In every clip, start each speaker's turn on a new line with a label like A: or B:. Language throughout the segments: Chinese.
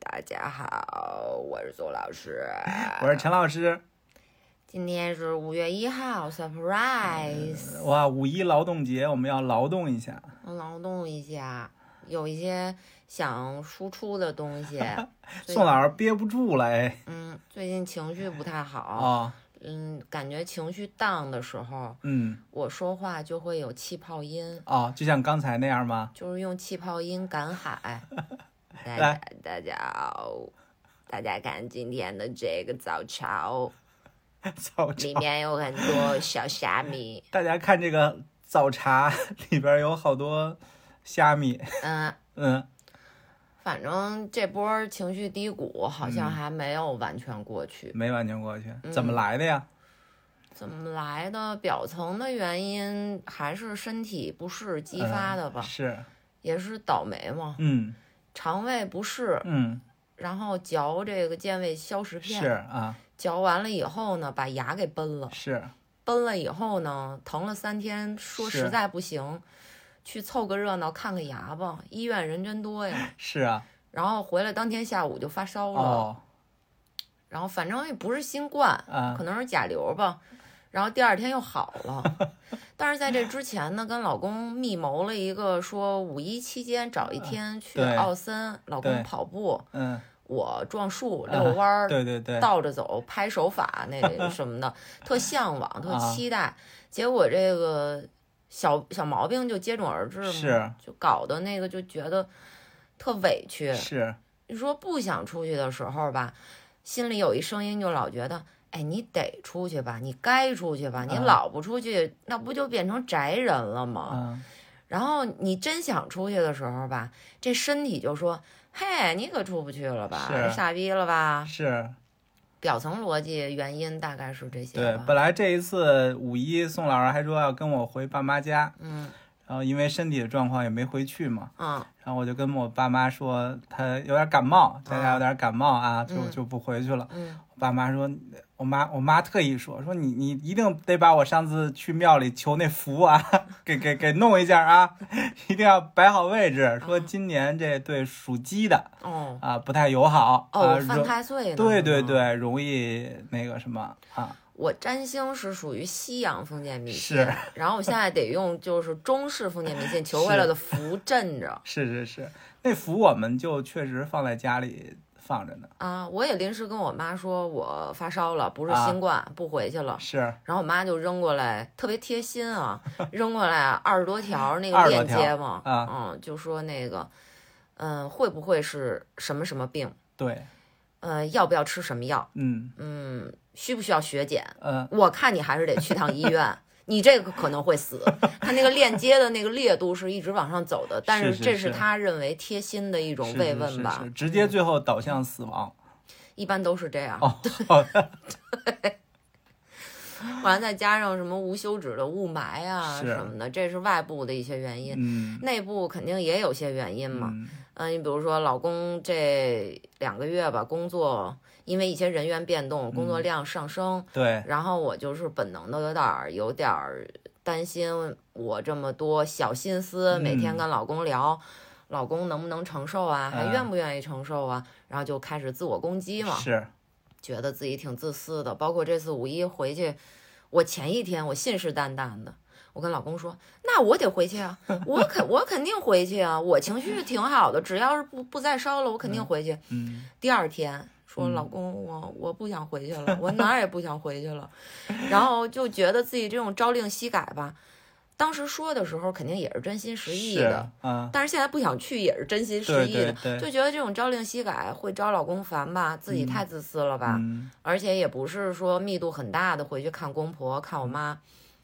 A: 大家好，我是左老师。
B: 我是陈老师。
A: 今天是五月一号，surprise，
B: 哇，五一劳动节我们要劳动一下，
A: 我劳动一下，有一些想输出的东 西。最
B: 宋老师憋不住了哎。
A: 嗯，最近情绪不太好，
B: 啊，
A: 嗯，感觉情绪荡的时候，
B: 嗯，
A: 我说话就会有气泡音，
B: 啊，就像刚才那样吗？
A: 就是用气泡音赶海。大
B: 来
A: 家大家好，大家看今天的这个早潮，
B: 早
A: 里
B: 茶，
A: 面有很多小虾米。
B: 大家看这个早茶里边有好多虾米，
A: 嗯，
B: 嗯，
A: 反正这波情绪低谷好像还没有完全过去，
B: 没完全过去，怎么来的呀？
A: 怎么来的？表层的原因还是身体不适激发的吧，
B: 嗯是，
A: 也是倒霉嘛，
B: 嗯
A: 肠胃不适，
B: 嗯，
A: 然后嚼这个健胃消食
B: 是
A: 片，
B: 啊，
A: 嚼完了以后呢，把牙给崩了，
B: 是啊
A: 崩了以后呢，疼了三天，说
B: 是
A: 实在不行，去凑个热闹看个牙吧，医院人真多呀，
B: 是啊，
A: 然后回来当天下午就发烧了。
B: 哦
A: 然后反正也不是新冠，
B: 啊
A: 可能是甲流吧。然后第二天又好 了，但是在这之前呢，跟老公密谋了一个，说五一期间找一天去
B: 嗯对
A: 奥森，老
B: 对
A: 公跑步，
B: 嗯，
A: 我撞树、
B: 啊
A: 遛弯儿、
B: 对对对，
A: 倒着走、拍手法 那什么的，特向往，特
B: 啊
A: 期待。结果这个小小毛病就接踵而至嘛，
B: 是
A: 就搞得那个就觉得特委屈，
B: 是
A: 你说不想出去的时候吧，心里有一声音就老觉得，哎，你得出去吧，你该出去吧，你
B: 嗯
A: 老不出去，那不就变成宅人了吗？
B: 嗯，
A: 然后你真想出去的时候吧，这身体就说，嘿，你可出不去了吧，
B: 是
A: 傻逼了
B: 啊
A: 吧？
B: 是
A: 表层逻辑原因大概是这些
B: 对。
A: 吧。
B: 本来这一次五一，宋老师还说要跟我回爸妈家，
A: 嗯
B: 然后因为身体的状况也没回去嘛。
A: 嗯
B: 然后我就跟我爸妈说，他有点感冒，在家有点感冒啊，就
A: 嗯
B: 就不回去了。
A: 嗯
B: 我爸妈说，我妈我妈特意说，说你你一定得把我上次去庙里求那符啊， 给给给弄一下啊， 一定要摆好位
A: 啊
B: 置。说今年这对属鸡的
A: 哦
B: 啊不太友好啊，
A: 哦，犯
B: 容
A: 太岁呢？
B: 对对
A: 嗯。
B: 对，容易那个什么啊，
A: 我占星是属于西洋封建迷信
B: 是，
A: 然后我现在得用就是中式封建迷信求回来的符镇着
B: 是是是，那符我们就确实放在家里放着呢，
A: 啊。我也临时跟我妈说我发烧了，不是
B: 啊
A: 新冠，不回去了。
B: 是
A: 然后我妈就扔过来，特别贴心啊，扔过来二十多条那个
B: 20多
A: 链
B: 条
A: 接嘛，
B: 啊
A: 嗯，就说那个，嗯、会不会是什么什么病？
B: 对，
A: 呃，要不要吃什么药？
B: 嗯
A: 嗯，需不需要血检？
B: 嗯。
A: 我看你还是得去趟医院， 你这个可能会死。他那个链接的那个烈度是一直往上走的，但
B: 是
A: 是
B: 是
A: 这
B: 是
A: 是他认为贴心的一种
B: 是
A: 慰
B: 是
A: 问
B: 是
A: 吧
B: 是，直接最后导向死亡。
A: 一般都是这样。
B: 哦，好的，
A: 完了再加上什么无休止的雾霾啊
B: 是
A: 什么的，这是外部的一些原因。
B: 嗯
A: 内部肯定也有些原因嘛，
B: 嗯，
A: 嗯，你比如说老公这两个月吧，工作因为一些人员变动，工
B: 嗯
A: 作量上升，
B: 对，
A: 然后我就是本能的有点儿有点儿担心，我这么多小心思，每天
B: 嗯
A: 跟老公聊，老公能不能承受啊，还
B: 嗯
A: 愿不愿意承受啊？然后就开始自我攻击嘛，
B: 是
A: 觉得自己挺自私的。包括这次五一回去，我前一天我信誓旦旦的。我跟老公说，那我得回去啊，我肯我肯定回去啊，我情绪挺好的，只要是不不再烧了，我肯定回去。
B: 嗯
A: 第二天说：“
B: 嗯
A: 老公，我我不想回去了，我哪儿也不想回去了。” 然后就觉得自己这种朝令夕改吧，当时说的时候肯定也是真心实意
B: 是
A: 的，
B: 啊，
A: 但是现在不想去也是真心实
B: 对
A: 意
B: 对
A: 的，
B: 对，
A: 就觉得这种朝令夕改会招老公烦吧，自己
B: 嗯
A: 太自私了吧，
B: 嗯
A: 而且也不是说密度很大的回去看公婆看我妈，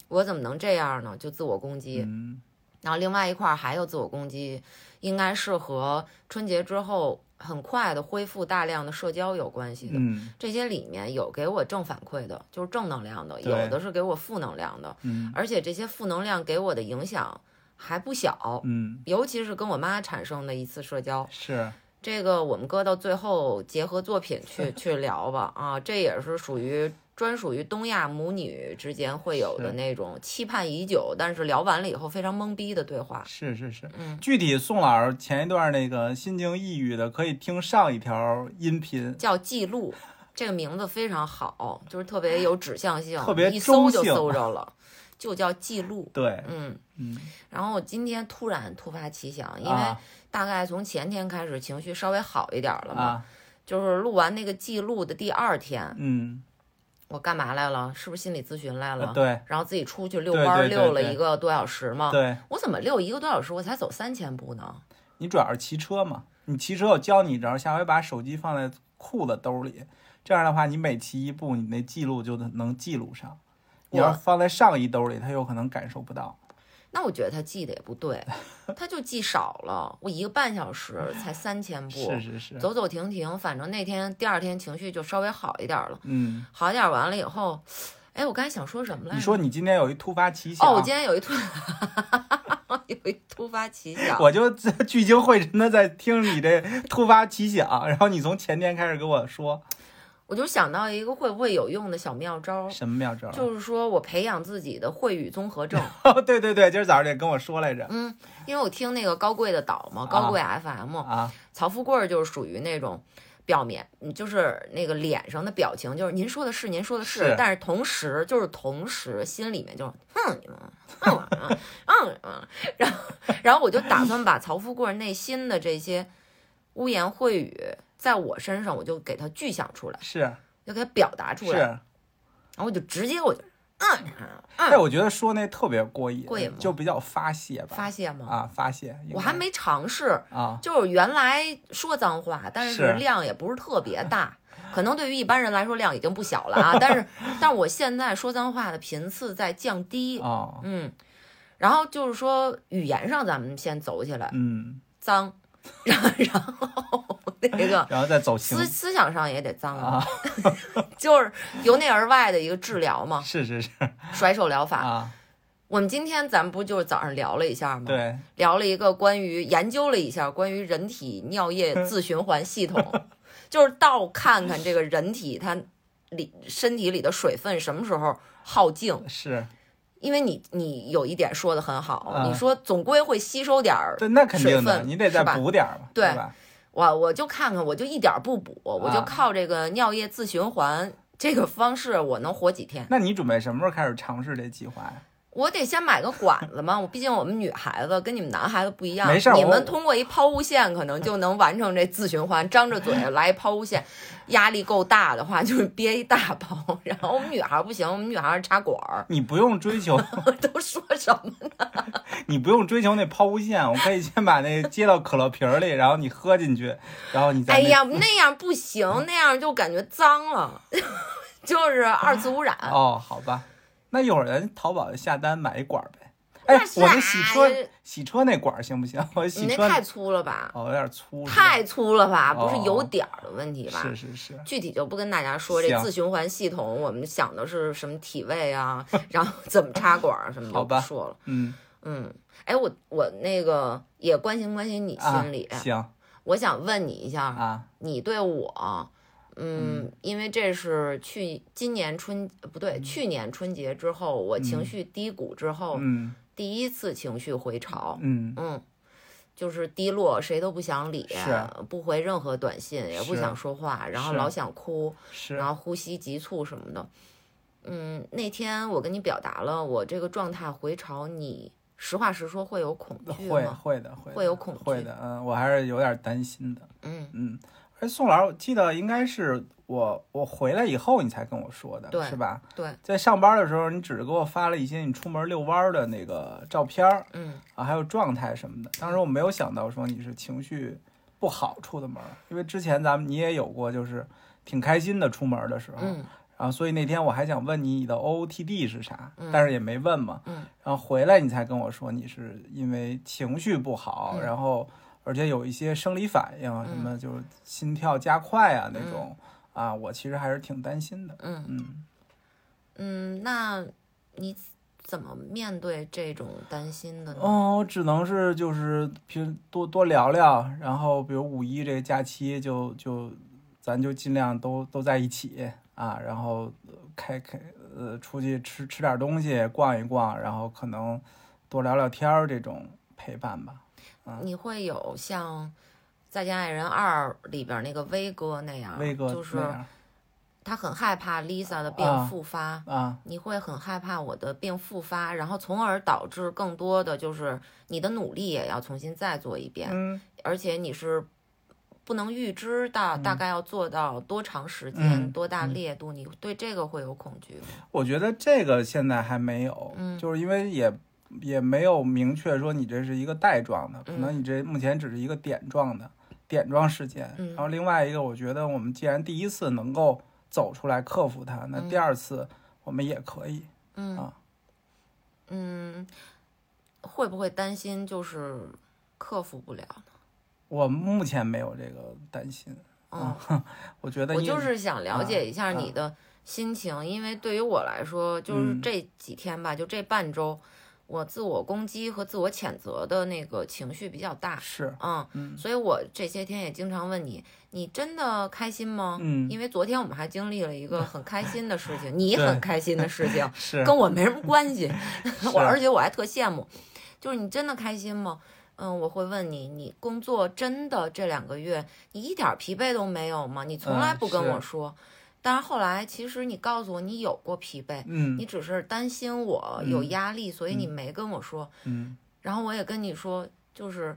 A: 我怎么能这样呢？就自我攻击。
B: 嗯
A: 然后另外一块儿还有自我攻击，应该是和春节之后很快的恢复大量的社交有关系的。
B: 嗯
A: 这些里面有给我正反馈的，就是正能量的，
B: 对
A: 有的是给我负能量的，
B: 嗯
A: 而且这些负能量给我的影响还不小，
B: 嗯，
A: 尤其是跟我妈产生的一次社交，
B: 是
A: 这个我们搁到最后结合作品 去去聊吧啊，这也是属于专属于东亚母女之间会有的
B: 是
A: 那种期盼已久，但是聊完了以后非常懵逼的对话。
B: 是是是，
A: 嗯
B: 具体宋老师前一段那个心情抑郁的，可以听上一条音频，
A: 叫记录，这个名字非常好，就是特别有指向性，
B: 特别
A: 一搜就
B: 中性啊
A: 搜着了，就叫记录。
B: 对，
A: 嗯，
B: 嗯，
A: 然后我今天突然突发奇想，因为
B: 啊
A: 大概从前天开始情绪稍微好一点了嘛，
B: 啊，
A: 就是录完那个记录的第二天，
B: 嗯，
A: 我干嘛来了？是不是心理咨询来了？
B: 呃对
A: 然后自己出去遛
B: 对
A: 弯儿，
B: 对对
A: 遛了
B: 对
A: 一个多小时嘛。
B: 对，
A: 我怎么遛一个多小时，我才走三千步呢？
B: 你主要是骑车嘛，你骑车我教你一招，下回把手机放在裤子兜里，这样的话你每骑一步，你那记录就能记录上。你要
A: 我
B: 是放在上一兜里，他有可能感受不到。
A: 那我觉得他记得也不 对，他就记少了。我一个半小时才三千步，
B: 是是是，
A: 走走停停，反正那天第二天情绪就稍微好一点了，
B: 嗯，
A: 好一点完了以后，哎，我刚才想说什么来着？
B: 你说你今天有一啊突发奇想，
A: 哦，我今天有一突， 有一突发奇想，
B: 我就 聚精会神的在听你这突发奇想，然后你从前天开始跟我说
A: 我就想到一个会不会有用的小妙招，
B: 什么妙招？
A: 哦就是说我培养自己的会语综合 症，
B: 哦，对对对，今儿早上也跟我说来着
A: 嗯，因为我听那个高贵的岛嘛，高贵 FM，、
B: 啊，
A: 曹富贵儿就是属于那种。表面嗯就是那个脸上的表情，就是您说的是您说的是，
B: 是
A: 但是同时就是同时心里面就是哼你们，嗯嗯嗯嗯， 然后然后我就打算把曹富贵儿内心的这些污言秽语，在我身上我就给他具象出来，
B: 是
A: 就给他表达出来，然
B: 是，
A: 后我就直接我就嗯嗯嗯
B: 哎，我觉得说那特别过瘾，
A: 过瘾吗
B: 就比较发泄吧，
A: 发泄吗？
B: 啊，发泄。应
A: 我
B: 该
A: 还没尝试，
B: 啊，
A: 就是原来说脏话，但是
B: 是
A: 量也不是特别大，可能对于一般人来说量已经不小了啊。但 是，但是我现在说脏话的频次在降低，
B: 哦，
A: 嗯。然后就是说语言上咱们先走起来，
B: 嗯，
A: 脏，然后然 后那个
B: 然后再走形
A: 思思想上也得脏
B: 啊，
A: 就是由内而外的一个治疗 嘛，
B: 是是是
A: 甩手疗法。
B: 啊，
A: 我们今天咱们不就是早上聊了一下吗？
B: 对，
A: 聊了一个关于研究了一下关于人体尿液自循环系统， 就是到看看这个人体它里身体里的水分什么时候耗尽。
B: 是
A: 因为你你有一点说的很好，
B: 嗯
A: 你说总归会吸收点儿。
B: 对，那肯定
A: 水
B: 的，
A: 分
B: 你得再
A: 是吧
B: 补点儿嘛，
A: 对
B: 对吧？
A: 我我就看看，我就一点儿不补，我就靠这个尿液自循环这个方式，我能活几天？
B: 那你准备什么时候开始尝试这计划呀？
A: 我得先买个管子嘛，我 毕竟我们女孩子跟你们男孩子不一样，
B: 没事儿
A: 你
B: 我
A: 们通过一抛物线可能就能完成这自循环，张着嘴来一抛物 线，压力够大的话就是憋一大包。然后我们女孩儿不行，我们女孩儿插管儿，
B: 你不用追求，
A: 都说什么？
B: 你不用追求那抛物线，我可以先把那接到可乐瓶儿里，然后你喝进去，然后你再
A: 哎
B: 那
A: 呀，那样不行，那样就感觉脏了， 就是二次污染。
B: 哦，好吧，那一会儿咱淘宝下单买一管儿呗。哎
A: 那，是
B: 我那洗车
A: 哎
B: 洗车那管儿行不行？我
A: 你
B: 洗
A: 那
B: 车
A: 太粗了吧，
B: 哦有点粗，是吧
A: 太粗了吧，不是
B: 哦
A: 有点儿的问题吧？
B: 是是是，
A: 具体就不跟大家说这
B: 行
A: 自循环系统，我们想的是什么体位啊，然后怎么插管儿什么
B: 好
A: 就不
B: 吧
A: 说了。
B: 嗯
A: 嗯，哎，我我那个也关心关心你
B: 啊
A: 心理，
B: 行
A: 我想问你一下，
B: 啊，
A: 你对我，嗯，因为这是去今年春不对，去年春节之后，我情绪低谷之后、
B: 嗯
A: 第一次情绪回潮，
B: 嗯
A: 嗯。就是低落，谁都不想理
B: 是，
A: 不回任何短信，也不
B: 是
A: 想说话，然后
B: 是
A: 老想哭，
B: 是
A: 然后呼吸急促什么的。嗯，那天我跟你表达了我这个状态回潮，你实话实说会有恐惧
B: 会
A: 吗？
B: 会的会
A: 会
B: 的
A: 有恐惧
B: 会的，嗯，我还是有点担心的，
A: 嗯，
B: 嗯。而宋老师，我记得应该是我我回来以后你才跟我说的，
A: 对
B: 是吧？
A: 对，
B: 在上班的时候，你只是给我发了一些你出门遛弯儿的那个照片儿，
A: 嗯，
B: 啊，还有状态什么的。当时我没有想到说你是情绪不好出的门儿，因为之前咱们你也有过，就是挺开心的出门的时候。
A: 嗯
B: 然后啊所以那天我还想问你你的 OOTD 是啥，
A: 嗯
B: 但是也没问嘛。
A: 嗯
B: 然后回来你才跟我说你是因为情绪不好，
A: 嗯
B: 然后而且有一些生理反应，啊什么就是心跳加快啊
A: 嗯
B: 那种。啊，我其实还是挺担心的。
A: 嗯
B: 嗯，
A: 嗯，那你怎么面对这种担心的呢？
B: 哦，我只能是就是平多多聊聊，然后比如五一这个假期就就咱就尽量都都在一起啊，然后呃开开呃出去吃吃点东西，逛一逛，然后可能多聊聊天儿这种陪伴吧。
A: 你会有像《再见爱人二》里边那个威哥那样，
B: 威哥
A: 啊就是
B: 那样
A: 他很害怕 Lisa 的
B: 啊
A: 病复发，
B: 啊，
A: 你会很害怕我的病复发，然后从而导致更多的就是你的努力也要重新再做一遍，
B: 嗯
A: 而且你是不能预知到大概要做到多长时间、
B: 嗯
A: 多大
B: 嗯
A: 烈度，你对这个会有恐惧吗？
B: 我觉得这个现在还没有，
A: 嗯
B: 就是因为也也没有明确说你这是一个带状的，可
A: 嗯
B: 能你这目前只是一个点状的点状事件。
A: 嗯
B: 然后另外一个，我觉得我们既然第一次能够走出来克服它，那第二次我们也可以。
A: 嗯、
B: 啊
A: 嗯，会不会担心就是克服不了呢？
B: 我目前没有这个担心，
A: 嗯，
B: 我觉得
A: 我
B: 因
A: 就是想了解一下
B: 啊
A: 你的心情，因为对于我来说，就是
B: 嗯
A: 这几天吧，就这半周，我自我攻击和自我谴责的那个情绪比较大，
B: 是
A: 嗯，
B: 嗯
A: 所以我这些天也经常问你，你真的开心吗？
B: 嗯，
A: 因为昨天我们还经历了一个很开心的事情，你很开心的事情
B: 是
A: 跟我没 什么关系， 我而且我还特羡慕，就是你真的开心吗？嗯，我会问你，你工作真的这两个月你一点疲惫都没有吗？你从来
B: 嗯
A: 不跟
B: 是
A: 我说，但是后来其实你告诉我你有过疲惫，
B: 嗯
A: 你只是担心我有
B: 嗯
A: 压力，所以你没跟我说。
B: 嗯
A: 然后我也跟你说，就是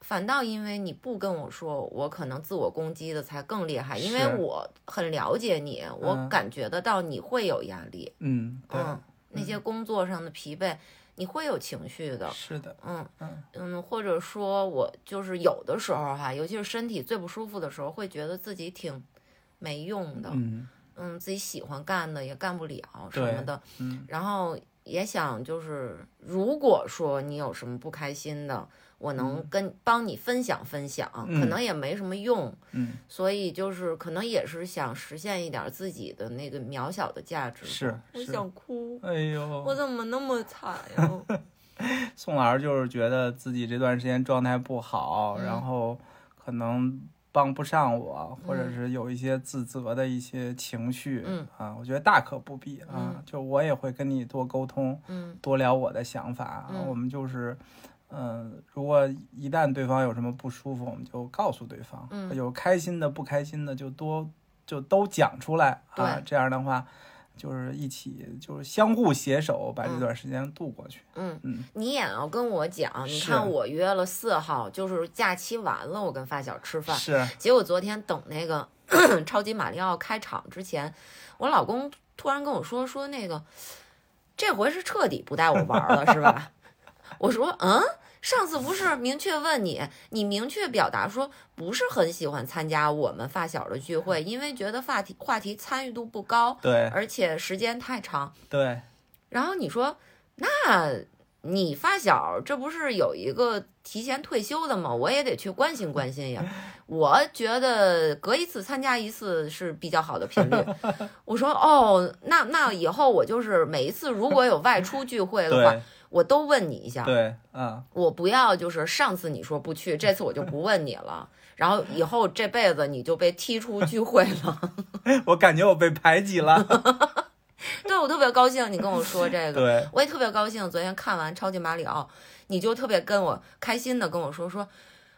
A: 反倒因为你不跟我说，我可能自我攻击的才更厉害，因为
B: 是
A: 我很了解你，我
B: 嗯
A: 感觉得到你会有压力，
B: 嗯对
A: 嗯，那些工作上的疲惫，你会有情绪的，
B: 是的
A: 嗯
B: 嗯
A: 嗯，或者说我就是有的时候哈、尤其是身体最不舒服的时候，会觉得自己挺没用的，
B: 嗯
A: 嗯，自己喜欢干的也干不了什么
B: 对
A: 的，
B: 嗯
A: 然后也想就是，如果说你有什么不开心的，我能跟帮你分享分享，可
B: 嗯
A: 能也没什么用，
B: 嗯
A: 所以就是可能也是想实现一点自己的那个渺小的价值吧。
B: 是
A: 我
B: 是
A: 想哭，
B: 哎呦
A: 我怎么那么惨 呀？
B: 宋老师就是觉得自己这段时间状态不好，
A: 嗯
B: 然后可能帮不上我，或者
A: 嗯
B: 是有一些自责的一些情绪，
A: 嗯
B: 啊，我觉得大可不必啊，
A: 嗯
B: 就我也会跟你多沟通，
A: 嗯
B: 多聊我的想法啊，
A: 嗯
B: 我们就是。嗯，如果一旦对方有什么不舒服，我们就告诉对方，
A: 嗯
B: 有开心的、不开心的就多就都讲出来啊
A: 对。
B: 这样的话，就是一起就是相互携手把这
A: 嗯
B: 段时间度过去。
A: 嗯
B: 嗯，
A: 你也要跟我讲，你
B: 是
A: 看我约了四号，就是假期完了，我跟发小吃饭，
B: 是，
A: 结果昨天等那个 超级马里奥开场之前，我老公突然跟我说说那个，这回是彻底不带我玩了，是吧？ 我说嗯，上次不是明确问你，你明确表达说不是很喜欢参加我们发小的聚会，因为觉得话题话题参与度不高，
B: 对
A: 而且时间太长。
B: 对，
A: 然后你说那。你发小这不是有一个提前退休的吗？我也得去关心关 心呀。我觉得隔一次参加一次是比较好的 频率。我说哦，那那以后我就是每一次如果有外出聚会的话，
B: 对
A: 我都问你一下。
B: 对，嗯，
A: 我不要就是上次你说不去，这次我就不问你了。然后以后这辈子你就被踢出聚会 了。
B: 我感觉我被排挤 了。
A: 对我特别高兴，你跟我说这个。
B: 对，
A: 我也特别高兴，昨天看完《超级马里奥》，你就特别跟我开心的跟我说说，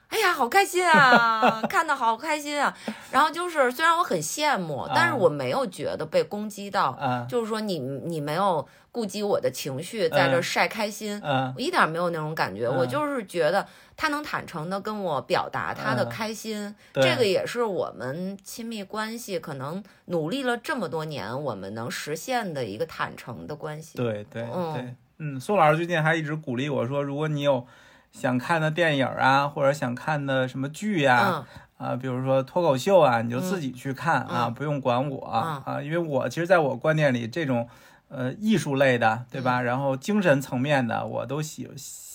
A: 哎呀，好开心 啊，看的好开心啊。然后就是虽然我很羡慕，
B: 啊
A: 但是我没有觉得被攻击到，
B: 嗯
A: 就是说你你没有顾及我的情绪，在这晒开心。
B: 嗯
A: 我一点没有那种感觉，
B: 嗯
A: 我就是觉得他能坦诚的跟我表达他的开心，
B: 嗯对
A: 这个也是我们亲密关系可能努力了这么多年，我们能实现的一个坦诚的关系。
B: 对对
A: 嗯
B: 对，嗯，宋老师最近还一直鼓励我说，如果你有想看的电影啊，或者想看的什么剧呀、啊，
A: 嗯
B: 比如说脱口秀啊，你就自己去看啊，不用管我、
A: 嗯
B: 啊，因为我其实在我观念里，这
A: 嗯
B: 种呃艺术类的，对吧？然后精神层面的，我都喜喜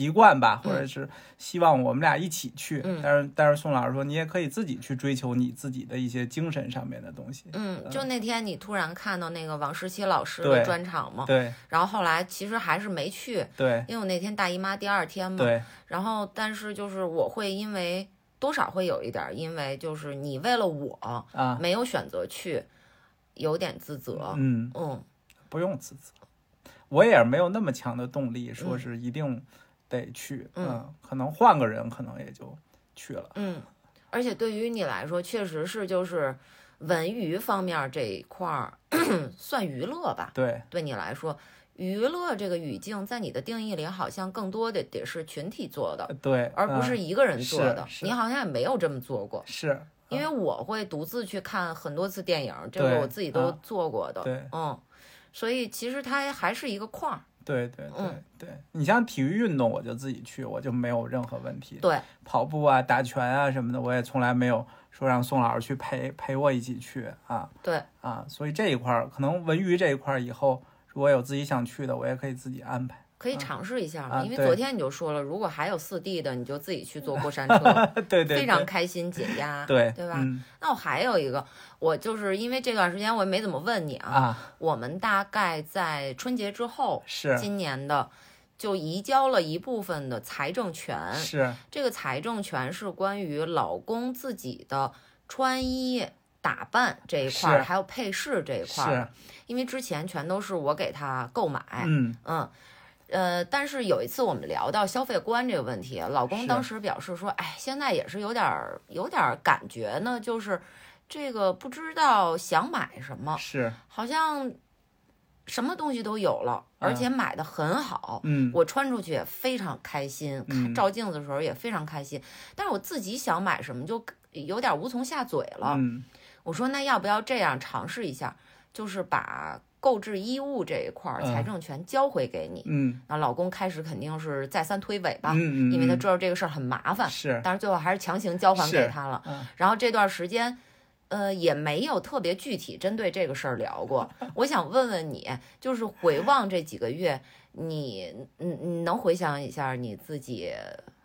B: 习惯吧，或者是希望我们俩一起去。
A: 嗯
B: 但是但是宋老师说，你也可以自己去追求你自己的一些精神上面的东西。
A: 嗯，就那天你突然看到那个王十七老师
B: 对
A: 的专场嘛，
B: 对
A: 然后后来其实还是没去，
B: 对
A: 因为我那天大姨妈第二天嘛，
B: 对
A: 然后但是就是我会因为多少会有一点儿，因为就是你为了我
B: 啊，
A: 没有选择去，有点自责，
B: 嗯，
A: 嗯
B: 不用自责，我也没有那么强的动力，说是一定得去。啊
A: 嗯
B: 可能换个人，可能也就去了。
A: 嗯，而且对于你来说，确实是就是文娱方面这一块儿 算娱乐吧，
B: 对
A: 对你来说。娱乐这个语境，在你的定义里，好像更多的得是群体做的，
B: 对，
A: 而不
B: 嗯
A: 是一个人做
B: 是
A: 的。
B: 是嗯
A: 你好像也没有这么做过，
B: 是，
A: 因为我会独自去看很多次电影，这个我自己都
B: 啊
A: 做过的。
B: 对
A: 嗯，所以其实它还是一个框儿。
B: 对对对
A: 嗯
B: 对，你像体育运动，我就自己去，我就没有任何问题。
A: 对，
B: 跑步啊、打拳啊什么的，我也从来没有说让宋老师去陪陪我一起去啊。
A: 对
B: 啊，所以这一块儿可能文娱这一块儿以后如果有自己想去的，我也可以自己安排。
A: 可以尝试一下嘛。
B: 啊
A: 因为
B: 对
A: 昨天你就说了，如果还有四 D 的，你就自己去坐过山车，
B: 对对对，
A: 非常开心解压。
B: 对
A: 对吧
B: 嗯
A: 那我还有一个，我就是因为这段时间我也没怎么问你啊，
B: 啊，
A: 我们大概在春节之后，
B: 是
A: 今年的就移交了一部分的财政权。
B: 是，
A: 这个财政权是关于老公自己的穿衣打扮这一块
B: 是
A: 儿，还有配饰这一块
B: 是
A: 儿，，因为之前全都是我给他购买，
B: 嗯
A: 嗯。呃，但是有一次我们聊到消费观这个问题，老公
B: 是
A: 当时表示说：“哎，现在也是有点儿有点儿感觉呢，就是这个不知道想买什么，
B: 是，
A: 好像什么东西都有了，而
B: 嗯
A: 且买的很好，
B: 嗯
A: 我穿出去也非常开心，
B: 嗯
A: 看照镜子的时候也非常开心，但是我自己想买什么就有点无从下嘴了。
B: 嗯
A: 我说那要不要这样尝试一下，就是把购置衣物这一块儿
B: 嗯
A: 财政权交回给你。
B: 嗯
A: 那老公开始肯定是再三推诿吧，
B: 嗯，
A: 因为他
B: 嗯
A: 知道这个事儿很麻烦，
B: 是
A: 但是最后还是强行交还
B: 是
A: 给他了。
B: 嗯
A: 然后这段时间。呃，也没有特别具体针对这个事儿聊过。 我想问问你，就是回望这几个月，你嗯你能回想一下你自己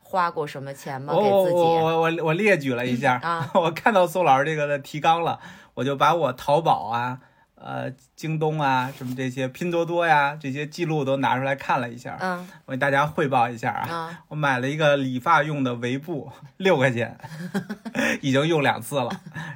A: 花过什么钱吗？
B: 我
A: 给
B: 我
A: 自
B: 我
A: 己
B: 哦我我我列举了一下，
A: 啊，
B: 我看到宋老师这个的提纲了，我就把我淘宝啊、呃、京东啊、什么这些拼多多呀这些记录都拿出来看了一下，
A: 嗯
B: 我给大家汇报一下啊。
A: 啊，
B: 我买了一个理发用的围布，六块 钱，已经用两次了，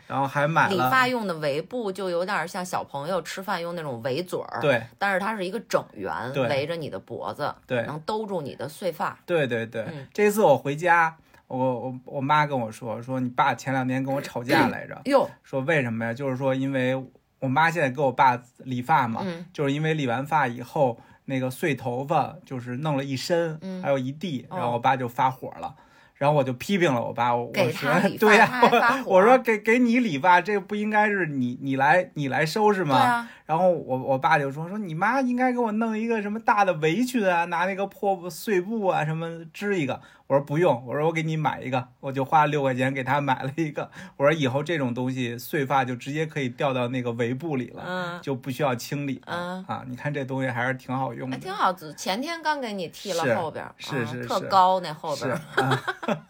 B: 然后还买
A: 理
B: 了
A: 发用的围布就有点像小朋友吃饭用那种围嘴儿，
B: 对
A: 但是它是一个整圆，
B: 对
A: 围着你的脖子，
B: 对
A: 能兜住你的碎发。
B: 对对对，
A: 嗯
B: 这次我回家，我我我妈跟我说，说你爸前两天跟我吵架来着，
A: 哟，
B: 说为什么呀？就是说因为我妈现在给我爸理发嘛，
A: 嗯
B: 就是因为理完发以后那个碎头发就是弄了一身，
A: 嗯
B: 还有一地，
A: 哦
B: 然后我爸就发火了。然后我就批评了我爸，我
A: 给
B: 我说
A: 他理 发，
B: 对呀、
A: 他还发火，
B: 我说给给你理发，这个不应该是你你来你来收拾
A: 对
B: 吗？
A: 啊，
B: 然后我我爸就说说你妈应该给我弄一个什么大的围裙啊，拿那个破布碎布啊什么织一个。我说不用，我说我给你买一个，我就花六块钱给他买了一个。我说以后这种东西碎发就直接可以掉到那个围布里了，
A: 嗯。
B: 就不需要清理了
A: 嗯
B: 啊。你看这东西还是挺好用
A: 还
B: 的，
A: 哎挺好，只前天刚给你剃
B: 嗯是
A: 了后边儿，
B: 是
A: 嗯
B: 是
A: 特
B: 是
A: 高那后边
B: 是
A: 儿，
B: 啊。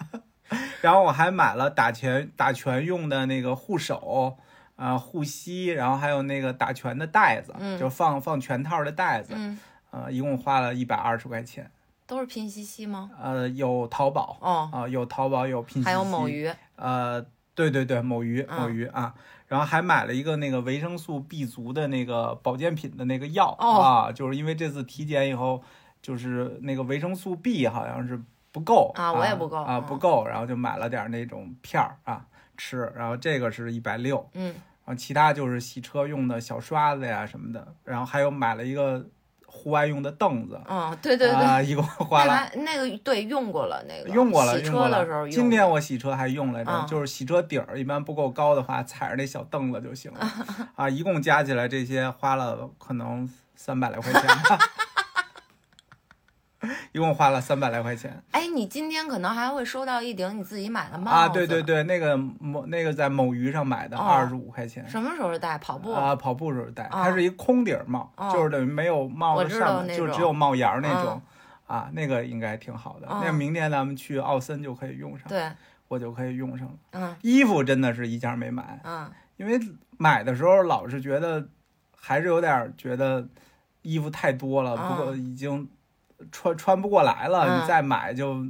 B: 然后我还买了打拳打拳用的那个护手。啊、护膝，然后还有那个打拳的袋子，
A: 嗯
B: 就放放拳套的袋子，
A: 嗯，
B: 呃，一共花了一百二十块钱。
A: 都是拼夕夕吗？
B: 呃，有淘宝
A: 哦，
B: 啊、有淘宝，有拼夕夕，
A: 还有某。鱼，
B: 呃，对对对，某鱼，
A: 嗯
B: 某鱼啊。然后还买了一个那个维生素 B 族的那个保健品的那个药、
A: 哦
B: 啊，就是因为这次体检以后，就是那个维生素 B 好像是不够
A: 啊我也不够
B: 啊，
A: 嗯
B: 不够，然后就买了点儿那种片儿啊吃，然后这个是一百六，
A: 嗯，
B: 然后其他就是洗车用的小刷子呀什么的，然后还有买了一个户外用的凳子，
A: 哦，对对对，
B: 啊，一共
A: 那
B: 花了。
A: 还那个对用过了那个，
B: 用过了，
A: 洗
B: 用
A: 车
B: 过
A: 的时候
B: 了。
A: 用。
B: 今天我洗车还用来着，
A: 啊
B: 就是洗车底儿一般不够高的话，踩着那小凳子就 行了。啊，一共加起来这些花了可能三百来块钱吧， 一共花了三百来块钱
A: 哎，你今天可能还会收到一顶你自己买的帽子，
B: 啊！对对，对，那个某那个在某鱼上买的，
A: 哦
B: 二十五块钱。
A: 什么时候戴？跑步，
B: 啊，跑步时候戴，
A: 啊
B: 它是一个空顶帽，
A: 哦
B: 就是等于没有帽
A: 我
B: 子
A: 知
B: 上
A: 道
B: 面，
A: 那
B: 就
A: 种
B: 只有帽檐儿那
A: 嗯
B: 种。啊，那个应该挺好的。
A: 哦
B: 那明年咱们去奥森就可以用上，
A: 对，
B: 我就可以用上了。
A: 嗯
B: 衣服真的是一件没买，
A: 嗯，
B: 因为买的时候老是觉得还是有点觉得衣服太多了，
A: 啊
B: 不过已经穿穿不过来了，
A: 嗯
B: 你再买就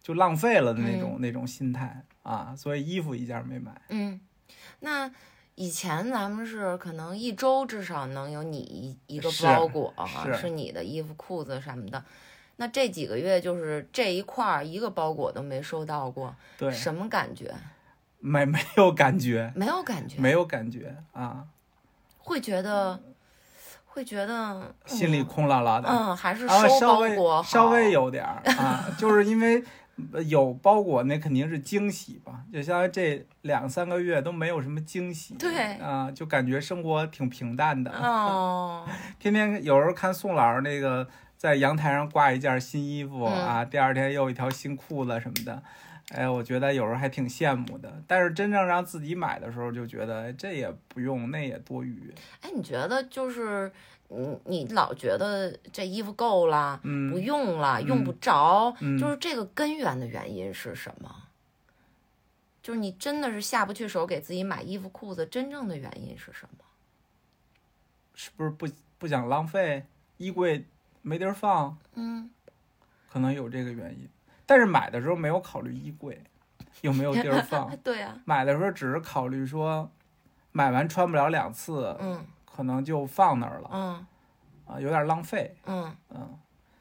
B: 就浪费了的那种那种心态啊，所以衣服一件没买。
A: 嗯，那以前咱们是可能一周至少能有你一一个
B: 是
A: 包裹啊、
B: 是
A: 是你的衣服、裤子什么的。那这几个月就是这一块儿一个包裹都没收到过，
B: 对，
A: 什么感觉？
B: 没没有感觉，
A: 没有感觉，
B: 没有感觉啊，
A: 会觉得，会觉得
B: 心里空落落的。
A: 嗯，还是
B: 啊，
A: 收
B: 稍
A: 包
B: 微
A: 裹好
B: 稍微有点儿啊，就是因为呃有包裹，那肯定是惊喜吧。就相当于这两三个月都没有什么惊喜，
A: 对
B: 啊，就感觉生活挺平淡的。
A: 哦，
B: 天天有时候看宋老师那个在阳台上挂一件新衣服
A: 嗯
B: 啊，第二天又一条新裤子什么的。哎，我觉得有时候还挺羡慕的，但是真正让自己买的时候，就觉得哎这也不用，那也多余。
A: 哎，你觉得就是你你老觉得这衣服够了，
B: 嗯
A: 不用了，用不着，
B: 嗯
A: 就是这个根源的原因是什么？就是你真的是下不去手给自己买衣服裤子，真正的原因是什么？
B: 是不是不不想浪费？衣柜没地儿放，
A: 嗯，
B: 可能有这个原因。但是买的时候没有考虑衣柜有没有地儿放
A: 哎，，对呀、
B: 买的时候只是考虑说买完穿不了两次，
A: 嗯
B: 可能就放那儿了
A: 嗯
B: 啊，有点浪费。
A: 嗯，
B: 嗯，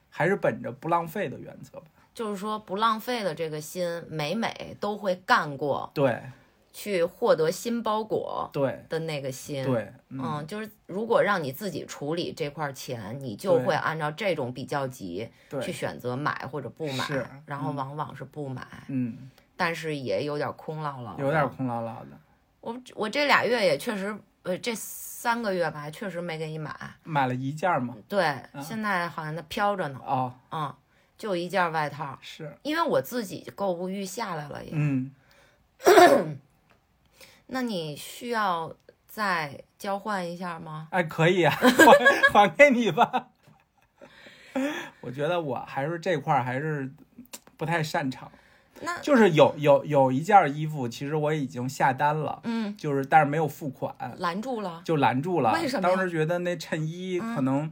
B: 还是本着不浪费的原则吧。
A: 就是说不浪费的这个心，每每都会干过，
B: 对
A: 去获得新包裹
B: 对
A: 的那个心，
B: 对，嗯
A: 嗯，就是如果让你自己处理这块钱，你就
B: 对
A: 会按照这种比较级去
B: 对，
A: 选择买或者不
B: 是
A: 买，然后
B: 嗯
A: 往往是不买，
B: 嗯，
A: 但是也有点空落落。
B: 有点。空落落的。
A: 我我这俩月也确实，呃，这三个月吧，确实没给你买。
B: 买了一件嘛，
A: 对，
B: 嗯
A: 现在好像它飘着呢，
B: 哦，
A: 嗯，就一件外套，
B: 是，
A: 因为我自己购物欲下来了也。
B: 嗯，
A: 那你需要再交换一下吗？
B: 哎，可以啊，还 还给你吧。我觉得我还是这块儿还是不太擅长。
A: 那
B: 就是有有有一件衣服，其实我已经下单了，
A: 嗯，
B: 就是但是没有付款，
A: 拦住了，
B: 就拦住了。
A: 为什么呀
B: 当时觉得那衬衣
A: 嗯
B: 可能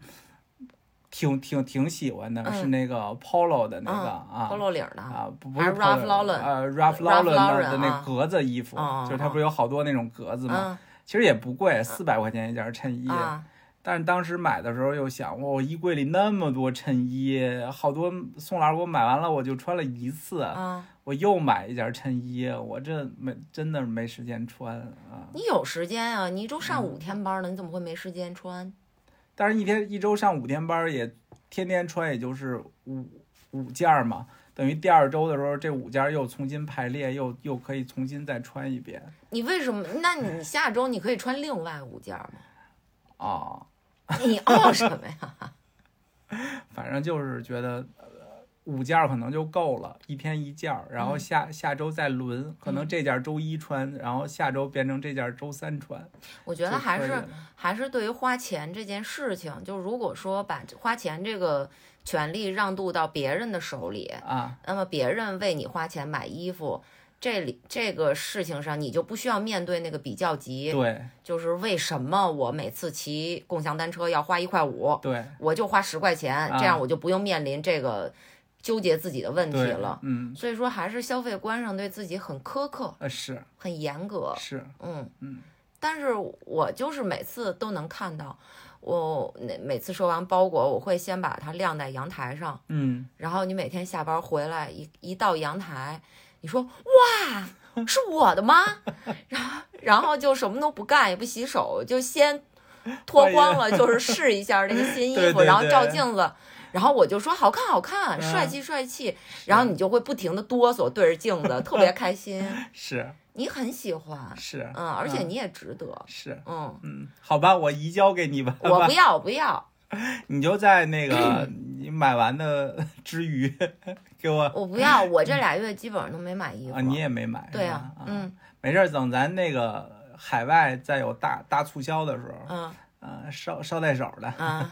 B: 挺挺挺喜欢的，
A: 嗯
B: 是那个 polo 的那个啊。
A: 扣漏领呢。
B: 啊，不不
A: 还
B: 是
A: 是 Ralph
B: polo，
A: Lauren
B: 呃，Ralph
A: Ralph
B: Lauren 的
A: Lauren，
B: 的那
A: 啊
B: 格子衣服，
A: 哦
B: 就是它不是有好多那种格子吗？
A: 嗯
B: 其实也不贵，四百块钱一件衬衣。
A: 啊，
B: 但是当时买的时候又想，哇我衣柜里那么多衬衣，好多宋老师给我买完了，我就穿了一次。
A: 啊，
B: 我又买一件衬衣，我这没真的没时间穿啊。
A: 你有时间啊？你一
B: 嗯
A: 周上五天班呢，你怎么会没时间穿？
B: 但是一天一周上五天班儿，也天天穿，也就是五五件儿嘛。等于第二周的时候，这五件儿又重新排列，又又可以重新再穿一遍
A: 你为什么？那你下周你可以穿另外五件吗？
B: 啊。
A: 你哦什么呀？
B: 反正就是觉得。呃五件儿可能就够了，一天一件儿，然
A: 嗯
B: 后下、下周再轮，可能这件儿周一穿，然后下周变成这件儿周三穿，
A: 我觉得
B: 就
A: 还
B: 可以
A: 是
B: 了
A: 还是对于花钱这件事情，就如果说把花钱这个权利让渡到别人的手里，
B: 啊，
A: 那么别人为你花钱买衣服。这里这个事情上，你就不需要面对那个比较级，
B: 对
A: 就是为什么我每次骑共享单车要花一块五，
B: 对
A: 我就花十块钱，
B: 啊
A: 这样我就不用面临这个纠结自己的问题
B: 对
A: 了，。
B: 嗯，
A: 所以说，还是消费观上对自己很苛刻、
B: 呃是
A: 很严格。
B: 是，
A: 嗯
B: 嗯，
A: 但是我就是每次都能看到，我那每次收完包裹，我会先把它晾在阳台上，
B: 嗯。
A: 然后你每天下班回来一一到阳台，你说哇，是我的吗？ 然后然后就什么都不干，也不洗手，就先脱光了，就是试一下这个新衣服，
B: 对对
A: 然后
B: 对
A: 照镜子。然后我就说好看好看，
B: 嗯
A: 帅气帅气，然后你就会不停的哆嗦，对着镜子，特别开心。
B: 是
A: 你很喜欢，
B: 是，
A: 嗯，而且你也值得，
B: 是，
A: 嗯，
B: 嗯，好吧，我移交给你吧，
A: 我
B: 吧
A: 不嗯要我不要
B: 你就在那个你买完的 之余给我
A: 我不要，我这俩月基本上都没买衣服
B: 啊，。你也啊没买，
A: 对
B: 呀
A: 呀，，，嗯
B: 没事儿，等咱那个海外再有大大促销的时候，
A: 嗯
B: 啊，捎捎带手的，
A: 啊，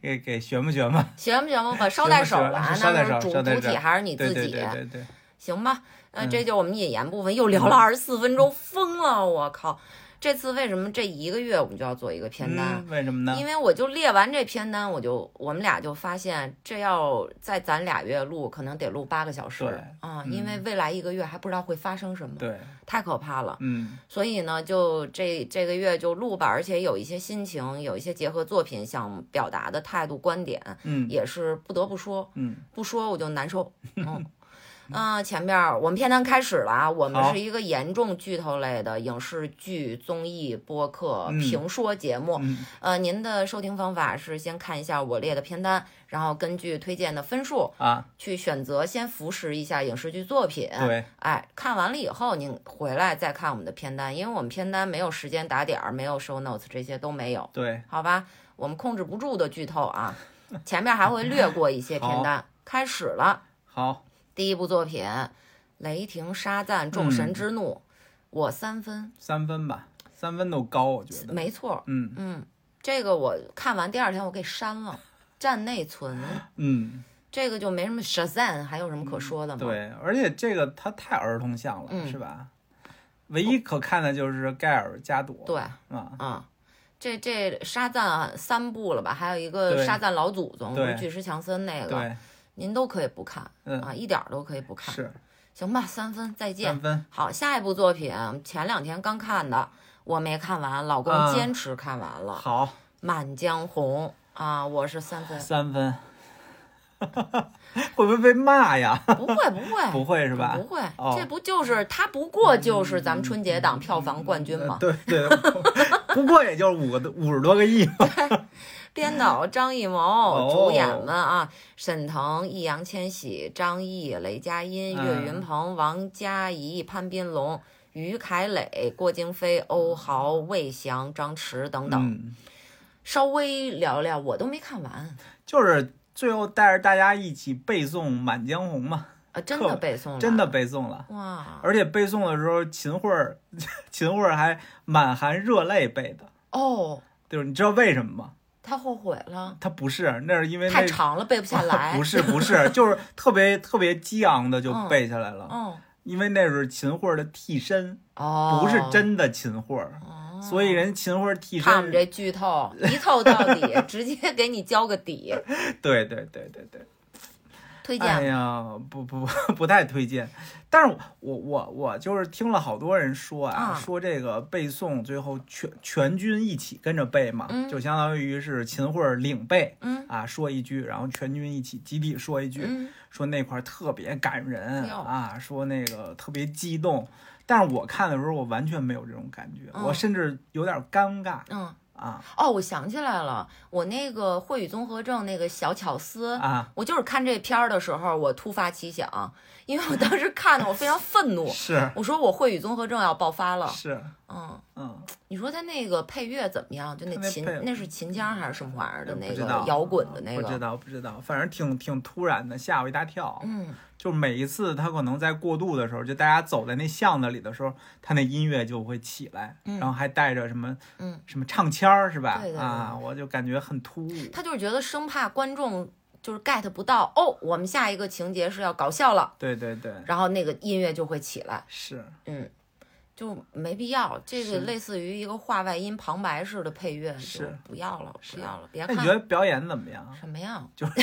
B: 给给学吧学吧，
A: 行不行吧？把捎带手
B: 行吧
A: 吧，
B: 是捎带
A: 那
B: 手
A: 是主
B: 捎带
A: 主体
B: 手
A: 还是你
B: 对
A: 自
B: 对
A: 己
B: 对，对对，
A: 行吧？那
B: 嗯
A: 这就我们引言部分，又聊了二十四分钟，疯了，我靠！这次为什么这一个月我们就要做一个片单？
B: 嗯，为什么呢？
A: 因为我就列完这片单，我就我们俩就发现，这要在咱俩月录，可能得录八个小时
B: 对
A: 啊、
B: 嗯
A: 因为未来一个月还不知道会发生什么，
B: 对，
A: 太可怕了。
B: 嗯
A: 所以呢，就这这个月就录吧，而且有一些心情，有一些结合作品想表达的态度、观点，
B: 嗯
A: 也是不得不说，
B: 嗯，
A: 不说我就难 受。嗯。嗯，前边儿我们片单开始了啊，我
B: 好
A: 们是一个严重剧透类的影视剧、综艺、播客、
B: 嗯
A: 评说节目，
B: 嗯
A: 呃，您的收听方法是先看一下我列的片单，然后根据推荐的分数
B: 啊，
A: 去选择，先服食一下影视剧作品。，
B: 对，
A: 哎，看完了以后您回来再看我们的片单，因为我们片单没有时间打点儿，没有 show notes，这些都没有，
B: 对，
A: 好吧？我们控制不住的剧透啊，前面还会略过一些片单。开始了，
B: 好，
A: 第一部作品《雷霆沙赞：众神之怒》，我三分，
B: 三分吧，三分都高，我觉得，
A: 没错，
B: 嗯
A: 嗯，这个我看完第二天我给删了，站内存，
B: 嗯，
A: 这个就没什么 Shazam，还有什么可说的吗？，
B: 对，而且这个它太儿童向了，
A: 嗯
B: 是吧？唯一可看的就是盖尔加朵，
A: 对
B: 啊，
A: 啊，这这沙赞三部了吧？还有一个
B: 对
A: 沙赞老祖宗，
B: 对
A: 巨石强森那个，
B: 对，
A: 您都可以不看
B: 嗯
A: 啊，一点儿都可以不看。
B: 是嗯
A: 行吧，三分，再见
B: 三。分，
A: 好，下一部作品前两天刚看的，我没看完，老公
B: 啊
A: 坚持看完了，
B: 好，
A: 满江红》啊，我是三 分，
B: 三分，会不会被骂呀？
A: 不会不会
B: 不会是吧
A: 不？会
B: 哦，嗯
A: 这不就是他？不过就是咱们春节档票房冠军
B: 呃
A: 嘛。
B: 对对，不过也就是五个多五十多个亿嘛。
A: 编导张艺
B: 哦
A: 谋，主演们啊，沈腾、易烊千玺、张译、雷佳音、
B: 嗯
A: 岳云鹏、王嘉怡、潘斌龙、于凯磊、郭京飞、欧豪、魏翔、张弛等等。
B: 嗯，
A: 稍微聊聊，我都没看完
B: 就是最后带着大家一起背诵《满江红》嘛，
A: 啊，真
B: 可
A: 的背诵了，
B: 真的背诵了。
A: 哇
B: 而且背诵的时候，秦桧儿， 秦桧儿还满含热泪背的，
A: 哦，
B: 就是你知道为什么吗？
A: 他后悔了，
B: 他不是，那是因为那
A: 太长了，背不下来。
B: 不是不是，就是特别特别激昂的就
A: 嗯
B: 背下来了，
A: 嗯，
B: 因为那是秦桧儿的替身，
A: 哦，
B: 不是真的秦桧儿，
A: 哦，
B: 所以人秦桧儿替
A: 看我们
B: 身，
A: 这剧透，一透到 底，直接给你交个底，
B: 对对对对对。
A: 推
B: 哎
A: 荐。
B: 呀，不不 不不太推荐。但是我我我就是听了好多人说啊，
A: 啊
B: 说这个背诵最后全全军一起跟着背嘛，
A: 嗯
B: 就相当于是秦桧儿领背
A: 嗯
B: 啊，说一句，然后全军一起集体说一句，
A: 嗯，哎
B: 说那块儿特别感人
A: 哟
B: 啊，说那个特别激动。但是我看的时候，我完全没有这种感觉，
A: 嗯
B: 我甚至有点尴尬
A: 嗯，
B: 啊
A: 哦，我想起来了，我那个《慧语综合症》那个小巧思，
B: 啊！
A: 我就是看这片儿的时候，我突发奇想，因为我当时看的我非常愤 怒，
B: 是
A: 我说我《慧语综合症》要爆发了。
B: 是，
A: 嗯，
B: 嗯，
A: 你说他那个配乐怎么样？就那
B: 它那
A: 秦
B: 配，嗯
A: 那是秦腔还是什么玩意儿的那
B: 不知
A: 个
B: 道嗯
A: 摇滚的那
B: 不知
A: 个？
B: 道不知道，反正挺挺突然的，吓我一大跳。
A: 嗯，
B: 就每一次他可能在过渡的时候，就大家走在那巷子里的时候，他那音乐就会起来，
A: 嗯
B: 然后还带着什么，
A: 嗯，
B: 什么唱腔儿是吧？
A: 对对对
B: 啊，我就感觉很突兀。
A: 他就是觉得生怕观众就是 get 不到哦，我们下一个情节是要搞笑了，
B: 对对对，
A: 然后那个音乐就会起来，
B: 是
A: 嗯，就没必要。这
B: 是
A: 个类似于一个话外音旁白式的配乐，就是不要了，
B: 是
A: 不要了，别
B: 那你
A: 看
B: 觉得表演怎么样？
A: 什么呀，
B: 就是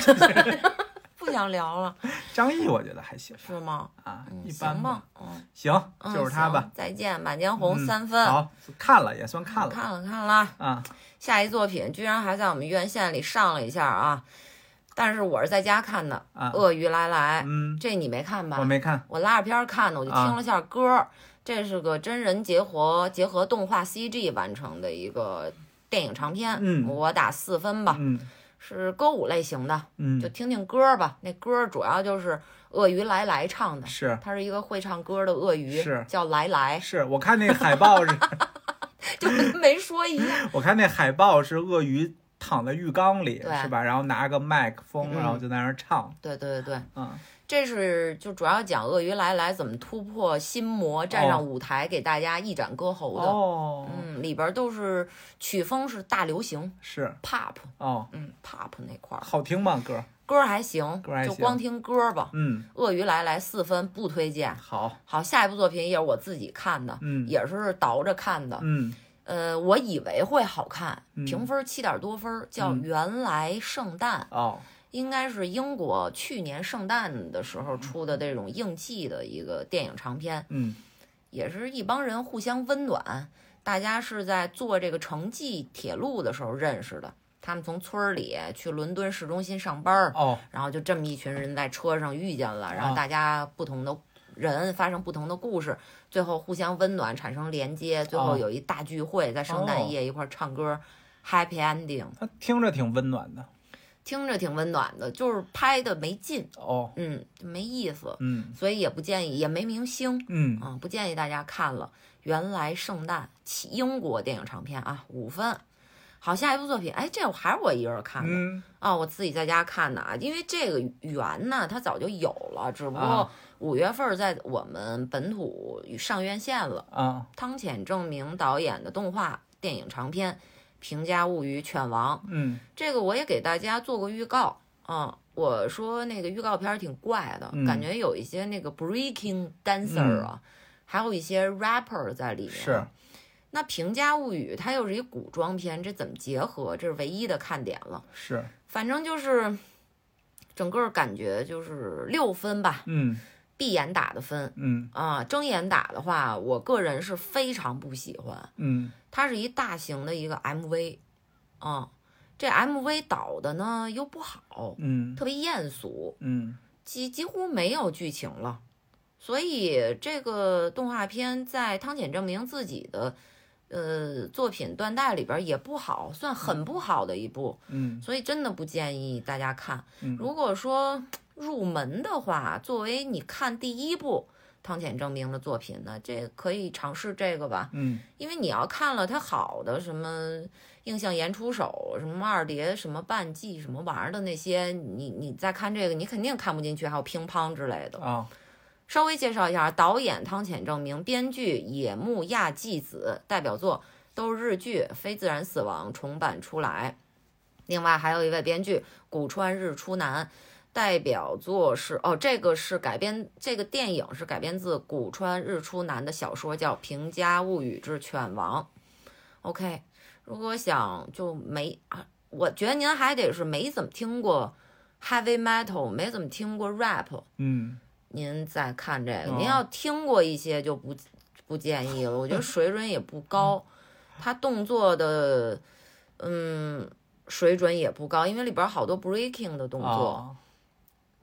A: 不想聊了，
B: 张译我觉得还行
A: 是吗？
B: 啊，
A: 嗯，
B: 一
A: 行
B: 般
A: 吧，嗯，
B: 行，
A: 嗯
B: 就是他。吧
A: 行。再见，《满江红》
B: 嗯
A: 三分。
B: 好，看了也算看了
A: 看了看了，
B: 啊，
A: 下一作品居然还在我们院线里上了一下啊！但是我是在家看的，
B: 啊
A: 鳄鱼来来》，
B: 嗯，
A: 这你没看吧？
B: 我没看
A: 我拉着片儿看的，我就听
B: 啊
A: 了下歌儿。这是个真人结合结合动画 CG 完成的一个电影长片，
B: 嗯
A: 我打四分吧，
B: 嗯
A: 是歌舞类型的，就
B: 嗯，
A: 听听歌儿吧。那歌儿主要就是鳄鱼来来唱的，
B: 是
A: 它是一个会唱歌的鳄鱼，
B: 是
A: 叫来来，
B: 是，我看那个海报是。
A: 就跟没说一样。
B: 我看那海报是鳄鱼躺在浴缸里，
A: 对
B: 是吧？然后拿个麦克风，
A: 嗯
B: 然后就在那儿唱。
A: 对对对对，
B: 嗯，
A: 这是就主要讲鳄鱼来来怎么突破心魔，站上
B: 哦
A: 舞台给大家一展歌喉的。
B: 哦，
A: 嗯，里边都是曲风是大流行
B: 是
A: pop，
B: 哦，
A: 嗯，pop 那块儿
B: 好听吗歌？
A: 歌儿还行，
B: 歌儿还
A: 就
B: 行
A: 光听歌儿吧。
B: 嗯，
A: 鳄鱼来来四分不推荐。
B: 好，
A: 好，下一部作品也是我自己看的，
B: 嗯
A: 也是倒着看的。
B: 嗯，
A: 呃，我以为会好看，
B: 嗯
A: 评分七点多分儿，叫《
B: 嗯
A: 原来圣诞》，
B: 哦，
A: 应该是英国去年圣诞的时候出的这种应季的一个电影长片，
B: 嗯，
A: 也是一帮人互相温暖。大家是在坐这个城际铁路的时候认识的，他们从村儿里去伦敦市中心上班儿，
B: 哦，
A: 然后就这么一群人在车上遇见了，然后
B: 啊
A: 大家不同的人发生不同的故事，最后互相温暖，产生连接，最后
B: 哦
A: 有一大聚会，在圣诞夜一块儿唱歌、h a p p y ending，
B: 它听着挺温暖的。
A: 听着挺温暖的，就是拍的没劲，
B: 哦，
A: 嗯，就没意思，
B: 嗯
A: 所以也不建议，也没明星，
B: 嗯，
A: 啊，不建议大家看了。原来圣诞，起英国电影长片啊，五分。好，下一部作品，哎，这我还是我一个人看的，
B: 嗯，
A: 啊，我自己在家看的啊，因为这个源呢，它早就有了，只不过
B: 啊
A: 五月份儿在我们本土上院线了。
B: 啊，
A: 汤浅证明导演的动画电影长片《平家物语：犬王》，
B: 嗯
A: 这个我也给大家做过预告啊。我说那个预告片儿挺怪的，感
B: 嗯
A: 觉有一些那个 breaking dancer 啊，还有一些 rapper 在里面。
B: 是。
A: 那《平家物语》它又是一古装片，这怎么结合？这是唯一的看点了。
B: 是，
A: 反正就是整个感觉就是六分吧，
B: 嗯
A: 闭眼打的分
B: 嗯
A: 啊，睁眼打的话，我个人是非常不喜欢。
B: 嗯
A: 它是一大型的一个 MV，啊，这 MV 导的呢又不好，
B: 嗯
A: 特别艳俗，
B: 嗯
A: 几几乎没有剧情了。所以这个动画片在汤浅证明自己的呃作品断代里边也不好，算很不好的一部。
B: 嗯
A: 所以真的不建议大家看。
B: 嗯
A: 如果说入门的话，作为你看第一部汤浅证明的作品呢，这可以尝试这个吧，
B: 嗯
A: 因为你要看了他好的什么印象演出手、什么二叠、什么半季、什么玩意儿的那些，你你再看这个，你肯定看不进去。还有乒乓之类的。
B: 啊，
A: 稍微介绍一下，导演汤浅证明，编剧野木亚纪子，代表作都是日剧《非自然死亡》重版出来。另外还有一位编剧古川日出男，代表作是哦，这个是改编这个电影是改编自古川日出男的小说，叫《平家物语之犬王》。OK，如果想就没啊，我觉得您还得是没怎么听过 heavy metal，没怎么听过 rap，
B: 嗯
A: 您再看这个，
B: 哦
A: 您要听过一些就不不建议了，我觉得水准也不
B: 嗯
A: 高， 他动作的嗯水准也不高，因为里边好多 breaking 的动作，
B: 啊，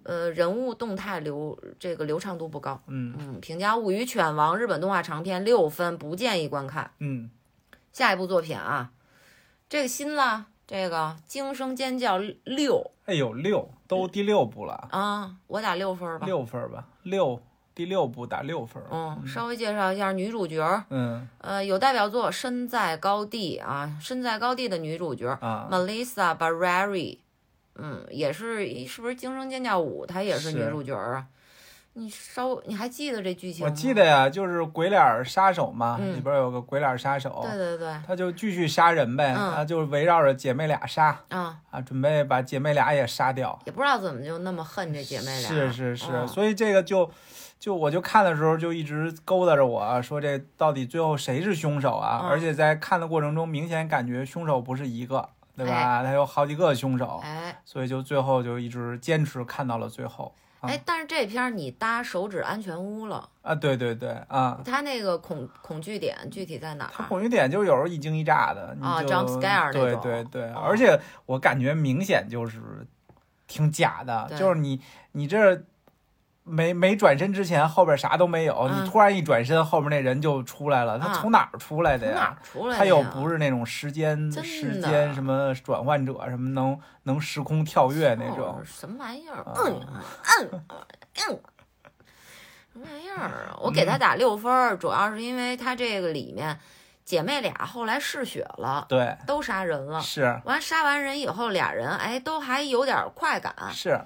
A: 呃，人物动态流这个流畅度不高。
B: 嗯
A: 嗯，《评价物语》犬王日本动画长片六分，不建议观看。
B: 嗯
A: 下一部作品啊，这个新了，这个《惊声尖叫六
B: 哎呦，六都第六部了》啊，
A: 啊，我打六分儿吧。
B: 六分儿吧，六第六部打六分儿了。
A: 嗯，稍微介绍一下女主角儿，
B: 嗯
A: 呃，有代表作《身在高地》啊，《身在高地》的女主角、
B: 啊，
A: Melissa Barreri，嗯，也是一是不是《惊声尖叫五》？她也是女
B: 是
A: 主角啊。你稍，你还记得这剧情
B: 我
A: 吗？
B: 记得。呀，就是鬼脸儿杀手嘛，
A: 嗯
B: 里边儿有个鬼脸儿杀手，
A: 对对对，
B: 他就继续杀人呗，
A: 嗯
B: 他就围绕着姐妹俩杀
A: 啊，
B: 啊，准备把姐妹俩也杀掉。
A: 也不知道怎么就那么恨这姐妹俩。
B: 是是是，
A: 嗯
B: 所以这个就就我就看的时候就一直勾搭着我啊说这到底最后谁是凶手啊？
A: 嗯
B: 而且在看的过程中，明显感觉凶手不是一个，对吧？他有好几个凶手，
A: 哎
B: 所以就最后就一直坚持看到了最后啊
A: 哎，但是这片儿你搭手指安全屋了，
B: 啊！对对对啊，
A: 它那个恐恐惧点具体在哪
B: 他
A: 儿？
B: 恐惧点就是有时候一惊一乍的，你就、
A: 啊，jump 啊 scare 那
B: 对
A: 种
B: 对对，
A: 哦
B: 而且我感觉明显就是挺假的，
A: 对
B: 就是你你这。没没转身之前，后边啥都没有。
A: 嗯
B: 你突然一转身，后边那人就出来了。他
A: 啊
B: 从哪儿出来的
A: 从哪
B: 呀
A: 儿？出来的呀？
B: 他又不是那种时间
A: 真
B: 时
A: 的
B: 间什么转换者什么能能时空跳跃那种
A: 哦。什么玩意儿？
B: 啊
A: 嗯嗯嗯，什么玩意儿啊？我给
B: 嗯
A: 他打六分儿，主要是因为他这个里面姐妹俩后来嗜血了，
B: 对，
A: 都杀人了。
B: 是
A: 完杀完人以后，俩人哎都还有点快感，
B: 是，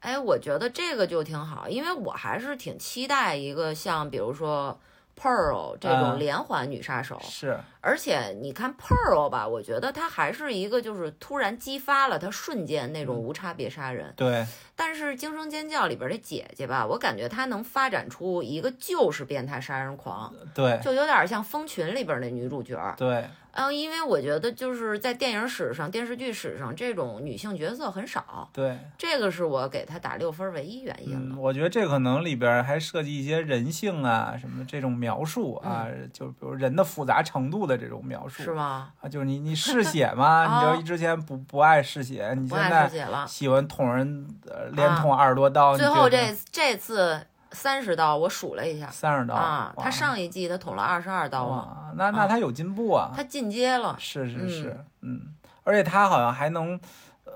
A: 哎，我觉得这个就挺好，因为我还是挺期待一个像比如说 Pearl 这种
B: 嗯
A: 连环女杀手，
B: 是，
A: 而且你看 Pearl 吧，我觉得她还是一个就是突然激发了她瞬间那种
B: 嗯
A: 无差别杀人，
B: 对，
A: 但是《惊声尖叫》里边的姐姐吧，我感觉她能发展出一个就是变态杀人狂，
B: 对，
A: 就有点像《蜂群》里边那女主角。
B: 对，
A: 嗯，因为我觉得就是在电影史上、电视剧史上，这种女性角色很少，
B: 对，
A: 这个是我给她打六分唯一原因了。
B: 嗯，我觉得这可能里边儿还涉及一些人性啊什么这种描述啊，就比如人的复杂程度的这种描述
A: 嗯是吗？
B: 啊，就是你你嗜血 嘛，
A: 哦
B: 你就之前不不爱嗜血，你
A: 不
B: 现
A: 爱
B: 在
A: 师姐了。
B: 喜欢捅人，呃连
A: 啊
B: 捅二十多刀，
A: 最后这这次三十刀，我数了一下
B: 三十刀
A: 啊，
B: 哇
A: 他上一季他捅了二十二刀啊，
B: 哇，那那
A: 啊
B: 他有进步啊，
A: 他进阶了。
B: 是是是，嗯，而且她好像还能，呃，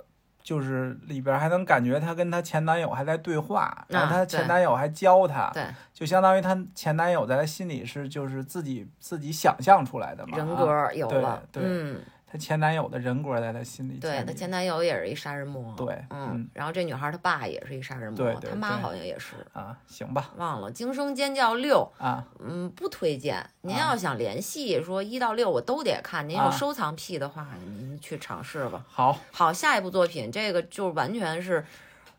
B: 就是里边还能感觉她跟她前男友还在对话，然
A: 啊
B: 后她
A: 对
B: 前男友还教她，
A: 对，
B: 就相当于她前男友在她心里是就是自己自己想象出来的嘛，
A: 人
B: 啊
A: 格有
B: 对
A: 了，
B: 对
A: 嗯，
B: 她前男友的人格在她心里
A: 对
B: 建
A: 她
B: 立，
A: 前男友也是一杀人魔，
B: 对
A: 嗯
B: 嗯，
A: 然后这女孩她爸也是一杀人
B: 对
A: 魔，
B: 对
A: 她妈
B: 对
A: 好像也是，
B: 啊，行吧，
A: 忘了《惊声尖叫六》，
B: 啊，
A: 嗯，不推荐。您
B: 啊
A: 要想联系说一到六我都得看，您有
B: 啊
A: 收藏癖的话，您去尝试吧。
B: 好
A: 好，下一部作品这个就完全是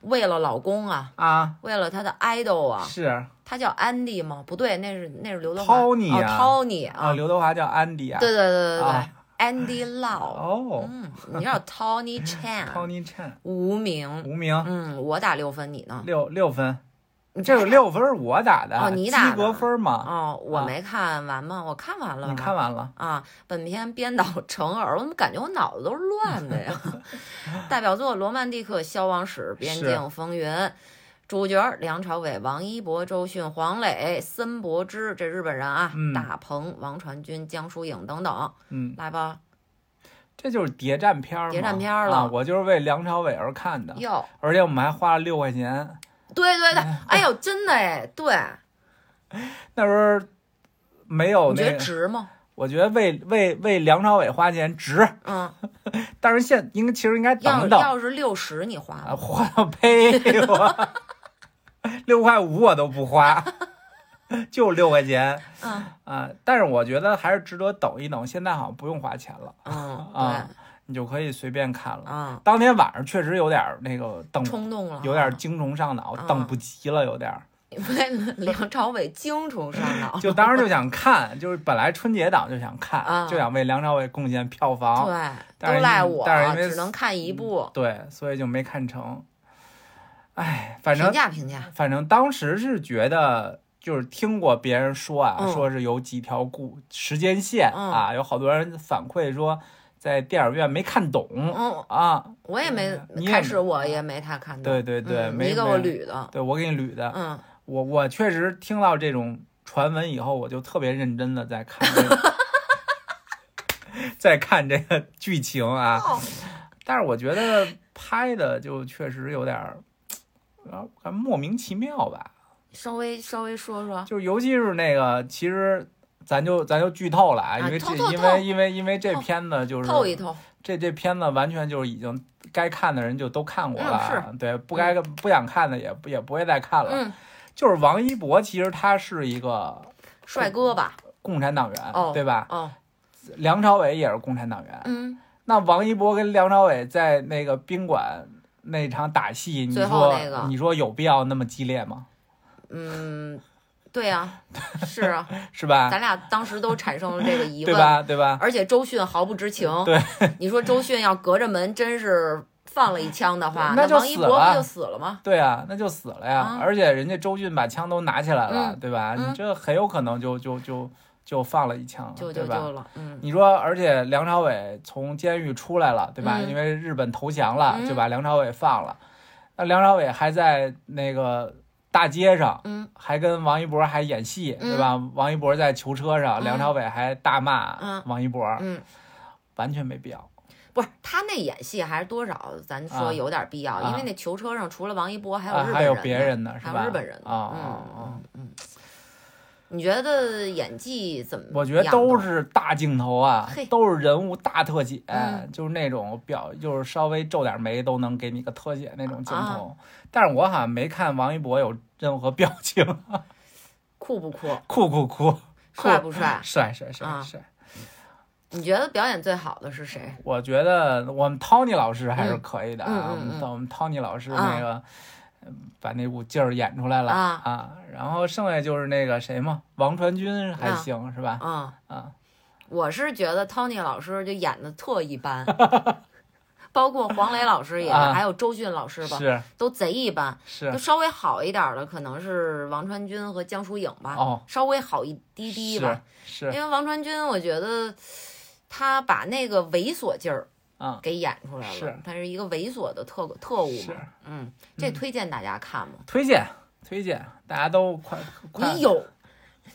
A: 为了老公啊，
B: 啊，
A: 为了他的 idol 啊，
B: 是
A: 他叫 Andy 吗？不对，那是那是刘德华
B: Tony 啊
A: 哦，Tony
B: 啊，
A: 啊，
B: 刘德华叫安迪啊，
A: 对对对对对、
B: 啊
A: a n d y Lau，
B: 哦
A: 嗯，你叫 Tony Chan，
B: ，Tony Chan，
A: 无名，
B: 无名
A: 嗯，我打六分，你呢？
B: 六六分，
A: 你
B: 这有六分儿我打的，
A: 哦你打
B: 及格
A: 的
B: 分儿嘛，
A: 哦，我
B: 啊
A: 没看完吗？我看完了，
B: 你看完了。
A: 啊，本片编导 程耳，我怎么感觉我脑子都是乱的呀？ 代表作《罗曼蒂克消亡史》《边
B: 是
A: 境风云》，主角梁朝伟、王一博、周迅、黄磊、森博之，这日本人啊，
B: 嗯
A: 大鹏、王传君、江疏影等等，
B: 嗯，
A: 来吧，
B: 这就是谍战片儿嘛，
A: 谍战片儿了
B: 啊我就是为梁朝伟而看的，
A: 哟，
B: 而且我们还花了六块钱。
A: 对对
B: 嗯
A: 对，哎呦，真的哎，对，
B: 那时候没有
A: 你
B: 那
A: 觉得
B: 个，
A: 值 吗？
B: 我觉得为为为梁朝伟花钱值，
A: 嗯，
B: 但是现应该其实应该
A: 要
B: 等等
A: 要是六十你花
B: 啊，
A: 吗？
B: 花了呸 我六块五我都不花， 就六块钱
A: 嗯
B: 啊。但是我觉得还是值得等一等，现在好像不用花钱了，
A: 嗯，
B: 啊
A: 对，
B: 你就可以随便看了。
A: 嗯，
B: 当天晚上确实有点儿那个等
A: 冲动了，
B: 嗯有点儿。精虫上脑，
A: 啊
B: 等不及了，有点儿。
A: 梁朝伟精虫上脑，
B: 就当时就想看，就是本来春节档就想
A: 啊
B: 看，就想为梁朝伟贡献票房，
A: 对，
B: 但
A: 都
B: 是因
A: 赖
B: 为
A: 我
B: 但是嗯因为
A: 只能看一部。
B: 对，所以就没看成。哎，反
A: 评
B: 正
A: 价评价，
B: 反正当时是觉得。就是听过别人说啊，
A: 嗯
B: 说是有几条故时间线啊，有好多人反馈说在电影院没看懂
A: 嗯，
B: 啊。
A: 我也没
B: 你也
A: 开
B: 没啊
A: 始，我也没太看到。
B: 对对对，
A: 嗯
B: 没啊
A: 你给我
B: 没
A: 捋的，
B: 对我给你捋的，
A: 嗯，
B: 我我确实听到这种传闻以后，我就特别认真的在看这个， 在看这个剧情啊。
A: 哦，
B: 但是我觉得拍的就确实有点儿，啊，还莫名其妙吧。
A: 稍微稍微说说，
B: 就尤其是那个，其实咱就咱就剧透了啊，因为这
A: 透透
B: 因
A: 透
B: 为因为因为这
A: 透
B: 片子就是
A: 透一透，
B: 这这片子完全就是已经该看的人就都看过
A: 嗯
B: 了，啊对，不该不想看的也不也不会再看了。
A: 嗯，
B: 就是王一博，其实他是一个
A: 帅哥吧，
B: 共产党员，
A: 哦
B: 对吧？
A: 哦，
B: 梁朝伟也是共产党员。
A: 嗯，
B: 那王一博跟梁朝伟在那个宾馆那场打戏，你
A: 最后
B: 说、
A: 那个
B: 你说有必要那么激烈吗？
A: 嗯，对呀，是 啊，
B: 是吧？
A: 咱俩当时都产生了这个疑
B: 对
A: 问，
B: 吧？对吧？
A: 而且周迅毫不知情，
B: 对，
A: 你说周迅要隔着门真是放了一枪的话，
B: 那就
A: 王一
B: 死
A: 博不
B: 了
A: 就死了吗？
B: 对啊，那就死了呀！
A: 啊
B: 而且人家周迅把枪都拿起来了，
A: 嗯
B: 对吧？
A: 嗯
B: 你这很有可能就就就就放了一枪了，
A: 就
B: 对
A: 就
B: 吧
A: 就？了，嗯，
B: 你说，而且梁朝伟从监狱出来了，对吧？
A: 嗯
B: 因为日本投降了，
A: 嗯
B: 就把梁朝伟放了。那梁朝伟还在那个大街上，
A: 嗯，
B: 还跟王一博还演戏，
A: 嗯
B: 对吧？王一博在囚车上，
A: 嗯
B: 梁朝伟还大骂
A: 嗯
B: 王一博，
A: 嗯，
B: 完全没必要。
A: 不是他那演戏还是多少，咱说
B: 啊
A: 有点必要，
B: 啊
A: 因为那囚车上除了王一博，还有
B: 啊
A: 日本人呢、嗯
B: 还有别人呢，是啊
A: 还有
B: 吧？
A: 日本人呢
B: 啊啊
A: 嗯
B: 啊！
A: 嗯嗯，你觉得演技怎么样？
B: 我觉得都是大镜头啊
A: 嘿，
B: 都是人物大特写，
A: 嗯
B: 就是那种表，就是稍微皱点眉都能给你个特写那种镜
A: 啊
B: 头。但是我好像没看王一博有任何表情，
A: 酷不酷，
B: 酷嗯酷酷，酷
A: 帅不帅？
B: 帅帅帅
A: 啊
B: 帅！
A: 你觉得表演最好的是谁？
B: 我觉得我们 Tony 老师还是可以的啊，
A: 嗯嗯嗯
B: 我
A: 嗯
B: 们我们 Tony 老师那个、嗯把那股劲儿演出来了
A: 啊
B: 然后剩下就是那个谁嘛，王传君还行、是吧？
A: 啊、
B: 啊，
A: 我是觉得 Tony 老师就演的特一 般，包括黄磊老师也，
B: 啊
A: 还有周迅老师吧，
B: 是
A: 都贼一般。就是稍微好一点的可能是王传君和江疏影吧，
B: 哦
A: 稍微好一滴滴吧。
B: 是是
A: 因为王传君，我觉得他把那个猥琐劲儿
B: 啊
A: 给演出来了，
B: 是
A: 他是一个猥琐的特特务
B: 是
A: 嘛，嗯，这推荐大家看吗？
B: 推荐推荐，大家都快快
A: 你有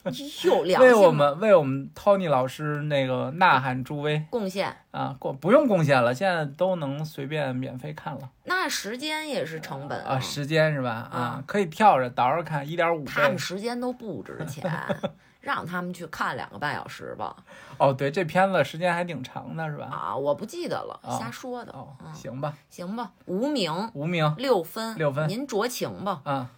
A: 你有良
B: 为我
A: 心吗？
B: 们为我们 Tony 老师那个呐喊助威
A: 贡献，
B: 啊，过不用贡献了，现在都能随便免费看了
A: 那时间也是成本
B: 啊，时间是吧？
A: 啊
B: 啊，可以跳着倒着看，一点五倍
A: 他们时间都不值钱， 让他们去看两个半小时吧。
B: 哦，对，这片子时间还挺长的，是吧？
A: 啊，我不记得了，
B: 啊
A: 瞎说的，
B: 哦，
A: 嗯
B: 行吧，
A: 行吧？无名
B: 无名
A: 六分，
B: 六分
A: 您酌情吧。
B: 啊，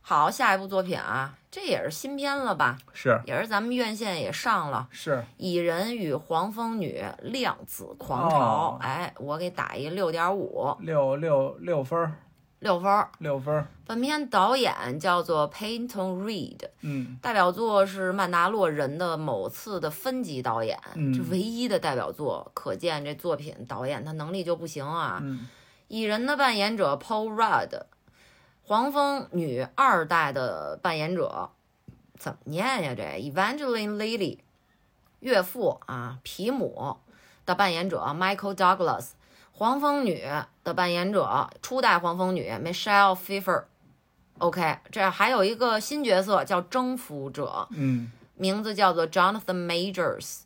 A: 好，下一部作品啊，这也是新片了吧？
B: 是
A: 也是咱们院线也上了。
B: 是，
A: 蚁人与黄蜂女量子狂潮，
B: 哦
A: 哎，我给打一六点五
B: 六六六分儿，
A: 六分儿。
B: 六分儿，
A: 本片导演叫做 Payton Reed，
B: 嗯，
A: 代表作是《曼达洛人》的某次的分级导演，
B: 嗯
A: 这唯一的代表作，可见这作品导演他能力就不行啊。
B: 嗯
A: 蚁人的扮演者 Paul Rudd，黄蜂女二代的扮演者怎么念呀？这 Evangeline Lilly，岳父啊皮姆的扮演者 Michael Douglas，黄蜂女的扮演者初代黄蜂女 Michelle Pfeiffer。OK，这还有一个新角色叫征服者，
B: 嗯，
A: 名字叫做 Jonathan Majors。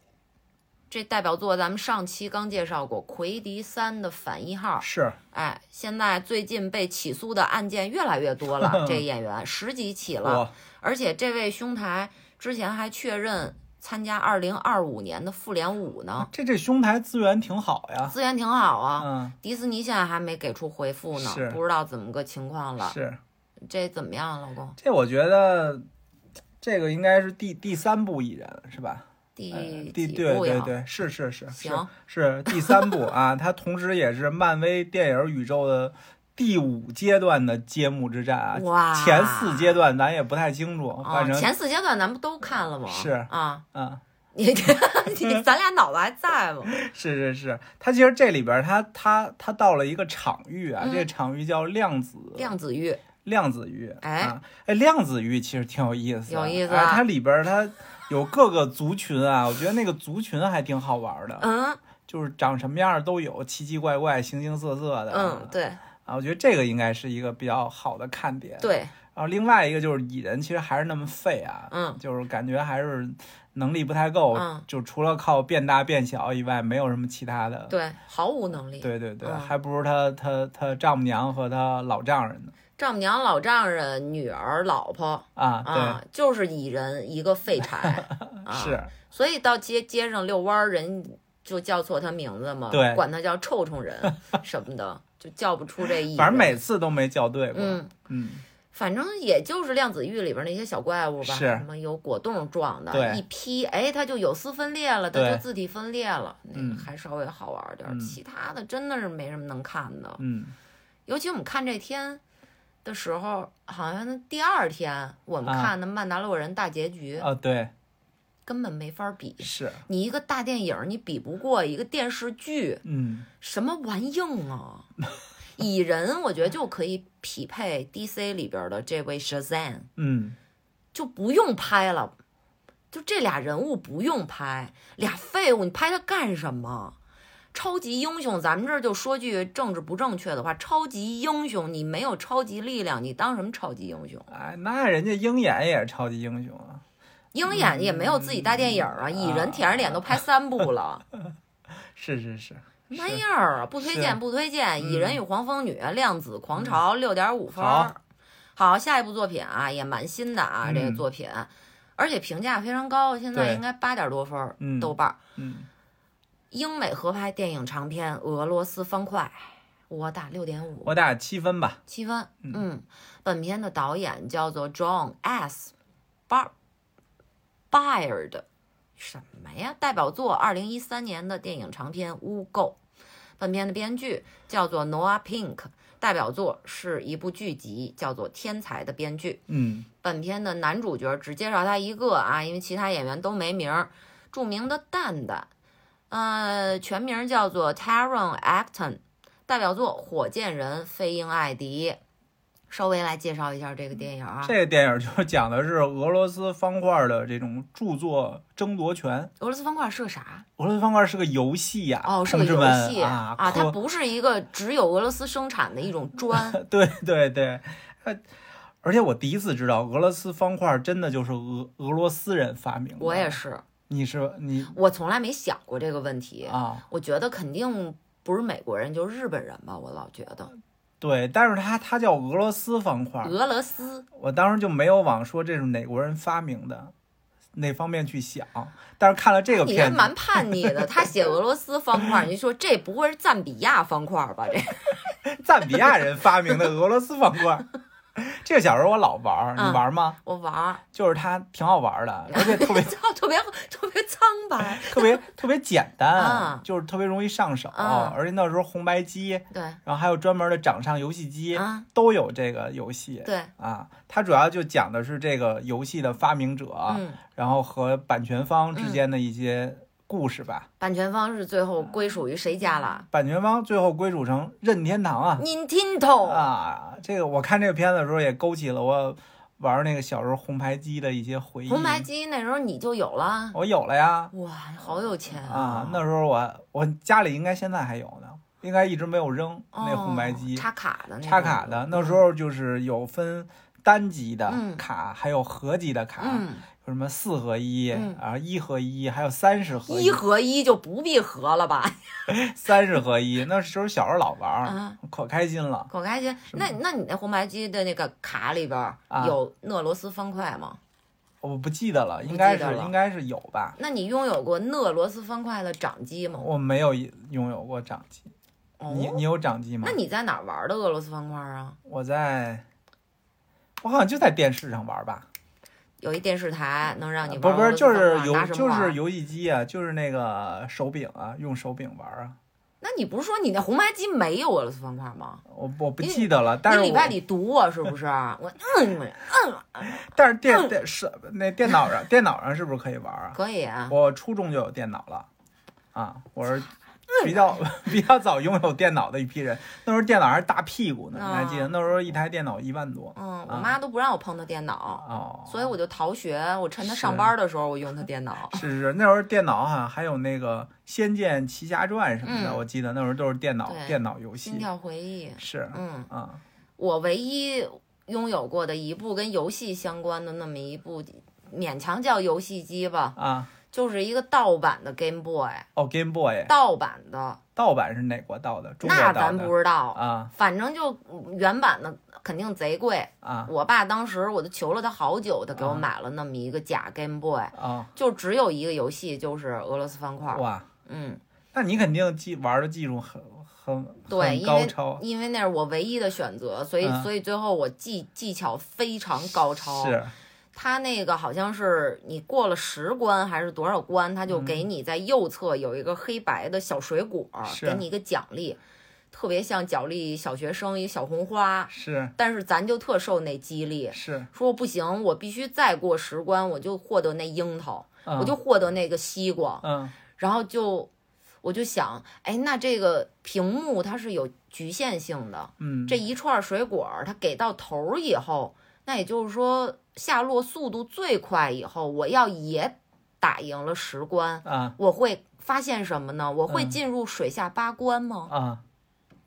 A: 这代表作咱们上期刚介绍过，《奎迪三》的反一号，
B: 是
A: 哎，现在最近被起诉的案件越来越多 了，这演员十几起了，
B: 我
A: 而且这位兄台之前还确认参加二零二五年的复联五呢，
B: 这这兄台资源挺好呀，
A: 资源挺好啊。
B: 嗯，
A: 迪士尼现在还没给出回复呢
B: 是，
A: 不知道怎么个情况了。
B: 是
A: 这怎么样，老公？
B: 这我觉得这个应该是第第三部蚁人是吧？
A: 第
B: 呃
A: 几
B: 第对
A: 部呀？
B: 对对，是是是是
A: 行
B: 是第三部啊，它同时也是漫威电影宇宙的第五阶段的揭幕之战啊，
A: 哇，
B: 前四阶段咱也不太清楚，
A: 啊
B: 反，正
A: 前四阶段咱们都看了吗？
B: 是 嗯
A: 啊，
B: 啊，
A: 你你咱俩脑子还在 吗？
B: 是是是，它其实这里边儿它它它到了一个场域啊，
A: 嗯
B: 这个场域叫量子
A: 量子域
B: 量子域，
A: 哎
B: 啊哎，量子域其实挺有意思的，
A: 有意思
B: 哎
A: 啊
B: 它里边儿它有各个族群啊，我觉得那个族群还挺好玩儿的，
A: 嗯
B: 就是长什么样儿都有，奇奇怪怪、形形色色的，
A: 嗯，对
B: 啊，我觉得这个应该是一个比较好的看点。
A: 对，
B: 然后另外一个就是蚁人其实还是那么废啊，
A: 嗯
B: 就是感觉还是能力不太够，
A: 嗯
B: 就除了靠变大变小以外，没有什么其他的。
A: 对，毫无能力。
B: 对对对，
A: 嗯
B: 还不如他他他丈母娘和他老丈人呢
A: 丈母娘、老丈人、女儿、老婆
B: 啊，对，
A: 啊，就是蚁人一个废 柴啊，，
B: 是
A: 所以到街街上遛弯儿，人就叫错他名字嘛，
B: 对
A: 管他叫臭虫 人什么的，就叫不出这蚁人。
B: 反正每次都没校对过。
A: 嗯，
B: 嗯
A: 反正也就是量子域里边那些小怪物吧，
B: 是
A: 什么有果冻状的，
B: 对
A: 一劈，哎，它就有丝分裂了，它
B: 对
A: 就自体分裂了，那个
B: 嗯
A: 还稍微好玩点儿，
B: 嗯
A: 其他的真的是没什么能看的。
B: 嗯
A: 尤其我们看这天的时候，好像第二天我们
B: 啊
A: 看的《曼达洛人》大结局、
B: 啊，对，
A: 根本没法比。
B: 是
A: 你一个大电影，你比不过一个电视剧，
B: 嗯
A: 什么玩意儿 啊！蚁人，我觉得就可以匹配 DC 里边的这位 Shazam，
B: 嗯
A: 就不用拍了，就这俩人物不用拍，俩废物，你拍他干什么？超级英雄，咱们这儿就说句政治不正确的话，超级英雄，你没有超级力量，你当什么超级英雄？
B: 哎，那人家鹰眼也是超级英雄啊，
A: 鹰眼也没有自己大电影
B: 嗯
A: 啊，蚁人舔着脸都拍三部 了，
B: 是是是，
A: 什么玩意儿啊？不推荐，
B: 是嗯
A: 不推荐，《蚁人与黄蜂女》量子狂潮六点五分。
B: 好
A: 好，下一部作品啊，也蛮新的啊，这个
B: 嗯
A: 作品而且评价非常高，现在
B: 对
A: 应该八点多分儿，
B: 嗯
A: 豆瓣儿。
B: 嗯，
A: 英美合拍电影长片《俄罗斯方块》，我打六点五，
B: 我打七分吧。
A: 七分。嗯，本片的导演叫做 John S. Bar Baird，什么呀？代表作二零一三年的电影长片《污垢》。本片的编剧叫做 Noah Pink，代表作是一部剧集，叫做《天才》的编剧。
B: 嗯，
A: 本片的男主角只介绍他一个啊，因为其他演员都没名儿。著名的蛋蛋，呃，全名叫做 Taron Acton，代表作《火箭人》《飞鹰艾迪》。稍微来介绍一下这个电影啊，
B: 这个电影就是讲的是俄罗斯方块的这种著作争夺权。
A: 俄罗斯方块是个啥？
B: 俄罗斯方块是个游戏呀、
A: 哦，是
B: 同
A: 个
B: 志
A: 游
B: 们
A: 戏
B: 啊
A: 啊，它
B: 科
A: 不是一个只有俄罗斯生产的一种砖
B: 对对对，呃，而且我第一次知道俄罗斯方块真的就是俄俄罗斯人发明的。
A: 我也，是，
B: 你是你
A: 我从来没想过这个问题。
B: 啊，
A: 我觉得肯定不是美国人，就是日本人吧，我老觉得
B: 对，但是它它叫俄罗斯方块，
A: 俄罗斯
B: 我当时就没有往说这是哪国人发明的那方面去想，但是看了这个
A: 你还
B: 片子，
A: 蛮叛逆的。他写俄罗斯方块，你说这不会是赞比亚方块吧？这
B: 赞比亚人发明的俄罗斯方块。 这个小时候我老玩儿，
A: 嗯
B: 你玩吗？
A: 我玩儿，
B: 就是它挺好玩的，而 且特别
A: 操， 特别特别苍白。
B: 特别特别简单，
A: 啊
B: 就是特别容易上手，
A: 啊
B: 而且那时候红白机，
A: 对
B: 然后还有专门的掌上游戏机，
A: 啊，
B: 都有这个游戏
A: 对，
B: 啊。它主要就讲的是这个游戏的发明者，
A: 嗯，
B: 然后和版权方之间的一些故事吧。
A: 版权方是最后
B: 嗯
A: 归属于谁家了
B: 版权方最后归属成任天堂啊
A: ？Nintendo。
B: 啊！这个我看这个片子的时候也勾起了我玩那个小时候红白机的一些回忆。
A: 红白机那时候你就有了，
B: 我有了呀
A: 哇，好有钱哦
B: 啊！那时候我我家里应该现在还有呢，应该一直没有扔那红白机
A: 哦、插卡的那种
B: 插卡的。那时候就是有分单级的
A: 嗯
B: 卡，还有合集的卡。
A: 嗯，
B: 有什么四合一
A: 嗯
B: 啊，一合一，还有三十合
A: 一合一就不必合了吧？
B: 三十合一。那时候小时候老玩儿，
A: 啊，
B: 可开心了。
A: 可开心。那那你那红白机的那个卡里边儿
B: 啊
A: 有俄罗斯方块吗？
B: 我不记得了，
A: 不
B: 应该
A: 记得
B: 是
A: 了
B: 应该是有吧？
A: 那你拥有过俄罗斯方块的掌机吗？
B: 我没有拥有过掌机，
A: 哦
B: 你你有掌机吗
A: 那？你在哪儿玩的俄罗斯方块啊？
B: 我在，我好像就在电视上玩儿吧？
A: 有一电视台能让你玩
B: 不是不
A: 俄
B: 是，
A: 罗斯方块
B: 就是游
A: 拿什么
B: 就
A: 玩
B: 是游戏机啊，就是那个手柄啊，用手柄玩儿啊。
A: 那你不是说你那红白机没有俄罗斯方块吗？
B: 我我不
A: 你
B: 记得了，但是
A: 你礼拜
B: 我
A: 里读我是不是？ 我嗯
B: 但是电电是那电脑上电脑上是不是可以玩儿啊？
A: 可以啊，
B: 我初中就有电脑了，啊，我是比较
A: 嗯
B: 比较早拥有电脑的一批人。那时候电脑还是大屁股呢，你还记得？
A: 啊
B: 那时候一台电脑一万多。
A: 嗯，我妈都不让我碰她电脑，
B: 啊哦，
A: 所以我就逃学。我趁她
B: 是
A: 上班的时候，我用她电脑。
B: 是是，那时候电脑好像还有那个《仙剑奇侠传》什么的，
A: 嗯
B: 我记得那时候都是电脑
A: 对
B: 电脑游
A: 心
B: 戏。
A: 跳回忆，
B: 是，
A: 嗯，
B: 啊，
A: 我唯一拥有过的一部跟游戏相关的那么一部，勉强叫游戏机吧，
B: 啊，
A: 就是一个盗版的 Game Boy，
B: 哦，Game Boy
A: 盗版的，
B: 盗版是哪国盗的？中国
A: 那
B: 盗
A: 咱
B: 的
A: 不知道，
B: 啊
A: 反正就原版的肯定贼贵。
B: 啊
A: 我爸当时我都求了他好久，他给我
B: 啊
A: 买了那么一个假 Game Boy，
B: 啊！
A: 就只有一个游戏，就是俄罗斯方块。
B: 哇，
A: 嗯，
B: 那你肯定技玩的技术很很
A: 对，
B: 很
A: 因
B: 高
A: 为哦
B: 超，啊
A: 因为那是我唯一的选择，所以、
B: 嗯
A: 所以最后我技技巧非常高超。
B: 是
A: 它那个好像是你过了十关还是多少关，它就给你在右侧有一个黑白的小水果，
B: 嗯是
A: 给你一个奖励，特别像奖励小学生一小红花。
B: 是
A: 但是咱就特受那激励，
B: 是，
A: 说不行，我必须再过十关，我就获得那樱桃，
B: 嗯
A: 我就获得那个西瓜，
B: 嗯
A: 然后就我就想，哎，那这个屏幕它是有局限性的，
B: 嗯，
A: 这一串水果儿它给到头儿以后，那也就是说下落速度最快以后，我要也打赢了十关，
B: 啊
A: 我会发现什么呢？我会
B: 嗯
A: 进入水下八关吗？
B: 啊，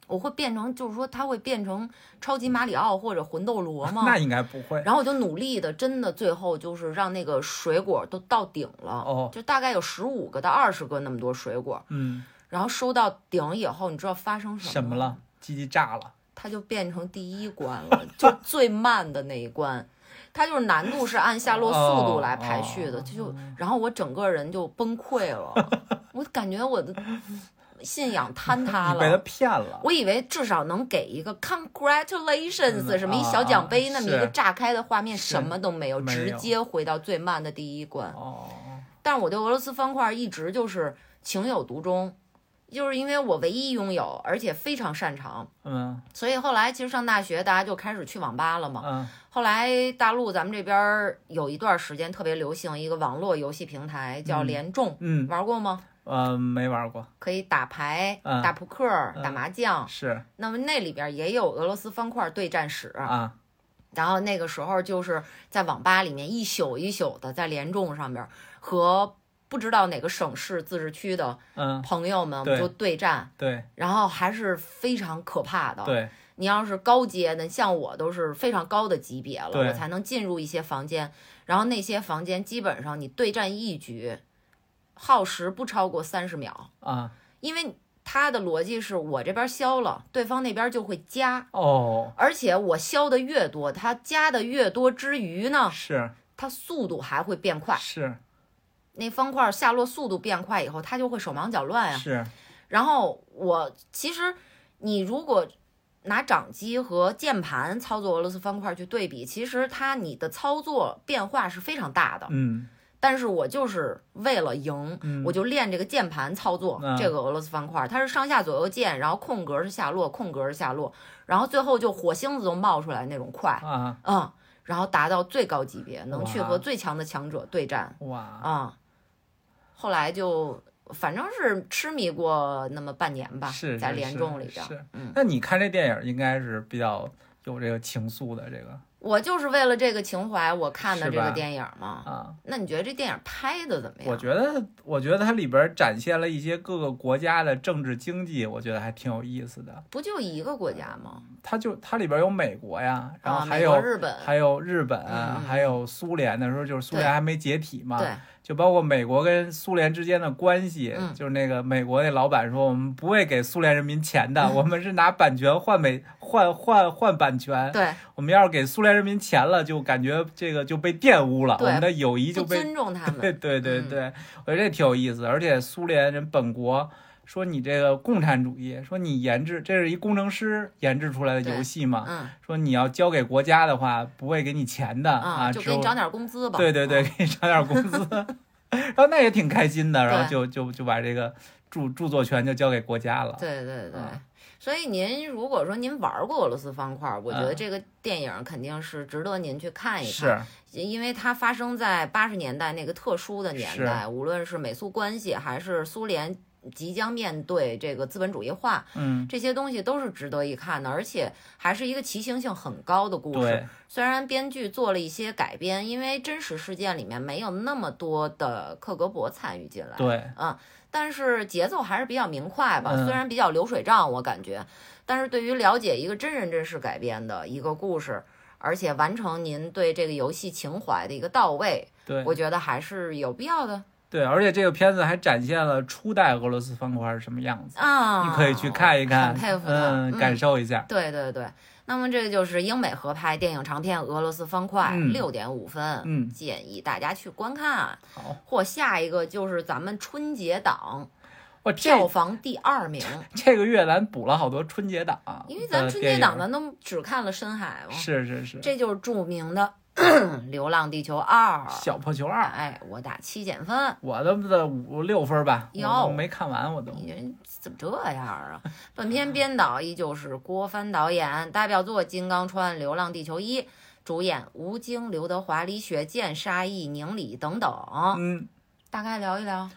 A: 我会变成就是说它会变成超级马里奥或者魂斗罗吗？
B: 啊那应该不会
A: 然后我就努力的，真的最后就是让那个水果都到顶了，
B: 哦，
A: 就大概有十五个到二十个那么多水果。
B: 嗯，
A: 然后收到顶以后，你知道发生什
B: 什
A: 么
B: 么
A: 吗？
B: 了？机器炸了，
A: 它就变成第一关了，就最慢的那一关。它就是难度是按下落速度来排序的，
B: 哦
A: 这就然后我整个人就崩溃了，我感觉我的信仰坍塌
B: 你被他
A: 了。
B: 骗了。
A: 我以为至少能给一个 congratulations
B: 嗯
A: 什么一小奖杯
B: 啊
A: 那么一个
B: 是
A: 炸开的画面，
B: 是
A: 什么都没有，
B: 没有
A: 直接回到最慢的第一关。
B: 哦，
A: 但是我对俄罗斯方块一直就是情有独钟，就是因为我唯一拥有，而且非常擅长。
B: 嗯
A: 所以后来其实上大学大家就开始去网吧了嘛。
B: 嗯
A: 后来大陆咱们这边儿有一段时间特别流行一个网络游戏平台叫
B: 嗯
A: 联众，
B: 嗯，
A: 玩过吗？
B: 呃，没玩过，
A: 可以打牌、
B: 嗯
A: 打扑克、
B: 嗯
A: 打麻将。
B: 是
A: 那么那里边也有俄罗斯方块对战史。
B: 啊，
A: 然后那个时候就是在网吧里面一宿一宿的在联众上边儿和不知道哪个省市自治区的
B: 嗯，
A: 朋友们，我们
B: 对
A: 就对战，
B: 对
A: 然后还是非常可怕的。
B: 对，
A: 你要是高阶的，像我都是非常高的级别了，
B: 对
A: 我才能进入一些房间。然后那些房间基本上你对战一局，耗时不超过三十秒，
B: 啊，
A: 因为他的逻辑是我这边消了，对方那边就会加，
B: 哦，
A: 而且我消的越多，他加的越多之余呢，
B: 是
A: 他速度还会变快。
B: 是
A: 那方块下落速度变快以后，他就会手忙脚乱哎啊呀、
B: 是，
A: 然后我其实你如果拿掌机和键盘操作俄罗斯方块去对比，其实它你的操作变化是非常大的。
B: 嗯
A: 但是我就是为了赢，
B: 嗯，
A: 我就练这个键盘操作
B: 嗯
A: 这个俄罗斯方块，它是上下左右键，然后空格是下落，空格是下落，然后最后就火星子都冒出来那种快，
B: 啊，
A: 嗯，然后达到最高级别，能去
B: 哇
A: 和最强的强者对战。
B: 哇，
A: 啊、后来就反正是痴迷过那么半年吧，
B: 是
A: 在
B: 是
A: 联
B: 是
A: 众里边儿，
B: 是
A: 嗯，
B: 那你看这电影应该是比较有这个情愫的这个
A: 我就是为了这个情怀，我看的
B: 是
A: 这个
B: 吧
A: 电影嘛。
B: 啊。
A: 那你觉得这电影拍的怎么样？
B: 我觉得，我觉得它里边展现了一些各个国家的政治经济，我觉得还挺有意思的。
A: 不就一个国家吗？
B: 它就它里边有美国呀，然后
A: 啊，
B: 还
A: 美
B: 有、
A: 国、日本，
B: 还有日本，
A: 嗯嗯
B: 还有苏联那时候就是苏
A: 对
B: 联还没解体嘛，
A: 对，
B: 就包括美国跟苏联之间的关系，
A: 嗯
B: 就是那个美国那老板说我们不会给苏联人民 钱的，我们是拿版权换美换换换版权，
A: 对，
B: 我们要是给苏联人民钱了，就感觉这个就被玷污了，我
A: 对
B: 们的友谊
A: 不
B: 就被
A: 尊重他
B: 对
A: 们，
B: 对对
A: 嗯
B: 对，我觉得这挺有意思的。而且苏联人本国说你这个共产主义，说你研制这是一工程师研制出来的游戏嘛，
A: 嗯
B: 说你要交给国家的话，不会给你钱的
A: 啊，
B: 啊，
A: 就
B: 只
A: 给
B: 有
A: 你涨点工资吧。
B: 对对对，
A: 啊，
B: 给你涨点工资， 然后那也挺开心的，然后
A: 对
B: 就就就把这个著著作权就交给国家了。
A: 对对对
B: 啊。
A: 所以您如果说您玩过俄罗斯方块，我觉得
B: 嗯
A: 这个电影肯定是值得您去看一看。
B: 是，
A: 因为它发生在八十年代那个特殊的年代，无论是美苏关系，还是苏联即将面对这个资本主义化，
B: 嗯，
A: 这些东西都是值得一看的，而且还是一个奇行性很高的故事。
B: 对，
A: 虽然编剧做了一些改编，因为真实事件里面没有那么多的克格勃参与进来，
B: 对，
A: 啊但是节奏还是比较明快吧，
B: 嗯
A: 虽然比较流水账，我感觉，但是对于了解一个真人真事改编的一个故事，而且完成您对这个游戏情怀的一个到位，
B: 对，
A: 我觉得还是有必要的
B: 对，而且这个片子还展现了初代俄罗斯方块是什么样子，
A: 啊。
B: 你可以去看一看，
A: 很佩服他，
B: 嗯，感
A: 受。
B: 受一下。
A: 对对对，那么这个就是英美合拍电影长片《俄罗斯方块》，
B: 嗯
A: 六点五分，
B: 嗯
A: 建议大家去观看。
B: 好，
A: 或下一个就是咱们春节档
B: 哇，
A: 票
B: 这
A: 房第二名，
B: 这个月咱补了好多春节档啊，
A: 因为咱
B: 呃
A: 春节档
B: 电
A: 咱都只看了《深海》
B: 影
A: 嘛。
B: 是是是，
A: 这就是著名 的《流浪地球二》。
B: 小破球二，
A: 哎，我打七减分，
B: 我的不得五六分吧，我
A: 哟
B: 都没看完我都，
A: 你这怎么这样啊？本片编导依旧是郭帆导演，代表作《金刚川》《流浪地球一》，主演吴京、刘德华、李雪健、沙溢、宁理等等。
B: 嗯，
A: 大概聊一聊，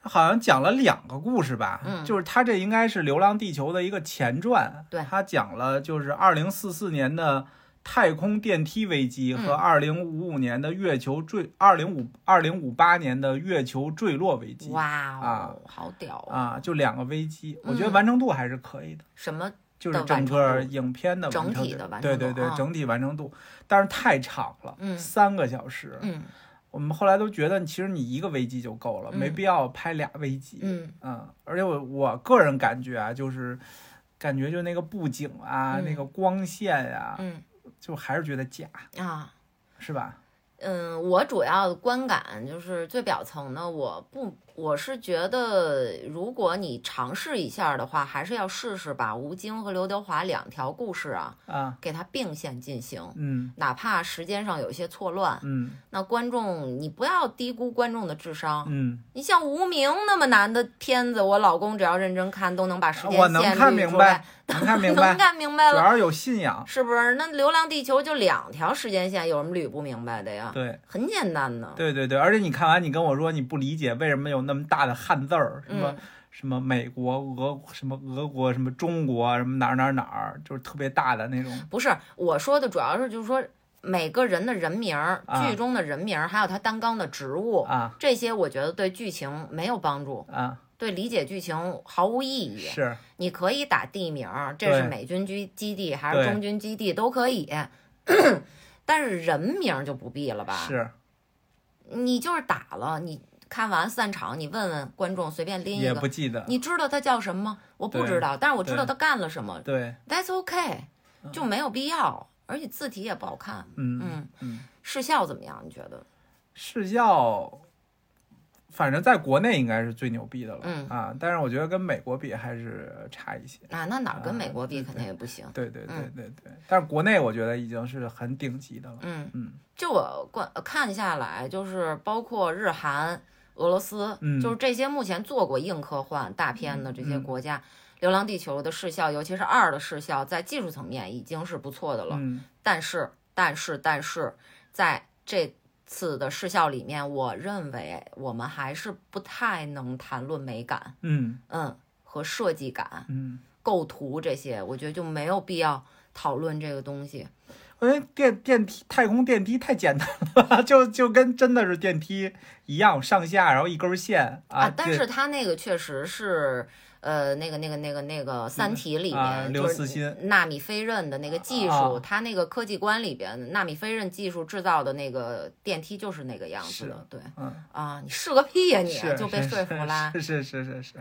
B: 好像讲了两个故事吧，
A: 嗯
B: 就是它这应该是《流浪地球》的一个前传，
A: 对
B: 它讲了就是二零四四年的。太空电梯危机和
A: 嗯
B: 二零五五年的月球坠，二零五二零五八年的月球坠落危机
A: 哇
B: 啊
A: 哦，好屌哦！
B: 啊，就两个危机，我觉得
A: 嗯
B: 完成度还是可以的。
A: 什么？
B: 就是
A: 的
B: 整
A: 完成
B: 个
A: 度
B: 影片的完
A: 整
B: 成
A: 体
B: 度
A: 的完
B: 对
A: 成
B: 对
A: 度
B: 对，
A: 啊
B: 整体完成度，但是太长了，
A: 嗯
B: 三个小时，
A: 嗯
B: 我们后来都觉得其实你一个危机就够了，没
A: 嗯
B: 必要拍俩危机，
A: 嗯
B: 嗯而且我我个人感觉啊，就是感觉就那个布景啊，那
A: 嗯
B: 个光线呀、
A: 嗯
B: 就还是觉得假，
A: 啊，
B: 是吧？
A: 嗯，我主要的观感就是最表层的，我不，我是觉得如果你尝试一下的话，还是要试试吧。吴京和刘德华两条故事啊，
B: 啊，
A: 给它并线进行，
B: 嗯
A: 哪怕时间上有些错乱，
B: 嗯
A: 那观众你不要低估观众的智商。
B: 嗯，
A: 你像《无名》那么难的片子，我老公只要认真看都能把时间线
B: 我能看
A: 捋
B: 明
A: 出
B: 白
A: 来，，
B: 能看明
A: 能
B: 白，
A: 看明白
B: 主
A: 了，
B: 要是有信仰。
A: 是不是？那《流浪地球》就两条时间线，有什么捋不明白的呀？
B: 对
A: 很简单呢。
B: 对对对，而且你看完，你跟我说你不理解为什么有那么大的汉字儿，什么、
A: 嗯
B: 什么美国、俄什么俄国、什么中国、什么哪儿哪儿哪儿，就是特别大的那种。
A: 不是我说的，主要是就是说每个人的人名儿、
B: 啊
A: 剧中的人名儿，还有他担纲的职务，
B: 啊
A: 这些我觉得对剧情没有帮助，
B: 啊，
A: 对理解剧情毫无意义。
B: 是
A: 你可以打地名儿，这是
B: 对
A: 美军基基地还是
B: 对
A: 中军基地都可以， 但是人名儿就不必了吧？
B: 是，
A: 你就是打了，你看完散场，你问问观众随便拎一
B: 也不
A: 个。
B: 记得。
A: 你知道他叫什么吗？我不
B: 对
A: 知道，但是我知道
B: 对
A: 他干了什么。
B: 对，
A: That's OK，就没有必要，而且字体也不好看。
B: 嗯
A: 嗯
B: 嗯，
A: 视效怎么样？你觉得？
B: 视效，反正在国内应该是最牛逼的了、
A: 嗯
B: 啊，但是我觉得跟美国比还是差一些。
A: 啊，那哪儿跟
B: 啊
A: 美国比，
B: 对
A: 肯定也不行。
B: 对对对
A: 嗯
B: 对对，但是国内我觉得已经是很顶级的了。
A: 嗯
B: 嗯，
A: 就我观看下来，就是包括日韩、俄罗斯，
B: 嗯
A: 就是这些目前做过硬科幻大片的这些
B: 嗯
A: 国家，流浪地球》的视效，尤其是二的视效，在技术层面已经是不错的了。
B: 嗯
A: 但是，但是，但是，在这次的视效里面，我认为我们还是不太能谈论美感，
B: 嗯
A: 嗯，和设计感。
B: 嗯，
A: 构图这些，我觉得就没有必要讨论这个东西。
B: 我觉得电电梯太空电梯太简单了， 就就跟真的是电梯一样，上下然后一根线啊。
A: 啊，但
B: 对
A: 是他那个确实是，呃，那个那个那个那个《三体》里
B: 啊
A: 面
B: 刘
A: 就
B: 慈
A: 是
B: 欣
A: 纳米飞刃的那个技术，
B: 啊
A: 他那个科技观里边纳米飞刃技术制造的那个电梯就是那个样子
B: 是
A: 的，对
B: 嗯，
A: 啊，你是个屁呀你啊
B: 是，
A: 就被
B: 是
A: 说服啦。
B: 是是是是是，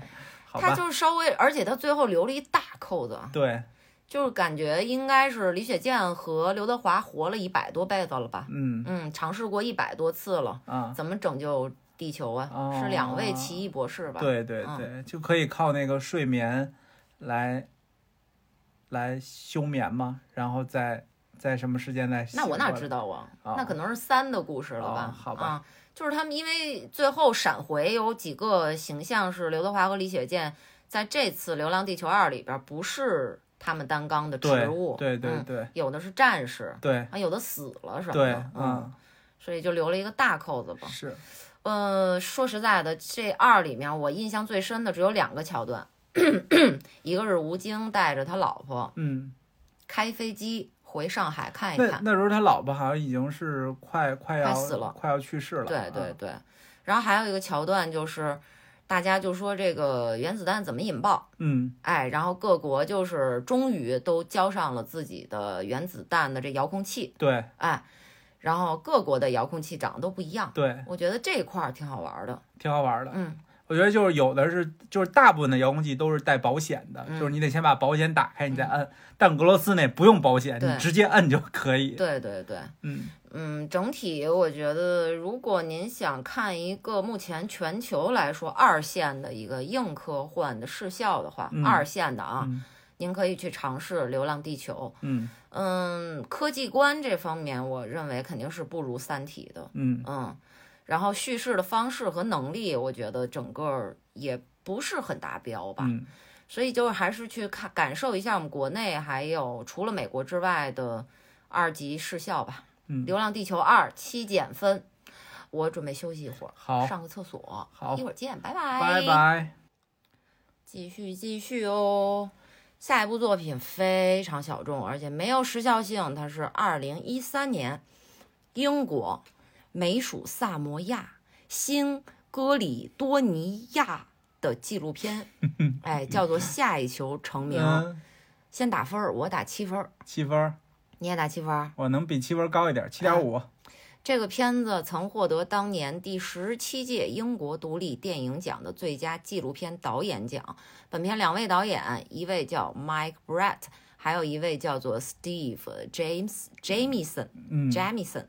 B: 好
A: 他
B: 吧，
A: 就是稍微，而且他最后留了一大扣子，
B: 对，
A: 就是感觉应该是李雪健和刘德华活了一百多辈子了吧？
B: 嗯
A: 嗯，尝试过一百多次了。
B: 啊，
A: 怎么拯救地球啊？
B: 哦
A: 是两位奇异博士吧？，
B: 对对
A: 嗯
B: 对，就可以靠那个睡眠来来休眠嘛，然后再在什么时间再
A: 那我哪
B: 醒过
A: 知
B: 来
A: 道啊？
B: 哦
A: 那可能是三的故事了吧？
B: 哦好吧
A: 啊，就是他们因为最后闪回有几个形象是刘德华和李雪健，在这次《流浪地球二》里边不是他们担纲的职务，
B: 对对对
A: 嗯
B: 对
A: 有的是战士。
B: 对
A: 啊，有的死了什么
B: 对嗯
A: 的，，，嗯所以就留了一个大扣子吧。
B: 是
A: 呃，说实在的，这二里面我印象最深的只有两个桥段， 一个是吴京带着他老婆，
B: 嗯，
A: 开飞机回上海看一
B: 那
A: 看。
B: 那时候他老婆好像已经是快快要
A: 死了
B: 快要去世了，啊
A: 对对对，然后还有一个桥段就是，大家就说这个原子弹怎么引爆，
B: 嗯
A: 哎，然后各国就是终于都交上了自己的原子弹的这遥控器，
B: 对
A: 哎，然后各国的遥控器长得都不一样，
B: 对，
A: 我觉得这一块儿挺好玩的，
B: 挺好玩的。
A: 嗯，
B: 我觉得就是有的是，就是大部分的遥控器都是带保险的，
A: 嗯
B: 就是你得先把保险打开，你再摁。但俄罗斯那不用保险，
A: 对
B: 你直接摁就可以。
A: 对对对。
B: 嗯，
A: 嗯，整体我觉得，如果您想看一个目前全球来说二线的一个硬科幻的视效的话，
B: 嗯
A: 二线的啊，
B: 嗯
A: 您可以去尝试《流浪地球》。
B: 嗯
A: 嗯，科技观这方面，我认为肯定是不如《三体》的。
B: 嗯，
A: 嗯，然后叙事的方式和能力，我觉得整个也不是很达标吧。
B: 嗯
A: 所以就是还是去看感受一下我们国内还有除了美国之外的二级视效吧。
B: 嗯
A: 流浪地球二》七减分，我准备休息一会儿，
B: 好，
A: 上个厕所，
B: 好
A: 一，会儿见，拜
B: 拜拜。
A: 继续继续哦。下一部作品非常小众，而且没有时效性，它是二零一三年英国美属萨摩亚新哥里多尼亚的纪录片，哎，叫做《下一球成名》。
B: 嗯，
A: 先打分儿，我打七分儿，
B: 七分儿，
A: 你也打七分儿。
B: 我能比七分儿高一点，七点五。
A: 这个片子曾获得当年第十七届英国独立电影奖的最佳纪录片导演奖。本片两位导演，一位叫 Mike Brett，还有一位叫做 Steve James Jamieson
B: 嗯
A: Jamieson。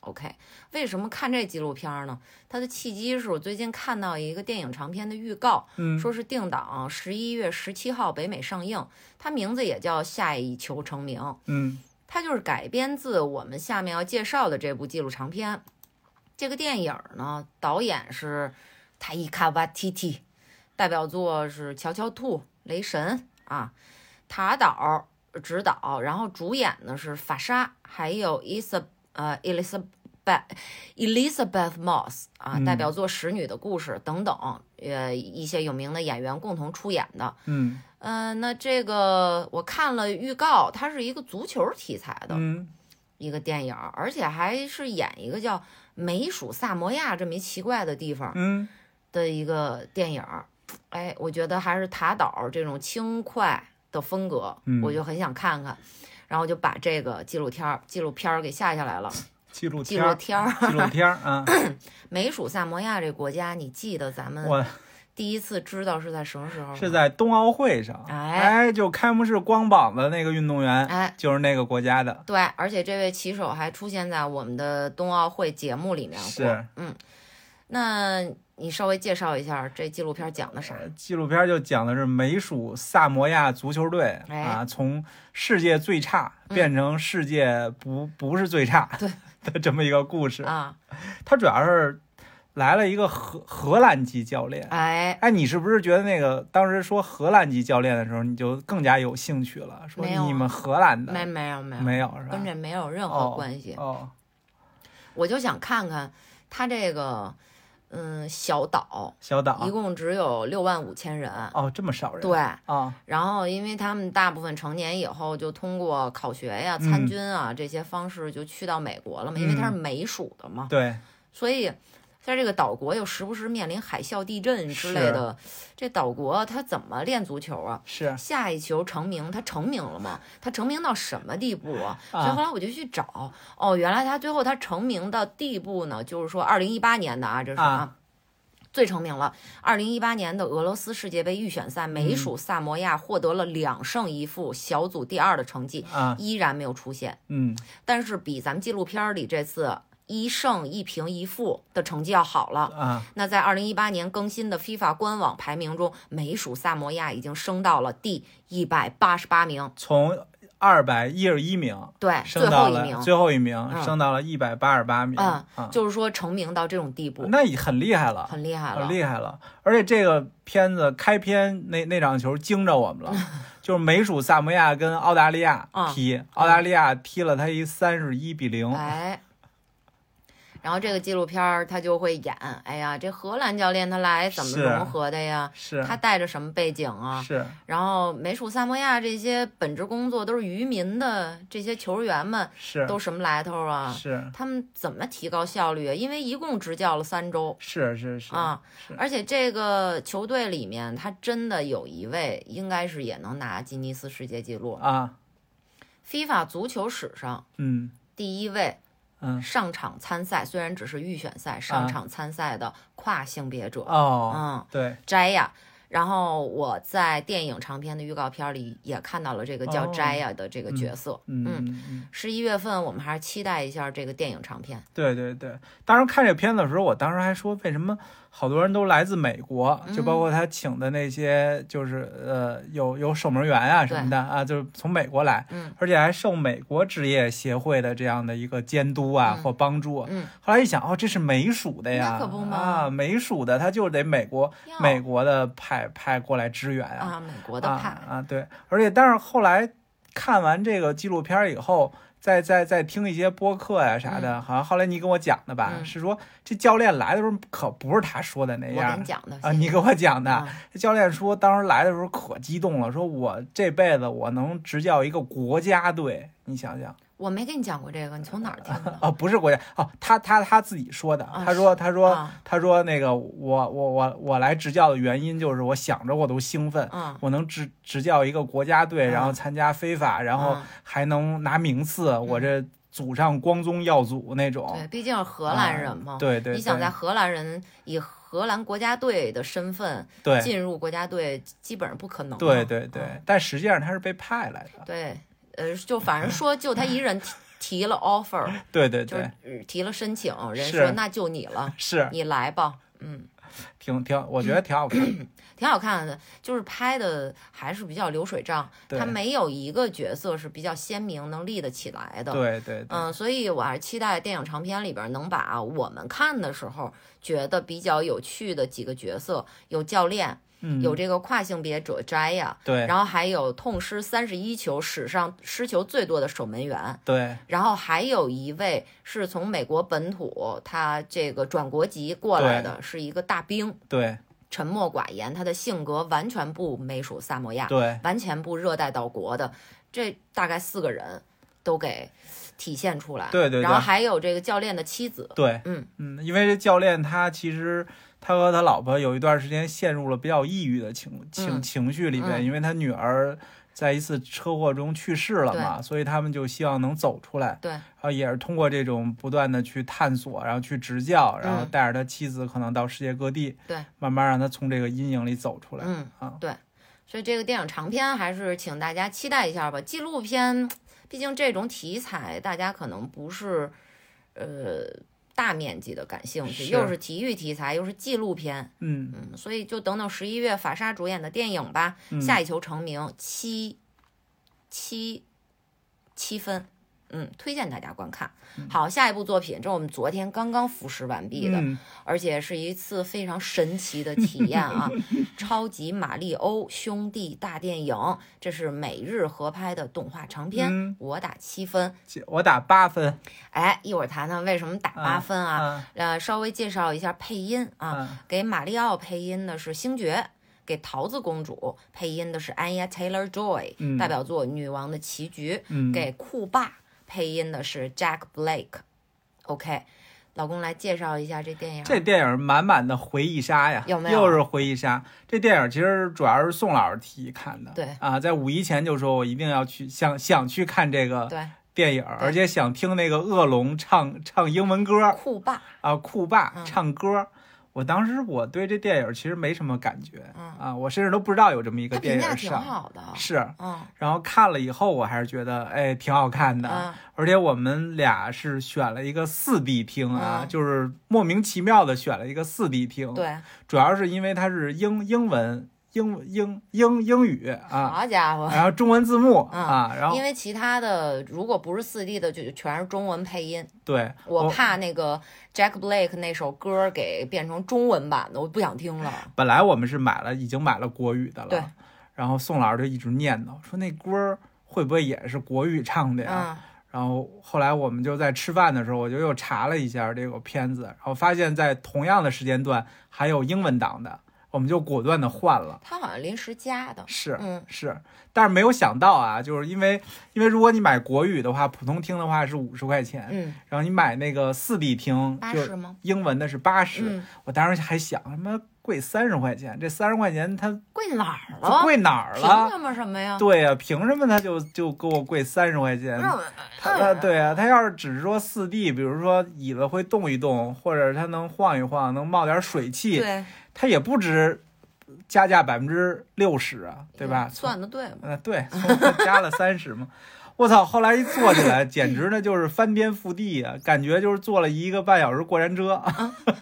A: OK，为什么看这纪录片呢？它的契机是我最近看到一个电影长片的预告，
B: 嗯
A: 说是定档十一月十七号北美上映，它名字也叫《下一球成名》。
B: 嗯
A: 它就是改编自我们下面要介绍的这部纪录长片。这个电影呢，导演是塔伊卡瓦提提，代表作是《乔乔兔》《雷神》啊，塔导指导，然后主演呢是法莎，还有伊萨呃伊丽莎白 Elizabeth Moss 啊，
B: 嗯
A: 代表作《使女的故事》等等，呃，一些有名的演员共同出演的。
B: 嗯
A: 嗯，那这个我看了预告，它是一个足球题材的
B: 嗯
A: 一个电影儿，而且还是演一个叫美属萨摩亚这么一奇怪的地方
B: 嗯
A: 的一个电影儿。哎，我觉得还是塔岛这种轻快的风格，
B: 嗯
A: 我就很想看看，然后就把这个纪录片儿纪录片儿给下下来了。
B: 纪录
A: 纪
B: 片
A: 录
B: 儿，
A: 片儿，
B: 纪录片儿啊，
A: 美属萨摩亚这国家，你记得咱们
B: 我
A: 第一次知道是在什么时候吗？
B: 是在冬奥会上，
A: 嗯哎
B: 哎，就开幕式光膀子那个运动员，
A: 哎，
B: 就是那个国家的，
A: 对，而且这位棋手还出现在我们的冬奥会节目里面过。
B: 是
A: 那你稍微介绍一下这纪录片讲的啥？
B: 纪录片就讲的是美属萨摩亚足球队、
A: 哎嗯
B: 啊，从世界最差变成世界不、不是最差
A: 对
B: 的这么一个故事。
A: 啊，
B: 它主要是来了一个荷荷兰籍教练。
A: 哎，
B: 哎，你是不是觉得那个当时说荷兰籍教练的时候，你就更加有兴趣了？说
A: 没有啊
B: 你们荷兰的
A: 没没有没有，
B: 没有是吧
A: 跟？这没有任何
B: 哦
A: 关系。
B: 哦，
A: 我就想看看他这个，嗯，小岛
B: 小
A: 一
B: 岛
A: 共只有六万五千人，
B: 哦，这么少人
A: 对。
B: 啊，
A: 然后，因为他们大部分成年以后就通过考学呀、参
B: 嗯
A: 军啊、这些方式就去到美国了嘛，因为它是美属的嘛。
B: 对，
A: 所以在这个岛国又时不时面临海啸、地震之类的，这岛国它怎么练足球啊？
B: 是
A: 下一球成名，他成名了吗？他成名到什么地步啊？所
B: 啊
A: 以后来我就去找，哦，原来他最后他成名的地步呢，就是说二零一八年的啊，这是
B: 啊
A: 最成名了。二零一八年的俄罗斯世界杯预选赛，
B: 嗯
A: 美属萨摩亚获得了两胜一负，小组第二的成绩，
B: 啊，
A: 依然没有出现。
B: 嗯，
A: 但是比咱们纪录片儿里这次一胜一平一负的成绩要好了。
B: 啊，
A: 那在二零一八年更新的 FIFA 官网排名中，美属萨摩亚已经升到了第一百八十八名，
B: 从二百一十一名
A: 对，最
B: 升到
A: 后一
B: 了
A: 名。
B: 最后一名，
A: 嗯
B: 升到了一百八十八名
A: 嗯
B: 啊，
A: 就是说成名到这种地步，
B: 那也很厉害了，
A: 很厉害
B: 很
A: 了。
B: 厉害了。而且这个片子开篇那那场球惊着我 们了，就是美属萨摩亚跟澳大利亚
A: 啊
B: 踢，澳大利亚踢了他一三十一比零，
A: 哎，然后这个纪录片儿他就会演，哎呀，这荷兰教练他来怎么
B: 是
A: 融合的呀？
B: 是
A: 他带着什么背景啊？
B: 是
A: 然后美属萨摩亚这些本职工作都是渔民的这些球员们
B: 是
A: 都什么来头啊？
B: 是
A: 他们怎么提高效率啊？因为一共执教了三周
B: 是是是
A: 啊，
B: 是
A: 而且这个球队里面，他真的有一位应该是也能拿吉尼斯世界纪录
B: 啊，
A: ，FIFA 足球史上
B: 嗯
A: 第一位
B: 嗯啊
A: 上场参赛，虽然只是预选赛上场参赛的跨性别者，
B: 哦，
A: 嗯，
B: 对，
A: 摘呀。然后我在电影长片的预告片里也看到了这个叫
B: 哦
A: 摘呀的这个角色。
B: 嗯
A: 嗯
B: 嗯嗯。
A: 十一月份我们还是期待一下这个电影长片。
B: 对对对，当时看这片子的时候，我当时还说为什么好多人都来自美国，
A: 嗯
B: 就包括他请的那些就是呃有有守门员啊什么的啊，就是从美国来，
A: 嗯
B: 而且还受美国职业协会的这样的一个监督啊、
A: 嗯
B: 或帮助。
A: 嗯，
B: 后来一想，哦，这是美属的呀，
A: 那可不嘛
B: 啊，美属的他就得美国
A: 要
B: 美国的派派过来支援啊，
A: 啊，美国的派，
B: 啊啊，对，而且但是后来看完这个纪录片儿以后，再再再听一些播客呀、啥的，好像后来你跟我讲的吧，
A: 嗯
B: 是说这教练来的时候可不是他说的那
A: 我给
B: 样
A: 你讲的
B: 啊，你
A: 谢谢
B: 给我讲的。
A: 啊
B: 这教练说当时来的时候可激动了，说我这辈子我能执教一个国家队，你想想
A: 我没跟你讲过这个，你从哪儿听的？
B: 啊，不是国家哦，他他他自己说的，
A: 啊
B: 他说他 说、
A: 啊
B: 他说那个我我我我来执教的原因就是我想着我都兴奋，
A: 嗯，
B: 我能执执教一个国家队，
A: 嗯
B: 然后参加非法，然后
A: 嗯
B: 还能拿名次，我这祖上光宗耀祖那种
A: 嗯对，。毕竟是荷兰人嘛
B: 啊，对对，
A: 你想
B: 对
A: 在荷兰人以荷兰国家队的身份
B: 对
A: 进入国家队，基本上不可能嘛。
B: 对对对
A: 嗯，
B: 但实际上他是被派来的。
A: 对，呃，就反正说就他一人踢提 了 offer，
B: 对对
A: 就
B: 对，
A: 是提了申请，人
B: 是
A: 说那就你了，
B: 是
A: 你来吧，嗯。
B: 挺挺，我觉得挺好看。
A: 挺好看的，就是拍的还是比较流水账，
B: 对
A: 他没有一个角色是比较鲜明能立得起来的。
B: 对对对，
A: 嗯，所以我还是期待电影长片里边能把我们看的时候觉得比较有趣的几个角色，有教练，
B: 嗯，
A: 有这个跨性别者摘呀，
B: 对
A: 然后还有痛失三十一球史上失球最多的守门员，
B: 对
A: 然后还有一位是从美国本土他这个转国籍过来的，是一个大兵，
B: 对
A: 沉默寡言，他的性格完全不美属萨摩亚，
B: 对，
A: 完全不热带岛国的，这大概四个人都给体现出来。
B: 对对对
A: 然后还有这个教练的妻子，
B: 对，
A: 嗯
B: 嗯，因为这教练他其实他和他老婆有一段时间陷入了比较抑郁的情情
A: 嗯
B: 情绪里边，
A: 嗯
B: 因为他女儿在一次车祸中去世了嘛，所以他们就希望能走出来。
A: 对
B: 然后也是通过这种不断的去探索，然后去执教，然后
A: 嗯
B: 带着他妻子可能到世界各地，
A: 对，
B: 慢慢让他从这个阴影里走出来。
A: 嗯
B: 啊
A: 对，所以这个电影长片还是请大家期待一下吧。纪录片，毕竟这种题材大家可能不是，呃。大面积的感兴趣，
B: 是
A: 又是体育题材，又是纪录片，
B: 嗯
A: 嗯，所以就等等十一月法沙主演的电影吧。
B: 嗯，
A: 下一球成名七七七分，嗯，推荐大家观看。
B: 嗯
A: 好，下一部作品，这我们昨天刚刚腐蚀完毕的，
B: 嗯
A: 而且是一次非常神奇的体验啊！ 超级马里欧兄弟大电影，这是美日合拍的动画长片，
B: 嗯
A: 我打七分。
B: 我打八分
A: 哎，一会儿谈谈为什么打八分啊？
B: 啊
A: 呃，稍微介绍一下配音啊，
B: 啊
A: 给马里奥配音的是星爵，给桃子公主配音的是安 n Taylor Joy，、
B: 嗯
A: 代表作《女王的棋局》
B: 嗯，
A: 给酷爸配音的是 Jack Blake。OK，老公来介绍一下这电影。
B: 这电影满满的回忆杀呀，
A: 有没有
B: 又是回忆杀。这电影其实主要是宋老师提议看的，
A: 对
B: 啊，在五一前就说我一定要去，想想去看这个
A: 对
B: 电影，而且想听那个恶龙唱唱英文歌
A: 酷爸，
B: 啊，酷爸
A: 嗯
B: 唱歌。我当时我对这电影其实没什么感觉、
A: 嗯
B: 啊，我甚至都不知道有这么一个
A: 他
B: 电
A: 评价
B: 影
A: 挺
B: 上
A: 好的。
B: 是。
A: 嗯
B: 然后看了以后，我还是觉得，哎，挺好看的。
A: 嗯
B: 而且我们俩是选了一个四 D 厅啊，
A: 嗯
B: 就是莫名其妙的选了一个四 D 厅。，
A: 对，
B: 主要是因为它是英英文、英英英英语啊，
A: 好家伙。
B: 然后中文字幕、
A: 哦嗯
B: 啊，然后
A: 因为其他的如果不是四 D 的，就全是中文配音。
B: 对
A: 我怕那个 Jack Blake 那首歌给变成中文版的，我不想听了。
B: 本来我们是买了，已经买了国语的了。
A: 对。
B: 然后宋老师就一直念叨说那歌儿会不会也是国语唱的呀？
A: 嗯，
B: 然后后来我们就在吃饭的时候，我就又查了一下这个片子，然后发现在同样的时间段还有英文档的，我们就果断的换了。
A: 他好像临时加的。
B: 是
A: 嗯，
B: 是，但是没有想到啊，就是因为因为如果你买国语的话，普通听的话是五十块钱，
A: 嗯，
B: 然后你买那个四 D 听
A: 八
B: 就
A: 十吗？
B: 英文的是八十、
A: 嗯，
B: 我当时还想什么贵三十块钱，这三十块钱它
A: 贵哪儿
B: 它
A: 了？
B: 贵哪儿
A: 哦凭
B: 了？
A: 什么什么呀？
B: 对呀、凭什么它就就给我贵三十块钱？
A: 那我哎
B: 他他对啊，他要是只是说四 D，比如说椅子会动一动，或者它能晃一晃，能冒点水汽，
A: 对
B: 它也不值加价百分之六十啊，对吧？
A: 嗯算的对吗？
B: 嗯、对，从加 了三十嘛。我操！后来一坐起来，简直呢就是翻天覆地啊，感觉就是坐了一个半小时过山车，
A: 啊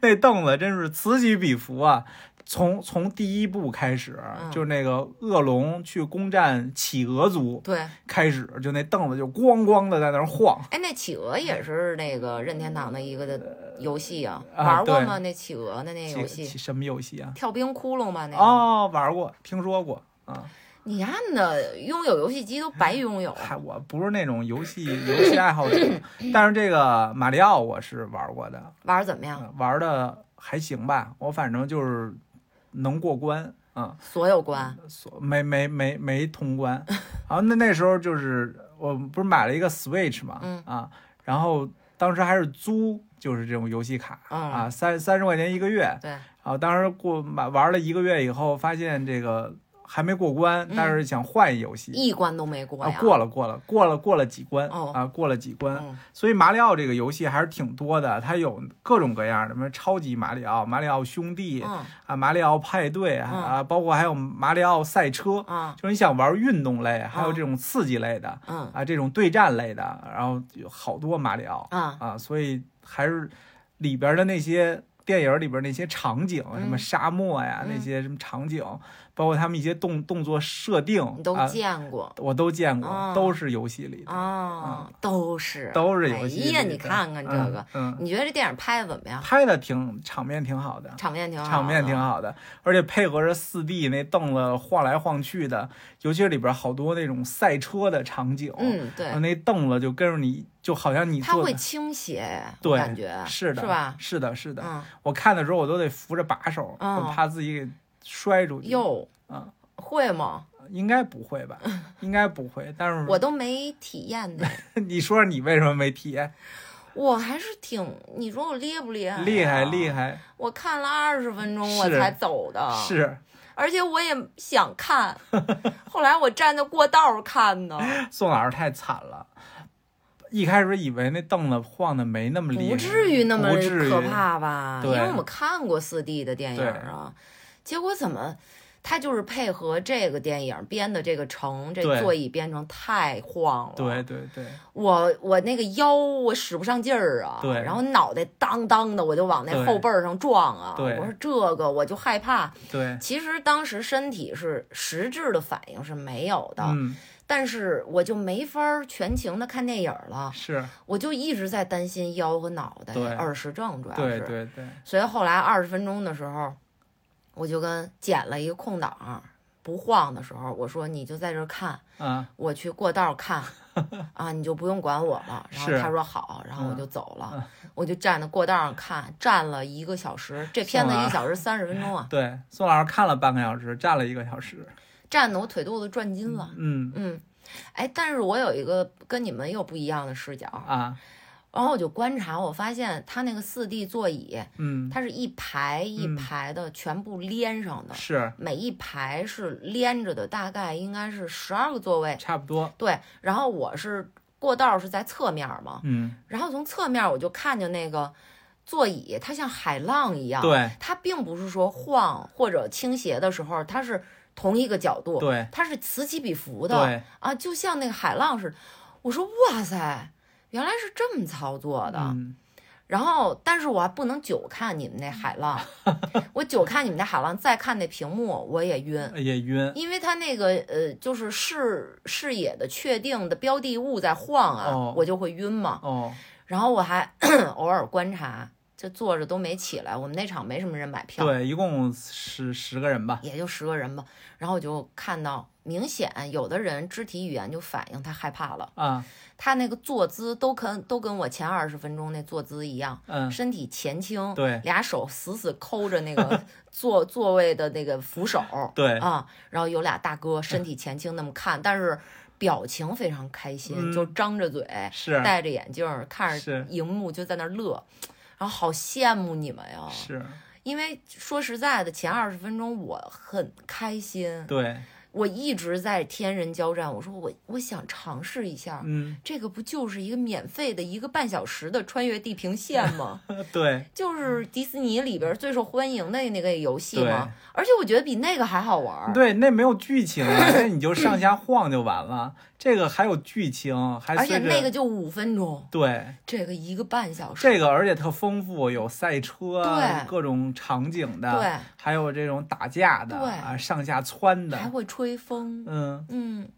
B: 那凳子真是此起彼伏啊。从从第一部开始，
A: 嗯
B: 就是那个恶龙去攻占企鹅族
A: 对，
B: 开始，就那凳子就咣咣的在那儿晃。
A: 哎，那企鹅也是那个任天堂的一个的游戏啊，
B: 啊
A: 玩过
B: 对
A: 吗？那企鹅的那
B: 企
A: 游
B: 企
A: 戏，
B: 什么游戏啊？
A: 跳冰窟窿吧那个。
B: 哦，玩过，听说过啊。
A: 你看的拥有游戏机都白拥有，
B: 嗨，我不是那种游戏游戏 爱好者，但是这个马里奥我是玩过的。
A: 玩儿怎么样？
B: 嗯玩的还行吧，我反正就是能过关啊，
A: 所有关
B: 所没没没没 通关。然后那那时候就是我不是买了一个 Switch 嘛，
A: 嗯
B: 啊，然后当时还是租就是这种游戏卡、
A: 嗯
B: 啊，三三十块钱一个月。啊
A: 对，
B: 然后当时过买玩了一个月以后，发现这个还没过关，但是想换一游戏。
A: 嗯一关都没过
B: 啊，
A: 呀。
B: 过了，过了，过了，过了几关、
A: 哦
B: 啊，过了几关，
A: 嗯
B: 所以马里奥这个游戏还是挺多的，它有各种各样的，什么超级马里奥、马里奥兄弟、
A: 嗯
B: 啊，马里奥派对、啊，包括还有马里奥赛车，
A: 啊
B: 就是你想玩运动类，还有这种刺激类的、
A: 嗯
B: 啊，这种对战类的，然后有好多马里奥
A: 啊
B: 啊，所以还是里边的那些电影里边那些场景，
A: 嗯
B: 什么沙漠呀，
A: 嗯
B: 那些什么场景，包括他们一些动动作设定，
A: 你都
B: 啊，
A: 见过
B: 我都见过，
A: 哦
B: 都是游戏里的，
A: 啊？都是
B: 都是游戏
A: 哎
B: 里的。
A: 呀，你看看这个，
B: 嗯，嗯，
A: 你觉得啊这电影拍的怎么样？
B: 拍的挺场面挺好的，
A: 场面挺好的，
B: 场面挺好的，而且配合着四 D 那凳子晃来晃去的，尤其是里边好多那种赛车的场景，
A: 嗯，对
B: 然啊后，那凳子就跟着你，就好像你
A: 它
B: 坐
A: 会
B: 的。
A: 倾斜，
B: 对
A: 我感觉
B: 是的，
A: 是吧？
B: 是的，是的。
A: 嗯，
B: 我看的时候，我都得扶着把手，
A: 嗯
B: 我怕自己给摔出去。
A: 哟，
B: 嗯
A: 会吗？
B: 应该不会 吧？应该不会。但是
A: 我都没体验 呢，
B: 你说说你为什么没体验？
A: 我还是挺，你说我厉不厉害？
B: 厉害，
A: 害！
B: 厉害！
A: 我看了二十分钟我
B: 是
A: 才走的，，
B: 是
A: 而且我也想 看，后来我站在过道儿看的，
B: 宋老师太惨了。一开始以为那凳子晃的没那么厉害，
A: 不至于那么
B: 不至于
A: 可怕吧？因
B: 对
A: 为我们看过四 D 的电影啊，结果怎么？他就是配合这个电影编的这个城，这
B: 对
A: 座椅编成太晃了。
B: 对对对，
A: 我我那个腰我使不上劲儿啊，
B: 对
A: 然后脑袋当当的，我就往那
B: 对
A: 后背儿上撞啊。
B: 对
A: 我说这个我就害怕。
B: 对，
A: 其实当时身体是实质的反应是没有的，
B: 嗯，
A: 但是我就没法儿全情的看电影了，
B: 是，
A: 我就一直在担心腰和脑袋
B: 对
A: 二十症，主要
B: 对
A: 是。
B: 对对，
A: 所以后来二十分钟的时候，我就跟捡了一个空档不晃的时候，我说你就在这儿看，
B: 啊，
A: 我去过道 看啊，你就不用管我了。然后
B: 是嗯
A: 他说好，然后我就走了，我就站在过道上看，站了一个小时。这片子
B: 送了
A: 一小时三十分钟 啊，
B: 对，宋老师看了半个小时，站了一个小时，
A: 站的我腿肚子转筋了。
B: 嗯
A: 嗯，哎，但是我有一个跟你们又不一样的视角，
B: 啊，
A: 然后我就观察，我发现他那个四 D 座椅，
B: 嗯，
A: 它是一排一
B: 嗯
A: 排的，全部连上的。
B: 是，
A: 每一排是连着的，大概应该是十二个座位。
B: 差不多，
A: 对，然后我是过道是在侧面嘛，
B: 嗯，
A: 然后从侧面我就看见那个座椅，它像海浪一样，，
B: 对
A: 它并不是说晃或者倾斜的时候，它是同一个角度，
B: 对
A: 它是此起彼伏的
B: 对，
A: 啊，就像那个海浪似的。我说哇塞，原来是这么操作的。
B: 嗯，
A: 然后，但是我还不能久看你们那海 浪，我久看你们那海浪，再看那屏幕我也晕。
B: 也晕，
A: 因为它那个呃，就是视视野的确定的标的物在晃啊，
B: 哦
A: 我就会晕嘛。
B: 哦，
A: 然后我还 偶尔观察，就坐着都没起来。我们那场没什么人买票，
B: 对，一共十十个人吧，
A: 也就十个人吧。然后我就看到，明显有的人肢体语言就反映他害怕了，
B: 啊，
A: 他那个坐姿都跟都跟我前二十分钟那坐姿一样，
B: 嗯，
A: 身体前倾，
B: 对
A: 俩手死死抠着那 个座座位的那个扶手，
B: 对，
A: 啊，然后有俩大哥身体前倾那么看，但是表情非常开心，
B: 嗯
A: 就张着嘴，
B: 是啊
A: 戴着眼镜儿看着
B: 是
A: 荧幕就在那儿乐，然后好羡慕你们呀，
B: 是，
A: 因为说实在的，前二十分钟我很开心，
B: 对，
A: 我一直在天人交战，我说我我想尝试一下。
B: 嗯，
A: 这个不就是一个免费的一个半小时的穿越地平 线吗？
B: 对，
A: 就是迪士尼里边最受欢迎的那个游戏
B: 对
A: 吗？而且我觉得比那个还好玩儿。
B: 对，那没有剧情啊， 那你就上下晃就完了，这个还有剧情，还
A: 而且
B: 随
A: 那个
B: 着。
A: 就五分钟，
B: 对，
A: 这个一个半小时。
B: 这个而且特丰富，有赛车啊，
A: 对
B: 各种场景的，
A: 对，
B: 还有这种打架的
A: 对
B: 啊，上下窜
A: 还
B: 的，
A: 会吹风，
B: 嗯
A: 嗯，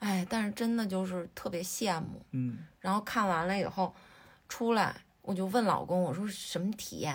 A: 哎，但是真的就是特别羡慕。
B: 嗯，
A: 然后看完了以后出来，我就问老公，我说什么体验？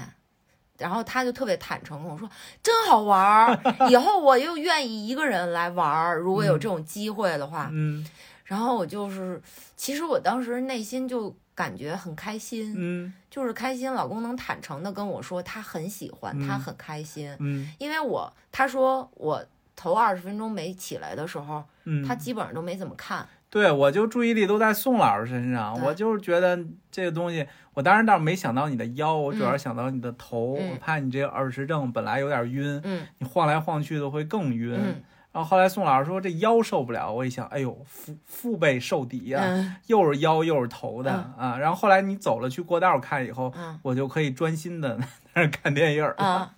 A: 然后他就特别坦诚跟我说，真好玩 儿，以后我又愿意一个人来玩儿，如果有这种机会的话。
B: 嗯
A: 然后我就是，其实我当时内心就感觉很开心，
B: 嗯
A: 就是开心，老公能坦诚的跟我说他很喜欢，
B: 嗯
A: 他很开心，
B: 嗯
A: 因为我他说我头二十分钟没起来的时候，
B: 嗯，
A: 他基本上都没怎么看，
B: 对我就注意力都在宋老师身上，
A: 对
B: 我就是觉得这个东西，我当然倒是没想到你的腰，我主
A: 嗯
B: 要是想到你的头，
A: 嗯
B: 我怕你这个耳石症本来有点晕，
A: 嗯
B: 你晃来晃去的会更晕。
A: 嗯
B: 然后后来宋老师说这腰受不了，我一想，哎呦，腹腹背受敌呀、
A: 嗯
B: 又是腰又是头的、啊。然后后来你走了去过道看以后，
A: 嗯
B: 我就可以专心的在那儿看电影儿了。
A: 啊，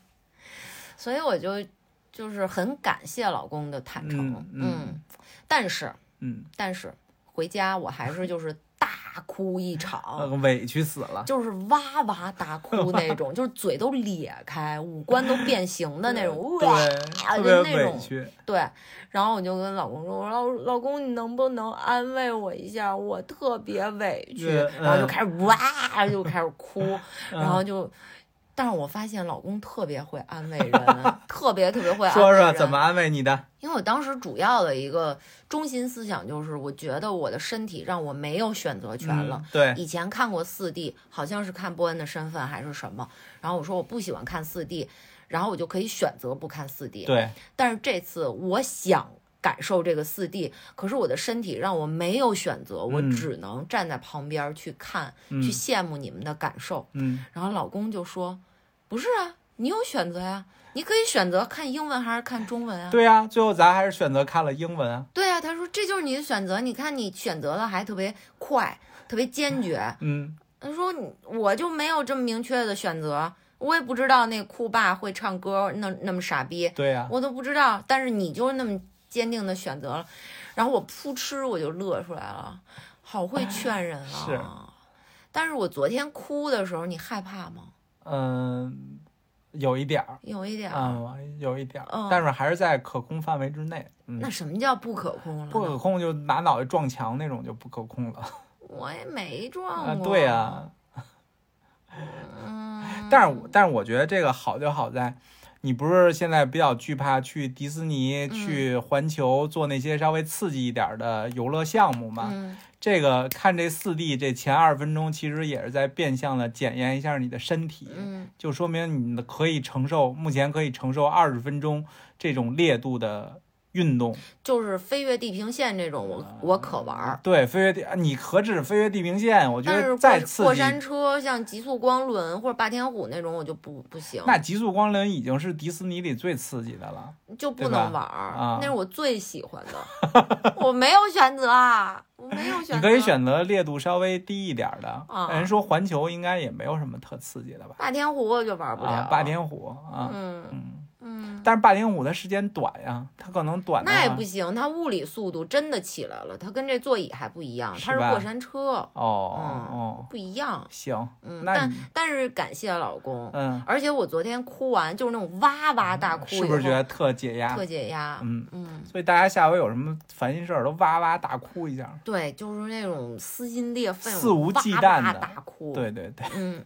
A: 所以我就就是很感谢老公的坦诚，
B: 嗯嗯
A: 但是
B: 嗯，
A: 但是回家我还是就是大哭一
B: 呃
A: 场。
B: 委屈死了。
A: 就是哇哇大 哭那种，就是嘴都咧开，五官都变形的那种，哇，
B: 对，特
A: 啊就
B: 别
A: 那种
B: 委屈。
A: 对，然后我就跟老公说：“我老老公，你能不能安慰我一下？我特别委屈。
B: 对
A: 然后就
B: 嗯
A: 开始哇，就开始哭，然后
B: 嗯
A: 就，但是我发现老公特别会安 慰人，特别特别会安慰
B: 说
A: 人。
B: 说怎么？安慰你的？
A: 因为我当时主要的一个中心思想就是，我觉得我的身体让我没有选择权了。
B: 嗯，对，
A: 以前看过四 D，好像是看波恩的身份还是什么，然后我说我不喜欢看四 D，然后我就可以选择不看四 D。
B: 对，
A: 但是这次我想感受这个四 D，可是我的身体让我没有选择，我
B: 嗯
A: 只能站在旁边儿去看，
B: 嗯
A: 去羡慕你们的感受。
B: 嗯，
A: 然后老公就说：“不是啊，你有选择呀，你可以选择看英文还是看中文啊。
B: 对呀、最后咱还是选择看了英文啊。”
A: 对啊，他说这就是你的选择。你看你选择了还特别快，特别坚决。
B: 嗯，
A: 他说你我就没有这么明确的选择，我也不知道那酷爸会唱歌那那么傻逼。
B: 对啊呀、
A: 我都不知道，但是你就是那么坚定的选择了，然后我扑哧我就乐出来了，好会劝人啊！
B: 是，
A: 但是我昨天哭的时候，你害怕吗？
B: 嗯，有一点儿，
A: 有一点儿。
B: 嗯，有一点儿，
A: 嗯
B: 但是还是在可控范围之内。嗯
A: 那，什么叫不可控了呢？
B: 不可控就拿脑袋撞墙那种就不可控了。
A: 我也没
B: 啊，
A: 撞过。
B: 对呀、啊。
A: 嗯，
B: 但是我但是我觉得这个好就好在，你不是现在比较惧怕去迪士
A: 嗯
B: 尼、去环球做那些稍微刺激一点儿的游乐项目吗？
A: 嗯，
B: 这个看这四 D 这前二分钟，其实也是在变相的检验一下你的身体，
A: 嗯
B: 就说明你可以承受目前可以承受二十分钟这种烈度的运动。
A: 就是飞越地平线这种，我我可玩儿。
B: 对，飞越地，你何止飞越地平线？我觉
A: 啊但是
B: 得再
A: 过
B: 刺
A: 过
B: 激，
A: 山车，像极速光轮或者霸天虎那种，我就不不行。
B: 那极速光轮已经是迪士尼里最刺激的了。
A: 就不
B: 对吧
A: 能玩儿，
B: 啊
A: 那是我最喜欢的。 我没有选择啊，我没有选择。
B: 你可以选择烈度稍微低一点儿的。
A: 啊
B: 人说环球应该也没有什么特刺激的吧？
A: 霸天虎，我就玩不了。
B: 啊，霸，天虎啊，
A: 嗯
B: 嗯，
A: 嗯，
B: 但是霸天虎它时间短呀，它可能短的
A: 那也
B: 话
A: 不行，它物理速度真的起来了，它跟这座椅还不一样，
B: 是
A: 它是
B: 吧
A: 过山车，
B: 哦、
A: 嗯
B: 哦，
A: 不一样。
B: 行，
A: 嗯，
B: 那
A: 但
B: 你
A: 但是感谢老公，
B: 嗯，
A: 而且我昨天哭完就是那种哇哇大哭以
B: 是
A: 后，
B: 不是觉得特解压
A: 特？解压？
B: 嗯，
A: 嗯，
B: 所以大家下回有什么烦心事儿都哇哇大哭一下。
A: 对，就是那种撕心裂肺、
B: 肆无忌
A: 哇
B: 惮
A: 哇
B: 的
A: 大哭。
B: 对对对，
A: 嗯，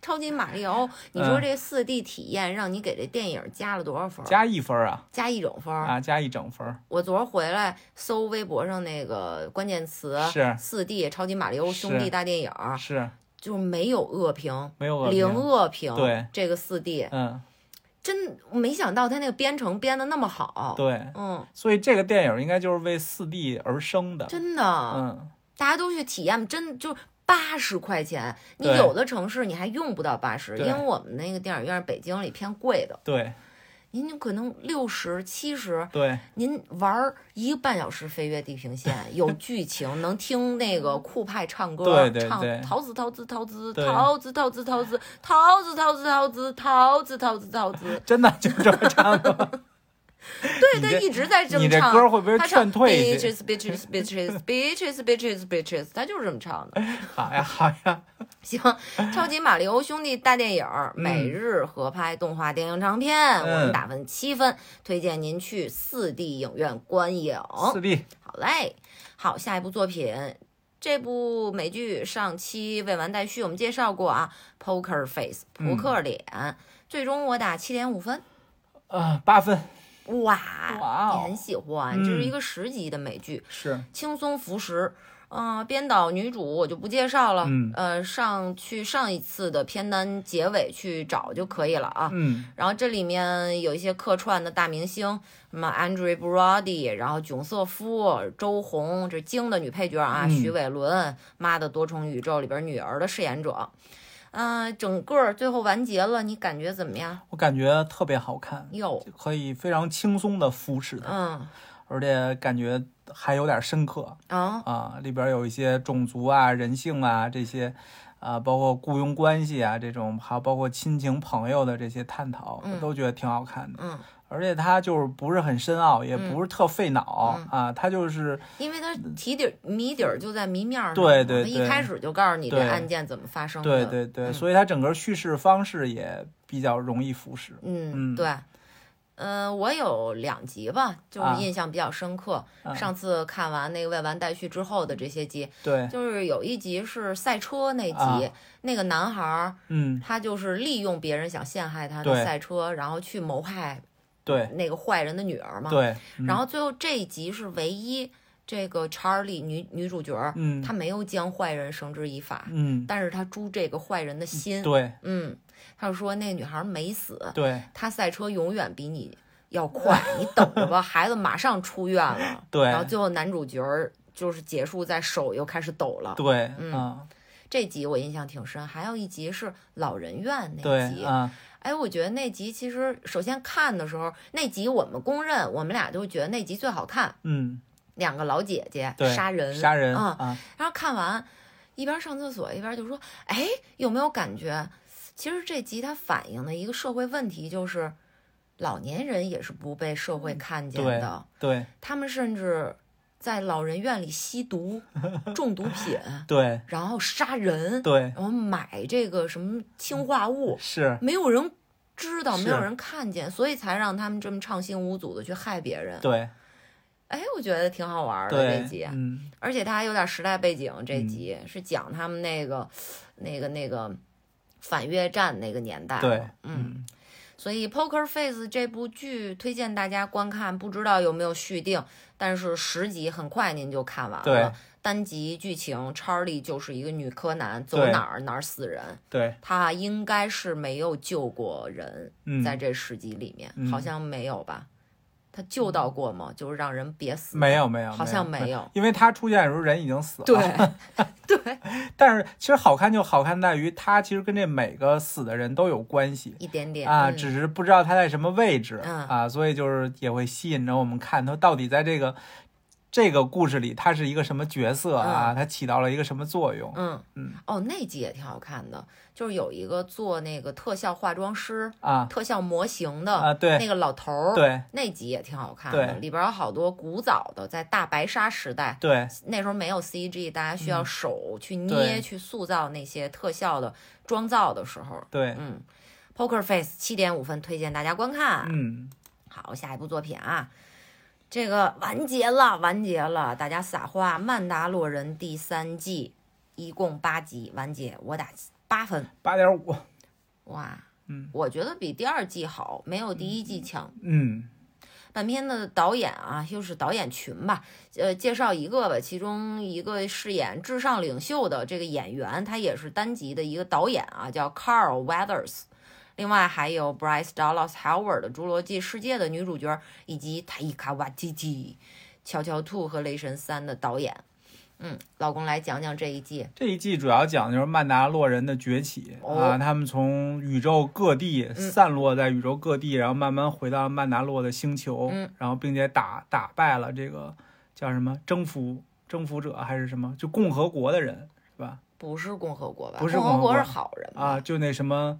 A: 超级马里奥，你说这四 D 体验让你给这电影加了多少分儿？
B: 嗯加一分儿啊
A: 加一整分儿。
B: 啊，加一整分儿。
A: 我昨儿回来搜微博上那个关键词
B: 是
A: 四 D 超级马里奥兄弟
B: 是
A: 大电影儿，
B: 是
A: 就是没有恶评，
B: 没有恶
A: 零
B: 评
A: 恶评。
B: 对，
A: 这个四 D
B: 嗯，
A: 真没想到他那个编程编的那么好。，
B: 对，
A: 嗯，
B: 所以这个电影应该就是为四 D 而生的。
A: 真的，
B: 嗯，
A: 大家都去体验，真就八十块钱，你
B: 对
A: 有的城市你还用不到八十，因
B: 对
A: 为我们那个电影院北京里偏贵的。
B: 对
A: 您就可能六十七十，
B: 对，
A: 您玩儿一个半小时《飞越地平线》， 有剧情，能听那个酷派唱歌，
B: 对对对
A: 唱桃子桃子桃子
B: 对
A: 桃子桃子桃子桃子桃子桃子桃子桃子桃 子，
B: 真的就这么 唱的吗？
A: 对
B: 你
A: 对，
B: 这
A: 一直在这
B: 你
A: 么
B: 这
A: 唱。
B: 歌会不会
A: 他唱哎
B: 劝退一些？
A: bitches bitches bitches bitches bitches bitches，他就是这么唱的。
B: 好呀好呀，
A: 行，超级马里奥兄弟大电影儿每日合拍动画电影长片，我们
B: 嗯
A: 打分七分，推荐您去四 D 影院观影。
B: 四 D
A: 好嘞，好，下一部作品，这部美剧上期未完待续，我们介绍过啊，Poker Face 扑
B: 嗯
A: 克脸，最终我打七点五分，
B: 啊，八分
A: 哇，
B: 哇哦
A: 你很喜欢，
B: 嗯
A: 这是一个十集的美剧，
B: 是
A: 轻松服食。嗯、编导女主我就不介绍了，
B: 嗯
A: 呃，上去上一次的片单结尾去找就可以了啊。
B: 嗯
A: 然后这里面有一些客串的大明星，什么 Andre Brody，然后囧瑟夫、周红，这京的女配角啊，
B: 嗯
A: 徐伟伦，《妈的多重宇宙》里边女儿的饰演者。嗯、整个儿最后完结了，你感觉怎么样？
B: 我感觉特别好看，
A: 有，
B: 可以非常轻松的扶持它，
A: 嗯
B: 而且感觉还有点深刻
A: 啊，
B: 啊，里边有一些种族啊、人性啊这些。啊，包括雇佣关系啊，这种还有包括亲情朋友的这些探讨，我
A: 嗯
B: 都觉得挺好看的。
A: 嗯，
B: 而且它就是不是很深奥，也不是特费脑、
A: 嗯
B: 啊，它就是
A: 因为它题底儿谜底儿就在谜面儿上，
B: 嗯对对
A: 它
B: 对
A: 一开始就告诉你这
B: 对
A: 案件怎么发生的，
B: 对对
A: 嗯
B: 对，所以它整个叙事方式也比较容易腐蚀。
A: 嗯，
B: 嗯
A: 对，嗯、我有两集吧，就是
B: 啊
A: 印象比较深刻。
B: 啊
A: 上次看完那个未完待续之后的这些集，
B: 对，
A: 就是有一集是赛车那集，
B: 啊
A: 那个男孩儿
B: 嗯，
A: 他就是利用别人想陷害他
B: 对
A: 的赛车，然后去谋害
B: 对
A: 那个坏人的女儿嘛。
B: 对，嗯
A: 然后最后这一集是唯一这个查理女女主角儿，
B: 嗯
A: 她没有将坏人绳之以法，
B: 嗯，
A: 但是她诛这个坏人的心。
B: 对
A: 嗯，她就说那女孩儿没死，
B: 对
A: 他赛车永远比你要快，你等着吧，孩子马上出院了。
B: 对
A: 然后最后男主角儿就是结束在手又开始抖了。
B: 对，
A: 嗯
B: 啊
A: 这集我印象挺深，还有一集是老人院那
B: 对
A: 集。
B: 啊
A: 哎，我觉得那集其实首先看的时候，那集我们公认，我们俩就觉得那集最好看。
B: 嗯，
A: 两个老姐姐
B: 对，
A: 杀人，
B: 杀人
A: 啊、
B: 啊，
A: 然后看完，一边上厕所一边就说：“哎，有没有感觉？其实这集它反映的一个社会问题就是，老年人也是不被社会看见
B: 嗯对
A: 的，
B: 对
A: 他们甚至在老人院里吸 毒、中毒品，
B: 对
A: 然后杀人，
B: 对
A: 然后买这个什么氰化物，
B: 是，
A: 没有人。”知道
B: 是
A: 没有人看见，所以才让他们这么畅行无阻的去害别人。
B: 对
A: 哎，我觉得挺好玩的
B: 对
A: 这集，，
B: 嗯
A: 而且它还有点时代背景，这
B: 嗯
A: 集、是讲他们那个、那个、那个反越战那个年代。
B: 对，
A: 嗯，所以《Poker Face》这部剧推荐大家观看，不知道有没有续订，但是十集很快您就看完
B: 对
A: 了。单集剧情，查理就是一个女柯南，走
B: 对
A: 哪儿哪儿死人，
B: 对，
A: 她应该是没有救过人，
B: 嗯，
A: 在这十集里面、
B: 嗯
A: 好像没有吧？她救到过吗？就是让人别死，
B: 没有没有，
A: 好像
B: 没
A: 没有。
B: 因为他出现的时候人已经死了，
A: 对对，
B: 但是其实好看就好看在于他其实跟这每个死的人都有关系
A: 一点点
B: 啊，
A: 嗯
B: 只是不知道他在什么位置
A: 嗯
B: 啊，所以就是也会吸引着我们看他到底在这个这个故事里他是一个什么角色啊，他起到了一个什么作用？
A: 嗯
B: 嗯
A: 哦，那集也挺好看的，就是有一个做那个特效化妆师、
B: 啊
A: 特效模型的、
B: 啊，对
A: 那个老头儿，
B: 对
A: 那集也挺好看的，
B: 对
A: 里边有好多古早的，在大白鲨时代。
B: 对
A: 那时候没有 CG，大家需要手去
B: 嗯对
A: 捏、去塑造那些特效的妆造的时候，
B: 对，
A: 嗯，Poker Face 七点五分推荐大家观看。
B: 嗯，
A: 好，下一部作品啊，这个完结了，完结了，大家撒花，《曼达洛人》第三季一共八集完结，我打八分，
B: 八点五，
A: 哇，
B: 嗯，
A: 我觉得比第二季好，没有第一季强。
B: 嗯
A: 本片的导演啊，又是导演群吧，呃，介绍一个吧，其中一个饰演至上领袖的这个演员，他也是单集的一个导演啊，叫 Carl Weathers。另外还有 Bryce Dallas Howard 的《侏罗纪世界》的女主角，以及塔伊卡瓦基基《乔乔兔》和《雷神三》的导演。嗯，老公来讲讲这一季。
B: 这一季主要讲就是曼达洛人的崛起、
A: 哦嗯
B: 啊，他们从宇宙各地散落在宇宙各地，然后慢慢回到曼达洛的星球，
A: 嗯
B: 然后并且打打败了这个叫什么征服征服者还是什么，就共和国的人是吧？
A: 不是共和国吧？
B: 不是
A: 共
B: 共
A: 和
B: 和
A: 国
B: 国
A: 是好人吧
B: 啊，，就那什么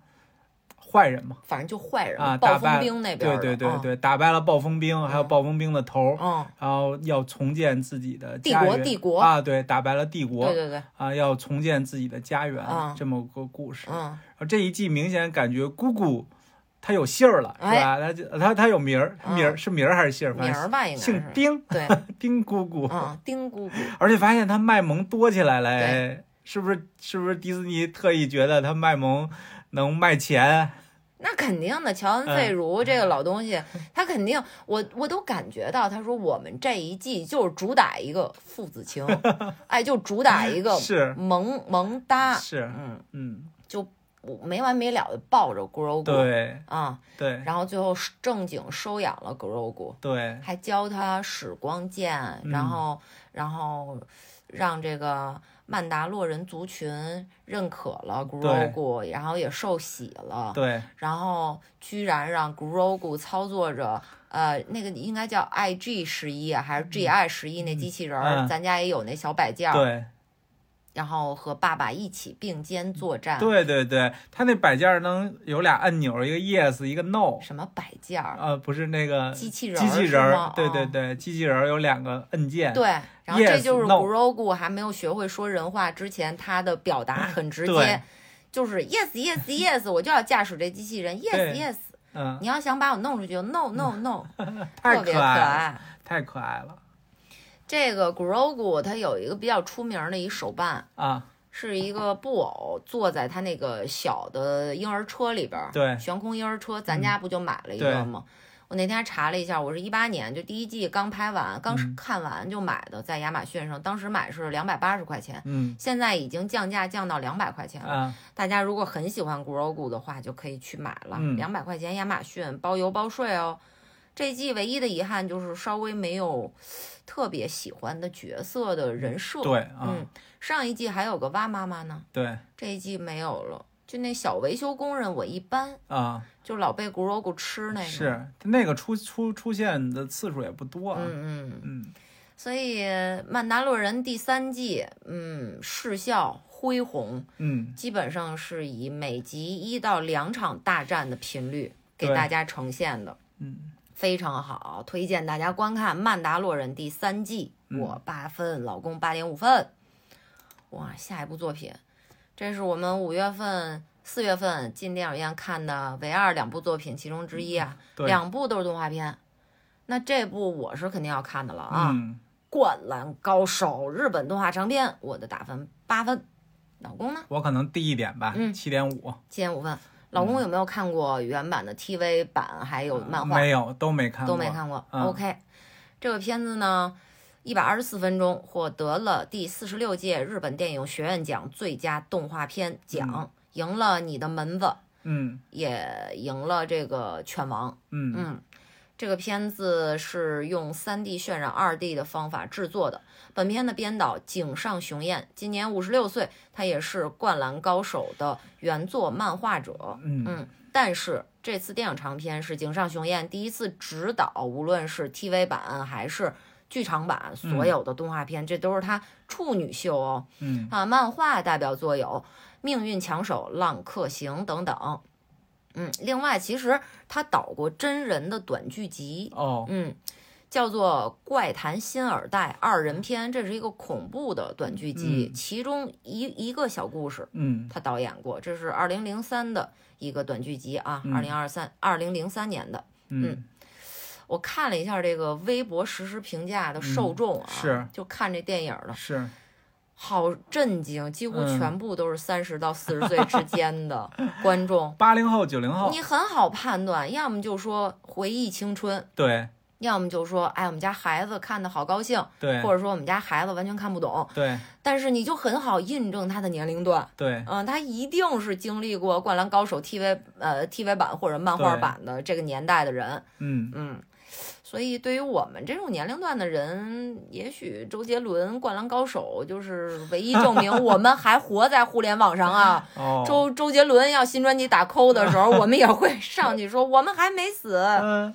B: 坏人嘛，
A: 反正就坏人嘛，
B: 啊，
A: 暴
B: 打
A: 风
B: 败
A: 兵那边
B: 对
A: 的啊
B: 对对，对，打败了暴风兵，还有
A: 嗯
B: 暴风兵的头儿，
A: 嗯，
B: 然后要重建自己的
A: 帝
B: 家
A: 国
B: 园
A: 帝国
B: 啊，对，打败了帝
A: 嗯
B: 国，
A: 对对对，
B: 啊，要重建自己的家园、
A: 啊
B: 这么个故事。
A: 嗯，
B: 然后这一季明显感觉姑姑她有姓儿了，是
A: 哎嗯
B: 吧？她就她她有名儿，名儿、是名儿还是姓儿？反
A: 名
B: 正
A: 儿吧应该
B: 姓
A: 是。
B: 丁，
A: 对，
B: 丁姑姑。
A: 嗯，丁姑姑，
B: 而且发现她卖萌多起来了，
A: 对
B: 哎，是不是？是不是迪士尼特意觉得她卖萌能卖钱？
A: 那肯定的。乔恩·
B: 嗯
A: 费如这个老东西，他肯定，我我都感觉到，他说我们这一季就是主打一个父子 情，哎，就主打一个
B: 是
A: 萌萌哒，
B: 是，
A: 嗯，
B: 嗯，
A: 我没完没了的抱着咕噜咕，
B: 对
A: 啊，
B: 对
A: 然后最后是正经收养了咕噜咕，
B: 对嗯
A: 还教他使光剑，然后然后让这个曼达洛人族群认可了
B: 对
A: Grogu，然后也受洗了，
B: 对，
A: 然后居然让 Grogu 操作着，呃，那个应该叫 IG 十一啊还是 GI 十一那机器人儿，
B: 嗯
A: 咱家也有那小摆件儿，
B: 对，
A: 然后和爸爸一起并肩作战。
B: 对对对，它那摆件儿能有俩按钮，一个 yes，一个 no。
A: 什么摆件儿？
B: 呃，不是那个
A: 机器人儿
B: 机器
A: 是
B: 人儿
A: 吗，
B: 对对
A: 哦
B: 对，机器人儿有两个按键，
A: 对，然后这
B: Yes,
A: 就是
B: no
A: Grogu 还没有学会说人话之前，他的表 达很直
B: 对
A: 接，就是 yes yes yes，我就要驾驶这机器人 yes
B: 对
A: yes。
B: 嗯，
A: 你要想把我弄出去，no no no，
B: 太
A: 特别
B: 可
A: 可
B: 爱了，
A: 爱。
B: 太可爱了
A: 这个 Grogu 它有一个比较出名的一手办，
B: 啊！
A: 是一个布偶坐在它那个小的婴儿车里边儿，
B: 对嗯
A: 悬空婴儿车，咱家不就买了一个吗？我那天还查了一下，我是一八年就第一季刚拍完，刚
B: 嗯
A: 看完就买的，在亚马逊上，当时买是两百八十块钱，
B: 嗯
A: 现在已经降价降到两百块钱了。
B: 啊，
A: 大家如果很喜欢 Grogu 的话，就可以去买了，
B: 嗯
A: 两百块钱亚马逊包邮包税哦。这季唯一的遗憾就是稍微没有特别喜欢的角色的人设。
B: 对啊
A: 嗯，，上一季还有个蛙妈妈呢，
B: 对
A: 这一季没有了。就那小维修工人，我一般
B: 啊，
A: 就老被 Grogu 吃那个。，
B: 是啊那个出出出现的次数也不多啊，
A: 嗯嗯。
B: 嗯
A: 所以《曼达洛人》第三季，嗯，视效恢宏，
B: 嗯，
A: 基本上是以每集一到两场大战的频率给大家呈现的，
B: 嗯，
A: 非常好，推荐大家观看《曼达洛人》第三季，
B: 嗯
A: 我八分，老公八点五分。哇，下一部作品，这是我们五月份、四月份进电影院看的唯二两部作品其中之一啊，
B: 嗯对，
A: 两部都是动画片。那这部我是肯定要看的了啊，
B: 嗯
A: 灌篮高手》日本动画长片，我的打分八分，老公呢？
B: 我可能低一点吧，
A: 嗯
B: 七点五，
A: 七点五分。老
B: 嗯
A: 公有没有看过原版的 TV 版，还有漫画？
B: 啊没有都没看过，
A: 都没看过。
B: 嗯
A: OK，这个片子呢，一百二十四分钟，获得了第四十六届日本电影学院奖最佳动画片奖，赢了《你的门子》，
B: 嗯
A: 也赢了这个《拳王》。
B: 嗯
A: 嗯，这个片子是用 3D 渲染 2D 的方法制作的。本片的编导井上雄彦今年五十六岁，他也是《灌篮高手》的原作漫画者。
B: 嗯
A: 嗯，但是这次电影长片是井上雄彦第一次执导，无论是 TV 版还是剧场版，所有的动画片，这都是他处女秀哦。
B: 嗯
A: 啊，漫画代表作有《命运抢手》《浪客行》等等。嗯，另外，其实他导过真人的短剧集，
B: 哦
A: 嗯，叫做《怪谈新耳代》二人篇，这是一个恐怖的短剧集，
B: 嗯
A: 其中一一个小故事
B: 嗯
A: 他导演过，这是二零零三的一个短剧集啊，
B: 嗯
A: 二零二三二零零三年的。
B: 嗯
A: 我看了一下这个微博实时评价的受众啊，
B: 嗯是
A: 就看这电影的，
B: 是
A: 好震惊，几乎
B: 嗯
A: 全部都是三十到四十岁之间 的观众。
B: 八零后九零后
A: 你，很好判断，要么就说回忆青春，
B: 对
A: 要么就说哎，我们家孩子看的好高兴，
B: 对
A: 或者说我们家孩子完全看不懂。
B: 对
A: 但是你就很好印证他的年龄段，
B: 对
A: 嗯，他一定是经历过《灌篮高手》TV 呃 TV 版或者漫画
B: 对
A: 版的这个年代的人，
B: 嗯
A: 嗯，所以对于我们这种年龄段的人，也许周杰伦《灌篮高手》就是唯一证明我们还活在互联网上啊。
B: 哦，
A: 周周杰伦要新专辑打 call 的时候，我们也会上去说我们还没死。
B: 嗯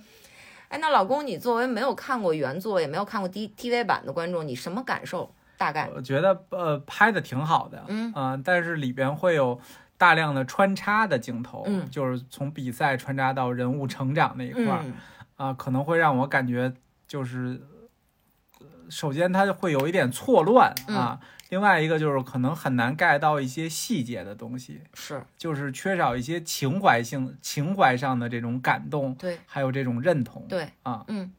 A: 哎，那老公，你作为没有看过原作，也没有看过 D TV 版的观众，你什么感受？大概，
B: 我觉得呃拍的挺好的，
A: 嗯
B: 啊、但是里边会有大量的穿插的镜头，
A: 嗯
B: 就是从比赛穿插到人物成长那一块儿啊、
A: 嗯，
B: 可能会让我感觉就是，呃首先它会有一点错乱
A: 嗯
B: 啊，另外一个就是可能很难 get 到一些细节的东西，
A: 是
B: 就是缺少一些情怀性、情怀上的这种感动，
A: 对
B: 还有这种认同，
A: 对，
B: 啊，
A: 嗯，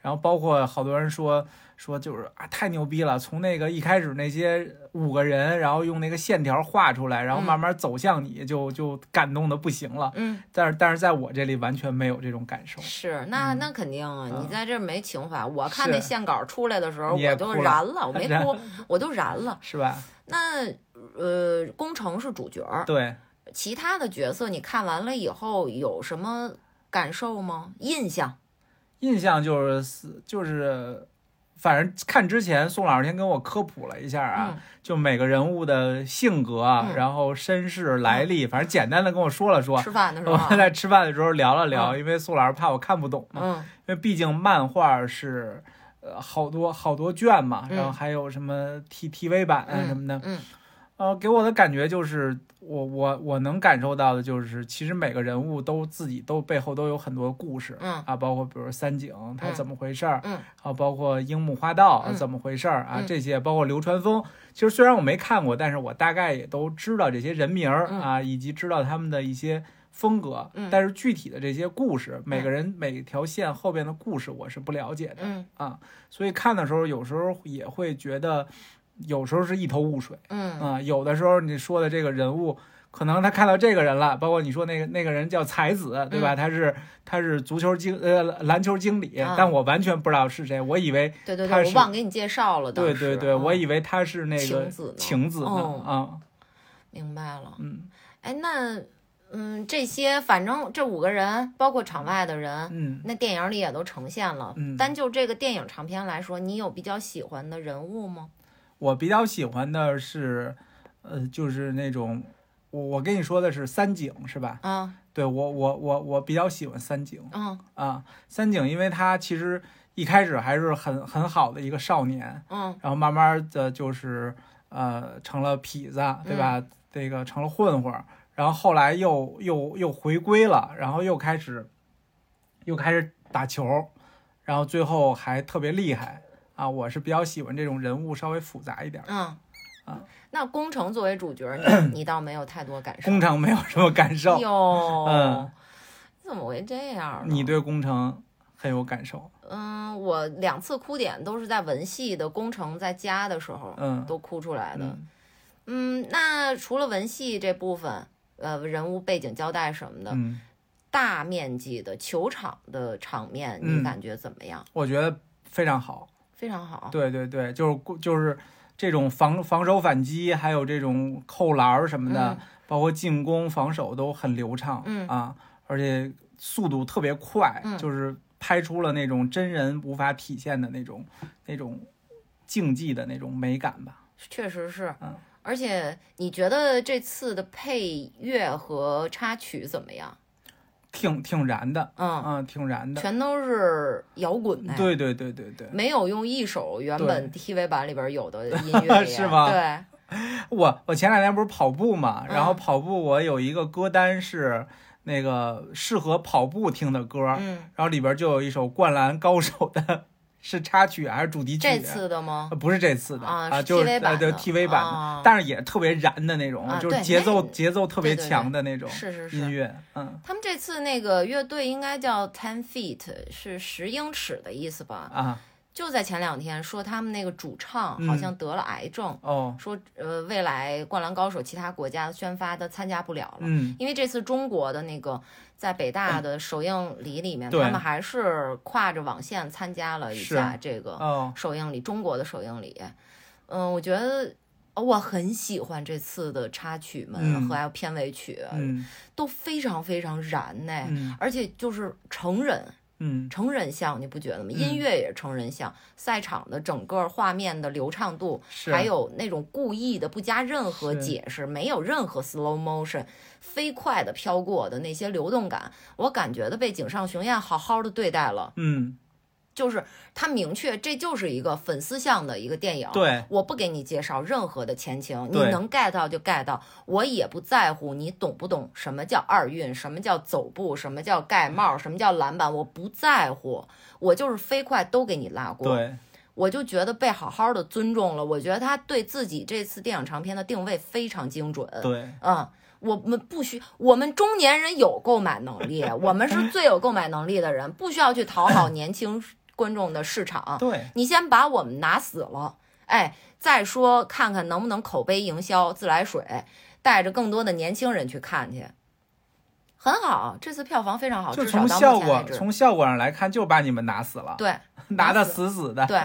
B: 然后包括好多人说说就是啊太牛逼了，从那个一开始那些五个人，然后用那个线条画出来，然后慢慢走向你就，就感动的不行了。
A: 嗯，
B: 但是但是在我这里完全没有这种感受，
A: 是，那
B: 嗯
A: 那肯定啊！你
B: 啊
A: 在这儿没情怀。我看那
B: 是
A: 线稿出来的时候，
B: 你也
A: 我都
B: 哭了
A: 燃了， 我没
B: 然
A: 哭，我都燃了。
B: 是吧？
A: 那呃，工程是主角儿，
B: 对，
A: 其他的角色你看完了以后有什么感受吗？印象？
B: 印象就是就是反正看之前，宋老师先跟我科普了一下啊，就每个人物的性格，啊
A: 嗯
B: 然后身世来历，反正简单的跟我说了说。哦
A: 吃饭的时
B: 我们
A: 候，
B: 在吃饭的时候聊了聊，因为宋老师怕我看不懂嘛，
A: 嗯
B: 因为毕竟漫画是呃好多好多卷嘛，
A: 嗯
B: 然后还有什么 T T V 版啊
A: 嗯
B: 什么的，
A: 嗯
B: 呃，给我的感觉就是，我我我能感受到的就是，其实每个人物都自己都背后都有很多故事。
A: 嗯
B: 啊，包括比如三井他
A: 嗯
B: 怎么回事儿，
A: 嗯，
B: 啊，包括樱木花道、啊
A: 嗯
B: 怎么回事儿啊，
A: 嗯
B: 这些包括流川枫，其实虽然我没看过，但是我大概也都知道这些人名儿
A: 嗯
B: 啊，以及知道他们的一些风格，
A: 嗯
B: 但是具体的这些故事，每个人每条线后边的故事我是不了解的，啊
A: 嗯
B: 所以看的时候有时候也会觉得，有时候是一头雾水。
A: 嗯
B: 啊、有的时候你说的这个人物，可能他看到这个人了，包括你说那个那个人叫才子，对吧？他是他是足球经呃篮球经理，
A: 嗯啊
B: 但我完全不知道是谁，我以为
A: 对对
B: 他
A: 对，我
B: 是
A: 忘给你介绍了，当
B: 对
A: 时
B: 对对，我
A: 嗯
B: 以为他是那
A: 晴
B: 个
A: 子呢
B: 晴子呢
A: 哦
B: 啊，
A: 明白了。
B: 嗯
A: 哎，那嗯，这些反正这五个人，包括场外的人，
B: 嗯
A: 那电影里也都呈现了。
B: 嗯。
A: 单就这个电影长片来说，你有比较喜欢的人物吗？
B: 我比较喜欢的是，呃，就是那种我我跟你说的是三井是吧？
A: 啊，
B: 对我我我我比较喜欢三井。
A: 嗯
B: 啊，三井，因为他其实一开始还是很很好的一个少年，
A: 嗯
B: 然后慢慢的就是呃成了痞子，对吧？
A: 嗯
B: 这个成了混混儿，然后后来又又又回归了，然后又开始又开始打球，然后最后还特别厉害啊！我是比较喜欢这种人物稍微复杂一点儿。
A: 嗯
B: 啊。
A: 那宫城作为主角， 你你倒没有太多感受。
B: 工程没有什么感受，
A: 哟，
B: 嗯
A: 你怎么会这样呢？
B: 你对工程很有感受，
A: 嗯，我两次哭点都是在文戏的工程在家的时候
B: 嗯
A: 都哭出来的。
B: 嗯
A: 嗯，那除了文戏这部分，呃，人物背景交代什么的，
B: 嗯，
A: 大面积的球场的场面，
B: 嗯
A: 你感觉怎么样？
B: 我觉得非常好。
A: 非常好。
B: 对对对，就是过就是这种防防守反击，还有这种扣篮儿什么的，
A: 嗯
B: 包括进攻防守都很流畅，
A: 嗯
B: 啊，而且速度特别快，
A: 嗯
B: 就是拍出了那种真人无法体现的那种那种竞技的那种美感吧。
A: 确实是。
B: 嗯
A: 而且你觉得这次的配乐和插曲怎么样？
B: 挺挺燃的，
A: 嗯，哎
B: 嗯，挺燃的，
A: 全都是摇滚呗。
B: 对对对对对，
A: 没有用一首原本 TV 版里边有的音乐耶
B: 是吗啊
A: 对，
B: 我我前两天不是跑步嘛，
A: 嗯
B: 然后跑步我有一个歌单是那个适合跑步听的歌，
A: 嗯，
B: 然后里边就有一首《灌篮高手》的，是插曲还是主题曲？
A: 这次的吗？
B: 呃不是这次的
A: 啊是
B: 就是
A: TV 版
B: 呃对
A: 的
B: TV 版的，
A: 啊
B: 但是也特别燃的那种，
A: 啊
B: 就是
A: 对
B: 节奏
A: 那
B: 节奏特别
A: 对对对
B: 强的那种
A: 是是
B: 音
A: 是，
B: 乐，嗯
A: 他们这次那个乐队应该叫 Ten Feet，是十英尺的意思吧？
B: 啊
A: 就在前两天说他们那个主唱
B: 嗯
A: 好像得了癌症，
B: 哦
A: 说呃未来《灌篮高手》其他国家宣发他参加不了了，
B: 嗯
A: 因为这次中国的那个在北大的首映礼里面，
B: 对
A: 他们还是跨着网线参加了一下这个
B: 哦
A: 首映礼，中国的首映礼。嗯，我觉得呃我很喜欢这次的插曲
B: 嗯
A: 们和还有片尾曲，
B: 嗯
A: 都非常非常燃呢、
B: 嗯
A: 而且就是成人
B: 嗯
A: 成人像，你不觉得吗？
B: 嗯
A: 音乐也是成人像，赛场的整个画面的流畅度，
B: 是，
A: 还有那种故意的不加任何
B: 是
A: 解释，没有任何 slow motion，飞快的飘过的那些流动感，我感觉的被井上雄彦好好的对待了。
B: 嗯
A: 就是他明确，这就是一个粉丝向的一个电影。，
B: 对
A: 我不给你介绍任何的前情，你
B: 对
A: 能 get 到就 get 到，我也不在乎你懂不懂什么叫二运，什么叫走步，什么叫盖帽，什么叫篮板，我不在乎，我就是飞快都给你拉过。
B: 对
A: 我就觉得被好好的尊重了。我觉得他对自己这次电影长片的定位非常精准。
B: 对
A: 嗯，我们不需，我们中年人有购买能力，我们是最有购买能力的人，不需要去讨好年轻观众的市场。
B: 对
A: 你先把我们拿死了，哎，再说看看能不能口碑营销自来水，带着更多的年轻人去看去。很好，这次票房非常好，
B: 就
A: 哦至
B: 从
A: 少到
B: 效
A: 目前为
B: 果
A: 止，
B: 从效果上来看，就把你们拿死了，
A: 对。
B: 拿的
A: 死
B: 死死的，
A: 对，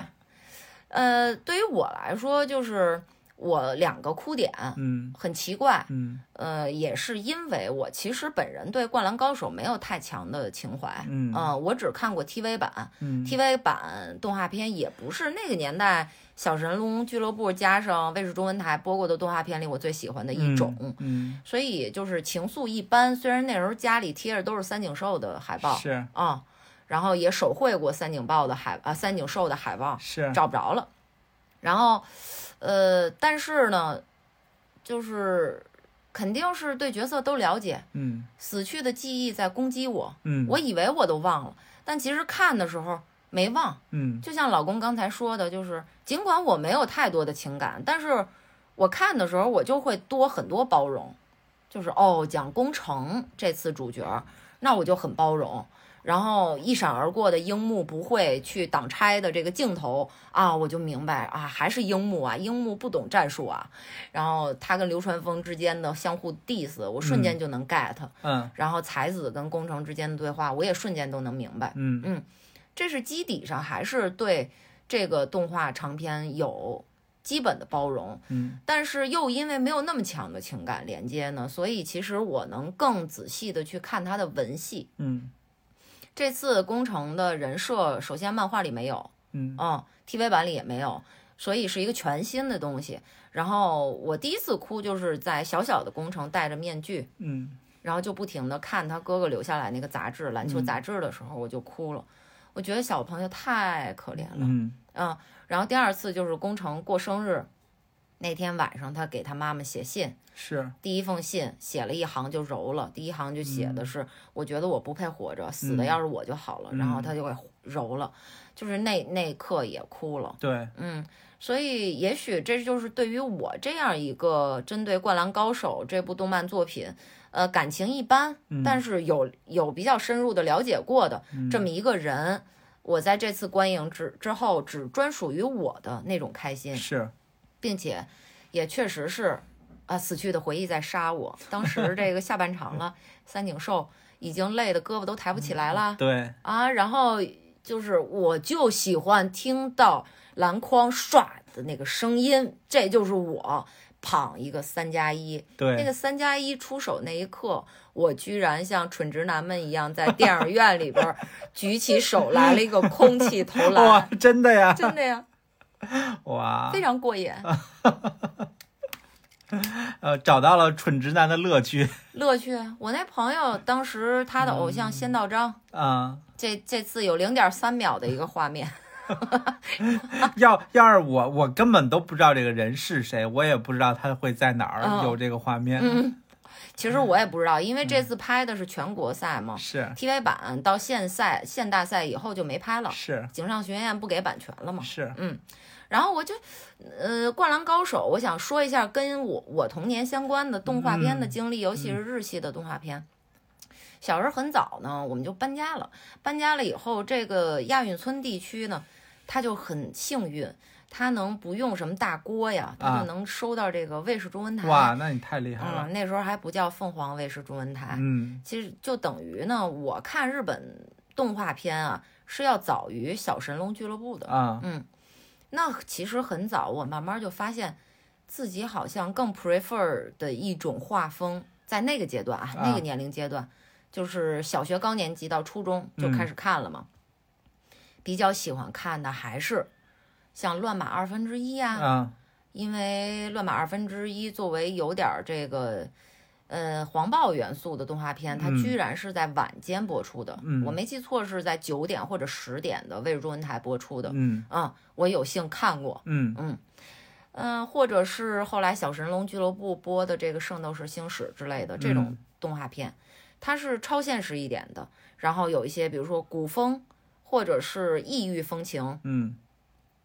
A: 呃，对于我来说，就是我两个哭点
B: 嗯
A: 很奇怪，
B: 嗯
A: 呃，也是因为我其实本人对《灌篮高手》没有太强的情怀，
B: 嗯
A: 呃我只看过 TV 版
B: 嗯
A: ，TV 版动画片也不是那个年代《小神龙俱乐部》加上卫视中文台播过的动画片里我最喜欢的一种。
B: 嗯
A: 所以就是情愫一般，虽然那时候家里贴着都是三井寿的海报
B: 是
A: 啊，然后也手绘过三井豹的海啊三井寿的海报，
B: 是
A: 找不着了。然后，呃，但是呢，就是肯定是对角色都了解，
B: 嗯
A: 死去的记忆在攻击我，
B: 嗯
A: 我以为我都忘了，但其实看的时候没忘。
B: 嗯
A: 就像老公刚才说的，就是尽管我没有太多的情感，但是我看的时候我就会多很多包容，就是哦，讲工程这次主角儿，那我就很包容。然后一闪而过的樱木不会去挡拆的这个镜头啊，我就明白啊，还是樱木啊，樱木不懂战术啊。然后他跟流川枫之间的相互 diss，我瞬间就能 get、
B: 嗯
A: 然后才子跟工程之间的对话，我也瞬间都能明白。
B: 嗯
A: 这是基底上还是对这个动画长篇有基本的包容，
B: 嗯
A: 但是又因为没有那么强的情感连接呢，所以其实我能更仔细的去看它的文戏。
B: 嗯
A: 这次工程的人设，首先漫画里没有，
B: 嗯
A: 嗯，TV 版里也没有，所以是一个全新的东西。然后我第一次哭就是在小小的工程戴着面具，
B: 嗯
A: 然后就不停的看他哥哥留下来那个杂志，篮球
B: 嗯
A: 杂志的时候，我就哭了。我觉得小朋友太可怜了，
B: 嗯
A: 嗯。然后第二次就是工程过生日那天晚上，他给他妈妈写信，
B: 是
A: 第一封信写了一行就揉了，第一行就写的是、我觉得我不配活着，死的
B: 嗯
A: 要是我就好了。然后他就给揉了，就是那那一刻也哭了。
B: 对
A: 嗯，所以也许这就是对于我这样一个针对《灌篮高手》这部动漫作品，呃，感情一般，
B: 嗯
A: 但是有有比较深入的了解过的这
B: 嗯
A: 么一个人，我在这次观影之之后，只专属于我的那种开心，
B: 是
A: 并且也确实是，啊，死去的回忆在杀我。当时这个下半场了，三井寿已经累得胳膊都抬不起来了，
B: 对
A: 啊，然后就是我就喜欢听到篮筐唰的那个声音，这就是我捧一个三加一。那
B: 对
A: 个三加一出手那一刻，我居然像蠢直男们一样，在电影院里边 儿举起手来了一个空气投
B: 哇
A: 篮，
B: 真的呀
A: 真的呀，
B: 哇
A: 非常过 瘾。
B: 呃找到了蠢直男的乐趣
A: 乐趣，啊我那朋友当时他的偶
B: 嗯
A: 像仙道章，
B: 啊
A: 这这次有零点三秒的一个画面，
B: 要要是我我根本都不知道这个人是谁我也不知道他会在哪
A: 哦
B: 儿有这个画
A: 嗯
B: 面
A: 其实我也不知道，因为这次拍的是全国赛嘛，
B: 嗯是
A: TV 版到县赛、县大赛以后就没拍了，
B: 是
A: 井上学院不给版权了嘛。
B: 是
A: 然后我就，呃，《灌篮高手》，我想说一下跟我我童年相关的动画
B: 嗯
A: 片的经历，尤其是日系的动画片。小时候很早呢，我们就搬家了。搬家了以后，这个亚运村地区呢，它就很幸运，它能不用什么大锅呀，它
B: 啊
A: 就能收到这个卫视中文台。
B: 哇那你太厉害了
A: 嗯，那时候还不叫凤凰卫视中文台，
B: 嗯
A: 其实就等于呢，我看日本动画片啊是要早于《小神龙俱乐部》的。
B: 啊
A: 那其实很早，我慢慢就发现自己好像更 prefer 的一种画风，在那个阶段啊，
B: 啊
A: 那个年龄阶段，就是小学高年级到初中
B: 嗯
A: 就开始看了嘛。比较喜欢看的还是像《乱马二分之一》啊，
B: 啊
A: 因为《乱马二分之一》作为有点儿这个呃黄暴元素的动画片，它
B: 嗯
A: 居然是在晚间播出的。
B: 嗯
A: 我没记错是在九点或者十点的卫视中文台播出的。
B: 嗯
A: 嗯，我有幸看过。
B: 嗯
A: 嗯、或者是后来小神龙俱乐部播的这个《圣斗士星矢》之类的这种
B: 嗯
A: 动画片，它是超现实一点的，然后有一些比如说古风或者是异域风情，
B: 嗯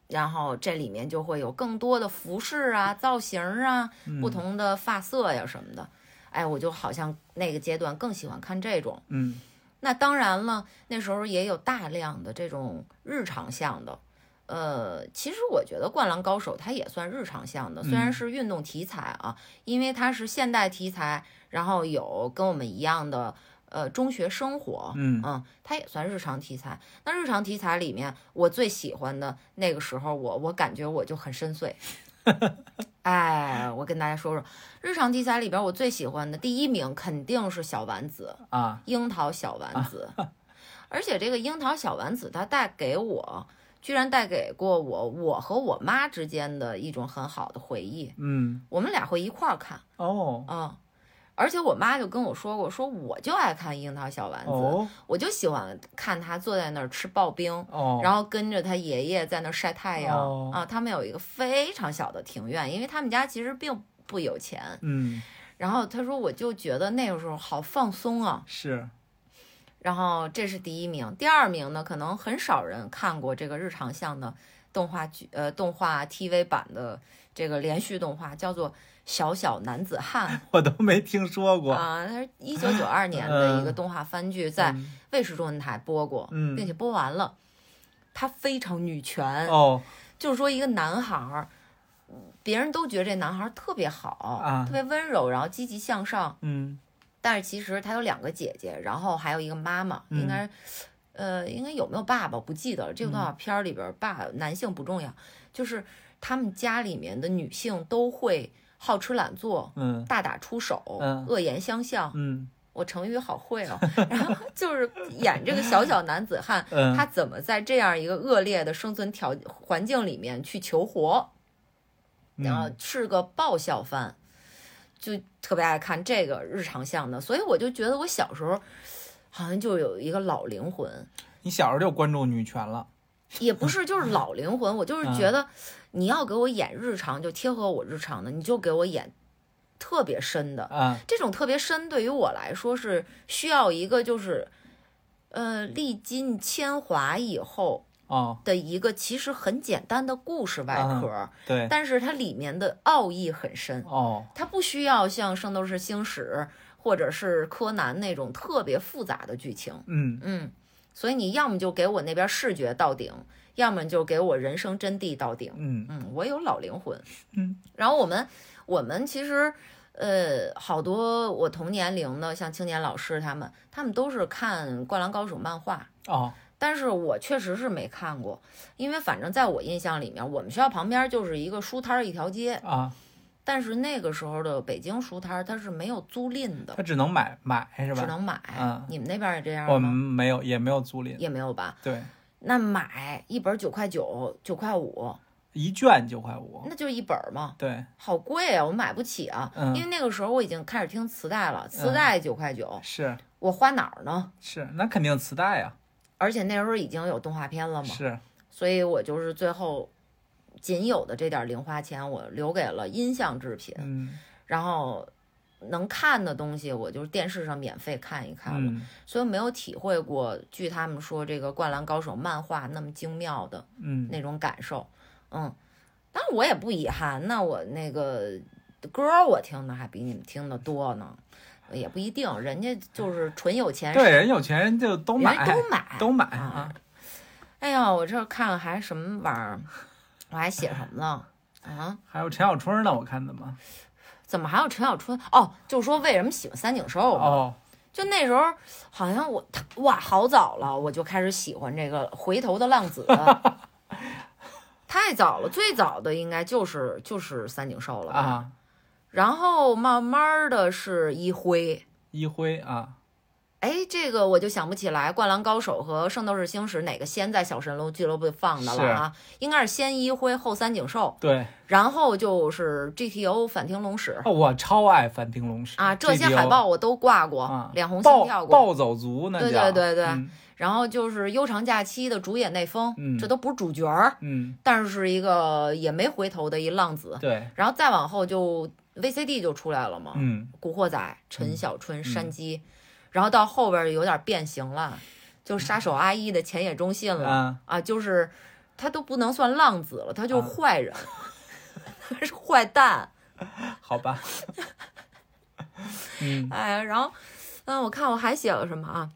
A: 然后这里面就会有更多的服饰啊、造型啊、不同的发色呀、什么的。哎，我就好像那个阶段更喜欢看这种。
B: 嗯
A: 那当然了，那时候也有大量的这种日常向的。呃，其实我觉得《灌篮高手》它也算日常向的，虽然是运动题材啊，因为它是现代题材，然后有跟我们一样的呃中学生活，
B: 嗯
A: 嗯，它也算日常题材。那日常题材里面，我最喜欢的那个时候我，我感觉我就很深邃，哎，我跟大家说说，日常题材里边我最喜欢的第一名肯定是小丸子，
B: 啊，
A: 樱桃小丸子。而且这个樱桃小丸子，它带给我，居然带给过我我和我妈之间的一种很好的回忆。
B: 嗯，
A: 我们俩会一块儿看，
B: 哦，
A: 嗯。而且我妈就跟我说过，说我就爱看樱桃小丸子，
B: 哦，
A: 我就喜欢看她坐在那儿吃刨冰，
B: 哦，
A: 然后跟着他爷爷在那儿晒太阳、
B: 哦
A: 啊。他们有一个非常小的庭院，因为他们家其实并不有钱。
B: 嗯，
A: 然后他说，我就觉得那个时候好放松啊。
B: 是，
A: 然后这是第一名，第二名呢，可能很少人看过这个日常向的动画剧，呃，动画 TV 版的这个连续动画，叫做《小小男子汉
B: 我都没听说》过。
A: 啊，它是一九九二年的一个动画番剧，在
B: 嗯
A: 卫视中文台播过，
B: 嗯
A: 并且播完了。它非常女权，
B: 哦，
A: 就是说一个男孩儿，嗯别人都觉得这男孩儿特别好，
B: 啊
A: 特别温柔，然后积极向上。
B: 嗯，
A: 但是其实他有两个姐姐，然后还有一个妈妈，
B: 嗯
A: 应该，呃，应该有没有爸爸不记得了。这个动画
B: 嗯
A: 片儿里边儿，爸男性不重要，就是他们家里面的女性都会好吃懒做。
B: 嗯，
A: 大打出手，
B: 嗯
A: 恶言相向，
B: 嗯，
A: 我成语好会 哦。然后就是演这个小小男子汉，
B: 嗯，
A: 他怎么在这样一个恶劣的生存条环境里面去求活，然后
B: 嗯
A: 是个爆笑番，就特别爱看这个日常向的，所以我就觉得我小时候好像就有一个老灵魂，
B: 你小时候就关注女权了。
A: 也不是就是老灵魂，我就是
B: 嗯
A: 觉得你要给我演日常就贴合我日常的，你就给我演特别深的，
B: 啊，
A: 这种特别深对于我来说是需要一个就是，呃，历经铅华以后。
B: 哦，
A: 的一个其实很简单的故事外壳，
B: 啊对，
A: 但是它里面的奥义很深。
B: 哦，
A: 它不需要像《圣斗士星矢》或者是《柯南》那种特别复杂的剧情。
B: 嗯，
A: 嗯，所以你要么就给我那边视觉到顶，要么就给我人生真谛到顶。
B: 嗯，
A: 嗯，我有老灵魂。
B: 嗯，
A: 然后我们我们其实。呃，好多我同年龄的，像青年老师他们，他们都是看《灌篮高手》漫画，
B: 哦，
A: 但是我确实是没看过，因为反正在我印象里面，我们学校旁边就是一个书摊儿一条街，
B: 啊，
A: 但是那个时候的北京书摊儿它是没有租赁的
B: 他，只能买买是
A: 只
B: 吧？
A: 能买。
B: 嗯
A: 你们那边儿也这样
B: 我们
A: 吗？
B: 没有，也没有租赁，
A: 也没有吧？
B: 对，
A: 那买一本九块九，九块五，
B: 一卷九块五，
A: 那就一本儿嘛，
B: 对，
A: 好贵啊，我买不起啊。
B: 嗯
A: 因为那个时候我已经开始听磁带了，磁带九块九，
B: 是
A: 我花哪儿呢？
B: 是，那肯定磁带呀，
A: 而且那时候已经有动画片了嘛，
B: 是，
A: 所以我就是最后仅有的这点零花钱，我留给了音像制品，
B: 嗯
A: 然后能看的东西，我就是电视上免费看一看了，
B: 嗯
A: 所以没有体会过，据他们说这个《灌篮高手》漫画那么精妙的
B: 嗯，
A: 那种感受，嗯，但是我也不遗憾，那我那个歌儿我听的还比你们听的多呢，也不一定，人家就是纯有钱，
B: 对，人有钱人就都
A: 人
B: 买
A: 家，都买，
B: 都买
A: 啊
B: 啊，！
A: 哎呀，我这看还什么玩意儿，我还写什么了啊？
B: 还有陈小春呢，我看怎么，
A: 怎么还有陈小春？哦，就是说为什么喜欢三井寿啊嘛？
B: 哦，
A: 就那时候好像我他哇，好早了我就开始喜欢这个回头的浪子， 太早了，最早的应该就是就是三井寿了吧。
B: 啊，
A: 然后慢慢的是一辉。
B: 一辉啊，
A: 哎，这个我就想不起来，《灌篮高手》和《圣斗士星矢》哪个先在小神龙俱乐部放的了啊？应该是先一辉后三井寿，
B: 对，
A: 然后就是 GTO 反町隆史
B: 哦，我超爱梵天龙史
A: 啊，这些海报我都挂过
B: 啊，，
A: 脸红心
B: 暴
A: 跳过。
B: 暴走族那
A: 对对
B: 叫，
A: 对对
B: 嗯
A: 然后就是《悠长假期》的主演内丰，
B: 嗯
A: 这都不是主角儿，
B: 嗯，
A: 但是是一个也没回头的一浪子。
B: 对，
A: 然后再往后就 VCD 就出来了嘛，
B: 嗯。
A: 古惑仔、陈小春、山鸡，然后到后边有点变形了，就杀手阿一的前野忠信了、
B: 嗯啊，
A: 啊，就是他都不能算浪子了，他就是坏人， 他是坏蛋。
B: 好吧， 嗯，
A: 哎，然后，嗯，我看我还写了什么啊？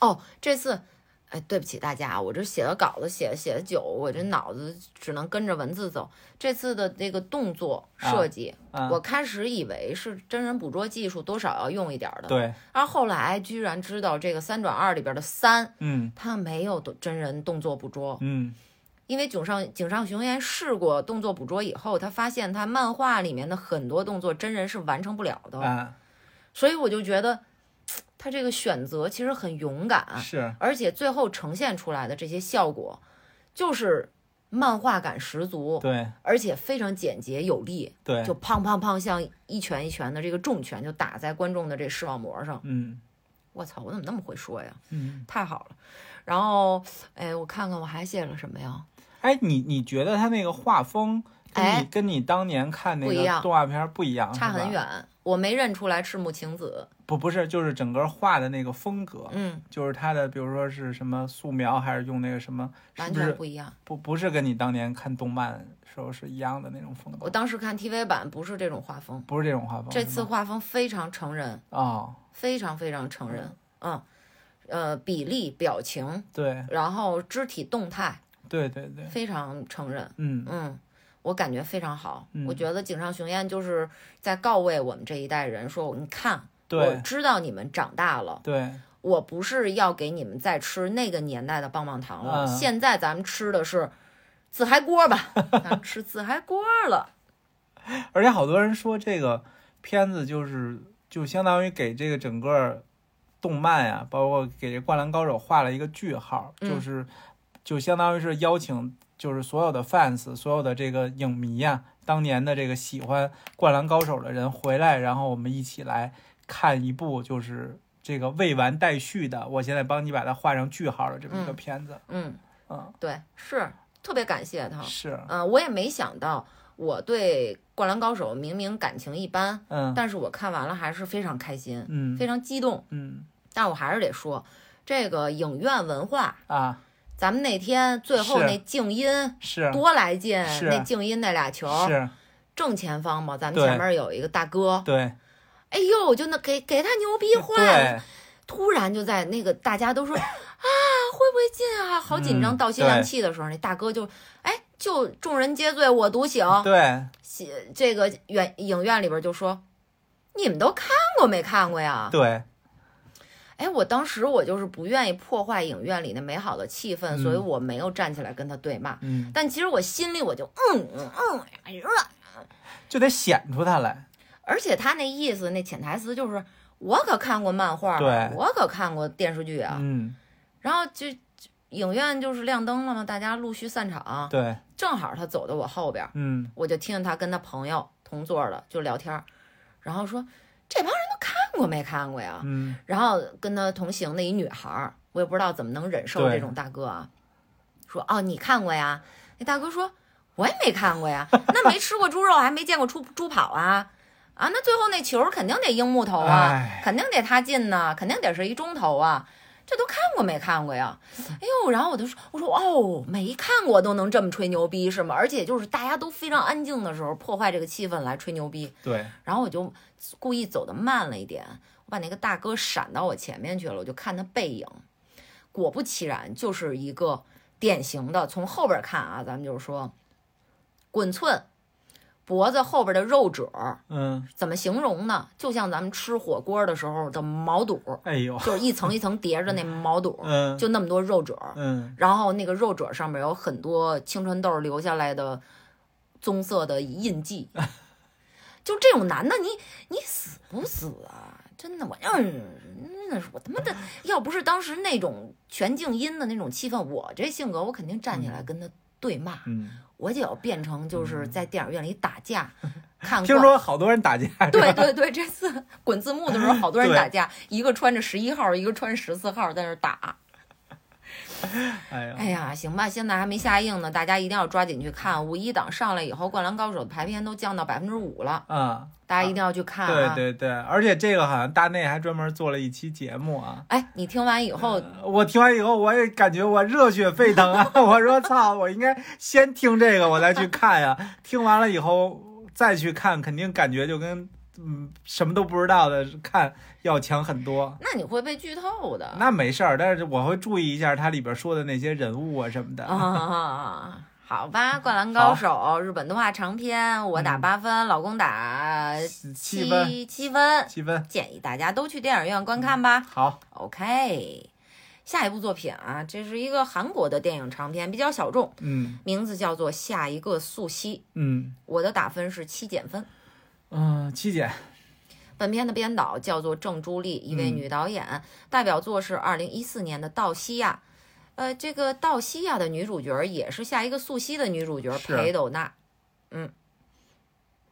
A: 哦，这次，哎，对不起大家，我这写的稿子写的写的久，我这脑子只能跟着文字走。这次的这个动作设计，
B: 啊
A: 我开始以为是真人捕捉技术多少要用一点儿的，
B: 对，
A: 而后来居然知道这个三转二里边的三，
B: 嗯
A: 它没有真人动作捕捉，
B: 嗯
A: 因为井上井上雄彦试过动作捕捉以后，他发现他漫画里面的很多动作真人是完成不了的，
B: 啊，
A: 所以我就觉得他这个选择其实很勇敢，
B: 是
A: 而且最后呈现出来的这些效果，就是漫画感十足，
B: 对
A: 而且非常简洁有力，
B: 对，
A: 就砰砰砰，像一拳一拳的这个重拳就打在观众的这视网膜上。
B: 嗯
A: 我操，我怎么那么会说呀？
B: 嗯，
A: 太好了。然后，哎，我看看我还写了什么呀？
B: 哎，你你觉得他那个画风跟你、
A: 哎
B: 跟你当年看那
A: 不一
B: 个
A: 样
B: 动画片儿不一样，
A: 差
B: 啊是吧
A: 很。远，我没认出来赤木晴子。
B: 不不是，就是整个画的那个风格，
A: 嗯，
B: 就是他的，比如说是什么素描，还是用那个什么，是
A: 完
B: 不
A: 全
B: 是
A: 不一样。
B: 不不是跟你当年看动漫时候是一样的那种风
A: 我
B: 格？
A: 当时看 TV 版不是这种画风，
B: 不是这种画风。
A: 这
B: 是
A: 次
B: 吗
A: 画风非常成人，
B: 哦，
A: 非常非常成人。嗯，呃，比例、表情，
B: 对
A: 然后肢体动态
B: 对对对，
A: 非常成人。
B: 嗯
A: 嗯，我感觉非常好。
B: 嗯
A: 我觉得井上雄彦就是在告慰我们这一代人说，你看，我
B: 对
A: 知道你们长大了，
B: 对
A: 我不是要给你们再吃那个年代的棒棒糖了，
B: 嗯
A: 现在咱们吃的是自嗨锅吧， 咱们吃自嗨锅了。
B: 而且好多人说这个片子就是就相当于给这个整个动漫呀、包括给这《灌篮高手》画了一个句号，
A: 嗯
B: 就是就相当于是邀请就是所有的 fans、所有的这个影迷呀、当年的这个喜欢《灌篮高手》的人回来，然后我们一起来看一部就是。这个未完待续的，我现在帮你把它画上句号的这么一个
A: 嗯
B: 片子，
A: 嗯，
B: 嗯，
A: 对，是特别感谢他。
B: 是，
A: 嗯、我也没想到，我对《灌篮高手》明明感情一般，
B: 嗯
A: 但是我看完了还是非常开心，
B: 嗯
A: 非常激动。
B: 嗯
A: 但我还是得说，这个影院文化，
B: 啊，
A: 咱们那天最后
B: 是
A: 那静音
B: 是
A: 多来劲，
B: 是
A: 那静音那俩球，
B: 是，
A: 正前方嘛，咱们
B: 对
A: 前面有一个大哥，
B: 对
A: 哎呦，就那给给他牛逼坏了，
B: 对，
A: 突然就在那个大家都说啊会不会进啊，好紧张，
B: 嗯
A: 倒吸
B: 对
A: 凉气的时候，那大哥就哎就众人皆醉我独醒，
B: 对，
A: 写这个院影院里边就说。你们都看过没看过呀？
B: 对，
A: 哎，我当时我就是不愿意破坏影院里那美好的气氛，所以
B: 嗯
A: 我没有站起来跟他对骂。
B: 嗯，
A: 但其实我心里我就嗯嗯嗯，哎呀，
B: 就得显出他来。
A: 而且他那意思那潜台词就是我可看过漫画，
B: 对
A: 我可看过电视剧啊。
B: 嗯，
A: 然后就就影院就是亮灯了嘛，大家陆续散场，
B: 对，
A: 正好他走到我后边，
B: 嗯，
A: 我就听见他跟他朋友同座的就聊天儿，然后说这帮人都看过没看过呀？
B: 嗯，
A: 然后跟他同行的一女孩儿，我也不知道怎么能忍受
B: 对
A: 这种大哥啊，说哦你看过呀？那大哥说我也没看过呀， 那没吃过猪肉，还没见过猪猪跑啊啊！那最后那球肯定得樱木头啊，
B: 哎，
A: 肯定得他进呐、肯定得是一中投啊。这都看过没看过呀？哎呦，然后我就说，我说哦，没看过都能这么吹牛逼是吗？而且就是大家都非常安静的时候，破坏这个气氛来吹牛逼。
B: 对，
A: 然后我就故意走的慢了一点，我把那个大哥闪到我前面去了，我就看他背影。果不其然，就是一个典型的从后边看啊，咱们就是说，滚寸，脖子后边的肉褶儿
B: 嗯，
A: 怎么形容呢？就像咱们吃火锅的时候的毛肚，
B: 哎呦，
A: 就是一层一层叠着那毛肚，
B: 嗯，
A: 就那么多肉褶儿。
B: 嗯，
A: 然后那个肉褶上面有很多青春痘留下来的棕色的印 记。就这种男的，你你死不死啊？真的，我嗯，那是我他妈的，要不是当时那种全静音的那种气氛，我这性格我肯定站起来跟他对骂，
B: 嗯，
A: 我就要变成就是在电影院里打架， 看
B: 听
A: 惯
B: 说好多人打架，
A: 对对对，这次 滚字幕的时候，好多人
B: 对
A: 打架，一个穿着十一号，一个穿十四号，在那儿打。
B: 哎 呀，
A: 哎呀，行吧，现在还没下映呢，大家一定要抓紧去看。五一档上来以后，《灌篮高手》的排片都降到百分之五了，
B: 啊，
A: 大家一定要去看
B: 对
A: 啊！
B: 对对，而且这个好像大内还专门做了一期节目啊。
A: 哎，你听完以后，
B: 我听完以后，我也感觉我热血沸腾啊！ 我说操，我应该先听这个，我再去看呀、听完了以后再去看，肯定感觉就跟嗯什么都不知道的看要强很多。
A: 那你会被剧透的
B: 那没事儿，但是我会注意一下它里边说的那些人物啊什么的。
A: 啊。好吧，《灌篮高手》日本动画长片，我打八分，老公打
B: 嗯七分，嗯
A: 七分，
B: 七分，
A: 建议大家都去电影院观看吧。
B: 好，
A: OK，下一部作品啊，这是一个韩国的电影长片，比较小众，
B: 嗯
A: 名字叫做《下一个素汐》。
B: 嗯
A: 我的打分是七减分。
B: 嗯、呃，七姐，
A: 本片的编导叫做郑朱莉，一位
B: 嗯
A: 女导演，代表作是二零一四年的《道西亚》。呃，这个《道西亚》的女主角也是下一个素汐的女主角
B: 是啊
A: 裴斗娜。嗯，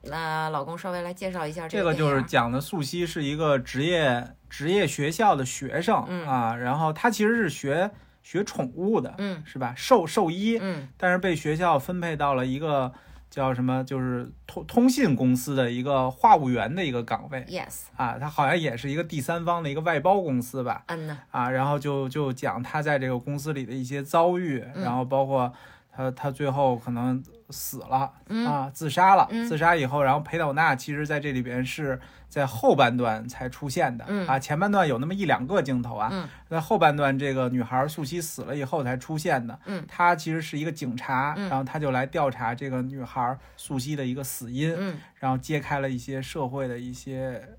A: 那老公稍微来介绍一下
B: 这
A: 个
B: 个就是
A: 电影
B: 讲的素汐是一个职业职业学校的学生、
A: 嗯
B: 啊，然后她其实是学学宠物的，
A: 嗯
B: 是吧？兽兽医，
A: 嗯
B: 但是被学校分配到了一个叫什么，就是通通信公司的一个话务员的一个岗位
A: ，yes，
B: 啊，他好像也是一个第三方的一个外包公司吧，
A: 嗯呢，
B: 啊，然后就就讲他在这个公司里的一些遭遇，
A: 嗯
B: 然后包括他他最后可能死了
A: 嗯
B: 啊，自杀了，
A: 嗯
B: 自杀以后，然后裴斗娜其实在这里边是在后半段才出现的
A: 嗯
B: 啊，前半段有那么一两个镜头啊，
A: 嗯
B: 在后半段这个女孩素汐死了以后才出现的，
A: 嗯
B: 她其实是一个警察，
A: 嗯
B: 然后她就来调查这个女孩素汐的一个死因，
A: 嗯
B: 然后揭开了一些社会的一些，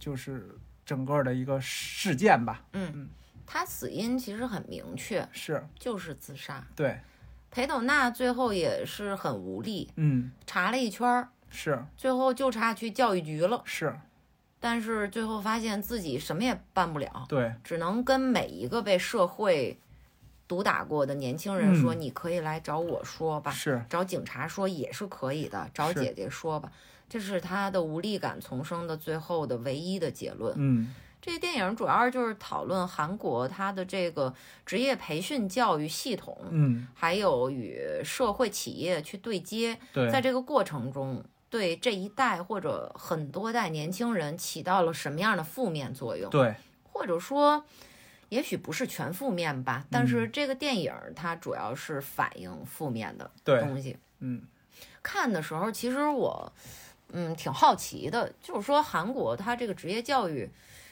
B: 就是整个的一个事件吧，
A: 嗯，她死因其实很明确，
B: 是
A: 就是自杀。
B: 对，
A: 裴斗娜最后也是很无力，
B: 嗯，
A: 查了一圈儿，
B: 是
A: 最后就差去教育局了，
B: 是，
A: 但是最后发现自己什么也办不了。
B: 对，
A: 只能跟每一个被社会毒打过的年轻人说：“
B: 嗯
A: 你可以来找我说吧，
B: 是
A: 找警察说也是可以的，找
B: 是
A: 姐姐说吧。”这是他的无力感丛生的最后的唯一的结论。
B: 嗯
A: 这个电影主要就是讨论韩国它的这个职业培训教育系统，
B: 嗯，
A: 还有与社会企业去对接，
B: 对，
A: 在这个过程中。对这一代或者很多代年轻人起到了什么样的负面作用？
B: 对，
A: 或者说，也许不是全负面吧，但是
B: 嗯
A: 这个电影儿它主要是反映负面的
B: 对，
A: 东西。
B: 嗯
A: 看的时候，其实我嗯挺好奇的，就是说韩国它这个职业教育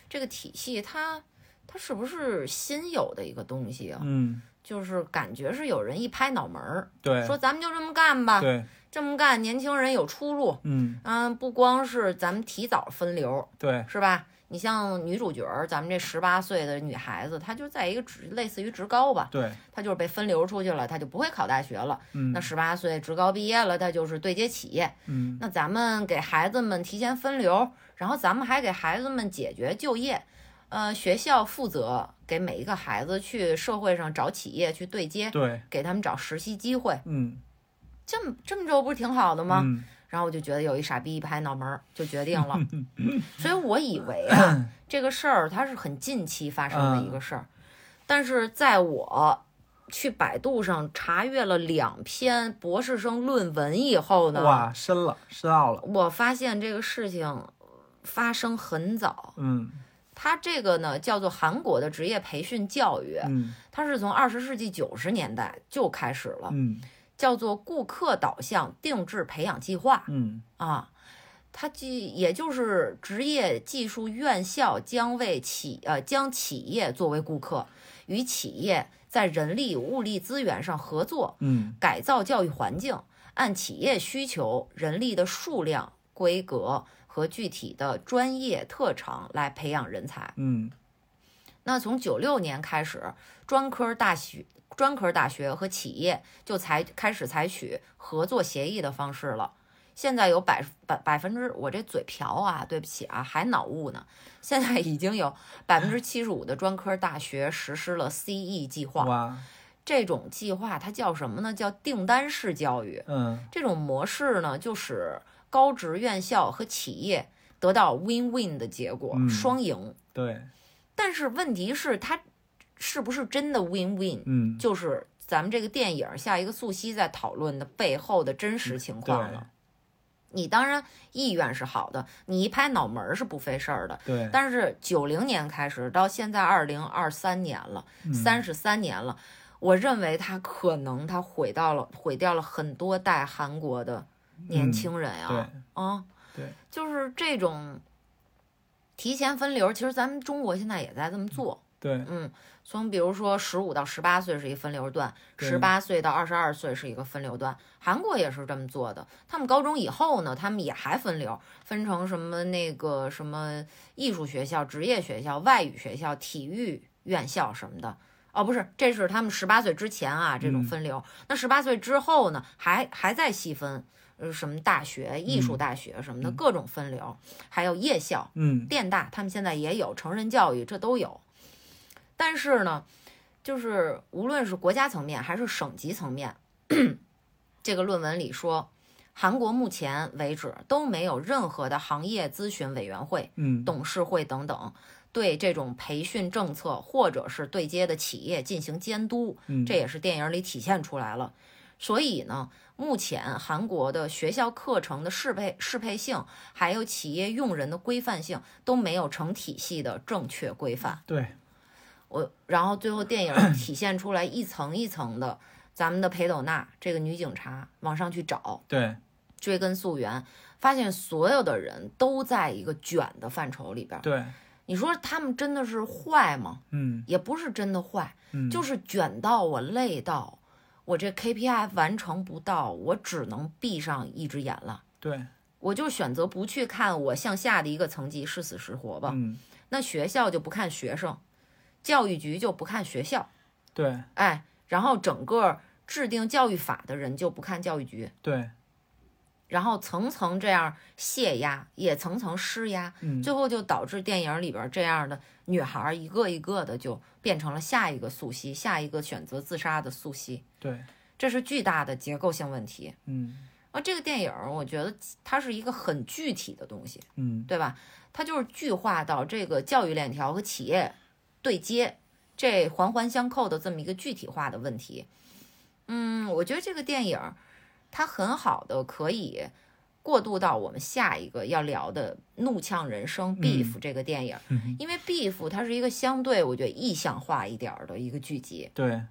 A: 这个体系，它它是不是新有的一个东西啊？
B: 嗯，
A: 就是感觉是有人一拍脑门儿，
B: 对，
A: 说咱们就这么干吧，
B: 对，
A: 这么干年轻人有出路。
B: 嗯
A: 嗯，不光是咱们提早分流，
B: 对，
A: 是吧？你像女主角儿，咱们这十八岁的女孩子，她就在一个职类似于职高吧，
B: 对，
A: 她就是被分流出去了，她就不会考大学了。
B: 嗯
A: 那十八岁职高毕业了，她就是对接企业。
B: 嗯
A: 那咱们给孩子们提前分流，然后咱们还给孩子们解决就业。呃，学校负责给每一个孩子去社会上找企业去对接，
B: 对，
A: 给他们找实习机会，
B: 嗯
A: 这么这么着不是挺好的吗？
B: 嗯
A: 然后我就觉得有一傻逼一拍脑门儿，就决定了。所以我以为啊，这个事儿它是很近期发生的一个事儿，但是在我去百度上查阅了两篇博士生论文以后呢，
B: 哇，深了，深奥了，
A: 我发现这个事情发生很早。
B: 嗯
A: 它这个呢叫做韩国的职业培训教育，
B: 嗯
A: 它是从二十世纪九十年代就开始了，
B: 嗯
A: 叫做顾客导向定制培养计划。
B: 嗯，
A: 啊，它既也就是职业技术院校将为企呃将企业作为顾客，与企业在人力物力资源上合作，
B: 嗯
A: 改造教育环境，按企业需求、人力的数量、规格和具体的专业特长来培养人才。
B: 嗯
A: 那从九六年开始，专科大学。专科大学和企业就采开始采取合作协议的方式了。现在有百百百分之，我这嘴瓢啊，对不起啊，还脑雾呢。现在已经有百分之七十五的专科大学实施了 CE 计划。
B: 哇，
A: 这种计划它叫什么呢？叫订单式教育。
B: 嗯
A: 这种模式呢，就使高职院校和企业得到 win-win 的结果，
B: 嗯
A: 双赢。
B: 对，
A: 但是问题是，它是不是真的 win win？
B: 嗯
A: 就是咱们这个电影下一个素汐在讨论的背后的真实情况
B: 嗯对
A: 了。你当然意愿是好的，你一拍脑门儿是不费事儿的。
B: 对，
A: 但是九零年开始到现在二零二三年了，
B: 嗯
A: 三十三年了，我认为它可能它毁到了毁掉了很多代韩国的年
B: 嗯
A: 轻人呀、
B: 对
A: 啊，
B: 对，
A: 就是这种提前分流，其实咱们中国现在也在这么做。
B: 对
A: 嗯，从比如说十五到十八岁是一分流段，
B: 对
A: 十八岁到二十二岁是一个分流段，韩国也是这么做的。他们高中以后呢，他们也还分流，分成什么那个什么艺术学校、职业学校、外语学校、体育院校什么的。哦，不是，这是他们十八岁之前啊
B: 嗯
A: 这种分流。那十八岁之后呢，还还在细分，呃，什么大学、艺术大学什么的、各种分流，还有夜校、
B: 嗯
A: 电大，他们现在也有成人教育，这都有。但是呢，就是无论是国家层面还是省级层面， 这个论文里说，韩国目前为止都没有任何的行业咨询委员会
B: 嗯
A: 董事会等等，对这种培训政策或者是对接的企业进行监督，
B: 嗯，
A: 这也是电影里体现出来了。所以呢，目前韩国的学校课程的适配适配性，还有企业用人的规范性都没有成体系的正确规范。
B: 对，
A: 我然后最后电影体现出来一层一层的，咱们的裴斗娜这个女警察往上去找，
B: 对
A: 追根溯源，发现所有的人都在一个卷的范畴里边儿。
B: 对，
A: 你说他们真的是坏吗？
B: 嗯
A: 也不是真的坏，
B: 嗯，
A: 就是卷到我累到，我这 KPI 完成不到，我只能闭上一只眼了。
B: 对，
A: 我就选择不去看我向下的一个层级是死是活吧。
B: 嗯
A: 那学校就不看学生，教育局就不看学校，
B: 对
A: 哎，然后整个制定教育法的人就不看教育局，
B: 对，
A: 然后层层这样泄压，也层层施压，
B: 嗯
A: 最后就导致电影里边这样的女孩儿一个一个的就变成了下一个素汐，下一个选择自杀的素汐，
B: 对，
A: 这是巨大的结构性问题。
B: 嗯
A: 啊，这个电影儿我觉得它是一个很具体的东西，
B: 嗯
A: 对吧？它就是具化到这个教育链条和企业对接这环环相扣的这么一个具体化的问题。嗯，我觉得这个电影儿它很好的可以过渡到我们下一个要聊的《怒呛人生》Beef 这个电影儿，因为 Beef 它是一个相对我觉得意象化一点儿的一个剧集，
B: 对，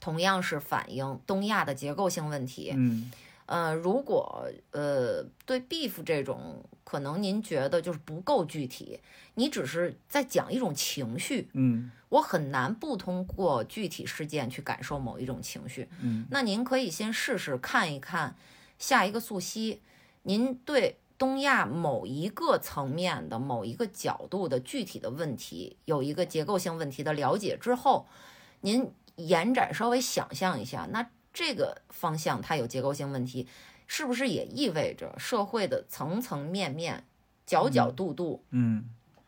A: 同样是反映东亚的结构性问题。
B: 嗯
A: 呃，如果呃对 beef 这种，可能您觉得就是不够具体，你只是在讲一种情绪，
B: 嗯
A: 我很难不通过具体事件去感受某一种情绪。
B: 嗯
A: 那您可以先试试看一看下一个溯溪，您对东亚某一个层面的某一个角度的具体的问题有一个结构性问题的了解之后，您延展稍微想象一下，那这个方向它有结构性问题，是不是也意味着社会的层层面面、角角度度
B: 嗯，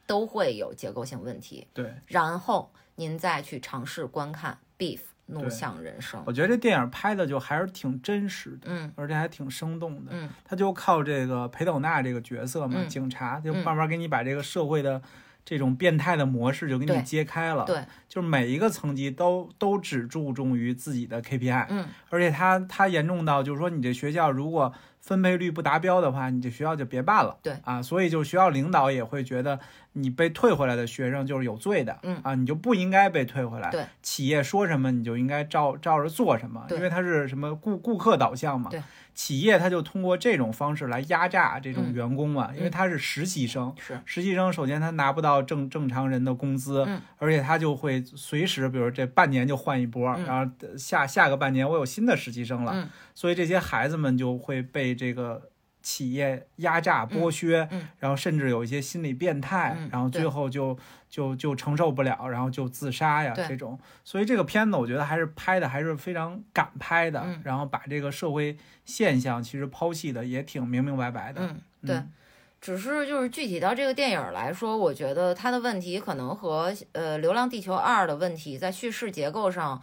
A: 都会有结构性问题？
B: 对。
A: 然后您再去尝试观看《Beef 怒
B: 对
A: 向人生》。
B: 我觉得这电影拍的就还是挺真实的，
A: 嗯
B: 而且还挺生动的。
A: 嗯，
B: 他就靠这个裴斗娜这个角色嘛，
A: 嗯
B: 警察就
A: 嗯
B: 慢慢给你把这个社会的这种变态的模式就给你
A: 对
B: 揭开了。
A: 对，
B: 就是每一个层级都都只注重于自己的 KPI，
A: 嗯，
B: 而且他他严重到就是说，你这学校如果分配率不达标的话，你这学校就别办了。
A: 对
B: 啊，所以就是学校领导也会觉得你被退回来的学生就是有罪的，
A: 嗯
B: 啊，你就不应该被退回来。
A: 对，
B: 企业说什么你就应该照照着做什么，
A: 对
B: 因为它是什么顾顾客导向嘛。
A: 对，
B: 企业它就通过这种方式来压榨这种
A: 嗯
B: 员工嘛，因为他是实习生，
A: 是
B: 实习生首先他拿不到正正常人的工资，
A: 嗯
B: 而且他就会随时，比如这半年就换一波，
A: 嗯
B: 然后呃下下个半年我有新的实习生了，
A: 嗯
B: 所以这些孩子们就会被这个企业压榨剥削，
A: 嗯嗯
B: 然后甚至有一些心理变态，
A: 嗯
B: 然后最
A: 对
B: 后就就就承受不了，然后就自杀呀
A: 对
B: 这种。所以这个片子我觉得还是拍的还是非常敢拍的，
A: 嗯
B: 然后把这个社会现象其实剖析的也挺明明白白的。
A: 嗯，对，只是就是具体到这个电影来说，我觉得它的问题可能和呃《流浪地球二》的问题在叙事结构上，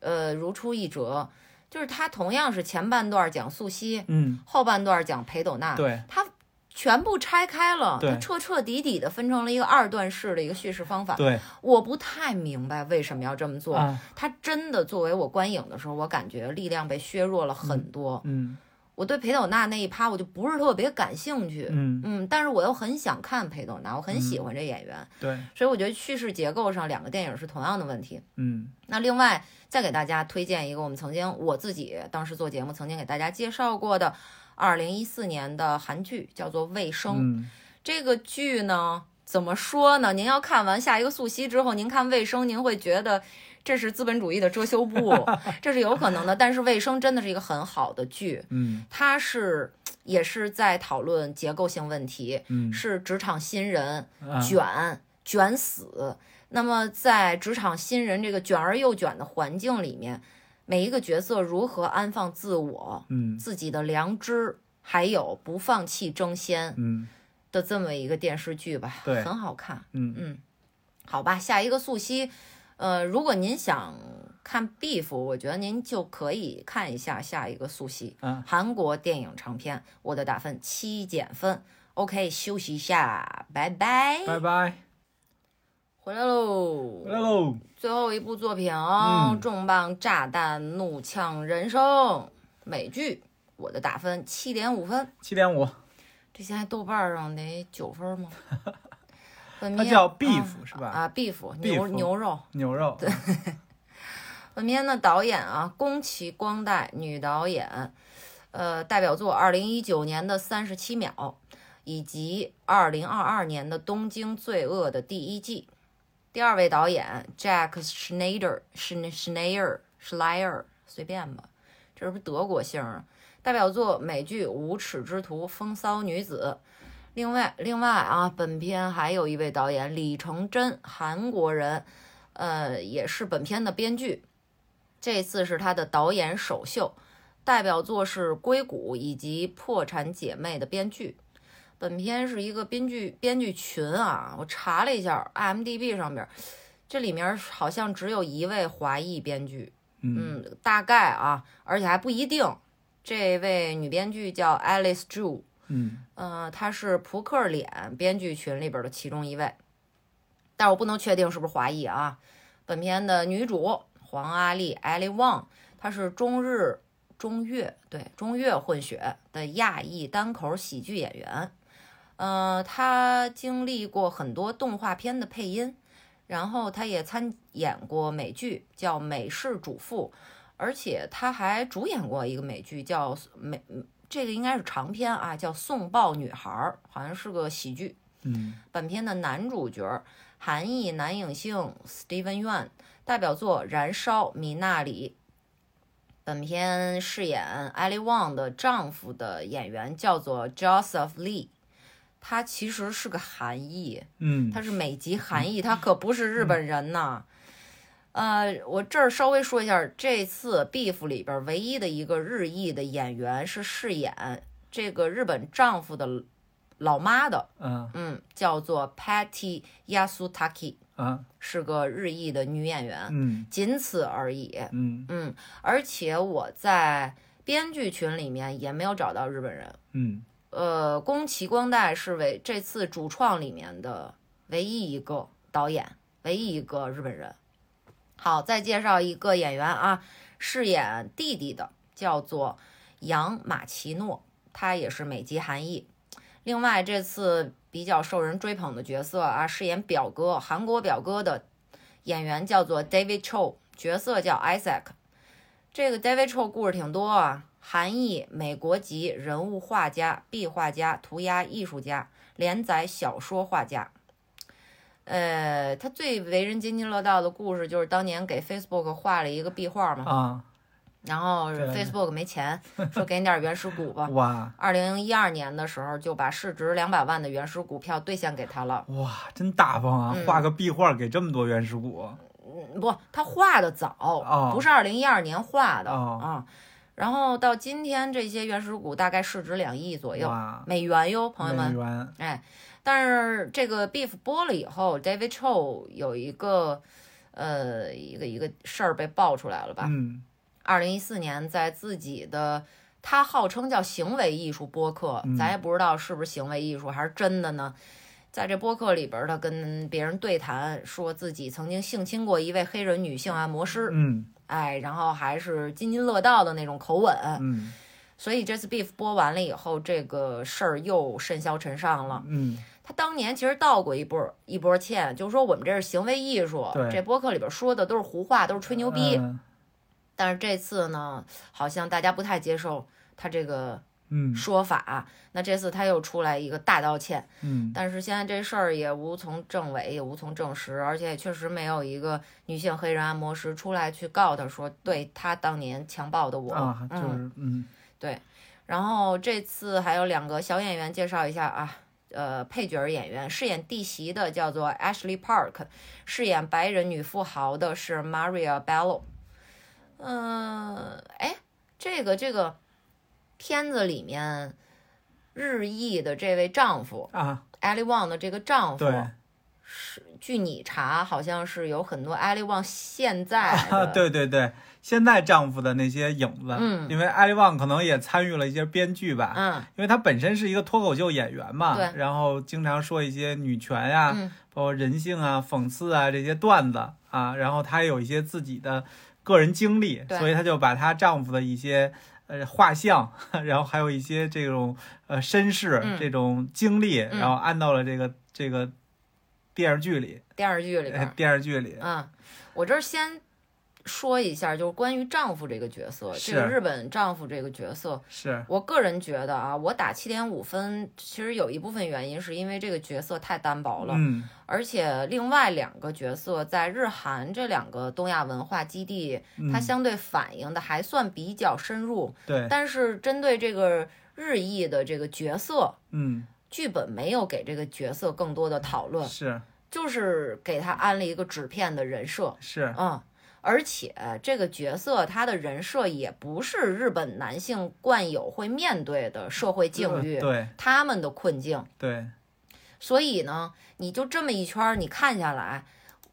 A: 呃如出一辙。就是它同样是前半段讲素汐，
B: 嗯，
A: 后半段讲裴斗娜，
B: 对。
A: 它全部拆开了，
B: 对
A: 它彻彻底底的分成了一个二段式的一个叙事方法。
B: 对
A: 我不太明白为什么要这么啊做。
B: 啊，
A: 它真的作为我观影的时候，我感觉力量被削弱了很多。
B: 嗯
A: 我对裴斗娜那一趴我就不是特别感兴趣，
B: 嗯，嗯
A: 嗯，但是我又很想看裴斗娜，我很喜欢这演员，
B: 对，
A: 所以我觉得叙事结构上两个电影是同样的问题。
B: 嗯
A: 那另外再给大家推荐一个我们曾经我自己当时做节目曾经给大家介绍过的，二零一四年的韩剧叫做《卫生》。
B: 嗯
A: 这个剧呢，怎么说呢？您要看完下一个素汐之后，您看《卫生》，您会觉得。这是资本主义的遮羞布，这是有可能的。但是《卫生》真的是一个很好的剧，
B: 嗯
A: 它是也是在讨论结构性问题，
B: 嗯，
A: 是职场新人
B: 啊
A: 卷卷死。那么在职场新人这个卷而又卷的环境里面，每一个角色如何安放自我、
B: 嗯
A: 自己的良知，还有不放弃争先
B: 嗯
A: 的这么一个电视剧吧，
B: 对
A: 很好看。
B: 嗯
A: 嗯，好吧，下一个素汐，呃，如果您想看 Beef，我觉得您就可以看一下下一个素汐，
B: 嗯
A: 韩国电影长片，我的打分七减分。OK，休息一下，拜拜，
B: 拜拜，
A: 回来喽，
B: 回来喽，
A: 最后一部作品哦，
B: 嗯
A: 重磅炸弹怒呛人生》美剧，我的打分七点五分，
B: 七点五，
A: 这现在豆瓣上得九分 吗？本
B: 它
A: 片
B: 叫 beef 是
A: 啊
B: 吧？
A: 啊，beef 牛
B: Beef 嗯
A: 牛肉。
B: 牛肉，对，
A: 本片的导演啊，宫崎光代，女导演，呃，代表作二零一九年的《三十七秒》，以及二零二二年的《东京罪恶》的第一季。第二位导演 Jack Schneider Schne- Schneier Schleier，随便吧，这是不是德国姓啊？代表作美剧《无耻之徒》《风骚女子》。另外，另外啊，本片还有一位导演李承珍，韩国人，呃，也是本片的编剧。这次是他的导演首秀，代表作是《硅谷》以及《破产姐妹》的编剧。本片是一个编剧编剧群啊，我查了一下 IMDB 上边，这里面好像只有一位华裔编剧，
B: 嗯
A: 嗯，大概啊，而且还不一定。这位女编剧叫 Alice Drew，
B: 嗯
A: 呃，她是扑克脸编剧群里边的其中一位，但我不能确定是不是华裔啊。本片的女主黄阿丽 （Ellie Wang），她是中日中越对中越混血的亚裔单口喜剧演员。呃，她经历过很多动画片的配音，然后她也参演过美剧叫《美式主妇》，而且她还主演过一个美剧叫《美》，这个应该是长篇啊，叫《送报女孩儿》，好像是个喜剧。
B: 嗯
A: 本片的男主角韩裔男影星 Steven Yeun，代表作《燃烧米纳里》。本片饰演 Ali Wong 的丈夫的演员叫做 Joseph Lee，他其实是个韩裔，
B: 嗯，
A: 他是美籍韩裔，他可不是日本人呐。
B: 嗯
A: 呃，我这儿稍微说一下，这次《Beef》里边唯一的一个日裔的演员是饰演这个日本丈夫的老妈的，
B: 嗯
A: 嗯，叫做 Patty Yasutaki，
B: 嗯
A: 是个日裔的女演员，
B: 嗯
A: 仅此而已。
B: 嗯
A: 嗯，而且我在编剧群里面也没有找到日本人。
B: 嗯
A: 呃，宫崎光代是为这次主创里面的唯一一个导演，唯一一个日本人。好，再介绍一个演员啊，饰演弟弟的叫做杨马奇诺，他也是美籍韩裔。另外，这次比较受人追捧的角色啊，饰演表哥韩国表哥的演员叫做 David Cho，角色叫 Isaac。这个 David Cho 故事挺多啊，韩裔美国籍人物画家、壁画家、涂鸦艺术家、连载小说画家。呃，他最为人津津乐道的故事就是当年给 Facebook 画了一个壁画嘛，
B: 啊，
A: 然后
B: 对
A: Facebook 没 钱，说给你点原始股吧。
B: 哇
A: 二零一二年的时候就把市值两百万的原始股票兑现给他了。
B: 哇，真大方啊！
A: 嗯
B: 画个壁画给这么多原始股，
A: 嗯，不，他画的早，
B: 哦
A: 不是二零一二年画的、
B: 哦
A: 啊。然后到今天，这些原始股大概市值两亿左右
B: 哇，
A: 美元哟，朋友
B: 美
A: 们。
B: 元，
A: 哎，但是这个 beef 播了以后，David Cho 有一个呃一个一个事儿被爆出来了吧？
B: 嗯
A: 二零一四年在自己的他号称叫行为艺术播客，
B: 嗯
A: 咱也不知道是不是行为艺术还是真的呢。在这播客里边儿，他跟别人对谈，说自己曾经性侵过一位黑人女性按摩师，
B: 嗯
A: 哎，然后还是津津乐道的那种口吻。
B: 嗯
A: 所以这次 beef 播完了以后，这个事儿又甚嚣尘上了。
B: 嗯
A: 他当年其实道过一波一波歉，就是说我们这是行为艺术，
B: 对
A: 这播客里边说的都是胡话，都是吹牛逼。
B: 嗯
A: 但是这次呢，好像大家不太接受他这个
B: 嗯
A: 说法。那这次他又出来一个大道歉，
B: 嗯
A: 但是现在这事儿也无从证伪，也无从证实，而且也确实没有一个女性黑人按摩师出来去告他说，对他当年强暴的我。
B: 啊，就
A: 嗯，
B: 是嗯
A: 然后这次还有两个小演员介绍一下啊，呃配角演员，饰演弟媳的叫做 Ashley Park，饰演白人女富豪的是 Maria Bello。嗯、哎，这个这个片子里面，日裔的这位丈夫
B: 啊，
A: Ali Wong 的这个丈夫，
B: 对
A: 据你查，好像是有很多 Ali Wong 现在
B: 啊，
A: 的
B: 对对对，现在丈夫的那些影子，
A: 嗯
B: 因为艾利旺可能也参与了一些编剧吧，
A: 嗯
B: 因为他本身是一个脱口秀演员嘛，
A: 对
B: 然后经常说一些女权呀、
A: 嗯
B: 包括人性啊、讽刺啊这些段子啊，然后她也有一些自己的个人经历，
A: 对
B: 所以她就把她丈夫的一些呃画像， 然后还有一些这种呃身世、
A: 嗯
B: 这种经历，
A: 嗯
B: 然后按到了这个这个电视剧里，
A: 电视剧里边
B: 呃。电视剧里，
A: 嗯，我这儿先说一下，就是关于丈夫这个角色，这个
B: 是
A: 日本丈夫这个角色，
B: 是
A: 我个人觉得啊，我打七点五分，其实有一部分原因是因为这个角色太单薄了，
B: 嗯
A: 而且另外两个角色在日韩这两个东亚文化基地，
B: 嗯，
A: 它相对反映的还算比较深入，
B: 对，
A: 但是针对这个日裔的这个角色。
B: 嗯
A: 剧本没有给这个角色更多的讨论，
B: 是
A: 就是给他安了一个纸片的人设，
B: 是
A: 嗯，而且这个角色他的人设也不是日本男性惯有会面对的社会境遇，
B: 对
A: 他们的困境。
B: 对
A: 所以呢，你就这么一圈儿，你看下来，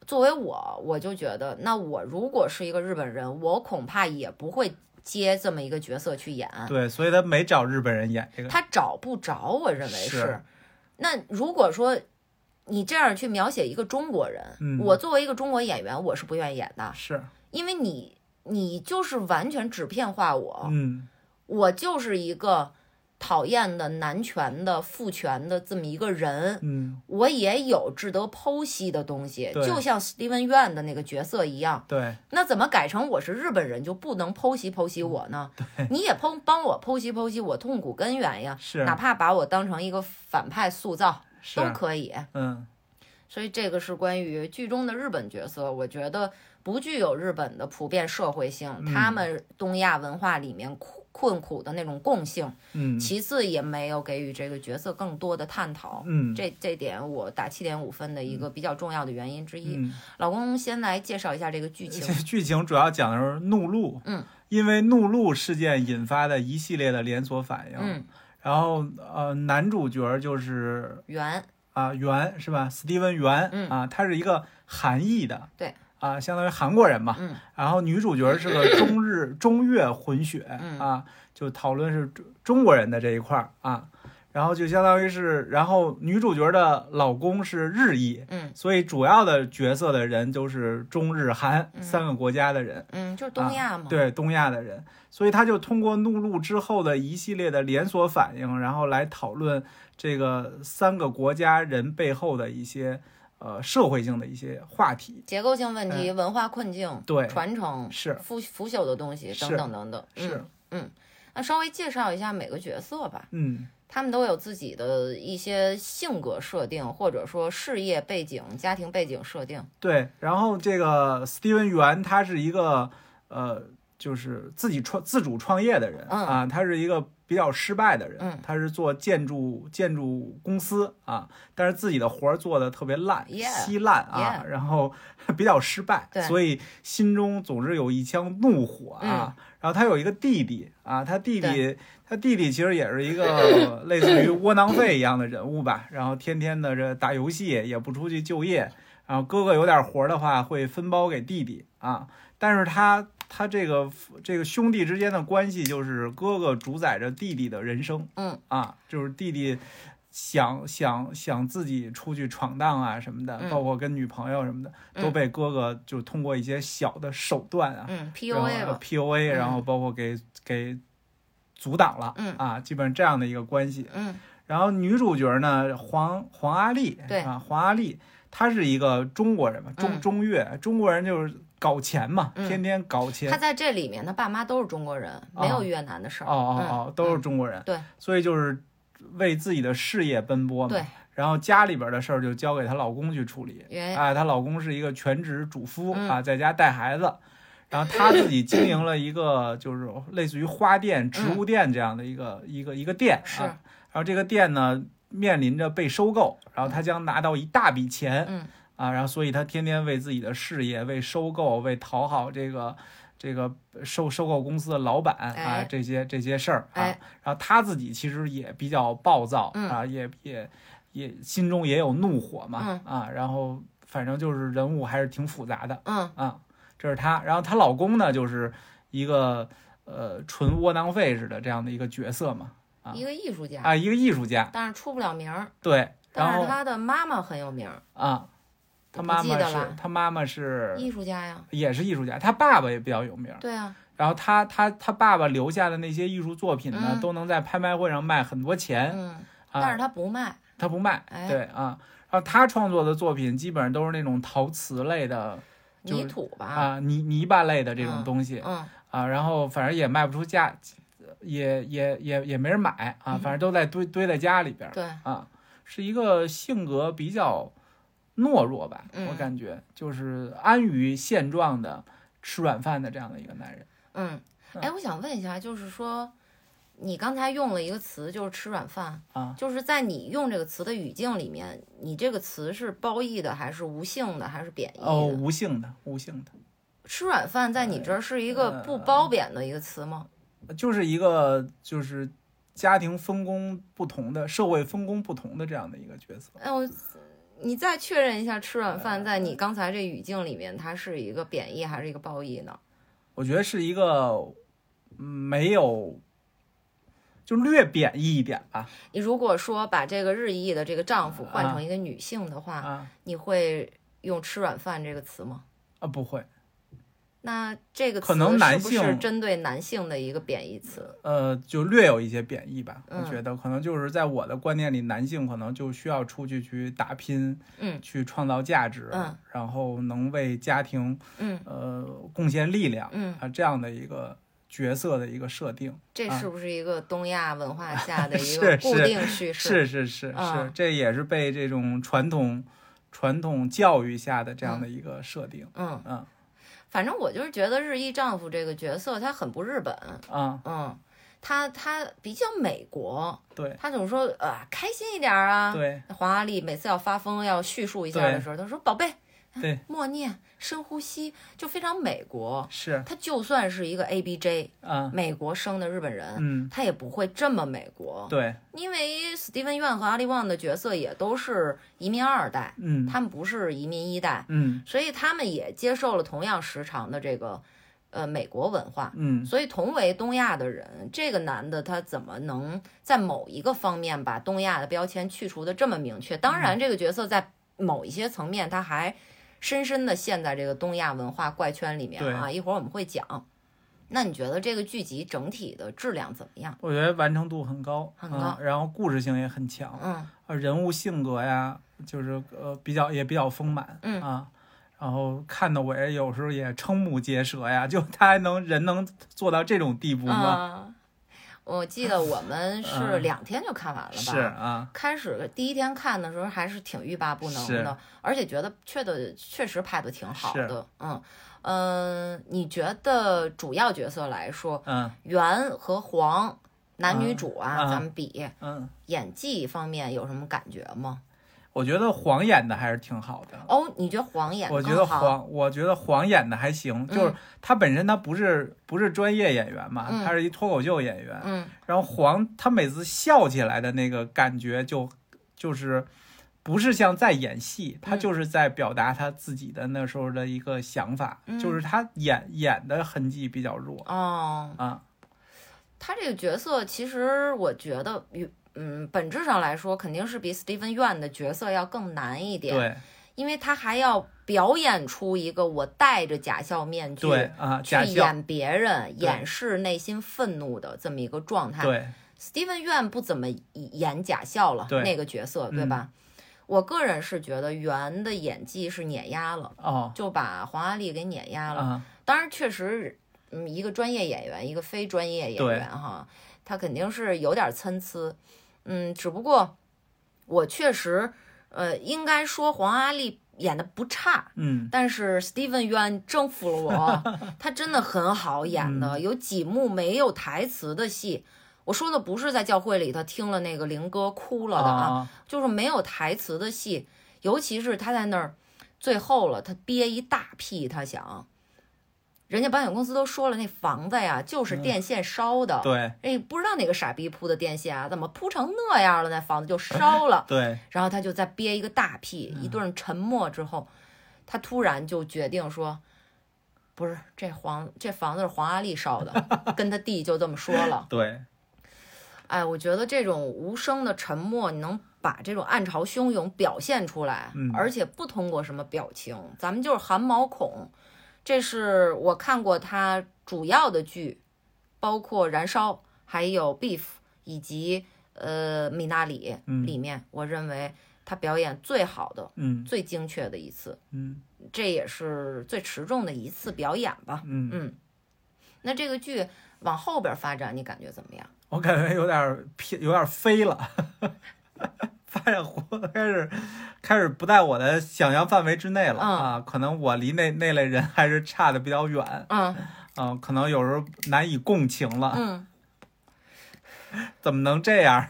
A: 作为我，我就觉得，那我如果是一个日本人，我恐怕也不会接这么一个角色去演。
B: 对，所以她没找日本人演这个，
A: 啊他找不着，我认为是。
B: 是
A: 那如果说你这样去描写一个中国人，
B: 嗯
A: 我作为一个中国演员，我是不愿意演的。
B: 是
A: 因为你你就是完全纸片化我，
B: 嗯
A: 我就是一个讨厌的男权的父权的这么一个人，
B: 嗯
A: 我也有值得剖析的东西，
B: 对
A: 就像 Steven Yuan 的那个角色一样。
B: 对
A: 那怎么改成我是日本人就不能剖析剖
B: 嗯
A: 析我呢？你也剖帮我剖析剖析我痛苦根源呀，
B: 是啊
A: 哪怕把我当成一个反派塑造
B: 是啊
A: 都可以。
B: 嗯。
A: 所以这个是关于剧中的日本角色，我觉得不具有日本的普遍社会性，
B: 嗯
A: 他们东亚文化里面苦困苦的那种共性。
B: 嗯
A: 其次，也没有给予这个角色更多的探讨。
B: 嗯，
A: 这这点我打七点五分的一个比较重要的原因之一。
B: 嗯呃
A: 老公先来介绍一下这个剧
B: 这
A: 情。
B: 剧情主要讲的是怒路，
A: 嗯，
B: 因为怒路事件引发的一系列的连锁反应，
A: 嗯，
B: 然后呃，男主角就是
A: 原
B: 啊袁是吧？斯蒂文袁，
A: 嗯
B: 啊，他是一个韩裔的，
A: 对。
B: 啊，相当于韩国人嘛，
A: 嗯
B: 然后女主角 是个中日中越混血、
A: 嗯
B: 啊，就讨论是中中国人的这一块儿啊，然后就相当于是，然后女主角的老公是日裔，
A: 嗯
B: 所以主要的角色的人就是中日韩
A: 嗯
B: 三个国家的人，
A: 嗯，就是东亚嘛。
B: 啊对东亚的人，所以他就通过怒路之后的一系列的连锁反应，然后来讨论这个三个国家人背后的一些呃社会性的一些话题。
A: 结构性问题、文化困境、
B: 哎对，
A: 传承、
B: 是
A: 腐腐朽的东西等
B: 是
A: 等等等。嗯
B: 是，
A: 那稍微介绍一下每个角色吧，
B: 嗯，
A: 他们都有自己的一些性格设定，或者说事业背景、家庭背景设定。
B: 对。然后这个 Steven 元他是一个呃，就是自己创自主创业的人、
A: 嗯
B: 啊，他是一个比较失败的人，
A: 嗯
B: 他是做建筑建筑公司啊，但是自己的活儿做的特别烂
A: Yeah，
B: 稀烂啊然后 比较失败
A: 对，
B: 所以心中总是有一腔怒火啊。然后他有一个弟弟啊，他弟弟。他弟弟其实也是一个类似于窝囊废一样的人物吧，然后天天的这打游戏，也不出去就业，然后哥哥有点活儿的话会分包给弟弟啊，但是他他这个这个兄弟之间的关系就是哥哥主宰着弟弟的人生，
A: 嗯
B: 啊，就是弟弟想想想自己出去闯荡啊什么的，
A: 嗯
B: 包括跟女朋友什么的，
A: 嗯
B: 都被哥哥就通过一些小的手段啊
A: 嗯，PUA
B: 然后
A: 吧，
B: PUA，
A: 嗯
B: 然后包括给给阻挡了，
A: 嗯
B: 啊，基本上这样的一个关系。
A: 嗯
B: 然后女主角呢，黄黄阿丽，
A: 对
B: 啊，黄阿丽，她是一个中国人嘛，中、
A: 嗯
B: 中越中国人就是搞钱嘛，
A: 嗯
B: 天天搞钱
A: 他。在这里面，他爸妈都是中国人，没有越南的事
B: 哦
A: 儿。
B: 哦哦，都是
A: 嗯
B: 中国人。
A: 对，
B: 所以就是为自己的事业奔波嘛。
A: 对，
B: 然后家里边的事儿就交给她老公去处理。
A: 因为
B: 啊，她老公是一个全职主夫、
A: 嗯
B: 啊，在家带孩子，然后她自己经营了一个就是类似于花店、植物店这样的一个、一个一个店，
A: 嗯是
B: 啊，然后这个店呢，面临着被收购，然后他将拿到一大笔钱，
A: 嗯
B: 啊，然后所以他天天为自己的事业、为收购、为讨好这个这个收收购公司的老板啊
A: 哎，
B: 这些这些事儿啊，
A: 哎
B: 然后他自己其实也比较暴躁、
A: 嗯
B: 啊，也也也心中也有怒火嘛，啊，然后反正就是人物还是挺复杂的，
A: 嗯
B: 啊，这是她。然后她老公呢，就是一个呃纯窝囊废似的这样的一个角色嘛，啊
A: 一个艺术家，
B: 啊，一个艺术家，
A: 但是出不了名儿。
B: 对，然
A: 但是
B: 后
A: 他的妈妈很有名儿，
B: 啊，他
A: 我不
B: 妈
A: 记
B: 妈
A: 得
B: 是
A: 了
B: 他妈妈是
A: 艺术家呀。
B: 也是艺术家，他爸爸也比较有名儿。
A: 对啊，
B: 然后他他他爸爸留下的那些艺术作品呢，
A: 嗯
B: 都能在拍卖会上卖很多钱
A: 嗯，但
B: 啊
A: 是，他不卖，
B: 他不卖，
A: 哎
B: 对啊。然后他创作的作品基本上都是那种陶瓷类的就是
A: 泥土吧，
B: 啊泥泥巴类的这种
A: 嗯
B: 东西，
A: 嗯
B: 啊，然后反正也卖不出价，也也也也没人买啊，反正都在堆堆在家里边儿
A: 对，
B: 啊，是一个性格比较懦弱吧，我
A: 嗯
B: 感觉就是安于现状的吃软饭的这样的一个男人。
A: 嗯，哎，我想问一下，就是说，你刚才用了一个词，就是吃软饭
B: 啊，
A: 就是在你用这个词的语境里面，你这个词是褒义的，还是无性的，还是贬义的？
B: 哦，无性的，无性
A: 吃软饭在你这儿是一
B: 哎
A: 个不褒贬的一个词吗？
B: 的，就是一个就是家庭分工不同的、社会分工不同的这样的一个角色。
A: 哎，我，你再确认一下，吃软
B: 哎
A: 饭在你刚才这语境里面，它是一个贬义还是一个褒义呢？
B: 我觉得是一个嗯没有，就略贬义一点吧。
A: 你如果说把这个日裔的这个丈夫换
B: 啊
A: 成一个女性的话，
B: 啊
A: 你会用“吃软饭”这个词吗？
B: 啊，不会。
A: 那这个
B: 可
A: 词
B: 能男
A: 是不是
B: 性
A: 针对男性的一个贬义词？
B: 呃，就略有一些贬义吧。我
A: 嗯
B: 觉得可能就是在我的观念里，男性可能就需要出去去打拼，
A: 嗯
B: 去创造价值，
A: 嗯
B: 然后能为家庭
A: 嗯
B: 呃贡献力量，
A: 嗯，
B: 啊这样的一个角色的一个设定。
A: 这
B: 啊
A: 是不是一个东亚文 化下的一
B: 是
A: 个固
B: 是
A: 定叙事？
B: 是是是
A: 啊
B: 是，这也是被这种传统传统教育下的这样的一个设定。
A: 嗯
B: 嗯
A: 反正我就是觉得日裔丈夫这个角色他很不日本，
B: 啊，
A: 嗯，他他比较美国，
B: 对
A: 他总说呃开心一点儿啊。
B: 对
A: 黄阿丽每次要发疯要叙述一下
B: 对
A: 的时候，他说宝贝，
B: 对，
A: 默念深呼吸，就非常美国。
B: 是
A: 他就算是一个 A B J
B: 啊，
A: 美国生的日本人，
B: 嗯，
A: 他也不会这么美国，
B: 对，
A: 因为 Steven Yeun 和阿利旺的角色也都是移民二代，
B: 嗯
A: 他们不是移民一代，
B: 嗯
A: 所以他们也接受了同样时长的这个呃美国文化。
B: 嗯，
A: 所以同为东亚的人，这个男的他怎么能在某一个方面把东亚的标签去除的这么明确？当然，这个角色在某一些层面他还深深的陷在这个东亚文化怪圈里面啊。一会儿我们会讲。那你觉得这个剧集整体的质量怎么样？
B: 我觉得完成度很高，
A: 很
B: 啊然后故事性也很强。
A: 嗯
B: 啊，人物性格呀，就是呃比较也比较丰满，
A: 嗯
B: 啊，然后看的我也有时候也瞠目结舌呀，就他还能人能做到这种地步吗？
A: 啊，我记得我们是
B: 嗯
A: 两天就看完了吧？
B: 是啊，
A: 开始第一天看的时候还是挺欲罢不能
B: 是
A: 的，而且觉得确的确实拍的挺好
B: 是
A: 的，嗯嗯、呃你觉得主要角色来说，
B: 嗯
A: 袁和黄男女主啊，
B: 啊
A: 咱们比
B: 嗯，
A: 演技方面有什么感觉吗？
B: 我觉得黄演的还是挺好的。
A: 哦，你觉得黄演
B: 我
A: 得
B: 觉得
A: 更好？
B: 黄，我觉得黄演的还行，就是
A: 嗯
B: 他本身他不是不是专业演员嘛，
A: 嗯
B: 他是一脱口秀演员，
A: 嗯
B: 然后黄他每次笑起来的那个感觉就就是不是像在演戏，他
A: 嗯
B: 就是在表达他自己的那时候的一个想法，
A: 嗯
B: 就是他演演的痕迹比较弱
A: 哦，
B: 啊，
A: 他这个角色其实我觉得与嗯本质上来说肯定是比 Steven Yeun 的角色要更难一点，
B: 对
A: 因为他还要表演出一个我戴着假笑面具
B: 对啊，
A: 去
B: 假笑，
A: 演别人、
B: 对
A: 掩饰内心愤怒的这么一个状态。
B: 对
A: Steven Yeun 不怎么演假笑了
B: 对，嗯
A: 那个角色对吧？我个人是觉得袁的演技是碾压了，
B: 哦
A: 就把黄阿丽给碾压了。
B: 啊
A: 当然，确实，嗯，一个专业演员，一个非专业演
B: 对
A: 员哈，他肯定是有点参差。嗯，只不过我确实，呃，应该说黄阿丽演的不差，
B: 嗯
A: 但是 Steven Yeun 征服了我，他真的很好演的，有几幕没有台词的戏。我说的不是在教会里他听了那个灵歌哭了的啊，
B: 啊，
A: 就是没有台词的戏，尤其是他在那儿最后了，他憋一大屁，他想，人家保险公司都说了，那房子呀就是电线烧的，
B: 对
A: 哎，不知道哪个傻逼铺的电线啊，怎么铺成那样了？那房子就烧了。
B: 对，
A: 然后他就在憋一个大屁，一顿沉默之后，他突然就决定说：“不是，这黄这房子是黄阿丽烧的，跟他弟就这么说了。
B: 对，”
A: 哎，我觉得这种无声的沉默，你能把这种暗潮汹涌表现出来，
B: 嗯
A: 而且不通过什么表情，咱们就是汗毛孔。这是我看过他主要的剧，包括《燃烧》、还有《Beef》以及呃《米纳里》
B: 嗯
A: 里面，我认为他表演最好的、
B: 嗯
A: 最精确的一次，
B: 嗯
A: 这也是最持重的一次表演吧。
B: 嗯，
A: 嗯，那这个剧往后边发展，你感觉怎么样？
B: 我感觉有点儿偏，有点儿飞了，发展活开始开始不在我的想象范围之内了、
A: 嗯
B: 啊，可能我离那那类人还是差的比较远
A: 嗯
B: 啊、可能有时候难以共情了，
A: 嗯。
B: 怎么能这样？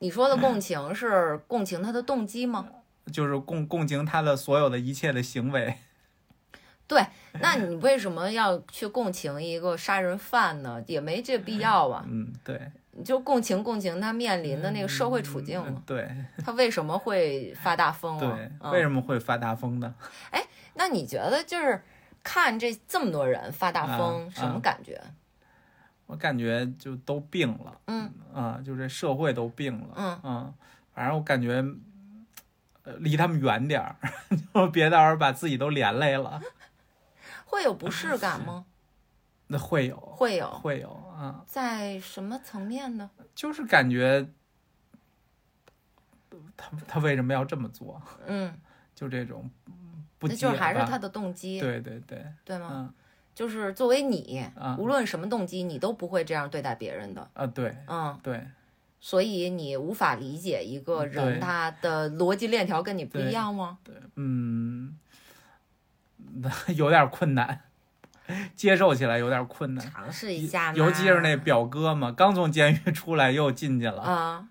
A: 你说的共情是共情他的动机吗？
B: 就是共共情他的所有的一切的行为，
A: 那你为什么要去共情一个杀人犯呢？也没这必要啊！
B: 嗯，对，
A: 你就共情共情他面临的那个社会处境
B: 嗯
A: 嘛，
B: 对
A: 他为什么会发大疯啊？
B: 对，为
A: 嗯、
B: 什么会发大疯呢？
A: 那你觉得就是看这这么多人发大疯，
B: 啊
A: 什么感觉？
B: 我感觉就都病了，
A: 嗯
B: 啊，就这社会都病了，啊
A: 嗯
B: 反正我感觉，呃，离他们远点儿， 就别到时候把自己都连累了。
A: 会有不
B: 啊
A: 适感吗？
B: 那会有，
A: 会有，
B: 会有啊，
A: 在什么层面呢？
B: 就是感觉他他为什么要这么做？
A: 嗯，
B: 就这种嗯不
A: 那
B: 解
A: 就是还是
B: 吧
A: 他的动机，
B: 对对对，
A: 对吗？
B: 嗯
A: 就是作为你，
B: 啊
A: 无论什么动机，你都不会这样对待别人的。
B: 啊，对
A: 嗯，
B: 对
A: 所以你无法理解一个
B: 嗯对
A: 人他的逻辑链条跟你不一样吗？
B: 对，嗯， 有点困难，接受起来有点困难。
A: 尝试一下嘛，
B: 尤其是那表哥嘛，刚从监狱出来又进去了。
A: 啊，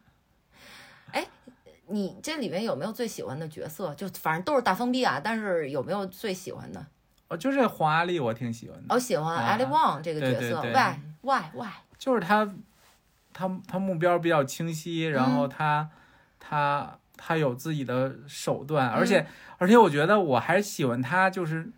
A: 哎，你这里面有没有最喜欢的角色？就反正都是大封闭啊，但是有没有最喜欢的？哦
B: 哦，就这黄阿丽我挺喜欢的，
A: 我喜欢
B: 啊
A: Ali Wong 这个角色
B: 对对对
A: ，Why Why Why？
B: 就是他，他他目标比较清晰，然
A: 嗯
B: 后他、他他有自己的手段，而
A: 嗯
B: 且、而且我觉得我还喜欢他，就是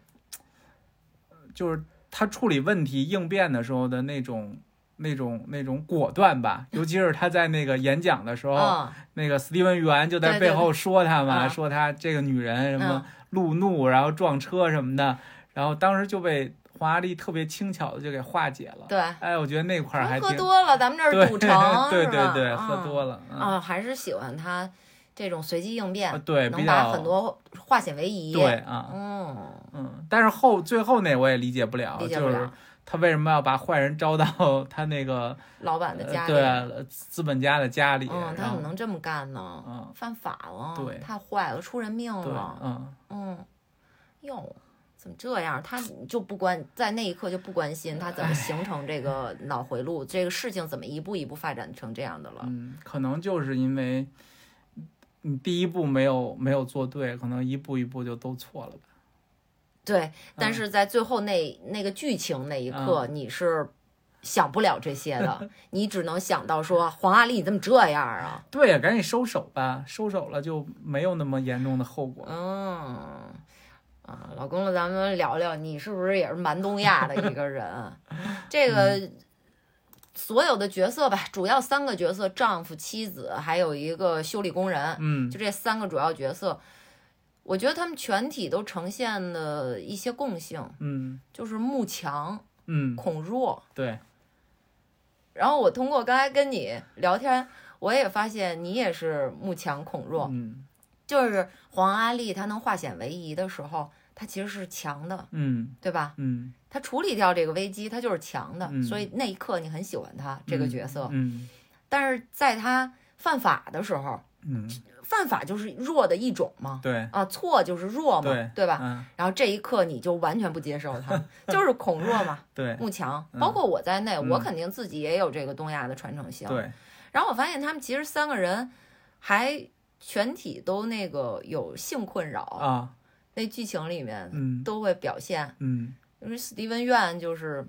B: 就是他处理问题应变的时候的那种。那种那种果断吧，尤其是他在那个演讲的时候，
A: 嗯
B: 那个斯蒂文·元就在
A: 对
B: 背
A: 对
B: 后说他嘛，
A: 啊
B: 说他这个女人什么
A: 嗯
B: 路怒，然后撞车什么的，然后当时就被黄阿丽特别轻巧的就给化解了。
A: 对，
B: 哎，我觉得那块儿还
A: 喝
B: 挺
A: 多了，咱们这
B: 对
A: 儿赌 城
B: 对
A: 是
B: 对
A: 吧
B: 对，
A: 嗯
B: 喝多了，嗯
A: 啊，还是喜欢他这种随机应
B: 啊
A: 变，
B: 对，比
A: 能把
B: 较
A: 很多化险为夷。
B: 对，啊，
A: 嗯，
B: 嗯，但是后最后那我也理解不了，
A: 理解不
B: 就是
A: 了。
B: 他为什么要把坏人招到他那个
A: 老板的
B: 呃
A: 家里，
B: 对啊资本家的家里，
A: 嗯，他
B: 然
A: 怎
B: 后
A: 么能这么干呢？
B: 嗯
A: 犯法了，
B: 对
A: 太坏了，出人命
B: 对，
A: 了。
B: 嗯，
A: 嗯，哟，怎么这样？他就不关在那一刻就不关心他怎么形成这 个脑回路，这个事情怎么一步一步发展成这样的了？
B: 嗯，可能就是因为你第一步没有没有做对，可能一步一步就都错了吧。嗯
A: 对，但是在最后那那个剧情那一刻，你是。想不了这些 的，你只能想到说黄阿丽你怎么这样啊？
B: 对呀，赶紧收手吧，收手了就没有那么严重的后果。
A: 嗯，啊，老公了，咱们聊聊，你是不是也是蛮东亚的一个 人？这
B: 嗯
A: 个所有的角色吧，主要三个角色：丈夫、妻子，还有一个修理工人。
B: 嗯
A: 就这三个主要角色，我觉得他们全体都呈现了一些共性，
B: 嗯
A: 就是慕强、
B: 嗯，
A: 恐弱。
B: 对，
A: 然后我通过刚才跟你聊天，我也发现你也是慕强恐弱。
B: 嗯
A: 就是黄阿丽，她能化险为夷的时候，她其实是强的，
B: 嗯
A: 对吧？
B: 嗯
A: 她处理掉这个危机，她就是强的，
B: 嗯
A: 所以那一刻你很喜欢她这个角色。
B: 嗯
A: 但是在她犯法的时候，
B: 嗯，
A: 犯法就是弱的一种嘛，
B: 对
A: 啊，错就是弱嘛，
B: 对
A: 对吧？
B: 嗯，
A: 然后这一刻你就完全不接受它，就是恐弱嘛，
B: 对
A: 慕强，
B: 嗯
A: 包括我在内，
B: 嗯
A: 我肯定自己也有这个东亚的传承性。
B: 对，
A: 然后我发现他们其实三个人还全体都那个有性困扰，
B: 啊，
A: 那剧情里面
B: 嗯
A: 都会表现，
B: 嗯
A: 因为史蒂文院就是，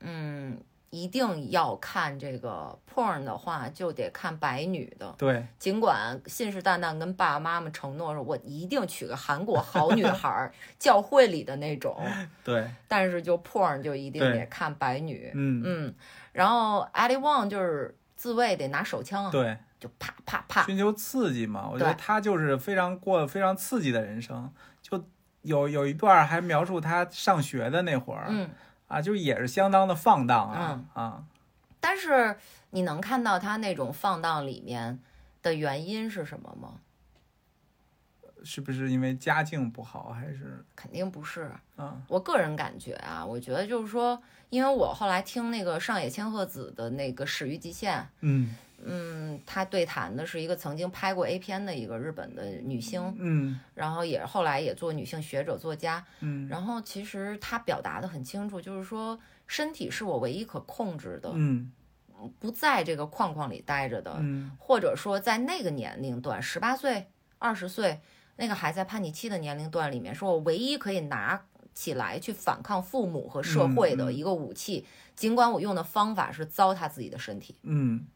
A: 嗯，一定要看这个 porn 的话，就得看白女的。
B: 对，
A: 尽管信誓旦旦跟爸爸妈妈承诺说，我一定娶个韩国好女孩 儿，教会里的那种，
B: 对，
A: 但是就 porn 就一定
B: 对
A: 得看白女。
B: 嗯，
A: 嗯，然后 Ali Wong 就是自卫得拿手枪啊，
B: 对，
A: 就啪啪啪，
B: 寻求刺激嘛，我觉得
A: 对
B: 他就是非常过得非常刺激的人生，就有有一段还描述他上学的那会儿，
A: 嗯。
B: 啊，就也是相当的放荡啊、啊，
A: 但是你能看到他那种放荡里面的原因是什么吗？
B: 是不是因为家境不好还是
A: 肯定不是。
B: 啊？
A: 我个人感觉啊，我觉得就是说，因为我后来听那个上野千鹤子的那个《始于极限》，
B: 嗯
A: 嗯，她对谈的是一个曾经拍过 A 片的一个日本的女星，
B: 嗯
A: 然后也后来也做女性学者、作家。
B: 嗯
A: 然后其实她表达的很清楚，就是说身体是我唯一可控制的，
B: 嗯
A: 不在这个框框里待着的，
B: 嗯
A: 或者说在那个年龄段，十八岁、二十岁那个还在叛逆期的年龄段里面，说我唯一可以拿起来去反抗父母和社会
B: 嗯
A: 的
B: 嗯
A: 一个武器，尽管我用的方法是糟蹋自己的身体，
B: 嗯，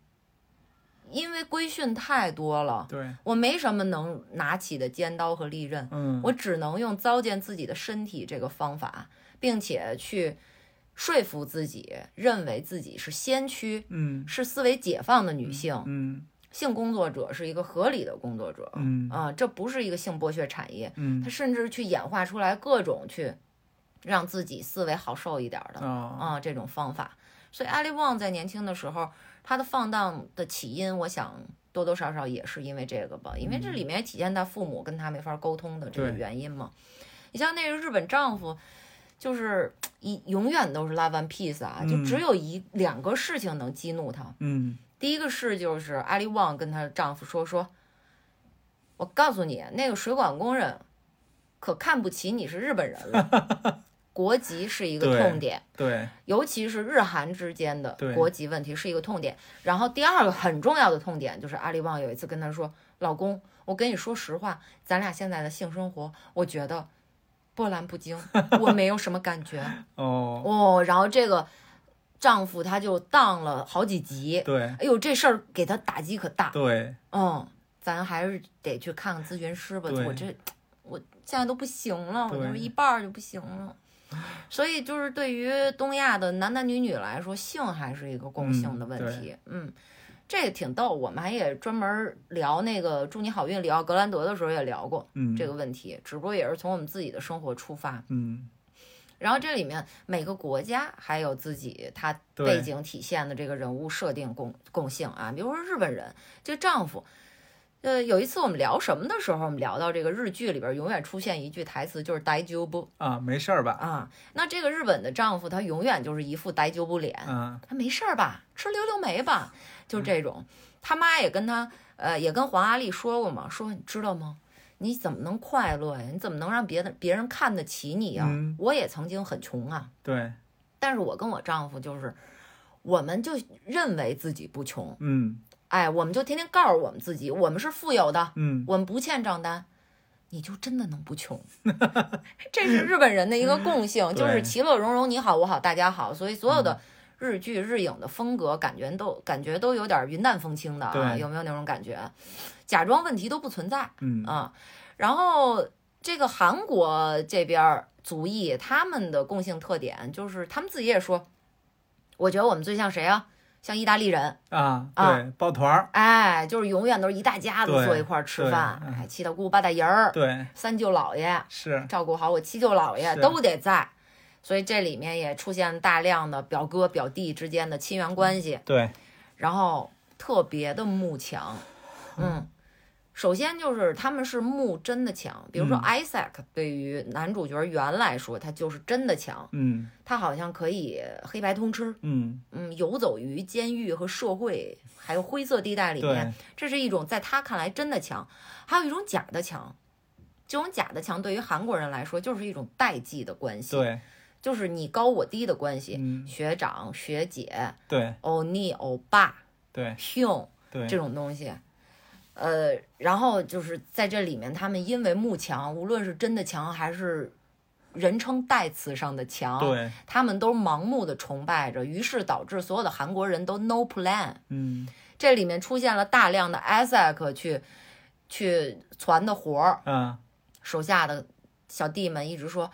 A: 因为规训太多了，
B: 对，
A: 我没什么能拿起的尖刀和利刃，
B: 嗯
A: 我只能用糟践自己的身体这个方法，并且去说服自己，认为自己是先驱，
B: 嗯
A: 是哦思维解放的女性。
B: 嗯
A: 性工作者是一个合理的工作者，
B: 嗯
A: 啊，这不是一个性剥削产业，
B: 嗯
A: 它甚至去演化出来各种去让自己思维好受一点儿的
B: 啊
A: 啊这种方法。所以艾利旺在年轻的时候，他的放荡的起因，我想多多少少也是因为这个吧，因为这里面也体现他父母跟他没法沟通的这个
B: 嗯对
A: 原因嘛。你像那个日本丈夫，就是一永远都是 love and peace 啊，就
B: 嗯
A: 只有一两个事情能激怒他，
B: 嗯
A: 第一个是就是阿丽旺跟她丈夫说说，我告诉你，那个水管工人可看不起你是日本人了， 国籍是一个
B: 对
A: 痛点，
B: 对
A: 尤其是日韩之间的
B: 对
A: 国籍问题是一个痛点。然后第二个很重要的痛点就是阿丽旺有一次跟他说，老公，我跟你说实话，咱俩现在的性生活，我觉得波澜不惊，我没有什么感 觉
B: 哦
A: 哦。然后这个丈夫他就当了好几集，
B: 对
A: 哎呦，这事儿给他打击可大。
B: 对
A: 嗯，咱还是得去看看咨询师吧。
B: 对
A: 我这我现在都不行了，我
B: 对
A: 就是一半儿就不行了。所以就是对于东亚的男男女女来说，性还是一个共性的问题。嗯。这个挺逗，我们还也专门聊那个《祝你好运》里奥格兰德的时候也聊过
B: 嗯
A: 这个问题，只不过也是从我们自己的生活出发。
B: 嗯
A: 然后这里面每个国家还有自己它
B: 对
A: 背景体现的这个人物设定共共性啊，比如说日本人这丈夫，呃，有一次我们聊什么的时候，我们聊到这个日剧里边永远出现一句台词就是“呆鸠不
B: 啊没事儿”吧？
A: 啊，那这个日本的丈夫他永远就是一副呆鸠不脸，
B: 嗯
A: 他没事儿吧，吃溜溜梅吧，就这种。他妈也跟他，呃，也跟黄阿丽说过嘛，说你知道吗？你怎么能快乐呀？你怎么能让别的别人看得起你呀、
B: 嗯
A: 我也曾经很穷啊，
B: 对
A: 但是我跟我丈夫就是，我们就认为自己不穷，
B: 嗯
A: 哎，我们就天天告诉我们自己，我们是富有的，
B: 嗯
A: 我们不欠账单。你就真的能不穷， 这是日本人的一个共性，就是
B: 嗯对
A: 其乐融融，你好我好大家好，所以所有的
B: 嗯
A: 日剧、日影的风格感觉都感觉都有点云淡风轻的啊，
B: 对
A: 有没有那种感觉？啊假装问题都不存在
B: 嗯
A: 啊。然后这个韩国这边儿族裔他们的共性特点就是他们自己也说，我觉得我们最像谁啊？像意大利人，
B: 啊对抱团儿
A: 哎，就是永远都是一大家子
B: 对
A: 坐一块儿吃
B: 对
A: 饭，
B: 嗯
A: 哎，七大姑八大姨儿，
B: 对
A: 三舅姥爷
B: 是
A: 照顾好我七舅姥爷
B: 是
A: 都得在，所以这里面也出现大量的表哥表弟之间的亲缘关系，
B: 对
A: 然后特别的慕强，嗯，首先就是他们是木真的强，比如说
B: 嗯
A: Isaac 对于男主角原来说他就是真的强，
B: 嗯
A: 他好像可以黑白通吃，
B: 嗯，
A: 嗯，游走于监狱和社会还有灰色地带里面
B: 对，，
A: 这是一种在他看来真的强，还有一种假的强。这种假的强对于韩国人来说就是一种代际的关系，
B: 对，
A: 就是你高我低的关系，
B: 嗯，
A: 学长、学姐、
B: 对
A: 欧尼、欧巴、
B: 对
A: Hyun
B: 对，
A: 这种东西。呃，然后就是在这里面，他们因为慕强，无论是真的强还是人称代词上的强，
B: 对，
A: 他们都盲目的崇拜着，于是导致所有的韩国人都 no plan。
B: 嗯
A: 这里面出现了大量的 Isaac 去去传的活儿，
B: 嗯，
A: 手下的小弟们一直说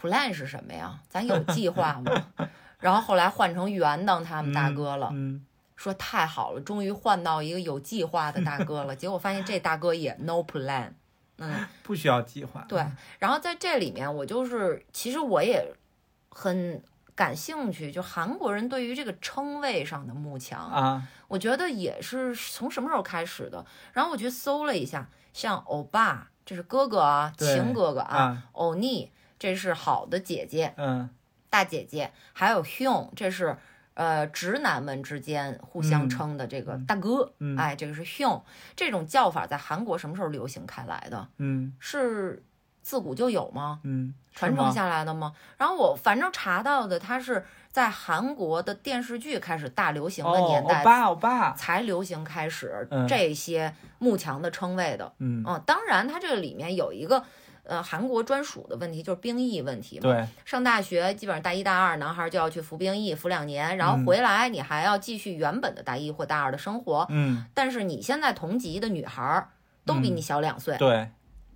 A: plan 是什么呀？咱有计划吗？ 然后后来换成袁当他们大哥了，
B: 嗯，
A: 说太好了，终于换到一个有计划的大 哥了。结果发现这大哥也 no plan，嗯，
B: 嗯，不需要计划，
A: 对，。然后在这里面，我就是其实我也很感兴趣，就韩国人对于这个称谓上的慕强
B: 啊，
A: 我觉得也是从什么时候开始的。然后我去搜了一下，像欧巴，这是哥哥啊，
B: 对
A: 情哥哥啊，
B: 啊，
A: 欧尼，这是好的姐姐、
B: 嗯，
A: 大姐姐，还有 Hyun，这是呃直男们之间互相
B: 嗯
A: 称的这个大哥。
B: 嗯
A: 哎，这个是 Hyun，这种叫法在韩国什么时候流行开来的？
B: 嗯，
A: 是自古就有吗？
B: 嗯，是
A: 传承
B: 吗，
A: 下来的吗？然后我反正查到的，它是在韩国的电视剧开始大流行的
B: 哦，
A: 年代
B: 欧巴，欧巴，
A: 才流行开始
B: 嗯
A: 这些幕墙的称谓的。
B: 嗯，
A: 嗯，当然，它这个里面有一个呃韩国专属的问题，就是兵役问题嘛。
B: 对，
A: 上大学基本上大一大二男孩就要去服兵役，服两年，然
B: 嗯
A: 后回来你还要继续原本的大一或大二的生活。
B: 嗯，
A: 但是你现在同级的女孩儿都比你小两岁，
B: 对，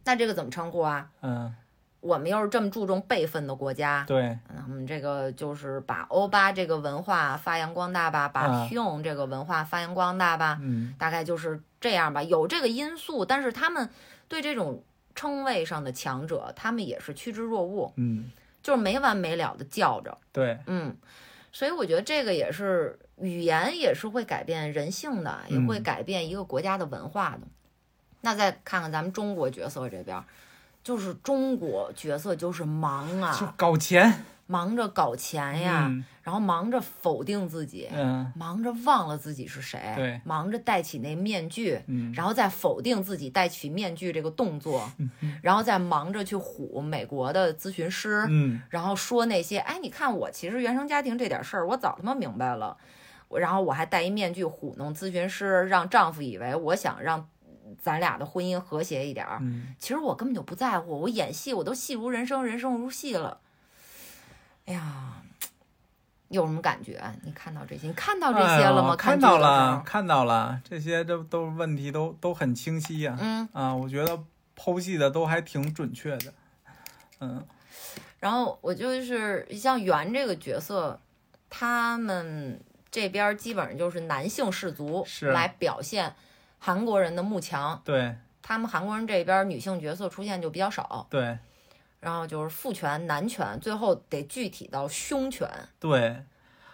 A: 那这个怎么称呼啊？
B: 嗯，
A: 我们又是这么注重辈分的国家，嗯
B: 对，
A: 那我们这个就是把欧巴这个文化发扬光大吧，把
B: 嗯
A: Hyun 这个文化发扬光大吧。
B: 嗯，
A: 大概就是这样吧，有这个因素，但是他们对这种称谓上的强者，他们也是趋之若鹜，
B: 嗯，
A: 就是没完没了的叫着，
B: 对，
A: 嗯，所以我觉得这个也是语言也是会改变人性的，也
B: 嗯
A: 会改变一个国家的文化的。那再看看咱们中国角色这边儿，就是中国角色就是忙
B: 就
A: 啊，
B: 搞钱，
A: 忙着搞钱呀，
B: 嗯，
A: 然后忙着否定自己，
B: 嗯，
A: 忙着忘了自己是谁，
B: 对
A: 忙着戴起那面具，
B: 嗯，
A: 然后再否定自己戴起面具这个动作，然后再忙着去唬美国的咨询师，
B: 嗯，
A: 然后说那些，哎，你看我其实原生家庭这点事儿，我早他妈明白了，我然后我还戴一面具糊弄咨询师，让丈夫以为我想让咱俩的婚姻和谐一点儿，
B: 嗯，
A: 其实我根本就不在乎，我演戏我都戏如人生，人生如戏了。哎呀，有什么感觉？啊你看到这些，你看到这些了
B: 哎
A: 吗？
B: 呦看
A: 剧的
B: 到
A: 时
B: 了，
A: 候，
B: 看到了，这些都都是问题都都很清晰呀，
A: 嗯，
B: 啊，我觉得剖析的都还挺准确的，嗯，
A: 然后我就是像袁这个角色，他们这边基本上就是男性氏族
B: 是
A: 来表现韩国人的慕强，
B: 对，
A: 他们韩国人这边女性角色出现就比较少，
B: 对，
A: 然后就是父权、男权，最后得具体到兄权
B: 对。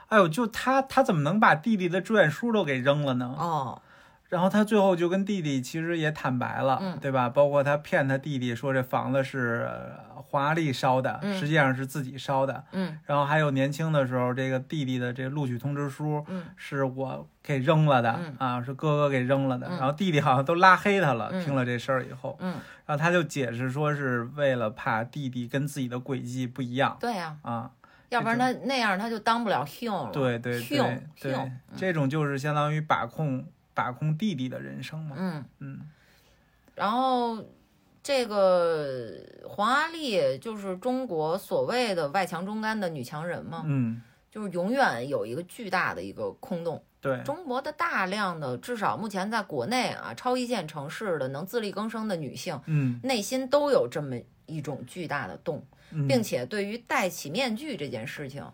B: 哎呦，就他，他怎么能把弟弟的志愿书都给扔了呢？
A: 哦，
B: 然后他最后就跟弟弟其实也坦白了，
A: 嗯
B: 对吧？包括他骗他弟弟说这房子是呃华丽烧的，
A: 嗯
B: 实际上是自己烧的。
A: 嗯
B: 然后还有年轻的时候，这个弟弟的这个录取通知书
A: 嗯
B: 是我给扔了的、
A: 嗯
B: 啊，是哥哥给扔了的。
A: 嗯
B: 然后弟弟好像都拉黑他了，
A: 嗯
B: 听了这事儿以后，
A: 嗯，
B: 然后他就解释说是为了怕弟弟跟自己的轨迹不一样
A: 对呀、
B: 啊。
A: 要不然他那样他就当不了 Hyun 了，
B: 对对对
A: Hyun
B: 对
A: Hyun，，
B: 这种就是相当于把控把控弟弟的人生嘛。
A: 嗯。
B: 嗯
A: 然后这个黄阿丽就是中国所谓的外强中干的女强人嘛，
B: 嗯，
A: 就是永远有一个巨大的一个空洞。
B: 对。
A: 中国的大量的，至少目前在国内啊，超一线城市的能自力更生的女性，
B: 嗯，
A: 内心都有这么一种巨大的洞，
B: 嗯
A: 并且对于戴起面具这件事情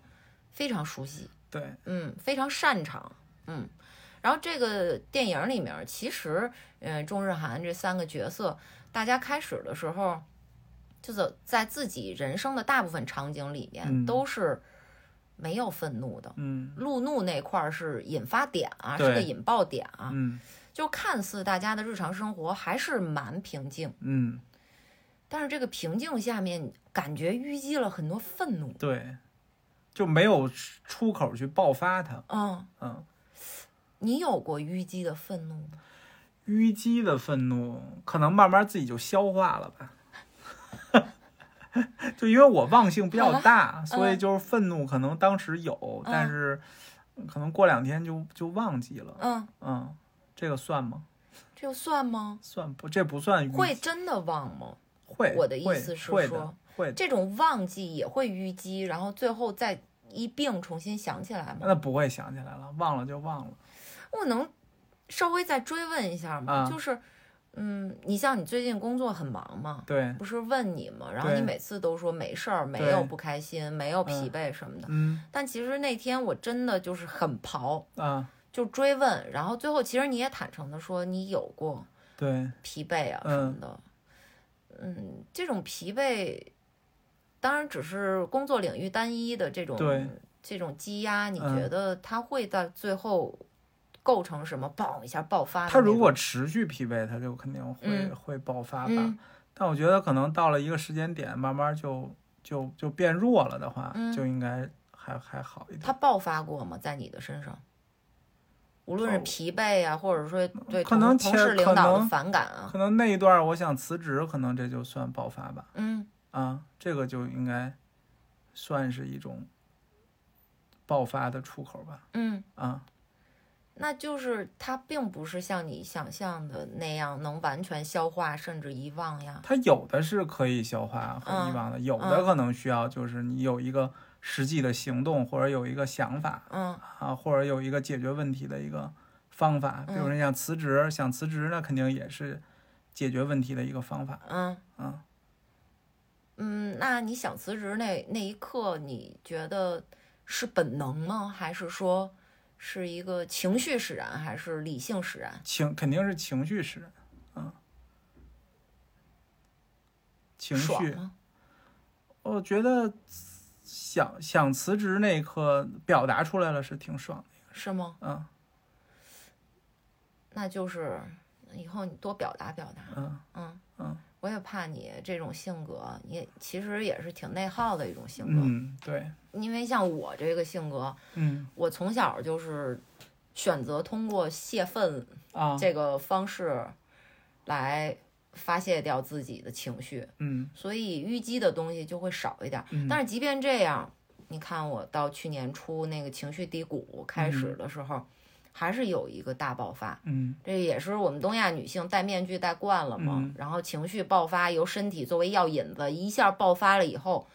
A: 非常熟悉。
B: 对，
A: 嗯，非常擅长，嗯。然后这个电影里面，其实，嗯、中日韩这三个角色，大家开始的时候，就是在自己人生的大部分场景里面
B: 嗯
A: 都是没有愤怒的，
B: 嗯
A: 路怒那块儿是引发点啊，是个
B: 对
A: 引爆点啊，
B: 嗯
A: 就看似大家的日常生活还是蛮平静，
B: 嗯，
A: 但是这个平静下面感觉淤积了很多愤怒。
B: 对，就没有出口去爆发它。
A: 嗯，
B: 嗯，
A: 你有过淤积的愤怒吗？
B: 淤积的愤怒可能慢慢自己就消化了吧。 就因为我忘性比较 大，
A: 嗯
B: 所以就是愤怒可能当时有，但是可能过两天就就忘记了。
A: 嗯，
B: 嗯，这个算吗？
A: 这又算吗？
B: 算不？这不算淤
A: 会真的忘吗？
B: 嗯会。
A: 我的意
B: 会
A: 思是
B: 会
A: 说
B: 的，会的。
A: 这种忘记也会淤积，然后最后再一并重新想起来吗？
B: 那不会想起来了，忘了就忘了。
A: 我能稍微再追问一下吗？
B: 啊
A: 就是，嗯，你像你最近工作很忙嘛，
B: 对，
A: 不是问你吗？然后
B: 对
A: 你每次都说没事儿，没
B: 对
A: 有不开心，没有疲
B: 嗯
A: 惫什么的。
B: 嗯
A: 但其实那天我真的就是很刨，
B: 啊，
A: 就追问，然后最后其实你也坦诚的说你有过
B: 对，
A: 疲惫啊什么的。嗯，这种疲惫，当然只是工作领域单一的这种
B: 对
A: 这种积压，你
B: 嗯
A: 觉得它会在最后构成什么？爆一下爆发的那
B: 他
A: 种？
B: 如果持续疲惫，他就肯定会、
A: 嗯
B: 会爆发吧。
A: 嗯
B: 但我觉得可能到了一个时间点，慢慢就就就变弱了的话，
A: 嗯
B: 就应该还还好一点。
A: 它爆发过吗？在你的身上，无论是
B: 爆嗯
A: 疲惫啊，或者说对
B: 可
A: 同
B: 能
A: 同
B: 前
A: 事领
B: 可
A: 导的
B: 能
A: 反感啊，
B: 可能那一段儿我想辞职，可能这就算爆发吧。
A: 嗯
B: 啊，这个就应该算是一种爆发的出口吧。
A: 嗯，
B: 啊，
A: 那就是它并不是像你想象的那样能完全消化甚至遗忘呀。
B: 它有的是可以消化和遗
A: 嗯
B: 忘的，有
A: 嗯
B: 的可能需要就是你有一个实际的行动，或者有一个想法，
A: 嗯
B: 啊，或者有一个解决问题的一个方法。比如说
A: 嗯
B: 你想辞职，想辞职，那肯定也是解决问题的一个方法。
A: 嗯
B: 嗯，
A: 嗯，那你想辞职那那一刻，你觉得是本能吗？还是说是一个情绪使然，还是理性使然？
B: 情肯定是情绪使然，嗯，情
A: 爽
B: 绪。
A: 吗？
B: 我觉得想想辞职那一刻表达出来了是挺爽的，
A: 是吗？
B: 嗯
A: 那就是以后你多表达表达。
B: 嗯
A: 嗯
B: 嗯
A: 我也怕你这种性格，你其实也是挺内耗的一种性格。
B: 嗯，对，
A: 因为像我这个性格，
B: 嗯
A: 我从小就是选择通过泄愤
B: 啊，
A: 这个方式来发泄掉自己的情绪，
B: 嗯
A: 所以淤积的东西就会少一点儿。
B: 嗯
A: 但是即便这样，你看我到去年初那个情绪低谷开始的时候，还是有一个大爆发。
B: 嗯
A: 这也是我们东亚女性戴面具戴惯了嘛，
B: 嗯
A: 然后情绪爆发由身体作为药引子，一下爆发了以后，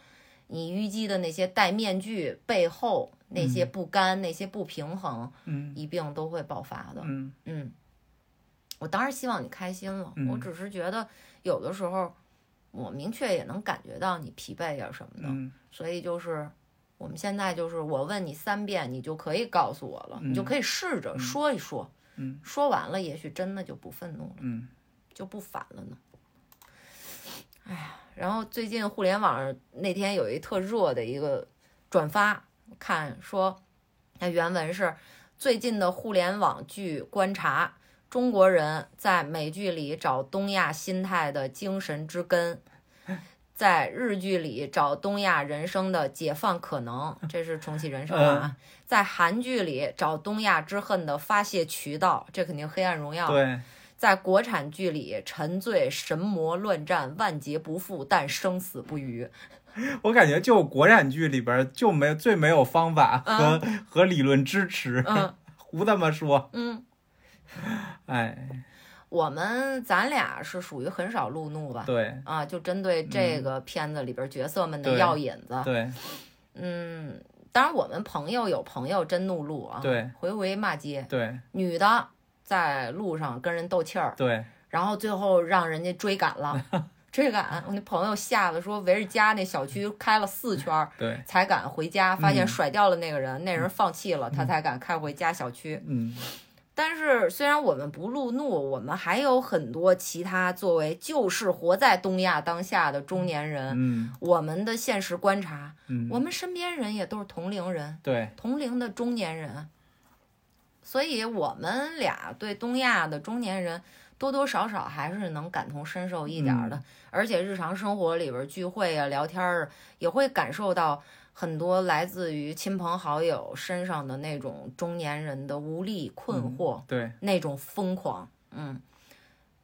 A: 你淤积的那些戴面具背后那些不甘、那些不平衡，
B: 嗯
A: 一并都会爆发的。
B: 嗯
A: 嗯，我当然希望你开心了，
B: 嗯
A: 我只是觉得有的时候我明确也能感觉到你疲惫呀、什么的，
B: 嗯
A: 所以就是我们现在就是我问你三遍，你就可以告诉我了，
B: 嗯
A: 你就可以试着说一说。
B: 嗯
A: 说完了，也许真的就不愤怒了，
B: 嗯
A: 就不烦了呢。哎呀，然后最近互联网那天有一特热的一个转发，看说，那原文是最近的互联网剧观察，中国人在美剧里找东亚心态的精神之根。在日剧里找东亚人生的解放可能，这是重启人生了啊！在韩剧里找东亚之恨的发泄渠道，这肯定《黑暗荣耀》
B: 对，
A: 在国产剧里沉醉神魔乱战，万劫不复，但生死不渝。
B: 我感觉就国产剧里边儿就没最没有方法和、和理论支持，
A: 嗯
B: 胡他妈说，
A: 嗯，
B: 哎，
A: 我们咱俩是属于很少路怒吧？
B: 对嗯
A: 啊，就针对这个片子里边角色们的
B: 对
A: 药引子。
B: 对
A: 嗯，当然我们朋友有朋友真怒路啊，
B: 对
A: 回回骂街，
B: 对
A: 女的在路上跟人斗气儿，
B: 对，
A: 然后最后让人家追赶 了。追赶，我那朋友吓得说围着家那小区开了四圈儿，
B: 对，
A: 才敢回家，发现
B: 嗯
A: 甩掉了那个人，那人放弃了，他才敢开回家小区。
B: 嗯
A: 但是虽然我们不路怒，我们还有很多其他作为就是活在东亚当下的中年人，
B: 嗯
A: 我们的现实观察，
B: 嗯，
A: 我们身边人也都是同龄人，
B: 对
A: 同龄的中年人，所以我们俩对东亚的中年人多多少少还是能感同身受一点儿的，而且日常生活里边儿聚会啊、聊天儿啊也会感受到很多来自于亲朋好友身上的那种中年人的无力、困惑，
B: 对，
A: 那种疯狂。嗯，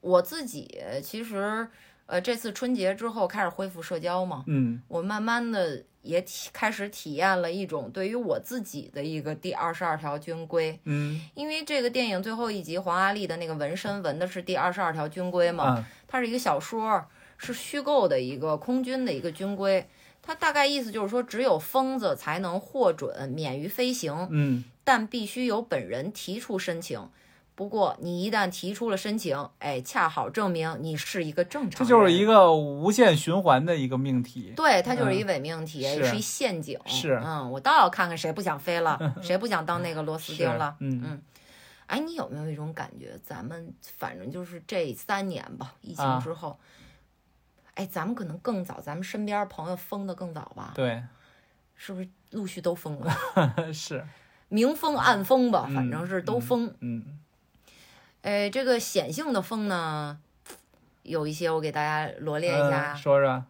A: 我自己其实呃，这次春节之后开始恢复社交嘛，
B: 嗯
A: 我慢慢的也体开始体验了一种对于我自己的一个第二十二条军规，
B: 嗯
A: 因为这个电影最后一集黄阿丽的那个纹身纹的是第二十二条军规嘛，
B: 啊
A: 它是一个小说，是虚构的一个空军的一个军规。它大概意思就是说，只有疯子才能获准免于飞行，
B: 嗯
A: 但必须由本人提出申请。不过，你一旦提出了申请，哎，恰好证明你是一个正
B: 这
A: 常人。
B: 就是一个无限循环的一个命题。
A: 对，它就是一伪命题，
B: 嗯
A: 也
B: 是
A: 是一陷阱。
B: 是
A: 嗯，我倒要看看谁不想飞了， 谁不想当那个螺丝
B: 是
A: 钉了。，
B: 嗯
A: 嗯哎，你有没有一种感觉，咱们反正就是这三年吧，疫
B: 啊
A: 情之后，哎，咱们可能更早，咱们身边朋友疯的更早吧？
B: 对，
A: 是不是陆续都疯了？
B: 是，
A: 明疯暗疯吧，反
B: 嗯
A: 正是都
B: 嗯
A: 疯。
B: 嗯
A: 呃，这个显性的风呢，有一些我给大家罗列一下：啊
B: 嗯，说说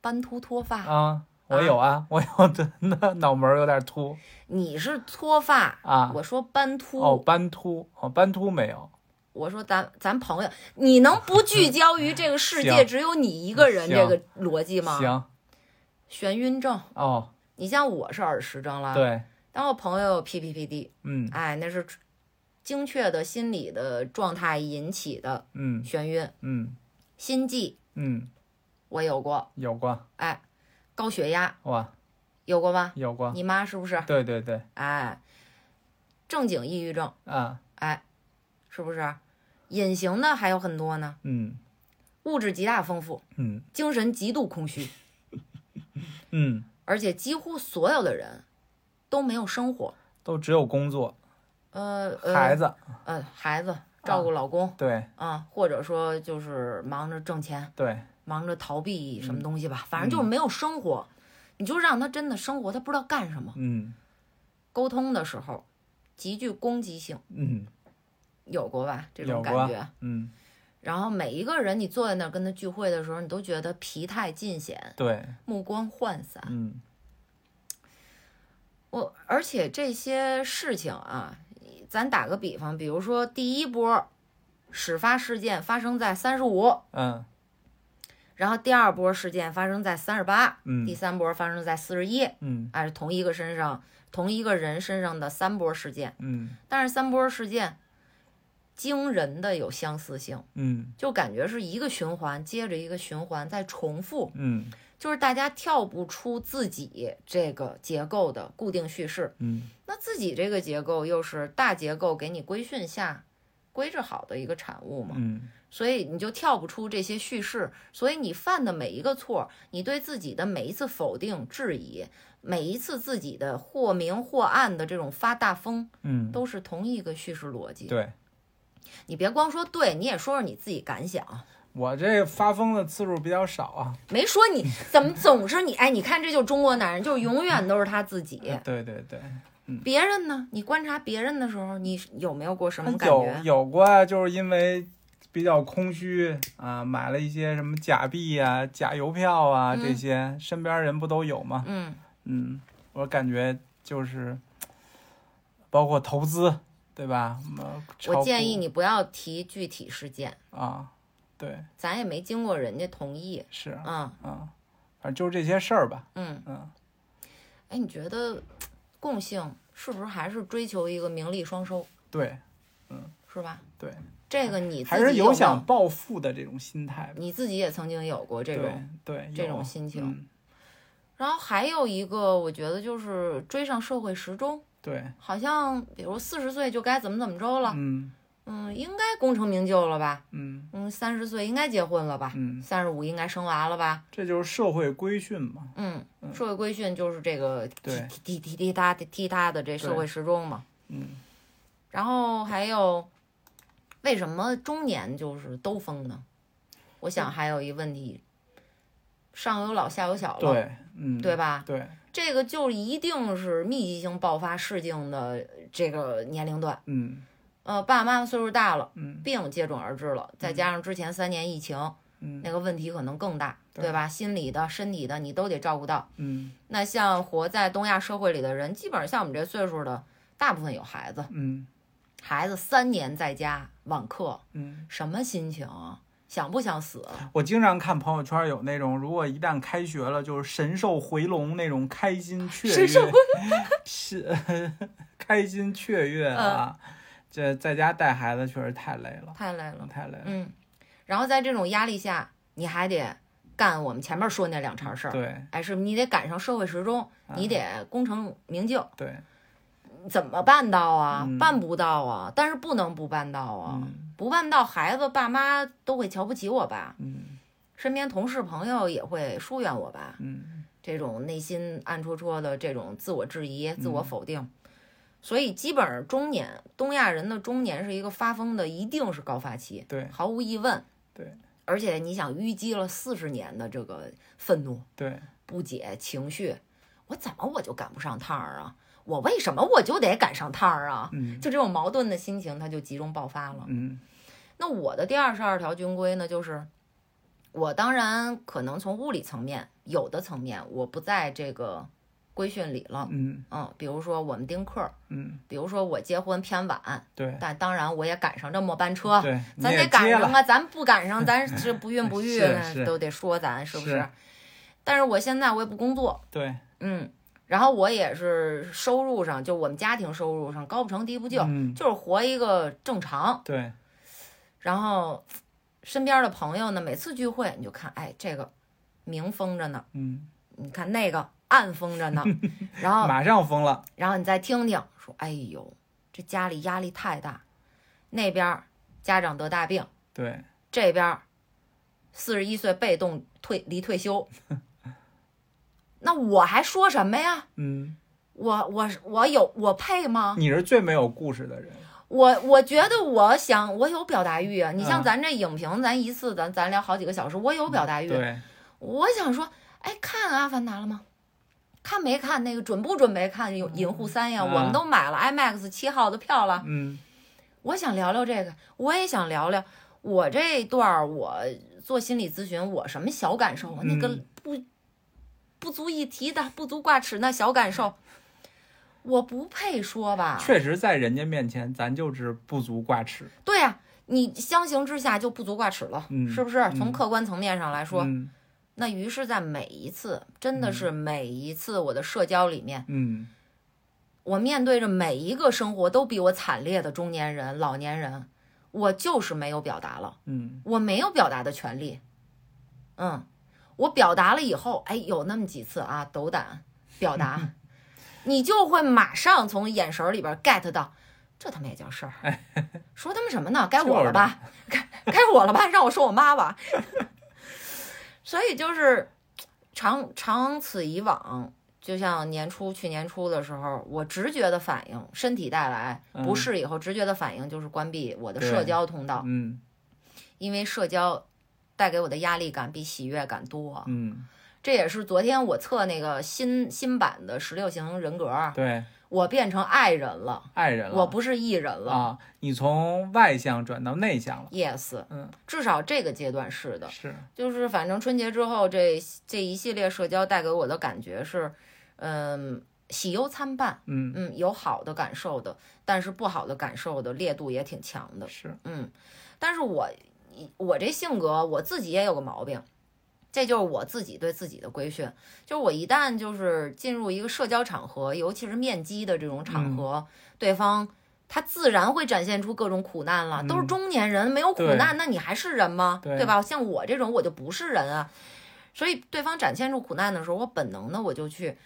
A: 斑秃脱发，
B: 啊，我有啊， 我有的那脑门儿有点秃
A: 你是脱发，
B: 啊，
A: 我说斑秃，
B: 哦，斑秃，哦，斑秃没有，
A: 我说咱咱朋友，你能不聚焦于这个世界
B: 行
A: 只有你一个人这个逻辑吗？
B: 行，
A: 眩晕症，
B: 哦，
A: 你像我是耳石症了，
B: 对，
A: 但我朋友 PPPD，
B: 嗯
A: 哎，那是精确的心理的状态引起的
B: 嗯
A: 眩晕，
B: 嗯
A: 心悸
B: 嗯，
A: 我有过，
B: 有过，
A: 哎，高血压
B: 哇，
A: 有过吧？
B: 有过，
A: 你妈是不是？
B: 对对对，
A: 哎，正经抑郁症，
B: 啊，
A: 哎，是不是？隐形的还有很多呢，
B: 嗯
A: 物质极大丰富，
B: 嗯
A: 精神极度空虚，
B: 嗯，
A: 而且几乎所有的人都没有生活。
B: 都只有工作，
A: 呃，呃
B: 孩，子，
A: 呃，孩子照顾老公
B: 对
A: 啊或者说就是忙着挣钱，
B: 对，
A: 忙着逃避
B: 嗯
A: 什么东西吧，反正就是没有生活。你就让他真的生活，他不知道干什么。
B: 嗯
A: 沟通的时候极具攻击性，
B: 嗯
A: 有过吧？这
B: 有
A: 种感
B: 过
A: 觉。
B: 嗯，
A: 然后每一个人，你坐在那儿跟他聚会的时候，你都觉得疲态尽显，
B: 对，
A: 目光涣散。
B: 嗯
A: 我而且这些事情啊，咱打个比方，比如说第一波始发事件发生在三十五，
B: 嗯
A: 然后第二波事件发生在三十八，第
B: 嗯
A: 三波发生在四十一，
B: 嗯
A: 哎，同一个身上同一个人身上的三波事件，
B: 嗯
A: 但是三波事件惊人的有相似性，
B: 嗯
A: 就感觉是一个循环接着一个循环在重复。
B: 嗯
A: 就是大家跳不出自己这个结构的固定叙事。
B: 嗯，
A: 那自己这个结构又是大结构给你规训下规制好的一个产物嘛，
B: 嗯
A: 所以你就跳不出这些叙事。所以你犯的每一个错，你对自己的每一次否定、质疑，每一次自己的或明或暗的这种发大疯，
B: 嗯，
A: 都是同一个叙事逻辑。
B: 对。
A: 你别光说对，你也说说你自己感想。
B: 我这发疯的次数比较少啊，
A: 没说你怎么总是你哎，你看这就是中国男人，就是永远都是他自 己。
B: 对对对，
A: 别人呢？你观察别人的时候，你有没有过什么感
B: 有
A: 觉？
B: 有过，啊就是因为比较空虚啊，买了一些什么假币啊、假邮票啊
A: 嗯
B: 这些，身边人不都有吗？
A: 嗯，
B: 嗯，我感觉就是包括投资，对吧？嗯
A: 我建议
B: 炒
A: 你不要提具体事件，
B: 股啊，对，
A: 咱也没经过人家同意。
B: 是啊，
A: 嗯
B: 反正就是这些事儿吧。
A: 嗯，
B: 嗯，
A: 哎，你觉得共性是不是还是追求一个名利双收，
B: 对，
A: 是吧？
B: 对，
A: 这个你
B: 还
A: 自
B: 是
A: 己有没
B: 想暴富的这种心态吧。
A: 你自己也曾经有过这
B: 对
A: 种。
B: 对，
A: 这
B: 有
A: 种心情
B: 嗯
A: 然后还有一个，我觉得就是追上社会时钟，
B: 对，
A: 好像比如四十岁就该怎么怎么着了，
B: 嗯
A: 嗯，应该功成名就了吧，
B: 嗯
A: 嗯，三十岁应该结婚了吧，
B: 嗯，
A: 三十五应该生娃了吧，
B: 这就是社会规训嘛。
A: 嗯
B: 嗯，
A: 社会规训就是这个
B: 对
A: 踢踢踢踢踏踢踏的这社会时钟嘛。
B: 嗯
A: 然后还有，为什么中年就是都疯呢？
B: 嗯
A: 我想还有一问题，上有老下有小了，
B: 对，嗯，
A: 对吧？
B: 对，
A: 这个就一定是密集性爆发事件的这个年龄段。
B: 嗯
A: 呃，爸爸妈妈岁数大了，
B: 嗯
A: 病接踵而至了，再加上之前三年疫情，
B: 嗯
A: 那个问题可能更大，
B: 对
A: 对吧？心理的、身体的，你都得照顾到。
B: 嗯
A: 那像活在东亚社会里的人，基本上像我们这岁数的，大部分有孩子，
B: 嗯
A: 孩子三年在家网课，
B: 嗯，
A: 什么心情啊？想不想死？啊
B: 我经常看朋友圈有那种，如果一旦开学了，就是神兽回笼那种开心雀
A: 神兽
B: 跃， 是开心雀跃啊。这在家带孩子确实太累了，
A: 嗯太累了。
B: 太累了。
A: 嗯，然后在这种压力下，你还得干我们前面说那两茬事儿，
B: 对
A: 哎，是你得赶上社会时钟，你
B: 嗯
A: 得功成名就，
B: 对，
A: 怎么办到啊？
B: 嗯
A: 办不到啊！但是不能不办到啊！
B: 嗯
A: 不办到，孩子爸妈都会瞧不起我吧，
B: 嗯
A: 身边同事朋友也会疏远我吧。
B: 嗯
A: 这种内心暗戳戳的这种自我质疑、
B: 嗯
A: 自我否定，所以基本上中年东亚人的中年是一个发疯的，一定是高发期，
B: 对
A: 毫无疑问。
B: 对，
A: 而且你想淤积了四十年的这个愤怒、
B: 对
A: 不解、情绪，我怎么我就赶不上趟儿啊？我为什么我就得赶上趟儿啊？
B: 嗯
A: 就这种矛盾的心情，它就集中爆发了。
B: 嗯
A: 那我的第二十二条军规呢，就是我当然可能从物理层面有的层面我不在这个规训里了，
B: 嗯
A: 嗯，比如说我们丁克儿，
B: 嗯，
A: 比如说我结婚偏晚，
B: 对
A: 但当然我也赶上这末班车，
B: 对，你
A: 咱
B: 也
A: 得赶
B: 接
A: 上
B: 了，
A: 啊，咱不赶上 咱是不孕不育
B: 是是
A: 都得说咱是不
B: 是
A: 但是我现在我也不工作，
B: 对，
A: 嗯，然后我也是收入上，就我们家庭收入上高不成低不就，
B: 嗯
A: 就是活一个正常。
B: 对，
A: 然后身边的朋友呢，每次聚会你就看，哎，这个明封着呢，
B: 嗯，
A: 你看那个暗封着呢，然后
B: 马上疯了，
A: 然后你再听听，说，哎呦，这家里压力太大，那边儿家长得大病，
B: 对
A: 这边四十一岁被动退离退休，那我还说什么呀？
B: 嗯。
A: 我我我有我配吗？
B: 你是最没有故事的人，
A: 啊我我觉得我想我有表达欲啊！你像
B: 啊
A: 咱这影评，咱一次咱咱聊好几个小时，我有表达欲。
B: 对，
A: 我想说，哎，看《阿凡达》了吗？看没看那个准不准备看《有银护三》呀？
B: 嗯
A: 我们都买了 IMAX 七号的票了。
B: 嗯
A: 我想聊聊这个，我也想聊聊我这段儿我做心理咨询，我什么小感受啊？那个
B: 嗯
A: 不不足一提的、不足挂齿那小感受，我不配说吧？
B: 确实在人家面前，咱就是不足挂齿。
A: 对呀、你相形之下就不足挂齿了，
B: 嗯
A: 是不是？从
B: 嗯
A: 客观层面上来说，
B: 嗯
A: 那于是，在每一次，真的是每一次我的社交里面，
B: 嗯
A: 我面对着每一个生活都比我惨烈的中年人、老年人，我就是没有表达了，
B: 嗯
A: 我没有表达的权利。嗯，我表达了以后，哎，有那么几次啊，斗胆表 达，你就会马上从眼神里边 get 到，这他妈也叫 事儿，说他妈什么呢？该我了吧？该该我了吧？让我说我妈吧。 所以就是长长此以往，就像年初去年初的时候，我直觉的反应，身体带来不
B: 嗯
A: 适以后，直觉的反应就是关闭我的
B: 对
A: 社交通道，
B: 嗯
A: 因为社交带给我的压力感比喜悦感多。
B: 嗯，
A: 这也是昨天我测那个新新版的十六型人格，
B: 对，
A: 我变成爱人了，
B: 爱人了，
A: 啊我不是艺人了。
B: 啊，你从外向转到内向了，
A: Yes，
B: 嗯，
A: 至少这个阶段是的，
B: 是，
A: 就是反正春节之后这这一系列社交带给我的感觉是，嗯，喜忧参半，
B: 嗯
A: 嗯，有好的感受的，但是不好的感受的烈度也挺强的，
B: 是，
A: 嗯，但是我我这性格我自己也有个毛病，这就是我自己对自己的规训，就是我一旦就是进入一个社交场合，尤其是面基的这种
B: 嗯
A: 场合，对方他自然会展现出各种苦难了，都是
B: 嗯
A: 中年人，没有苦
B: 对
A: 难，那你还是人吗？
B: 对
A: 吧？像我这种我就不是人啊，所以对方展现出苦难的时候，我本能的我就去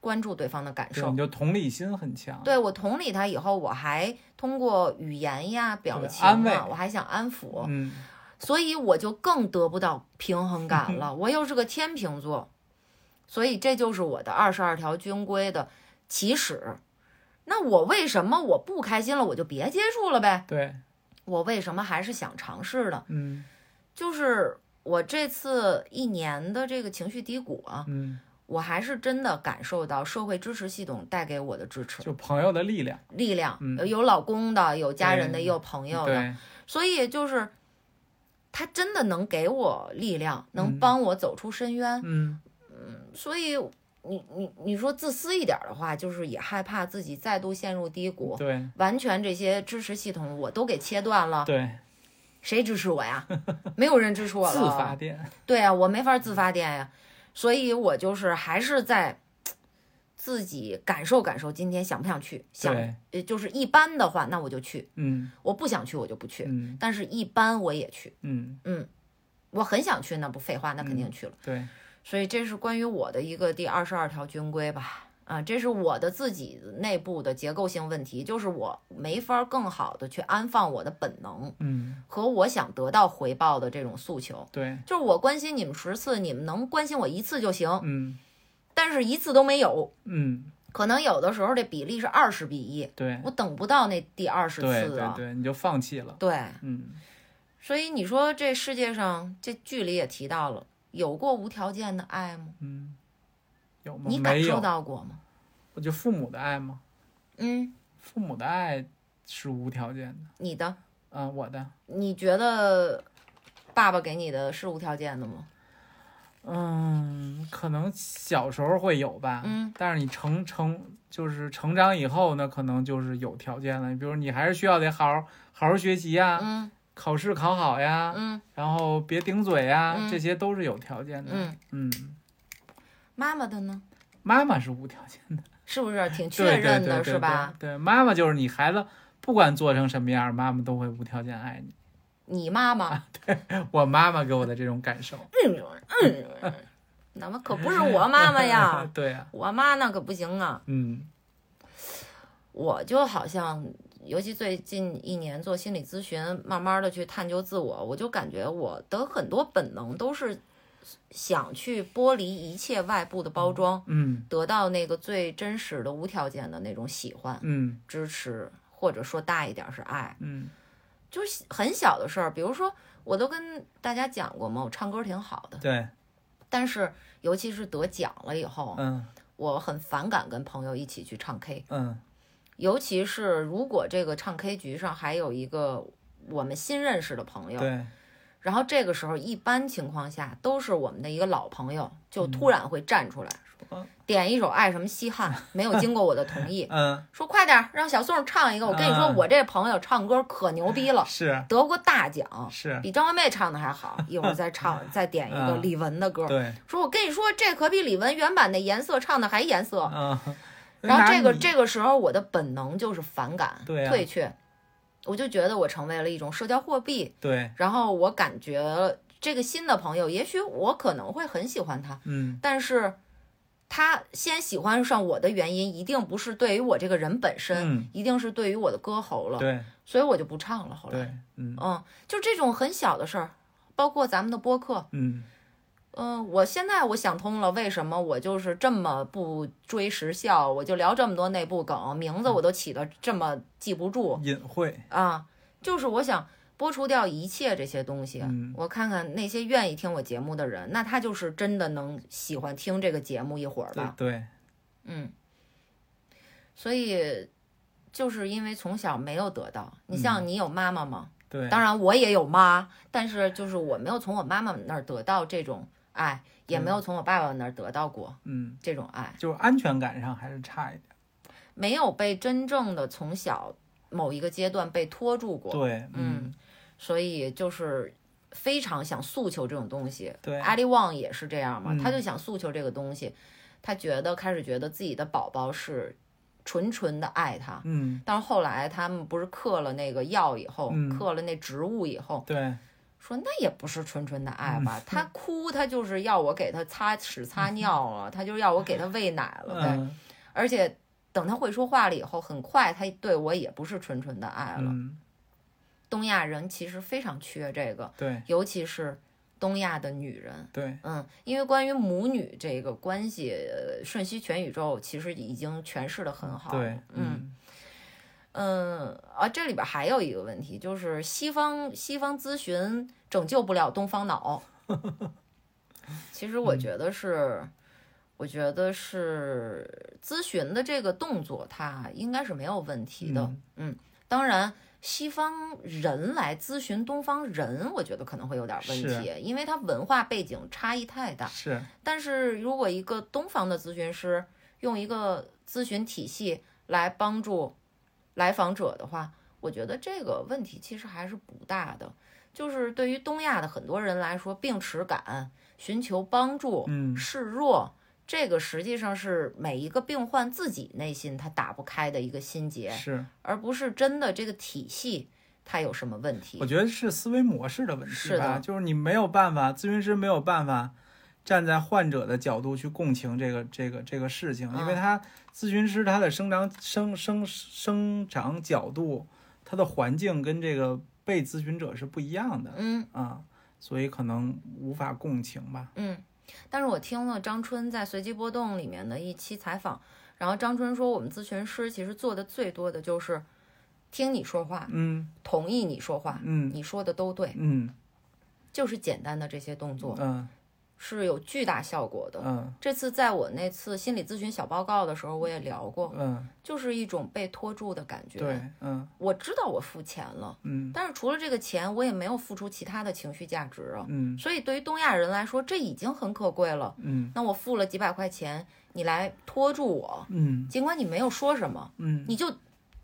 A: 关注对方的感
B: 对，
A: 受
B: 你。就同理心很强，
A: 对我同理他以后，我还通过语言呀、表
B: 对
A: 情
B: 安慰
A: 啊，我还想安抚，
B: 嗯
A: 所以我就更得不到平衡感 了。我又是个天秤座，所以这就是我的二十二条军规的起始。那我为什么我不开心了，我就别接触了呗？
B: 对，
A: 我为什么还是想尝试的？
B: 嗯
A: 就是我这次一年的这个情绪低谷啊，
B: 嗯
A: 我还是真的感受到社会支持系统带给我的支持
B: 就朋友的力量，
A: 力量呃
B: 嗯，
A: 有老公的，有家人的，
B: 对
A: 也有朋友的，
B: 对，
A: 所以就是他真的能给我力量，能
B: 嗯
A: 帮我走出深渊。
B: 嗯，
A: 所以你你你说自私一点的话，就是也害怕自己再度陷入低谷，
B: 对
A: 完全这些支持系统我都给切断了，
B: 对，
A: 谁支持我呀？ 没有人支持我了，
B: 自发电，
A: 对啊，我没法自发电呀，所以我就是还是在自己感受感受，今天想不想去？想，
B: 对，
A: 呃，就是一般的话，那我就去；
B: 嗯
A: 我不想去，我就不去。
B: 嗯
A: 但是，一般我也去。
B: 嗯，
A: 我很想去，那不废话，那肯定去了。
B: 对，
A: 所以，这是关于我的一个第二十二条军规吧。啊，这是我的自己内部的结构性问题，就是我没法更好的去安放我的本能
B: 嗯
A: 和我想得到回报的这种诉求。
B: 对，
A: 就是我关心你们十次，你们能关心我一次就行，
B: 嗯
A: 但是一次都没有。
B: 嗯
A: 可能有的时候这比例是二十比一，
B: 对，
A: 我等不到那第二十
B: 对
A: 次
B: 对
A: 啊。
B: 对，你就放弃了，
A: 对，
B: 嗯
A: 所以你说这世界上这剧里也提到了，有过无条件的爱吗？
B: 嗯，有吗？
A: 你感
B: 没
A: 受
B: 有，
A: 到过吗？
B: 我就父母的爱吗？
A: 嗯，
B: 父母的爱是无条件的，
A: 你的，
B: 嗯、我的，
A: 你觉得爸爸给你的是无条件的吗？
B: 嗯，可能小时候会有吧，
A: 嗯，
B: 但是你成成就是成长以后呢，可能就是有条件了。比如你还是需要得好好好好学习呀，
A: 嗯
B: 考试考好呀，
A: 嗯
B: 然后别顶嘴呀，
A: 嗯
B: 这些都是有条件的。
A: 嗯，
B: 嗯，
A: 妈妈的呢？
B: 妈妈是无条件的，
A: 是不是挺确
B: 对对
A: 认
B: 对
A: 的，
B: 对
A: 是吧？？
B: 对，对妈妈就是你孩子，不管做成什么样，妈妈都会无条件爱你。
A: 你妈妈，
B: 我妈妈给我的这种感受，
A: 嗯嗯，那么可不是我妈妈呀
B: ，对呀、
A: 我妈那可不行啊。
B: 嗯
A: 我就好像，尤其最近一年做心理咨询，慢慢的去探究自我，我就感觉我的很多本能都是想去剥离一切外部的包装，
B: 嗯
A: 得到那个最真实的、无条件的那种喜欢、
B: 嗯
A: 支持，或者说大一点是爱，
B: 嗯
A: 就是很小的事儿，比如说。我都跟大家讲过嘛，我唱歌挺好的，
B: 对，
A: 但是尤其是得奖了以后，
B: 嗯
A: 我很反感跟朋友一起去唱 K。
B: 嗯
A: 尤其是如果这个唱 K 局上还有一个我们新认识的朋友，
B: 对，
A: 然后这个时候一般情况下都是我们的一个老朋友，就突然会站出来，
B: 嗯
A: 点一首《爱什么稀 罕》，没有经过我的同意，
B: 嗯
A: 说快点儿让小宋唱一个。我跟你说，
B: 嗯
A: 我这朋友唱歌可牛逼了，
B: 是啊
A: 得过大奖，
B: 是，啊
A: 比张惠妹唱的还好。一会儿再唱，再点一个
B: 嗯
A: 李玟的歌，
B: 对，
A: 说我跟你说，这可比李玟原版的颜色唱的还颜色。
B: 嗯，
A: 然后
B: 拿
A: 这个
B: 你
A: 这个时候，我的本能就是反感、
B: 对啊
A: 退却，我就觉得我成为了一种社交货币。
B: 对，
A: 然后我感觉这个新的朋友，也许我可能会很喜欢他，
B: 嗯
A: 但是他先喜欢上我的原因，一定不是对于我这个人本身，
B: 嗯，
A: 一定是对于我的歌喉了，
B: 对
A: 所以我就不唱嗯了。后来，
B: 对，嗯
A: 嗯，就这种很小的事儿，包括咱们的播客，
B: 嗯
A: 嗯、我现在我想通了，为什么我就是这么不追时效，我就聊这么多内部梗，名字
B: 嗯
A: 我都起的这么记不住
B: 隐晦，
A: 啊？就是我想剥除掉一切这些东西，
B: 嗯
A: 我看看那些愿意听我节目的人，那他就是真的能喜欢听这个节目一会儿
B: 对
A: 吧？
B: 对，
A: 嗯，所以就是因为从小没有得到，你像你有妈妈吗？
B: 嗯对，
A: 当然我也有妈，但是就是我没有从我妈妈那儿得到这种爱，也没有从我爸爸那儿得到过
B: 嗯，
A: 这种爱，
B: 就是安全感上还是差一点，
A: 没有被真正的从小某一个阶段被拖住过，
B: 对，嗯
A: 所以就是非常想诉求这种东西。
B: 对，
A: 阿里旺也是这样嘛
B: 嗯，
A: 他就想诉求这个东西，他觉得开始觉得自己的宝宝是纯纯的爱他。
B: 嗯
A: 但是后来他们不是嗑了那个药以后，
B: 嗯
A: 嗑了那植物以后，
B: 对，
A: 说那也不是纯纯的爱
B: 嗯
A: 吧， 他哭他就是要我给他擦屎擦尿啊，他就是要我给他喂奶了呗。
B: 嗯
A: 而且等他会说话了以后，很快他对我也不是纯纯的爱了。
B: 嗯
A: 东亚人其实非常缺这个，
B: 对
A: 尤其是东亚的女人。
B: 对，
A: 嗯，因为关于母女这个关系，呃瞬息全宇宙其实已经诠释的很好了。
B: 对，
A: 嗯，嗯啊，这里边还有一个问题，就是西方西方咨询 拯救不了东方脑。其实我觉得是，我我觉得是咨询的这个动作，它应该是没有问题的。
B: 嗯
A: 嗯，当然，西方人来咨询东方人，我觉得可能会有点问题，因为他文化背景差异太大。
B: 是
A: 但是如果一个东方的咨询师用一个咨询体系来帮助来访者的话，我觉得这个问题其实还是不大的。就是对于东亚的很多人来说，病耻感、寻求帮助、
B: 嗯
A: 示弱，这个实际上是每一个病患自己内心他打不开的一个心结，
B: 是，
A: 而不是真的这个体系它有什么问
B: 我
A: 题。
B: 觉得是思维模式的问题
A: 是
B: 吧，
A: 的
B: 就是你没有办法，咨询师没有办法站在患者的角度去共情这个这个这个事情，因为
A: 啊
B: 他咨询师他的生长生生生长角度，他的环境跟这个被咨询者是不一样的
A: 嗯，
B: 啊，所以可能无法共情吧。
A: 嗯，但是我听了张春在《随机波动》里面的一期采访，然后张春说，我们咨询师其实做的最多的就是听你说话，
B: 嗯
A: 同意你说话，
B: 嗯
A: 你说的都啊对，
B: 嗯
A: 就是简单的这些动作
B: 嗯
A: 是有巨大效果的。
B: 嗯
A: 这次在我那次心理咨询小报告的时候，我也聊过，
B: 嗯，
A: 就是一种被拖住的感觉。
B: 对，嗯
A: 我知道我付钱了，
B: 嗯
A: 但是除了这个钱，我也没有付出其他的情绪价值啊。
B: 嗯
A: 所以对于东亚人来说，这已经很可贵了。
B: 嗯
A: 那我付了几百块钱，你来拖住我，
B: 嗯
A: 尽管你没有说什么，
B: 嗯，
A: 你就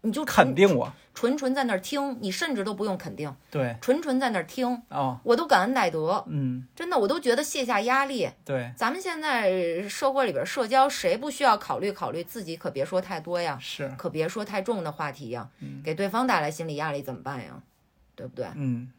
A: 你就纯
B: 肯定我
A: 纯纯在那儿听，你甚至都不用肯定，
B: 对
A: 纯纯在那儿听，
B: 哦，
A: 我都感恩戴德，
B: 嗯
A: 真的我都觉得卸下压力。
B: 对
A: 咱们现在社会里边社交，谁不需要考虑考虑自己？可别说太多呀，
B: 是
A: 可别说太重的话题呀，
B: 嗯
A: 给对方带来心理压力怎么办呀？对不对？
B: 嗯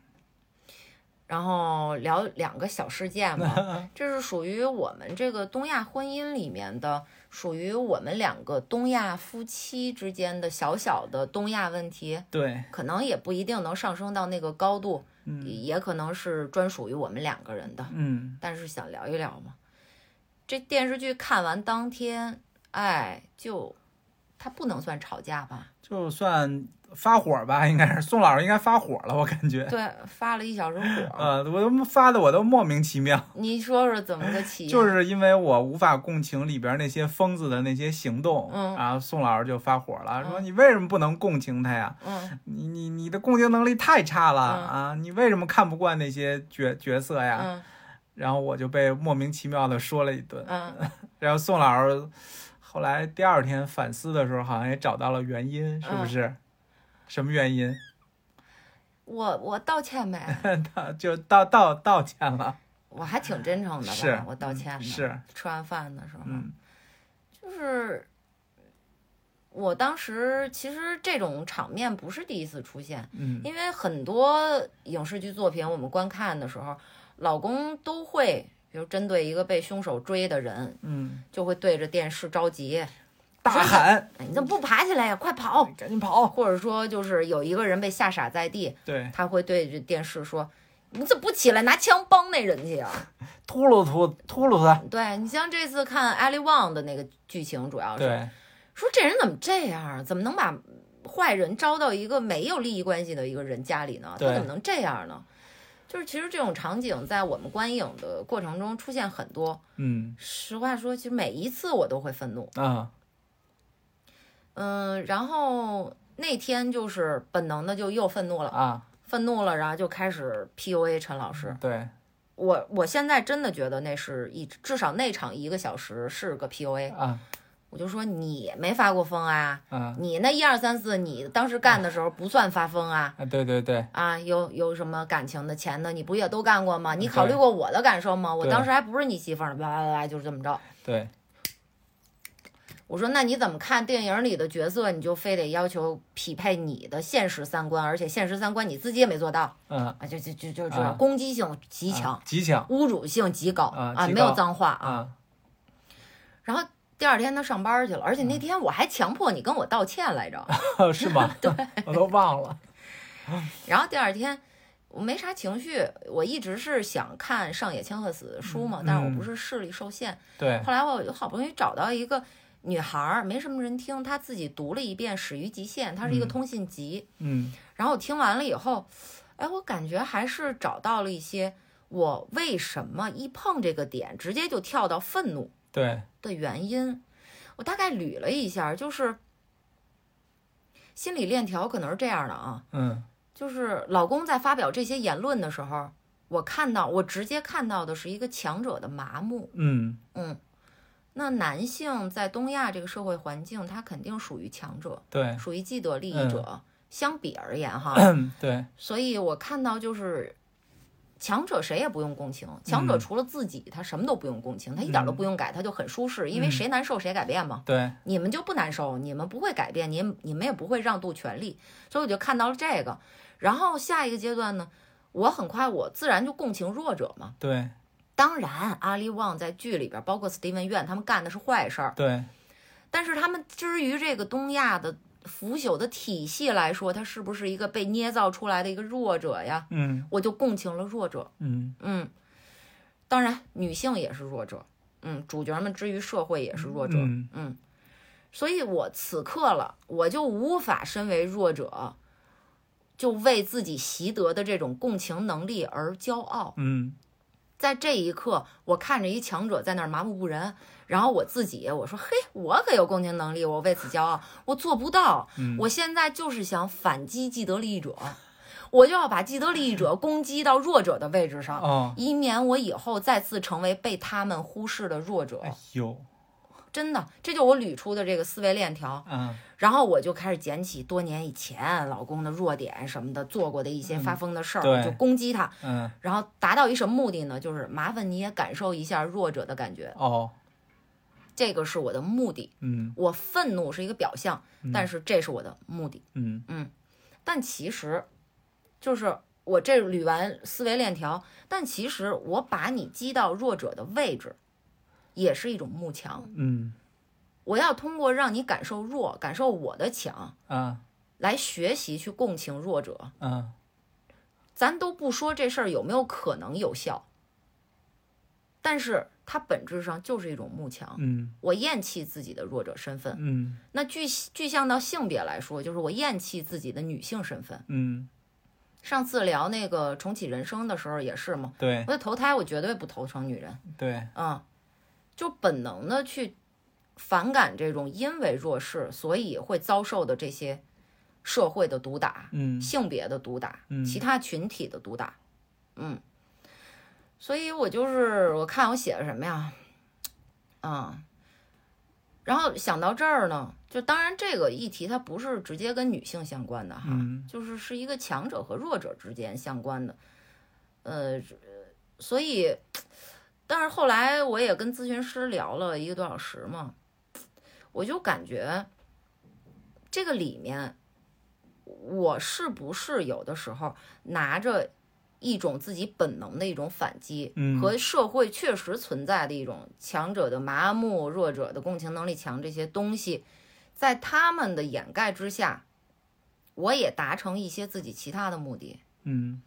A: 然后聊两个小事件吧， 这是属于我们这个东亚婚姻里面的，属于我们两个东亚夫妻之间的小小的东亚问题，
B: 对
A: 可能也不一定能上升到那个高度，
B: 嗯
A: 也可能是专属于我们两个人的，
B: 嗯。
A: 但是想聊一聊嘛。这电视剧看完当天，哎，就它不能算吵架吧？
B: 就算发火吧，应该是宋老师应该发火了，我感觉，
A: 对，发了一小时 火，
B: 呃，我都发的我都莫名其妙，
A: 你说说怎么个起因？
B: 就是因为我无法共情里边那些疯子的那些行动，
A: 嗯
B: 然后宋老师就发火了，
A: 嗯
B: 说你为什么不能共情他呀？
A: 嗯
B: 你你你的共情能力太差了
A: 嗯
B: 啊！你为什么看不惯那些角角色呀？
A: 嗯
B: 然后我就被莫名其妙的说了一顿，
A: 嗯，
B: 然后宋老师后来第二天反思的时候，好像也找到了原因，是不
A: 嗯
B: 是？什么原因？
A: 我我道歉没？
B: 道就道道道歉了，
A: 我还挺真诚的吧，
B: 是嗯
A: 我道歉的。
B: 是，
A: 吃完饭的时候，
B: 嗯
A: 就是我当时其实这种场面不是第一次出现，
B: 嗯
A: 因为很多影视剧作品我们观看的时候，老公都会，比如针对一个被凶手追的人，
B: 嗯，
A: 就会对着电视着急，哎
B: 大喊，
A: 哎你怎么不爬起来呀？快跑！
B: 哎赶紧跑！
A: 或者说，就是有一个人被吓傻在地，
B: 对，
A: 他会对着电视说：“你怎么不起来拿枪帮那人去啊？”
B: 秃噜秃秃噜他，
A: 对你像这次看艾利旺的那个剧情，主要是
B: 对，
A: 说这人怎么这样啊，怎么能把坏人招到一个没有利益关系的一个人家里呢？他
B: 对
A: 怎么能这样呢？就是其实这种场景在我们观影的过程中出现很多。
B: 嗯
A: 实话说，其实每一次我都会愤怒。
B: 啊，
A: 嗯，然后那天就是本能的就又愤怒了，
B: 啊，
A: 愤怒了，然后就开始 PUA 陈老师。
B: 对，
A: 我我现在真的觉得那是一至少那场一个小时是个 PUA。
B: 啊
A: 我就说你没发过疯啊，
B: 啊
A: 你那一二三四，你当时干的时候不算发疯啊。
B: 啊，对对对，
A: 啊，有有什么感情的、钱的，你不也都干过吗？你
B: 对
A: 考虑过我的感受吗？我
B: 对
A: 当时还不是你媳妇儿呢，叭叭叭，就是这么着。
B: 对，
A: 我说，那你怎么看电影里的角色，你就非得要求匹配你的现实三观，而且现实三观你自己也没做到
B: 嗯，
A: 啊，就就就就
B: 啊
A: 这攻击性极强，
B: 啊极强
A: 侮辱性极高
B: 啊极
A: 没有
B: 高
A: 脏话啊。
B: 啊，
A: 然后第二天他上班去了，而且
B: 嗯
A: 那天我还强迫你跟我道歉来着。
B: 啊 是 吗？对，我都忘了，
A: 然后第二天我没啥情绪，我一直是想看上野千鹤子的书嘛，
B: 嗯
A: 但是我不是视力受限。
B: 对，
A: 后来我好不容易找到一个女孩儿，没什么人听，她自己读了一遍《始于极限》，它是一个
B: 嗯
A: 通信集。
B: 嗯
A: 然后我听完了以后，哎，我感觉还是找到了一些我为什么一碰这个点直接就跳到愤怒，
B: 对，
A: 的原因，我大概捋了一下，就是心理链条可能是这样的啊，
B: 嗯
A: 就是老公在发表这些言论的时候，我看到我直接看到的是一个强者的麻木，
B: 嗯
A: 嗯，那男性在东亚这个社会环境，他肯定属于强者，
B: 对，
A: 属于既得利益者，相比而言哈，
B: 嗯对，
A: 所以我看到就是。强者谁也不用共情，强者
B: 嗯
A: 除了自己，他什么都不用共情，他一点都不用改，他就很舒适，因为
B: 嗯
A: 谁难受谁改变嘛。
B: 对，
A: 你们就不难受，你们不会改变，你你们也不会让渡权利，所以我就看到了这个。然后下一个阶段呢，我很快我自然就共情弱者嘛。
B: 对，
A: 当然，阿里旺在剧里边，包括 Steven 院他们干的是坏事儿，
B: 对，
A: 但是他们之于这个东亚的腐朽的体系来说，他是不是一个被捏造出来的一个弱者呀？
B: 嗯
A: 我就共情了弱者。
B: 嗯
A: 嗯，当然，女性也是弱者，嗯，主角们之于社会也是弱者，
B: 嗯
A: 嗯所以我此刻了，我就无法身为弱者，就为自己习得的这种共情能力而骄傲。
B: 嗯
A: 在这一刻，我看着一强者在那儿麻木不仁，然后我自己我说：“嘿，我可有共情能力，我为此骄傲。”我做不到，
B: 嗯
A: 我现在就是想反击既得利益者，我就要把既得利益者攻击到弱者的位置上。
B: 哦，
A: 以免我以后再次成为被他们忽视的弱者
B: 哎。呦，
A: 真的，这就是我捋出的这个思维链条。
B: 嗯
A: 然后我就开始捡起多年以前老公的弱点什么的，做过的一些发疯的事儿，
B: 对
A: 我就攻击他。
B: 嗯
A: 然后达到一什么目的呢？就是麻烦你也感受一下弱者的感觉，
B: 哦，
A: 这个是我的目的。
B: 嗯
A: 我愤怒是一个表象，但是这是我的目的。
B: 嗯
A: 但其实，就是我这捋完思维链条，但其实我把你击到弱者的位置，也是一种慕强。
B: 嗯
A: 我要通过让你感受弱，感受我的强，
B: 啊
A: 来学习去共情弱者。
B: 啊，
A: 咱都不说这事儿有没有可能有效，但是它本质上就是一种慕强。
B: 嗯
A: 我厌弃自己的弱者身份，
B: 嗯
A: 那具具象到性别来说，就是我厌弃自己的女性身份。
B: 嗯，
A: 上次聊那个重启人生的时候也是嘛，
B: 对
A: 我投胎我绝对不投成女人，
B: 对，
A: 嗯，就本能的去反感这种因为弱势所以会遭受的这些社会的毒打、
B: 嗯
A: 性别的毒打、
B: 嗯
A: 其他群体的毒打，嗯，所以我就是我看我写的什么呀，嗯，然后想到这儿呢，就当然这个议题它不是直接跟女性相关的哈，
B: 嗯
A: 就是是一个强者和弱者之间相关的，呃，所以，但是后来我也跟咨询师聊了一个多小时嘛，我就感觉这个里面，我是不是有的时候拿着一种自己本能的一种反击，
B: 嗯
A: 和社会确实存在的一种强者的麻木、弱者的共情能力强这些东西，在他们的掩盖之下，我也达成一些自己其他的目的。
B: 嗯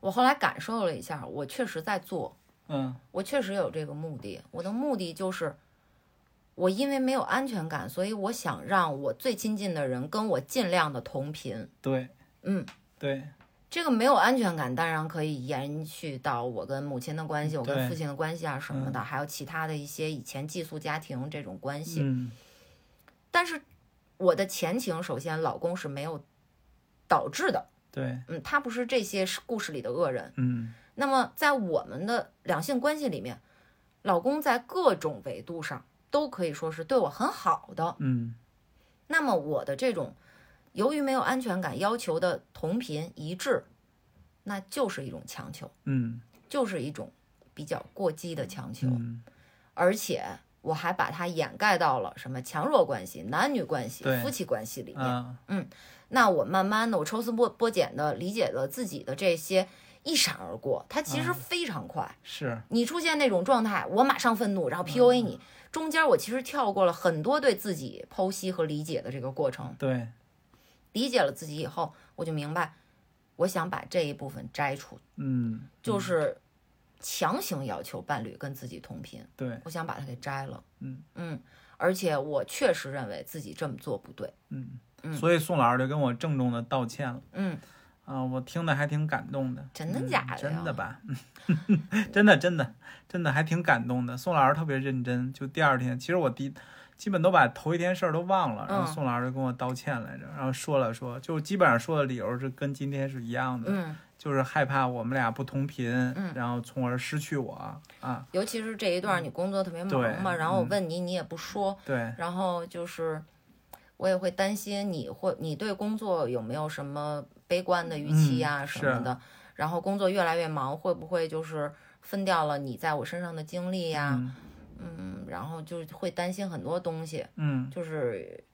A: 我后来感受了一下，我确实在做，
B: 嗯
A: 我确实有这个目的。我的目的就是，我因为没有安全感，所以我想让我最亲近的人跟我尽量的同频。
B: 对
A: 嗯，
B: 对，
A: 这个没有安全感，当然可以延续到我跟母亲的关系，我
B: 对嗯
A: 跟父亲的关系啊什么的，还有其他的一些以前寄宿家庭这种关系。
B: 嗯
A: 但是我的前情，首先老公是没有导致的，
B: 对，
A: 嗯，他不是这些故事里的恶人。
B: 嗯
A: 那么在我们的两性关系里面，老公在各种维度上都可以说是对我很好的。
B: 嗯
A: 那么我的这种由于没有安全感要求的同频一致，那就是一种强求，
B: 嗯
A: 就是一种比较过激的强求，
B: 嗯
A: 而且。我还把它掩盖到了什么强弱关系、男女关系
B: 对、
A: 夫妻关系里面。
B: 啊
A: 那我慢慢的，我抽丝剥剥茧的理解了自己的这些一闪而过，它其
B: 嗯
A: 实非常快。
B: 是，
A: 你出现那种状态，我马上愤怒，然后
B: 嗯
A: PUA 你。中间我其实跳过了很多对自己剖析和理解的这个过程，
B: 对
A: 理解了自己以后，我就明白，我想把这一部分摘除，
B: 嗯
A: 就是强行要求伴侣跟自己同频，
B: 对
A: 我想把它给摘了。
B: 嗯
A: 嗯，而且我确实认为自己这么做不对。
B: 嗯，所以宋老师就跟我郑重的道歉了。
A: 嗯
B: 啊、我听的还挺感动的。
A: 真的假的呀
B: 嗯真的吧？ 真的真的真的还挺感动的。宋老师特别认真，就第二天，其实我第基本都把头一天事儿都忘了，然后
A: 嗯
B: 宋老师就跟我道歉来着，然后说了说，就基本上说的理由是跟今天是一样的，
A: 嗯，
B: 就是害怕我们俩不同频，然后从而失去我啊。
A: 尤其是这一段你工作特别
B: 对
A: 忙嘛，然后我
B: 嗯
A: 问你，你也不说，
B: 对，
A: 然后就是我也会担心你或你对工作有没有什么悲观的预期呀、
B: 嗯
A: 什么的。然后工作越来越忙，会不会就是分掉了你在我身上的精力呀、
B: 嗯
A: 嗯，然后就会担心很多东西，
B: 嗯
A: 就是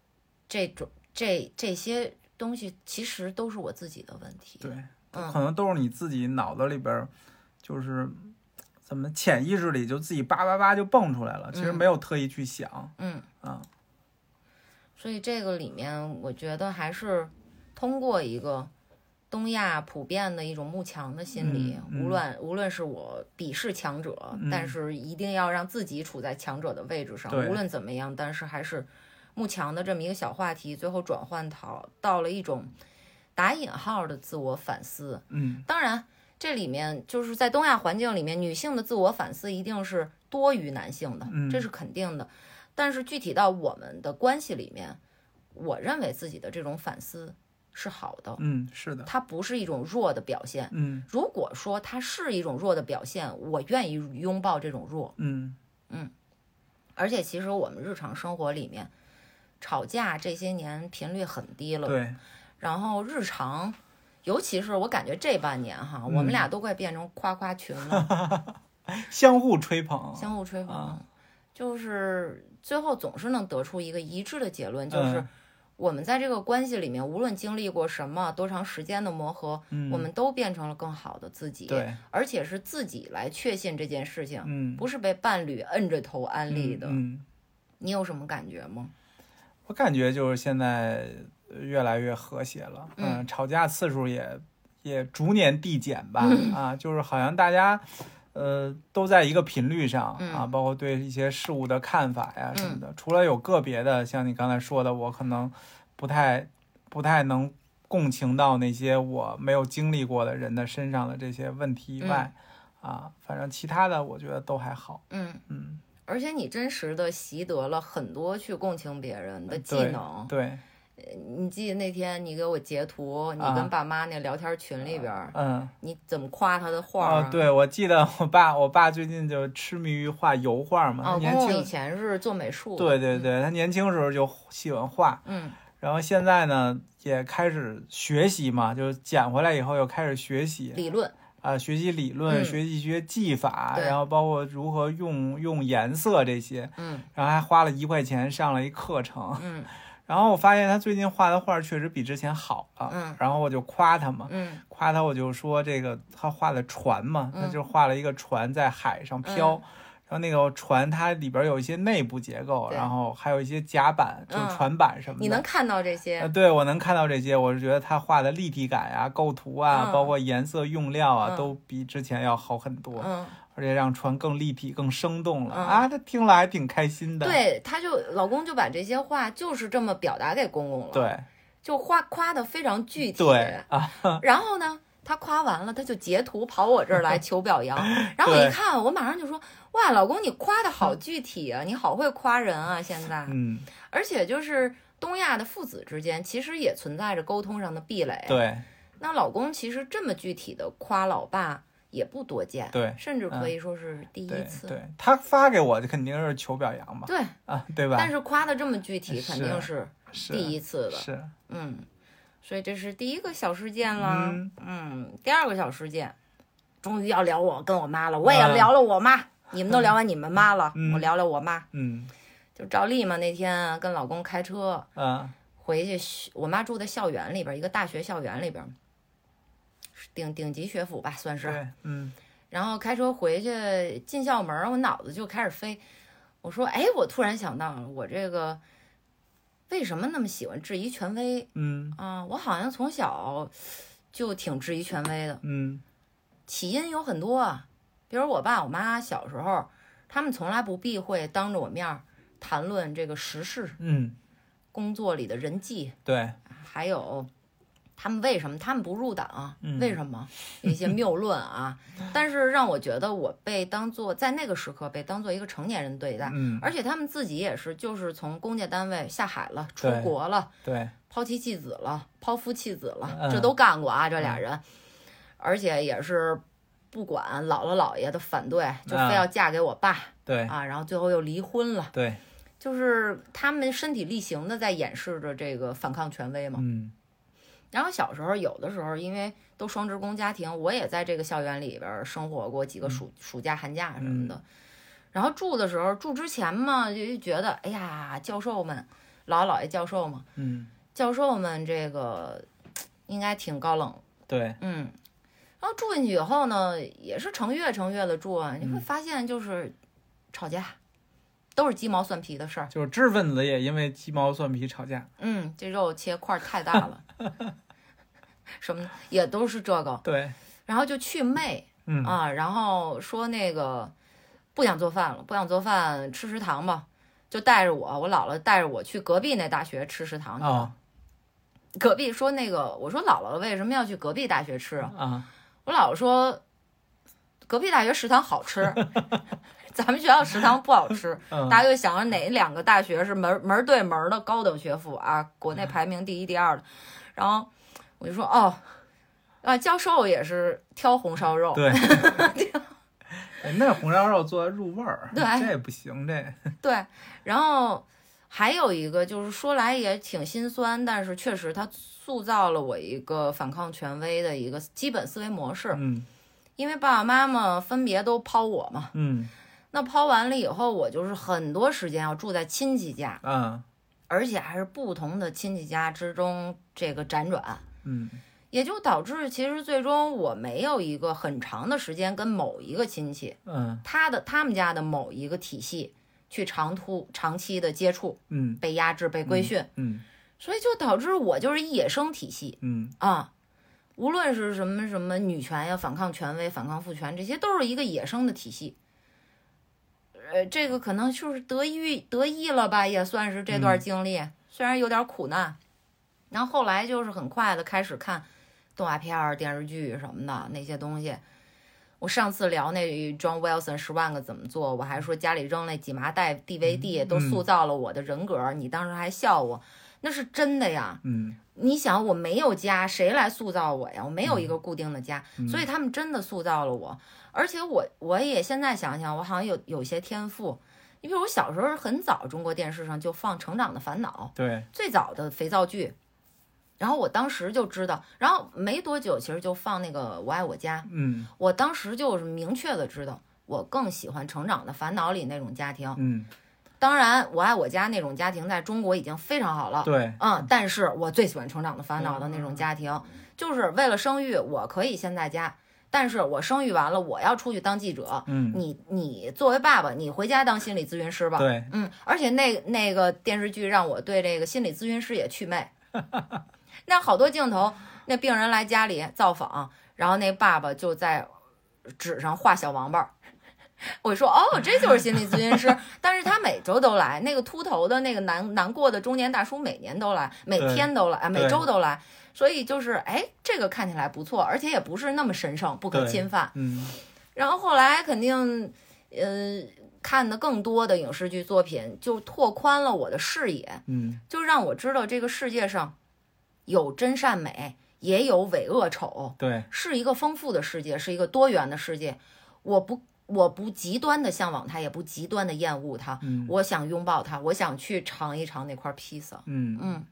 A: 这种这这些东西其实都是我自己的问题。
B: 对，
A: 嗯
B: 可能都是你自己脑子里边儿，就是怎么潜意识里就自己叭叭叭就蹦出来了，其实
A: 嗯
B: 没有特意去想。
A: 嗯
B: 啊，
A: 所以这个里面，我觉得还是通过一个东亚普遍的一种慕强的心理，
B: 嗯嗯
A: 无论无论是我鄙视强者，
B: 嗯
A: 但是一定要让自己处在强者的位置上，
B: 对
A: 无论怎么样，但是还是慕强的这么一个小话题，最后转换到到了一种打引号的自我反思。
B: 嗯
A: 当然，这里面就是在东亚环境里面，女性的自我反思一定是多于男性的
B: 嗯，
A: 这是肯定的。但是具体到我们的关系里面，我认为自己的这种反思是好的，
B: 嗯，是的，
A: 它不是一种弱的表现。
B: 嗯
A: 如果说它是一种弱的表现，我愿意拥抱这种弱。
B: 嗯
A: 而且，其实我们日常生活里面，吵架这些年频率很低了，
B: 对，
A: 然后日常，尤其是我感觉这半年哈，我们
B: 嗯
A: 俩都快变成夸夸群 了，
B: 相互吹捧，
A: 相互吹捧，
B: 啊
A: 就是最后总是能得出一个一致的结论，就是
B: 嗯
A: 我们在这个关系里面，无论经历过什么多长时间的磨合，
B: 嗯
A: 我们都变成了更好的自己，
B: 对，
A: 而且是自己来确信这件事情，
B: 嗯，
A: 不是被伴侣摁着头安利
B: 嗯
A: 的。
B: 嗯，
A: 你有什么感觉吗？
B: 我感觉就是现在呃越来越和谐了，
A: 嗯
B: 吵架次数也也逐年递减吧，
A: 嗯
B: 啊，就是好像大家。呃，都在一个频率上、
A: 嗯
B: 啊，包括对一些事物的看法呀什么的。除了有个别的，像你刚才说的，我可能不太不太能共情到那些我没有经历过的人的身上的这些问题以外，啊，反正其他的我觉得都还好。
A: 嗯，
B: 嗯，
A: 而且你真实的习得了很多去共情别人的技
B: 嗯对
A: 能。
B: 对，
A: 你记得那天你给我截图，你
B: 啊
A: 跟爸妈那聊天群里边儿，
B: 嗯。
A: 你怎么夸他的画儿
B: 哦，
A: 啊？
B: 对，我记得我爸，我爸最近就痴迷于画油画嘛，他
A: 哦，
B: 年
A: 公公以
B: 轻，
A: 前是做美术的，
B: 对对对，他年轻时候就喜欢画，
A: 嗯
B: 然后现在呢也开始学习嘛，就是捡回来以后又开始学习
A: 理论，
B: 啊、学习理论，
A: 嗯
B: 学习一些技法，
A: 对
B: 然后包括如何用用颜色这些，
A: 嗯
B: 然后还花了一块钱上了一课程，
A: 嗯
B: 然后我发现他最近画的画确实比之前好了，
A: 嗯
B: 然后我就夸他嘛，
A: 嗯
B: 夸他，我就说这个他画的船嘛，
A: 嗯
B: 他就画了一个船在海上飘，然后那个船它里边有一些内部结构，
A: 对
B: 然后还有一些甲板，就
A: 嗯
B: 是船板什么的。
A: 你能看到这
B: 呃
A: 些，
B: 对我能看到这些，我是觉得他画的立体感呀、构图啊，
A: 嗯
B: 包括颜色用料啊，
A: 嗯
B: 都比之前要好很多，
A: 嗯，
B: 而且让船更立体、更生动了、
A: 嗯
B: 啊！他听了还挺开心的。
A: 对，他就老公就把这些话就是这么表达给公公了，，
B: 对
A: 就夸夸的非常具体，
B: 对啊，
A: 然后呢，他夸完了，他就截图跑我这儿来求表 扬。然后我一
B: 对
A: 看，我马上就说：“哇，老公，你夸的好具体啊，你好会夸人啊！现在，
B: 嗯，
A: 而且就是东亚的父子之间，其实也存在着沟通上的壁垒。，
B: 对
A: 那老公其实这么具体的夸老爸也不多见，
B: 对嗯
A: 甚至可以说是第一
B: 对
A: 次。
B: 对，他发给我肯定是求表扬嘛，
A: 对
B: 啊，对吧？
A: 但是夸的这么具体，
B: 是
A: 肯定是
B: 是
A: 第一次的。
B: 是，
A: 嗯，所以这是第一个小事件啦。
B: 嗯
A: 嗯，第二个小事件，终于要聊我跟我妈了，我也要聊了我妈。你们都聊完你们妈了，
B: 嗯
A: 我聊聊我妈。
B: 嗯
A: 就照例嘛，那天啊跟老公开车
B: 啊
A: 回去学，我妈住在校园里边，一个大学校园里边，是顶顶级学府吧，算是。
B: 对，嗯
A: 然后开车回去进校门儿，我脑子就开始飞。我说，哎，我突然想到了，我这个为什么那么喜欢质疑权威？
B: 嗯
A: 啊，我好像从小就挺质疑权威的，
B: 嗯
A: 起因有很多啊，比如我爸我妈小时候，他们从来不避讳当着我面儿谈论这个时事、
B: 嗯，
A: 工作里的人际，
B: 对，
A: 还有他们为什么他们不入党、啊？
B: 嗯
A: 为什么一些谬论 啊？但是让我觉得我被当做在那个时刻被当做一个成年人对待，
B: 嗯，
A: 而且他们自己也是，就是从公家单位下海了，出
B: 对
A: 国了，
B: 对，
A: 抛妻弃子了，抛夫弃子了，
B: 嗯
A: 这都干过啊，这俩人，而且也是不管姥姥姥爷的反对，就
B: 啊
A: 非要嫁给我爸
B: 对，
A: 啊，然后最后又离婚了，
B: 对，
A: 就是他们身体力行的在掩饰着这个反抗权威嘛。
B: 嗯，
A: 然后小时候有的时候因为都双职工家庭，我也在这个校园里边儿生活过几个暑、暑假、寒假什么的。然后住的时候，住之前嘛，就觉得哎呀，教授们，姥姥姥爷教授嘛，
B: 嗯，
A: 教授们这个应该挺高冷，
B: 对，
A: 嗯。然后住进去以后呢，也是成月成月的住啊，你会
B: 嗯
A: 发现就是吵架，都是鸡毛蒜皮的事儿。
B: 就是知识分子也因为鸡毛蒜皮吵架。
A: 嗯，这肉切块儿太大了，什么也都是这个。
B: 对，
A: 然后就去魅
B: 嗯，
A: 啊，然后说那个不想做饭了，不想做饭，吃食堂吧。就带着我，我姥姥带着我去隔壁那大学吃食堂去了。
B: 啊
A: 隔壁说那个，我说姥姥为什么要去隔壁大学吃啊？
B: 啊，
A: 我姥姥说隔壁大学食堂好吃， 咱们学校食堂不好吃。
B: 嗯，
A: 大家就想着哪两个大学是门门对门的高等学府啊，国
B: 嗯
A: 内排名第一、第二的。然后我就说哦，啊，教授也是挑红烧肉，
B: 对。哎那红烧肉做的入味儿，
A: 对
B: 这不行，这
A: 对。然后还有一个就是说来也挺心酸，但是确实它塑造了我一个反抗权威的一个基本思维模式，
B: 嗯
A: 因为爸爸妈妈分别都抛我嘛，
B: 嗯
A: 那抛完了以后，我就是很多时间要住在亲戚家，
B: 啊
A: 而且还是不同的亲戚家之中这个辗转。
B: 嗯
A: 也就导致，其实最终我没有一个很长的时间跟某一个亲戚，
B: 嗯
A: 他的他们家的某一个体系去长途长期的接触，
B: 嗯
A: 被压制、被规训，
B: 嗯
A: 所以就导致我就是一野生体系
B: 嗯
A: 啊。无论是什么什么女权呀、反抗权威、反抗父权，这些都是一个野生的体系。呃，这个可能就是得益得益了吧，也算是这段经历，虽然有点苦难。然后后来就是很快的开始看动画片儿、电视剧什么的那些东西。我上次聊那 John Wilson 十万个怎么做，我还说家里扔那几麻袋 DVD 都塑造了我的人格，你当时还笑我，那是真的呀。
B: 嗯
A: 你想，我没有家，谁来塑造我呀？我没有一个固定的家，
B: 嗯
A: 所以他们真的塑造了我。而且我我也现在想想，我好像有有些天赋。你比如我小时候很早，中国电视上就放《成长的烦恼》，
B: 对
A: 最早的肥皂剧，然后我当时就知道，然后没多久其实就放那个《我爱我家》，
B: 嗯
A: 我当时就是明确的知道，我更喜欢《成长的烦恼》里那种家庭。
B: 嗯
A: 当然，《我爱我家》那种家庭在中国已经非常好了，
B: 对
A: 嗯，但是我最喜欢《成长的烦恼》的那种家庭，就是为了生育，我可以先在家，但是我生育完了，我要出去当记者。
B: 嗯
A: 你你作为爸爸，你回家当心理咨询师吧。
B: 对
A: 嗯，而且那那个电视剧让我对这个心理咨询师也祛 魅。那好多镜头，那病人来家里造访，然后那爸爸就在纸上画小王八儿。我说哦，这就是心理咨询师，但是他每周都来。那个秃头的那个难难过的中年大叔，每年都来，每
B: 对
A: 天都来，啊每
B: 对
A: 周都来。所以就是，哎，这个看起来不错，而且也不是那么神圣、不可
B: 对
A: 侵犯。
B: 嗯
A: 然后后来肯定，呃，看的更多的影视剧作品，就拓宽了我的视野，
B: 嗯
A: 就让我知道这个世界上有真善美，也有伪恶丑，
B: 对
A: 是一个丰富的世界，是一个多元的世界。我不，我不极端的向往它，也不极端的厌恶它。
B: 嗯
A: 我想拥抱它，我想去尝一尝那块披萨。
B: 嗯
A: 嗯，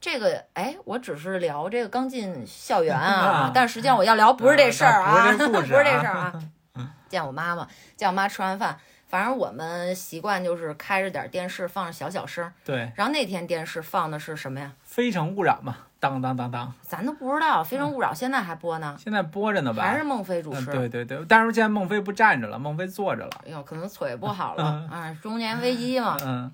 A: 这个哎，我只是聊这个刚进校园啊
B: 啊，
A: 但实际上我要聊不是这事儿啊，
B: 啊不是这故事
A: 不
B: 啊嗯
A: 是这事 儿啊。见我妈妈，见我妈吃完饭，反正我们习惯就是开着点电视，放着小小声儿。
B: 对，
A: 然后那天电视放的是什么呀？
B: 《非诚勿扰》嘛，当当当当，
A: 咱都不知道，《非诚勿扰》现在还播呢，
B: 现在播着呢吧？
A: 还是孟非主
B: 嗯
A: 持。
B: 对对对，但是现在孟非不站着了，孟非坐着了。
A: 哎呦，可能腿不好了啊，中年危机嘛。
B: 嗯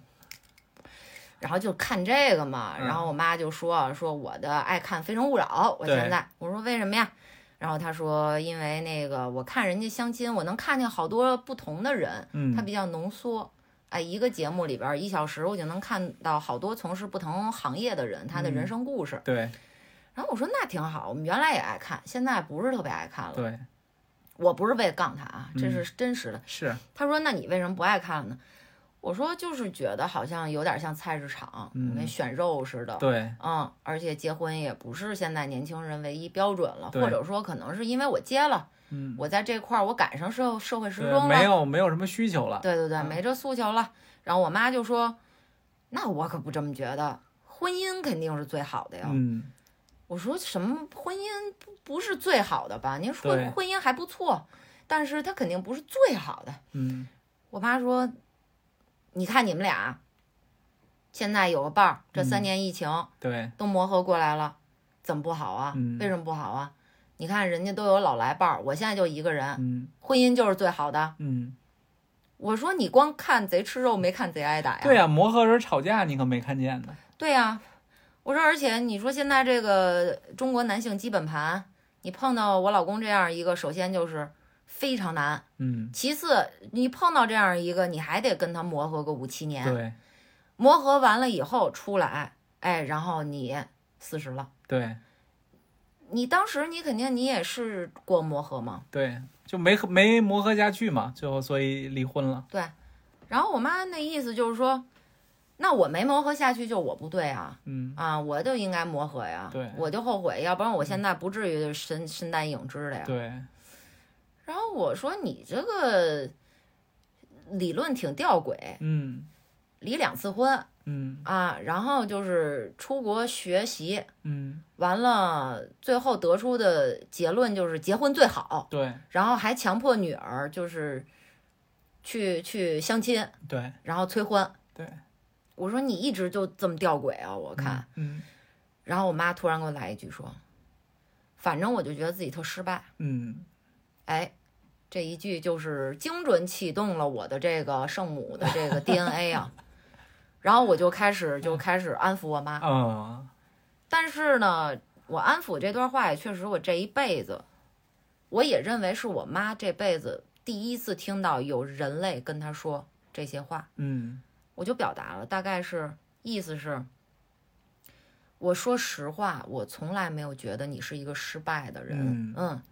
A: 然后就看这个嘛，
B: 嗯
A: 然后我妈就说啊说我的爱看《非诚勿扰》，我
B: 对
A: 现在我说为什么呀？然后她说因为那个我看人家相亲，我能看见好多不同的人，它
B: 嗯
A: 比较浓缩。哎，一个节目里边一
B: 嗯
A: 小时，我就能看到好多从事不同行业的人他的人生故事。
B: 对，
A: 然后我说那挺好，我们原来也爱看，现在不是特别爱看了。
B: 对，嗯
A: 我不是为了杠他啊，这是真实的。
B: 是，
A: 他说那你为什么不爱看了呢？我说就是觉得好像有点像菜市场，
B: 嗯
A: 跟选肉似的。
B: 对，
A: 嗯，而且结婚也不是现在年轻人唯一标准了，
B: 对
A: 或者说可能是因为我结了，
B: 嗯，
A: 我在这块儿我赶上社社会时
B: 对，
A: 钟
B: 没
A: 了，
B: 有没有什么需求了，
A: 对对对，
B: 嗯
A: 没这诉求了。然后我妈就说：“那我可不这么觉得，婚姻肯定是最好的呀。
B: 嗯，
A: 我说：“什么婚姻不不是最好的吧？您说
B: 对
A: 婚姻还不错，但是它肯定不是最好的。”
B: 嗯，
A: 我妈说：“你看你们俩现在有个伴儿，这三
B: 嗯
A: 年疫情、
B: 对，
A: 都磨合过来了，怎么不好啊？
B: 嗯
A: 为什么不好啊？你看人家都有老来伴儿，我现在就一个人，
B: 嗯
A: 婚姻就是最好的。
B: 嗯，
A: 我说你光看贼吃肉，没看贼挨哎打呀？
B: 对呀、啊磨合时候吵架你可没看见呢，
A: 对呀、我说而且你说现在这个中国男性基本盘，你碰到我老公这样一个，首先就是非常难，
B: 嗯，
A: 其次你碰到这样一个，你还得跟他磨合个五七年，
B: 对
A: 磨合完了以后出来，哎，然后你四十了。
B: 对
A: 你当时你肯定你也是过磨合嘛，
B: 对，就没合没磨合下去嘛，最后所以离婚了，
A: 然后我妈那意思就是说，那我没磨合下去就我不对啊，
B: 嗯，
A: 啊，我就应该磨合呀，
B: 对
A: 我就后悔，要不然我现在不至于身身单影只的哎呀。
B: 对，
A: 然后我说你这个理论挺吊诡，
B: 嗯
A: 离两次婚
B: 嗯
A: 啊，然后就是出国学习，
B: 嗯，
A: 完了最后得出的结论就是结婚最好，
B: 对
A: 然后还强迫女儿就是去去相亲，
B: 对
A: 然后催婚。
B: 对，
A: 我说你一直就这么吊诡啊，我看。，
B: 嗯
A: 然后我妈突然给我来一句说：“反正我就觉得自己特失败。
B: 嗯”
A: 哎，这一句就是精准启动了我的这个圣母的这个 DNA 啊。 然后我就开始就开始安抚我
B: 嗯
A: 妈，
B: 啊，
A: 但是呢，我安抚这段话也确实，我这一辈子，我也认为是我妈这辈子第一次听到有人类跟她说这些话。
B: 嗯
A: 我就表达了，大概是意思是，我说实话，我从来没有觉得你是一个失败的人，
B: 嗯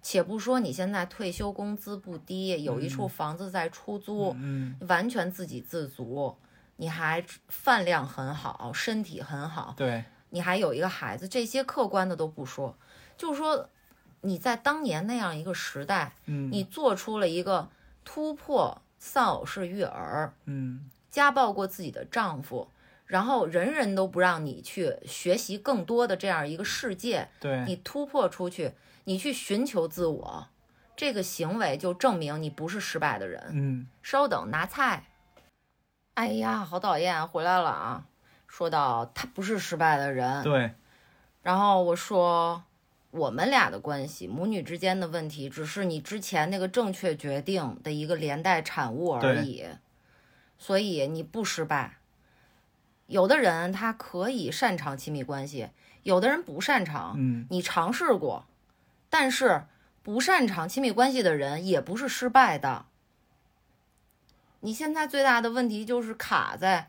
A: 且不说你现在退休工资不低，有一处房子在出租，
B: 嗯，
A: 完全自给自足，你还饭量很好，身体很好，
B: 对
A: 你还有一个孩子，这些客观的都不说，就说你在当年那样一个时代，
B: 嗯
A: 你做出了一个突破丧偶式育儿，
B: 嗯
A: 家暴过自己的丈夫，然后人人都不让你去学习更多的这样一个世界，
B: 对
A: 你突破出去，你去寻求自我，这个行为就证明你不是失败的人。
B: 嗯
A: 稍等，拿菜。哎呀，好讨厌，回来了啊！说到他不是失败的人，
B: 对
A: 然后我说我们俩的关系，母女之间的问题，只是你之前那个正确决定的一个连带产物而
B: 对
A: 已，所以你不失败。有的人他可以擅长亲密关系，有的人不擅长。
B: 嗯
A: 你尝试过，但是不擅长亲密关系的人也不是失败的。你现在最大的问题就是卡在，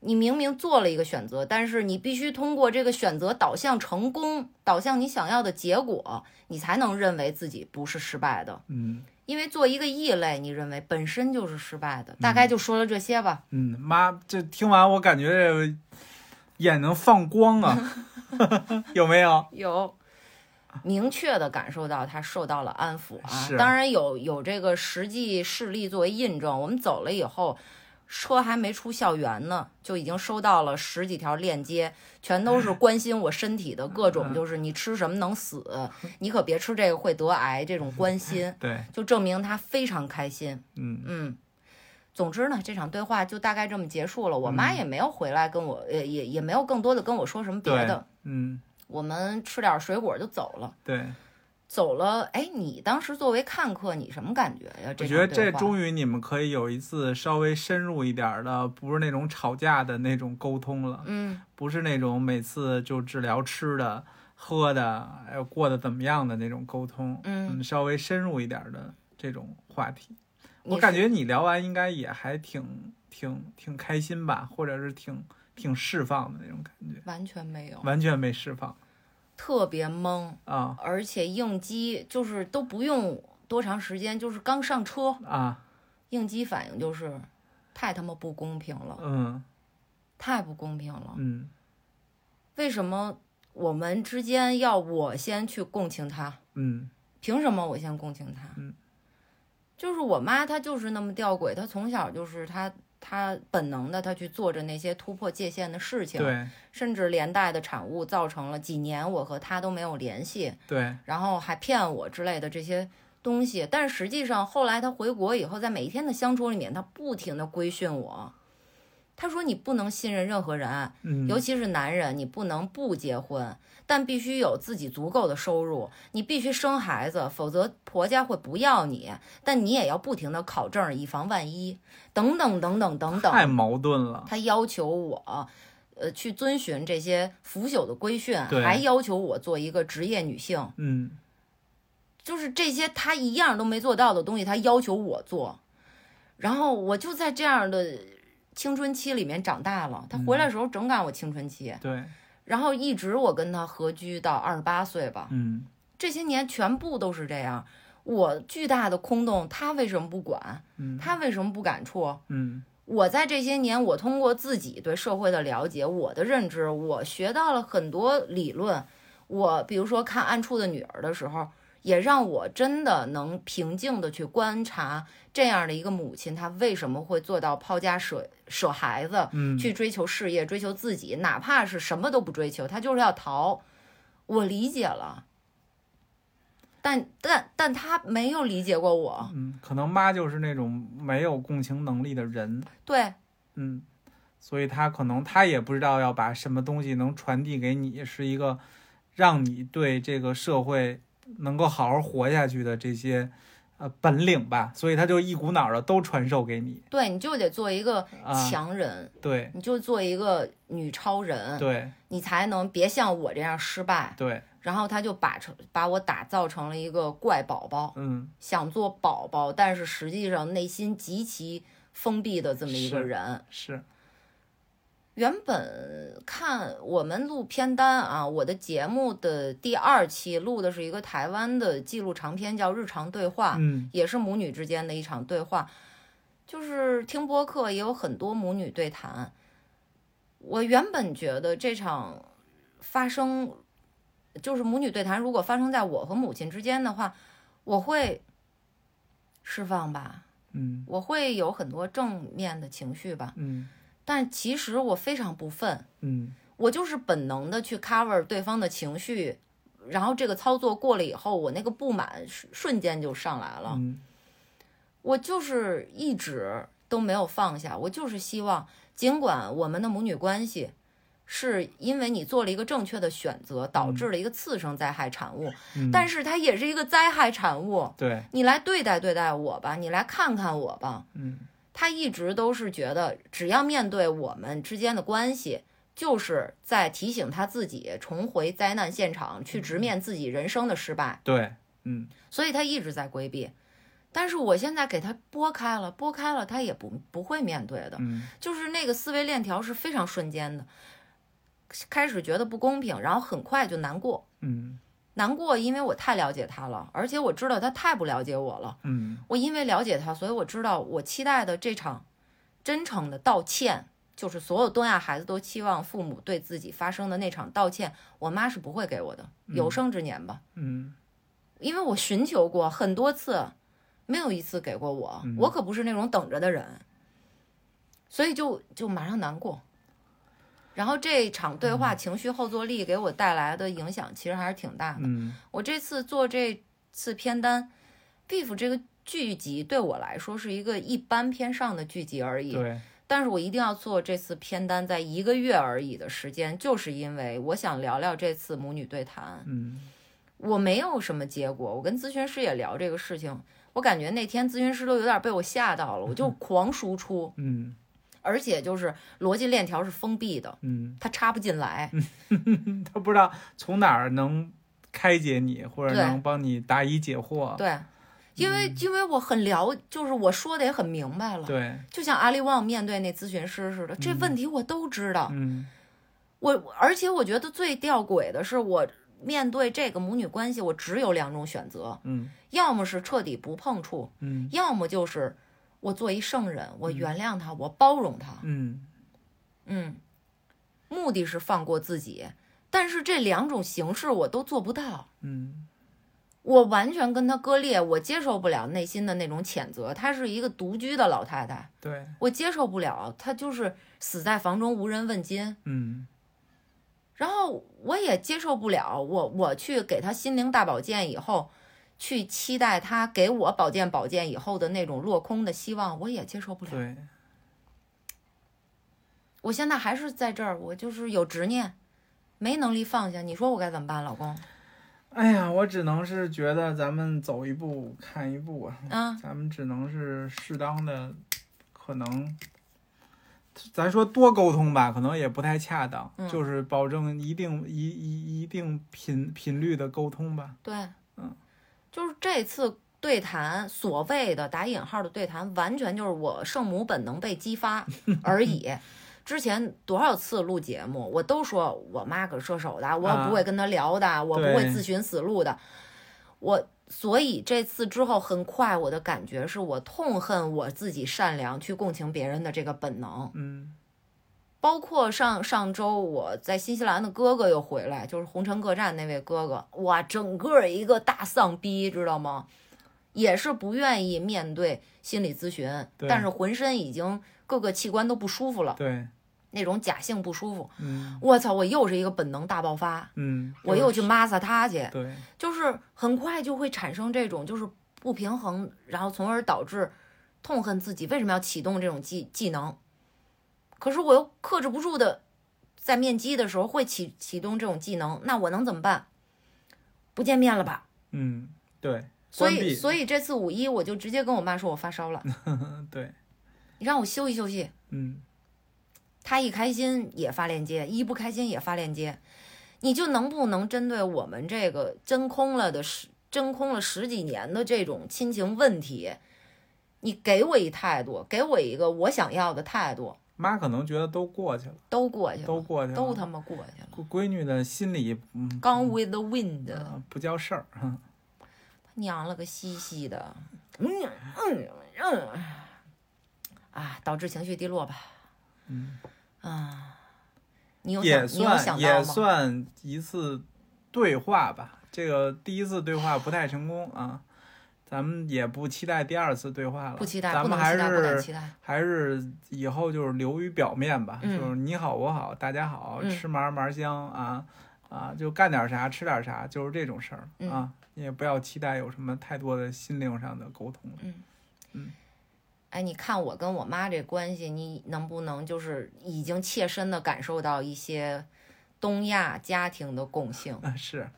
A: 你明明做了一个选择，但是你必须通过这个选择导向成功，导向你想要的结果，你才能认为自己不是失败的。
B: 嗯
A: 因为做一个异类，你认为本身就是失败的。大概就说了这些吧。
B: 嗯，妈，这听完我感觉这眼能放光啊，有没有？
A: 有明确的感受到他受到了安抚啊
B: 是。
A: 当然有有这个实际事例作为印证。我们走了以后，车还没出校园呢，就已经收到了十几条链接，全都是关心我身体的各种，就是你吃什么能死，你可别吃这个会得癌这种关心，
B: 对，
A: 就证明他非常开心。
B: 嗯
A: 嗯。总之呢，这场对话就大概这么结束了。我妈也没有回来跟我，呃，也也没有更多的跟我说什么别
B: 对
A: 的。
B: 嗯
A: 我们吃点水果就走了。
B: 对，
A: 走了，哎，你当时作为看客，你什么感觉呀？
B: 我
A: 这
B: 觉得
A: 场
B: 这
A: 对话
B: 终于你们可以有一次稍微深入一点儿的，不是那种吵架的那种沟通了，
A: 嗯，
B: 不是那种每次就只聊吃的、喝的，哎呦过得怎么样的那种沟通，
A: 嗯，
B: 稍微深入一点儿的这种话题。
A: 你
B: 我感
A: 是
B: 觉你聊完应该也还挺挺挺开心吧，或者是挺挺释放的那种感觉，
A: 完全没有。
B: 完全没释放。
A: 特别懵，
B: 啊
A: 而且应激就是都不用多长时间，就是刚上车，
B: 啊
A: 应激反应就是太他妈不公平了，
B: 嗯
A: 太不公平了。
B: 嗯
A: 为什么我们之间要我先去共情他？
B: 嗯
A: 凭什么我先共情他？
B: 嗯，
A: 就是我妈她就是那么吊诡，她从小就是她她本能的她去做着那些突破界限的事情，
B: 对
A: 甚至连带的产物造成了几年我和她都没有联系，
B: 对
A: 然后还骗我之类的这些东西。但实际上后来她回国以后，在每一天的相处里面，她不停的规训我。她说：“你不能信任任何人，
B: 嗯
A: 尤其是男人，你不能不结婚，但必须有自己足够的收入，你必须生孩子，否则婆家会不要你。但你也要不停的考证，以防万一，等等等等等
B: 太
A: 等。
B: 矛盾了，
A: 他要求我，呃，去遵循这些腐朽的规训，
B: 对
A: 还要求我做一个职业女性，
B: 嗯
A: 就是这些他一样都没做到的东西，他要求我做。然后我就在这样的青春期里面长大了。他回
B: 嗯
A: 来的时候正赶我青春期。
B: 对
A: 然后一直我跟他合居到二十八岁吧，
B: 嗯
A: 这些年全部都是这样。我巨大的空洞，他为什么不管？
B: 嗯
A: 他为什么不敢触？
B: 嗯
A: 我在这些年，我通过自己对社会的了解，我的认知，我学到了很多理论。我比如说看《暗处的女儿》的时候，也让我真的能平静的去观察这样的一个母亲，她为什么会做到抛家舍舍孩子，
B: 嗯
A: 去追求事业、追求自己，哪怕是什么都不追求，她就是要逃。我理解了，但但但她没有理解过我，
B: 嗯，可能妈就是那种没有共情能力的人，
A: 对
B: 嗯，所以她可能她也不知道要把什么东西能传递给你，是一个让你对这个社会能够好好活下去的这些呃本领吧，所以她就一股脑的都传授给你
A: 对，你就得做一个
B: 啊，
A: 强人。
B: 对
A: 你就做一个女超人，
B: 对
A: 你才能别像我这样失败。
B: 对，
A: 然后他就把成把我打造成了一个怪宝宝，
B: 嗯
A: 想做宝宝，但是实际上内心极其封闭的这么一个
B: 是
A: 人。
B: 是，
A: 原本看我们录片单啊，我的节目的第二期录的是一个台湾的纪录长片，叫《日常对话》。
B: 嗯
A: 也是母女之间的一场对话，就是听播客也有很多母女对谈。我原本觉得这场发生，就是母女对谈，如果发生在我和母亲之间的话，我会释放吧，
B: 嗯
A: 我会有很多正面的情绪吧。
B: 嗯
A: 但其实我非常不忿，
B: 嗯
A: 我就是本能的去 cover 对方的情绪，然后这个操作过了以后，我那个不满瞬瞬间就上来了。
B: 嗯
A: 我就是一直都没有放下，我就是希望，尽管我们的母女关系是因为你做了一个正确的选择，导致了一个次生灾害产物，
B: 嗯，
A: 但是它也是一个灾害产物。
B: 对，
A: 你来对待对待我吧，你来看看我吧。
B: 嗯
A: 他一直都是觉得，只要面对我们之间的关系，就是在提醒他自己重回灾难现场，去直面自己人生的失败。
B: 对，嗯
A: 所以他一直在规避。但是我现在给他拨开了，拨开了，他也不不会面对的，
B: 嗯
A: 就是那个思维链条是非常瞬间的，开始觉得不公平，然后很快就难过，
B: 嗯
A: 难过，因为我太了解他了，而且我知道他太不了解我了，
B: 嗯
A: 我因为了解他，所以我知道我期待的这场真诚的道歉，就是所有东亚孩子都期望父母对自己发生的那场道歉，我妈是不会给我的，有生之年吧。
B: 嗯
A: 因为我寻求过很多次，没有一次给过我，
B: 嗯
A: 我可不是那种等着的人，所以就就马上难过。然后这场对话情绪后坐力给我带来的影响其实还是挺大的。
B: 嗯
A: 我这次做这次片单，Beef 这个剧集对我来说是一个一般偏上的剧集而已。
B: 对，
A: 但是我一定要做这次片单，在一个月而已的时间，就是因为我想聊聊这次母女对谈。
B: 嗯
A: 我没有什么结果。我跟咨询师也聊这个事情，我感觉那天咨询师都有点被我吓到了，我就狂输出，
B: 嗯
A: 而且就是逻辑链条是封闭的，
B: 嗯。
A: 他插不进来。
B: 他不知道从哪儿能开解你，或者
A: 对
B: 能帮你答疑解惑。
A: 对，因为因为我很了，就是我说的也很明白了。
B: 对，
A: 就像阿里旺面对那咨询师似的，这问题我都知道。
B: 嗯
A: 我而且我觉得最吊诡的是，我面对这个母女关系，我只有两种选择，
B: 嗯
A: 要么是彻底不碰触，
B: 嗯
A: 要么就是我做一圣人，我原谅他，我包容他。
B: 嗯
A: 嗯，目的是放过自己，但是这两种形式我都做不到。
B: 嗯
A: 我完全跟他割裂，我接受不了内心的那种谴责。她是一个独居的老太太，
B: 对，
A: 我接受不了，她就是死在房中无人问津。
B: 嗯
A: 然后我也接受不了，我我去给她心灵大保健以后，去期待她给我保健保健以后的那种落空的希望，我也接受不了。
B: 对，
A: 我现在还是在这儿，我就是有执念，没能力放下。你说我该怎么办，老公？
B: 哎呀，我只能是觉得咱们走一步看一步啊，
A: 啊，
B: 咱们只能是适当的，可能，咱说多沟通吧，可能也不太恰当，
A: 嗯
B: 就是保证一定一一一定频频率的沟通吧。
A: 对，
B: 嗯，
A: 就是这次对谈，所谓的打引号的对谈，完全就是我圣母本能被激发而 已。之前多少次录节目，我都说我妈可是射手的，我
B: 啊
A: 不会跟她聊的，我不会
B: 对
A: 自寻死路的。我所以这次之后，很快我的感觉是我痛恨我自己善良去共情别人的这个本能。
B: 嗯
A: 包括上上周我在新西兰的哥哥又回来，就是红尘客栈那位哥哥，哇，整个一个大丧逼，知道吗？也是不愿意面对心理咨询，
B: 对
A: 但是浑身已经各个器官都不舒服了，
B: 对，
A: 那种假性不舒服。
B: 嗯
A: 我操，我又是一个本能大爆发，
B: 嗯，
A: 我又去抹擦他去，
B: 对，
A: 就是很快就会产生这种就是不平衡，然后从而导致痛恨自己为什么要启动这种技技能。可是我又克制不住的，在面基的时候会启启动这种技能，那我能怎么办？不见面了吧？
B: 嗯对，
A: 所
B: 关
A: 以
B: 闭
A: 所以这次五一我就直接跟我妈说我发 烧了，
B: 嗯对，
A: 你让我休息休息。
B: 嗯
A: 她一开心也发链接，一不开心也发链接，你就能不能针对我们这个真空了的十真空了十几年的这种亲情问题，你给我一态度，给我一个我想要的态度，
B: 妈可能觉得都过去了，
A: 都过去了，
B: 都
A: 哎都
B: 过去了，
A: 他妈过去了。
B: 闺闺女的心里，嗯，
A: Gone with the wind，、嗯
B: 呃不叫事儿，
A: 娘了个兮兮的，嗯嗯嗯，啊，导致情绪低落吧。
B: 嗯
A: 啊，你有
B: 也
A: 想你有
B: 算
A: 想到
B: 也
A: 吗？
B: 算一次对话吧。这个第一次对话不太成功啊，咱们也不期待第二次对话了，
A: 不期待，
B: 啊咱
A: 不
B: 们
A: 能
B: 还
A: 期待，不敢
B: 是
A: 期待。
B: 还是以后就是流于表面吧，
A: 嗯
B: 就是你好我好大家好，
A: 嗯
B: 吃嘛嘛香啊啊，就干点啥吃点啥，就是这种事儿、
A: 嗯
B: 啊，也不要期待有什么太多的心灵上的沟通了。
A: 哎，你看我跟我妈这关系，你能不能就是已经切身的感受到一些东亚家庭的共性？
B: 啊，是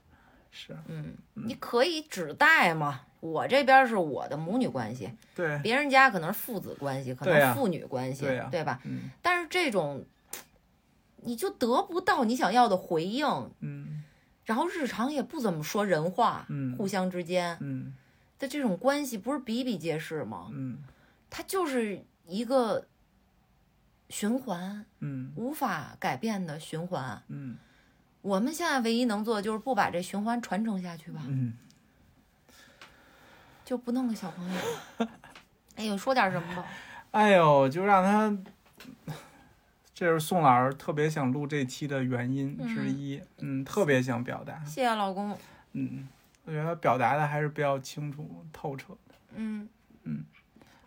B: 是，
A: 嗯，你可以指代嘛。我这边是我的母女关系，
B: 对，
A: 别人家可能是父子关系，可
B: 哎对呀
A: 能父女关系，
B: 对呀
A: 对吧？
B: 嗯
A: 但是这种，你就得不到你想要的回应，
B: 嗯
A: 然后日常也不怎么说人话，
B: 嗯
A: 互相之间
B: 嗯
A: 的这种关系不是比比皆是吗？
B: 嗯
A: 它就是一个循环，
B: 嗯
A: 无法改变的循环。
B: 嗯
A: 我们现在唯一能做的就是不把这循环传承下去吧，
B: 嗯，
A: 就不弄个小 朋友。哎呦，说点什么吧？
B: 哎呦，就让他，这是宋老师特别想录这期的原因之一，嗯特别想表达，
A: 谢谢老公。
B: 嗯，我觉得表达的还是比较清楚透彻。
A: 嗯，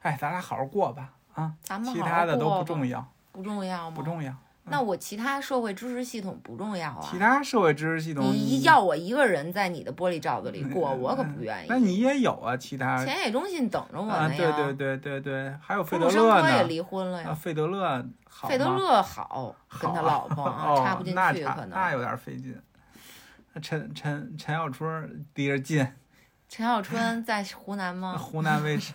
B: 哎，咱俩好好过吧，啊，
A: 咱们
B: 其
A: 好好
B: 他的都
A: 过
B: 不
A: 吧
B: 重要，
A: 不重要吗？
B: 不重要。嗯
A: 那我其他社会知识系统不重要啊。
B: 其他社会知识系统，
A: 你一要我一个人在你的玻璃罩子里过，
B: 嗯
A: 我可不愿意。
B: 那你也有啊，其他
A: 田野中心等着我
B: 啊，
A: 呢
B: 对
A: 呀。
B: 对对对对，还有费
A: 布
B: 德
A: 鲁申科也
B: 勒呢，
A: 离婚了
B: 啊，
A: 呀。
B: 费德勒好
A: 费德
B: 吗
A: 勒好，跟他老婆啊
B: 哦，
A: 插不进
B: 那
A: 去
B: 插
A: 可
B: 那
A: 能。
B: 有点费劲。那陈陈陈小春儿离着近，
A: 陈小春在湖南吗？
B: 湖南 卫视，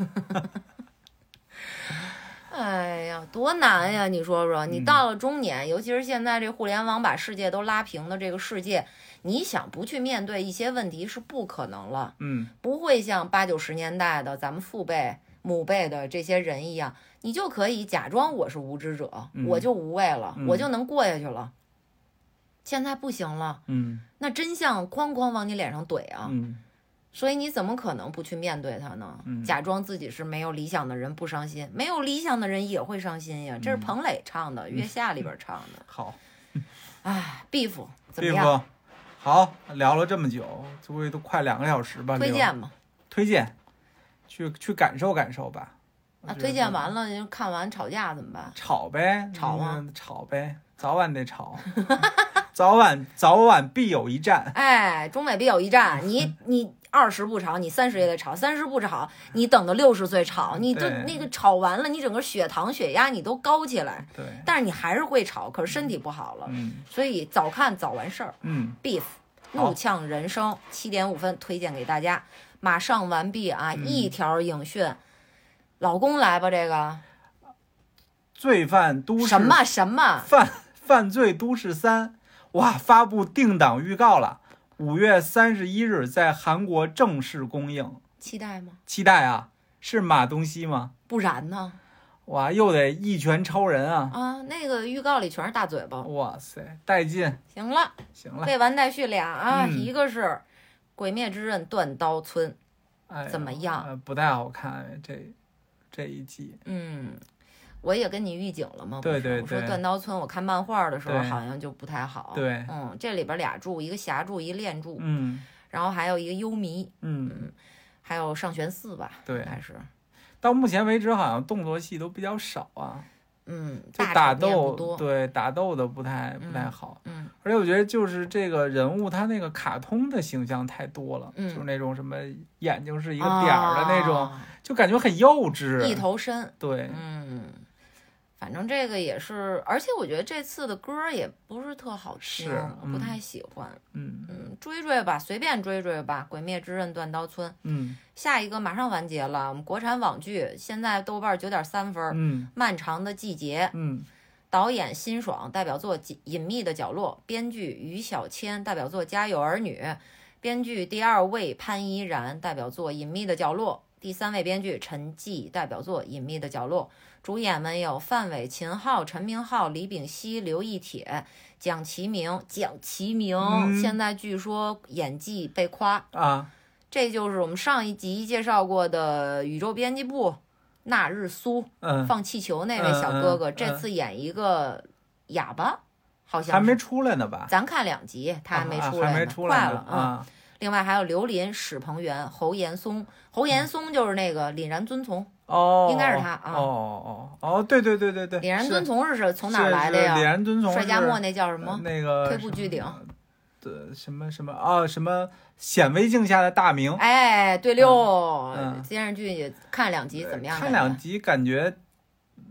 A: 哎呀，多难呀！你说说，
B: 嗯
A: 你到了中年，尤其是现在这互联网把世界都拉平的这个世界，你想不去面对一些问题是不可能了。
B: 嗯
A: 不会像八九十年代的咱们父辈、母辈的这些人一样，你就可以假装我是无知者，
B: 嗯
A: 我就无畏了，
B: 嗯
A: 我就能过下去了。现在不行了，
B: 嗯
A: 那真相哐哐往你脸上怼啊，
B: 嗯
A: 所以你怎么可能不去面对它呢？
B: 嗯
A: 假装自己是没有理想的人不伤心，没有理想的人也会伤心呀。这是彭磊唱的，月下》里边唱的。
B: 好，
A: 哎，Beef 怎么
B: 对
A: 样？
B: 不？好，聊了这么久，估计都快两个小时吧。
A: 推
B: 刘
A: 荐吧。
B: 推荐，去去感受感受吧。
A: 啊，
B: 我觉
A: 推荐
B: 得
A: 完了就看完吵架怎么办？
B: 吵呗，
A: 吵吗
B: 嗯？吵呗，早晚得吵， 早晚早晚必有一战。
A: 哎，中美必有一战， 你你二十不吵，你三十也得吵，三十不吵，你等到六十岁吵，你这
B: 对
A: 那个吵完了，你整个血糖血压你都高起来，
B: 对，
A: 但是你还是会吵，可是身体不好了，
B: 嗯
A: 所以早看早完事儿。
B: 嗯，
A: Beef
B: 好
A: 怒呛人生七点五分推荐给大家，马上完毕啊！
B: 嗯
A: 一条影讯，老公来吧，这个
B: 罪犯都市
A: 什么什么
B: 犯犯罪都市三，哇，发布定档预告了，五月三十一日在韩国正式公映，
A: 期待吗？
B: 期待啊！是马东锡吗？
A: 不然呢？
B: 哇，又得一拳超人啊！
A: 啊，那个预告里全是大嘴巴。
B: 哇塞，带劲！
A: 行了，
B: 行了，
A: 未完待续俩啊，
B: 嗯
A: 一个是《鬼灭之刃》断刀村，
B: 哎呦，
A: 怎么样
B: 呃不太好看这这一季。
A: 嗯。我也跟你预警了嘛，不
B: 对
A: 是
B: 对
A: 我说
B: 对
A: 断刀村，我看漫画的时候
B: 对
A: 好像就不太好。，
B: 对，
A: 嗯，这里边俩柱，一个霞柱，一个炼柱，
B: 嗯
A: 然后还有一个幽冥，
B: 嗯，
A: 还有上玄寺吧，
B: 对
A: 应该是，
B: 到目前为止好像动作戏都比较少啊，
A: 嗯，
B: 就
A: 大
B: 打
A: 场面不
B: 斗
A: 多，
B: 对打斗的不太不太
A: 嗯
B: 好。
A: 嗯，
B: 而且我觉得就是这个人物他那个卡通的形象太多了，
A: 嗯
B: 就是那种什么眼睛是一个点儿的那种，
A: 啊
B: 就感觉很幼稚。
A: 一头身，
B: 对，
A: 嗯，反正这个也是，而且我觉得这次的歌儿也不是特好听，
B: 是
A: 我不
B: 嗯
A: 太喜欢，
B: 嗯
A: 嗯，追追吧，随便追追吧，《鬼灭之刃》《断刀村》，
B: 嗯
A: 下一个马上完结了，我们国产网剧现在豆瓣九点三分儿，
B: 嗯
A: 漫长的季节》，
B: 嗯
A: 导演辛爽，代表作《隐秘的角落》；编剧于小谦，代表作《家有儿女》；编剧第二位潘依然，代表作《隐秘的角落》；第三位编剧陈继，代表作《隐秘的角落》。主演们有范伟、秦昊、陈明昊、李炳熙、刘亦铁、蒋奇明。蒋奇明、
B: 嗯
A: 现在据说演技被夸，
B: 啊，
A: 这就是我们上一集介绍过的宇宙编辑部那日苏。
B: 嗯，
A: 放气球那位小哥哥，
B: 嗯嗯嗯
A: 这次演一个哑巴，好像
B: 还没
A: 是。
B: 出来呢吧？
A: 咱看两集，他还没
B: 啊
A: 出
B: 还
A: 来
B: 没
A: 呢，
B: 出
A: 快
B: 呢
A: 了啊！
B: 啊！
A: 另外还有刘琳、史鹏元、侯岩松，侯
B: 嗯
A: 岩松就是那个凛然遵从，
B: 哦，
A: 应该是他啊
B: 哦哦哦，对对对对对，
A: 凛然
B: 是
A: 遵从是是从哪
B: 是
A: 儿来的
B: 是
A: 呀
B: 李？然遵从
A: 帅家
B: 是
A: 墨那叫什
B: 呃
A: 么？
B: 那个
A: 推步
B: 什
A: 居顶
B: 么。对，什么什么啊？什么显微镜下的大明？
A: 哎，对溜
B: 嗯，
A: 电视剧看两集怎么样？
B: 看
A: 感觉
B: 两集感觉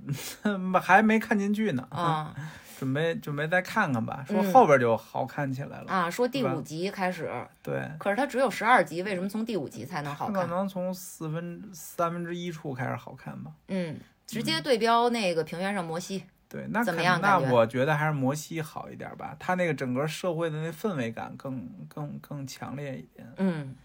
B: 还没看进去呢，
A: 啊
B: 嗯准备准备再看看吧，说
A: 嗯
B: 后边就好看起来了。
A: 啊！说第
B: 是吧
A: 五集开始，
B: 对，
A: 可是它只有十二集，为什么从第五集才能好
B: 可
A: 看？
B: 能从四分三分之一处开始好看吧。
A: 嗯，直接对标那个平原上摩西。
B: 对，那
A: 怎么
B: 肯
A: 样
B: 那
A: 感觉
B: 我觉得还是摩西好一点吧，他那个整个社会的那氛围感更更更强烈一点。
A: 嗯，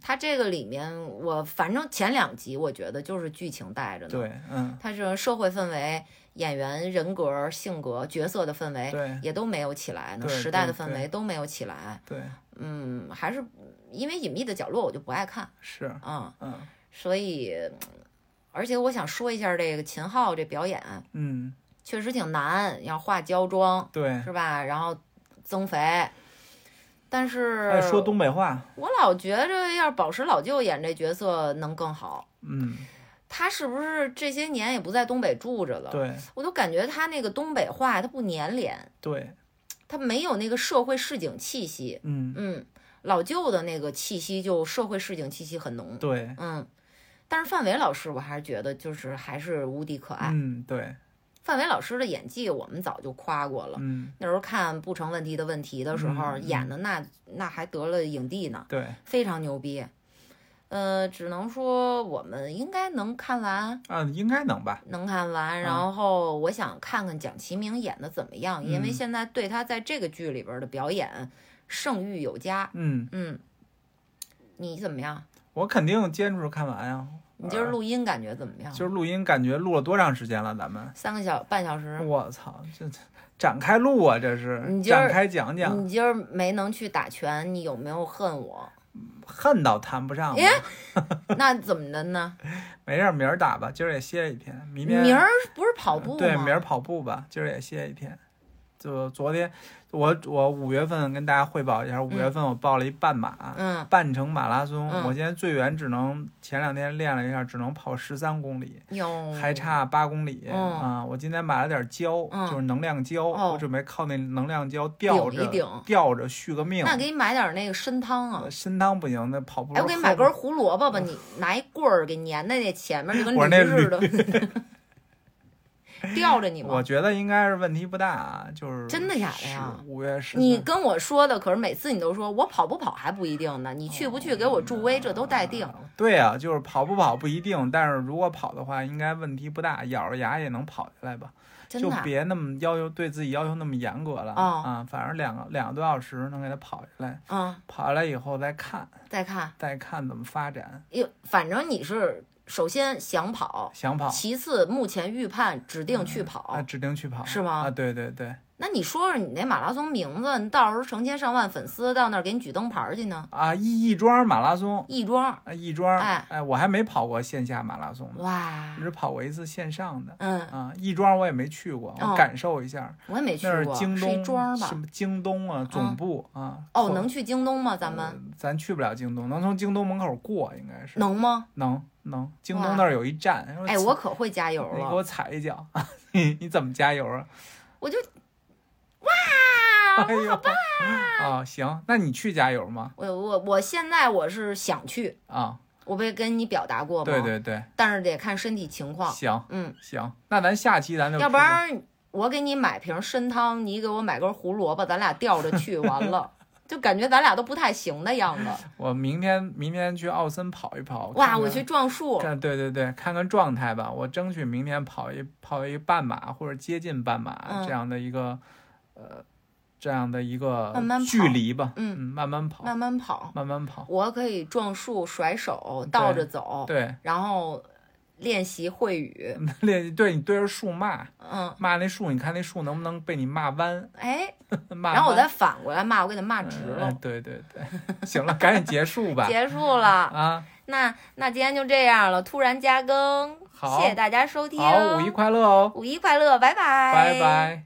A: 它这个里面，我反正前两集我觉得就是剧情带着呢，，
B: 对，嗯，
A: 它这种社会氛围、演员人格、性格、角色的氛围
B: 对
A: 也都没有起来呢，
B: 对
A: 时代的
B: 对
A: 氛围都没有起来。
B: 对，
A: 嗯，还是因为隐秘的角落我就不爱看
B: 是，
A: 啊、
B: 嗯
A: 所以，嗯而且我想说一下这个秦昊这表演
B: 嗯，
A: 确实挺难，要化胶妆
B: 对，
A: 是吧？然后增肥，但是
B: 还哎说东北话，
A: 我老觉着，要是宝石老舅演这角色能更好。
B: 嗯，
A: 他是不是这些年也不在东北住着了？
B: 对
A: 我都感觉他那个东北话，他不粘脸，
B: 对，
A: 他没有那个社会市井气息。
B: 嗯
A: 嗯，老舅的那个气息就社会市井气息很浓。
B: 对，
A: 嗯，但是范伟老师，我还是觉得就是还是无敌可爱。
B: 嗯对，
A: 范伟老师的演技，我们早就夸过了。
B: 嗯
A: 那时候看《不成问题的问题》的时候，
B: 嗯嗯
A: 演的那那还得了影帝呢。
B: 对。
A: 非常牛逼。呃，只能说我们应该能看完，
B: 啊，应该能吧？
A: 能看
B: 嗯
A: 完。然后我想看看蒋奇明演的怎么样，因为
B: 嗯
A: 现在对他在这个剧里边的表演盛誉有加。
B: 嗯，
A: 嗯，你怎么样？
B: 我肯定坚持看完呀、啊
A: 你今儿录音感觉怎么样？
B: 就是录音，感觉录了多长时间了？咱们，
A: 三个小半小时。
B: 我操，这这展开录啊，这是
A: 你今儿
B: 展开讲讲，
A: 你今儿没能去打拳，你有没有恨我？
B: 恨倒谈不上了。
A: 耶那怎么的呢？
B: 没事儿，明儿打吧，今儿也歇一天， 明天
A: 明儿不是跑步吗？
B: 对，明儿跑步吧，今儿也歇一天。就昨天，我我五月份跟大家汇报一下，五月份我报了一半马，
A: 嗯，
B: 半程马拉松，
A: 嗯
B: 我现在最远只能前两天练了一下，只能跑十三公里，
A: 有
B: 还差八公里啊、
A: 嗯
B: 我今天买了点胶，
A: 嗯
B: 就是能量胶，
A: 哦
B: 我准备靠那能量胶吊
A: 顶
B: 着
A: 一顶
B: 吊着续个命。
A: 那给你买点那个参汤啊
B: 呃。参汤不行，那跑步。
A: 哎，我给你买根胡萝卜吧， 你拿一棍儿给粘在那前面，就跟
B: 我
A: 驴
B: 那
A: 似的， 吊 着你
B: 我
A: 吗？
B: 觉得应该是问题不大啊，就是
A: 真的假的呀
B: 五月十，
A: 你跟我说的，可是每次你都说我跑不跑还不一定呢，你去不去给我助威，这都待定。
B: 对啊，就是跑不跑不一定，但是如果跑的话，应该问题不大，咬着牙也能跑下来吧。
A: 真
B: 就
A: 的啊
B: 别那么要求对自己要求那么严格了、
A: 哦
B: 啊！反正两个两个多小时能给它跑下来，
A: 嗯，
B: 跑下来以后再看，
A: 再看，
B: 再看怎么发展。
A: 哟，反正你是首先想跑，
B: 想跑
A: 其次目前预判指定去
B: 啊，
A: 跑，
B: 指定去跑
A: 哦是吗
B: 啊，对对对
A: 那你说说你那马拉松名字，你到时候成千上万粉丝到那儿给你举灯牌儿去呢？
B: 啊，亦亦庄马拉松
A: 亦庄，
B: 啊，亦庄
A: 哎
B: 我还没跑过线下马拉松呢，
A: 哇
B: 我，只跑过一次线上的
A: 嗯，
B: 啊。亦庄我也没去过，
A: 哦
B: 我感受一下，
A: 我也没去
B: 那是
A: 过，
B: 京
A: 是一
B: 东
A: 庄儿吧
B: 什？么京东啊，总部啊。
A: 哦，
B: 可
A: 能去京东吗？咱们
B: 呃咱去不了京东，能从京东门口过，应该是
A: 能吗？
B: 能能，京
A: 哇
B: 东那儿有一站。然后
A: 哎，我可会加油
B: 你给
A: 了，
B: 我踩一脚， 你你怎么加油啊？
A: 我 就
B: 哎呦，好棒啊！行，那你去加油吗？
A: 我我我现在我是想去，
B: 啊，
A: 我不是跟你表达过吗？
B: 对，对对，
A: 但是得看身体情况，
B: 行
A: 嗯，
B: 行，那咱下期咱就
A: 要不
B: 说
A: 然我给你买瓶参汤，你给我买根胡萝卜，咱俩吊着去，完 了。就感觉咱俩都不太行的样子，
B: 我明天明天去奥森跑一跑。看
A: 哇！
B: 看
A: 我去撞树，
B: 看，对对对，看看状态吧。我争取明天跑一跑一半马或者接近半马、
A: 嗯
B: 这样的一个呃这样的一个
A: 慢慢跑
B: 距离吧。
A: 嗯
B: 慢慢跑，
A: 慢慢跑，
B: 慢慢跑。
A: 我可以撞树、甩手、倒着走，
B: 对，
A: 然后练习会语，
B: 练对你对着树骂
A: 嗯，
B: 骂那树，你看那树能不能被你骂弯？
A: 哎，
B: 骂
A: 然后我
B: 弯
A: 再反过来骂，我给他骂直
B: 嗯
A: 了。
B: 对对对，行了，赶紧结束 吧。
A: 结束了，
B: 啊，
A: 那那今天就这样了，突然加更，
B: 好
A: 谢谢大家收听，
B: 好，五一快乐哦，
A: 五一快乐，拜拜，
B: 拜拜。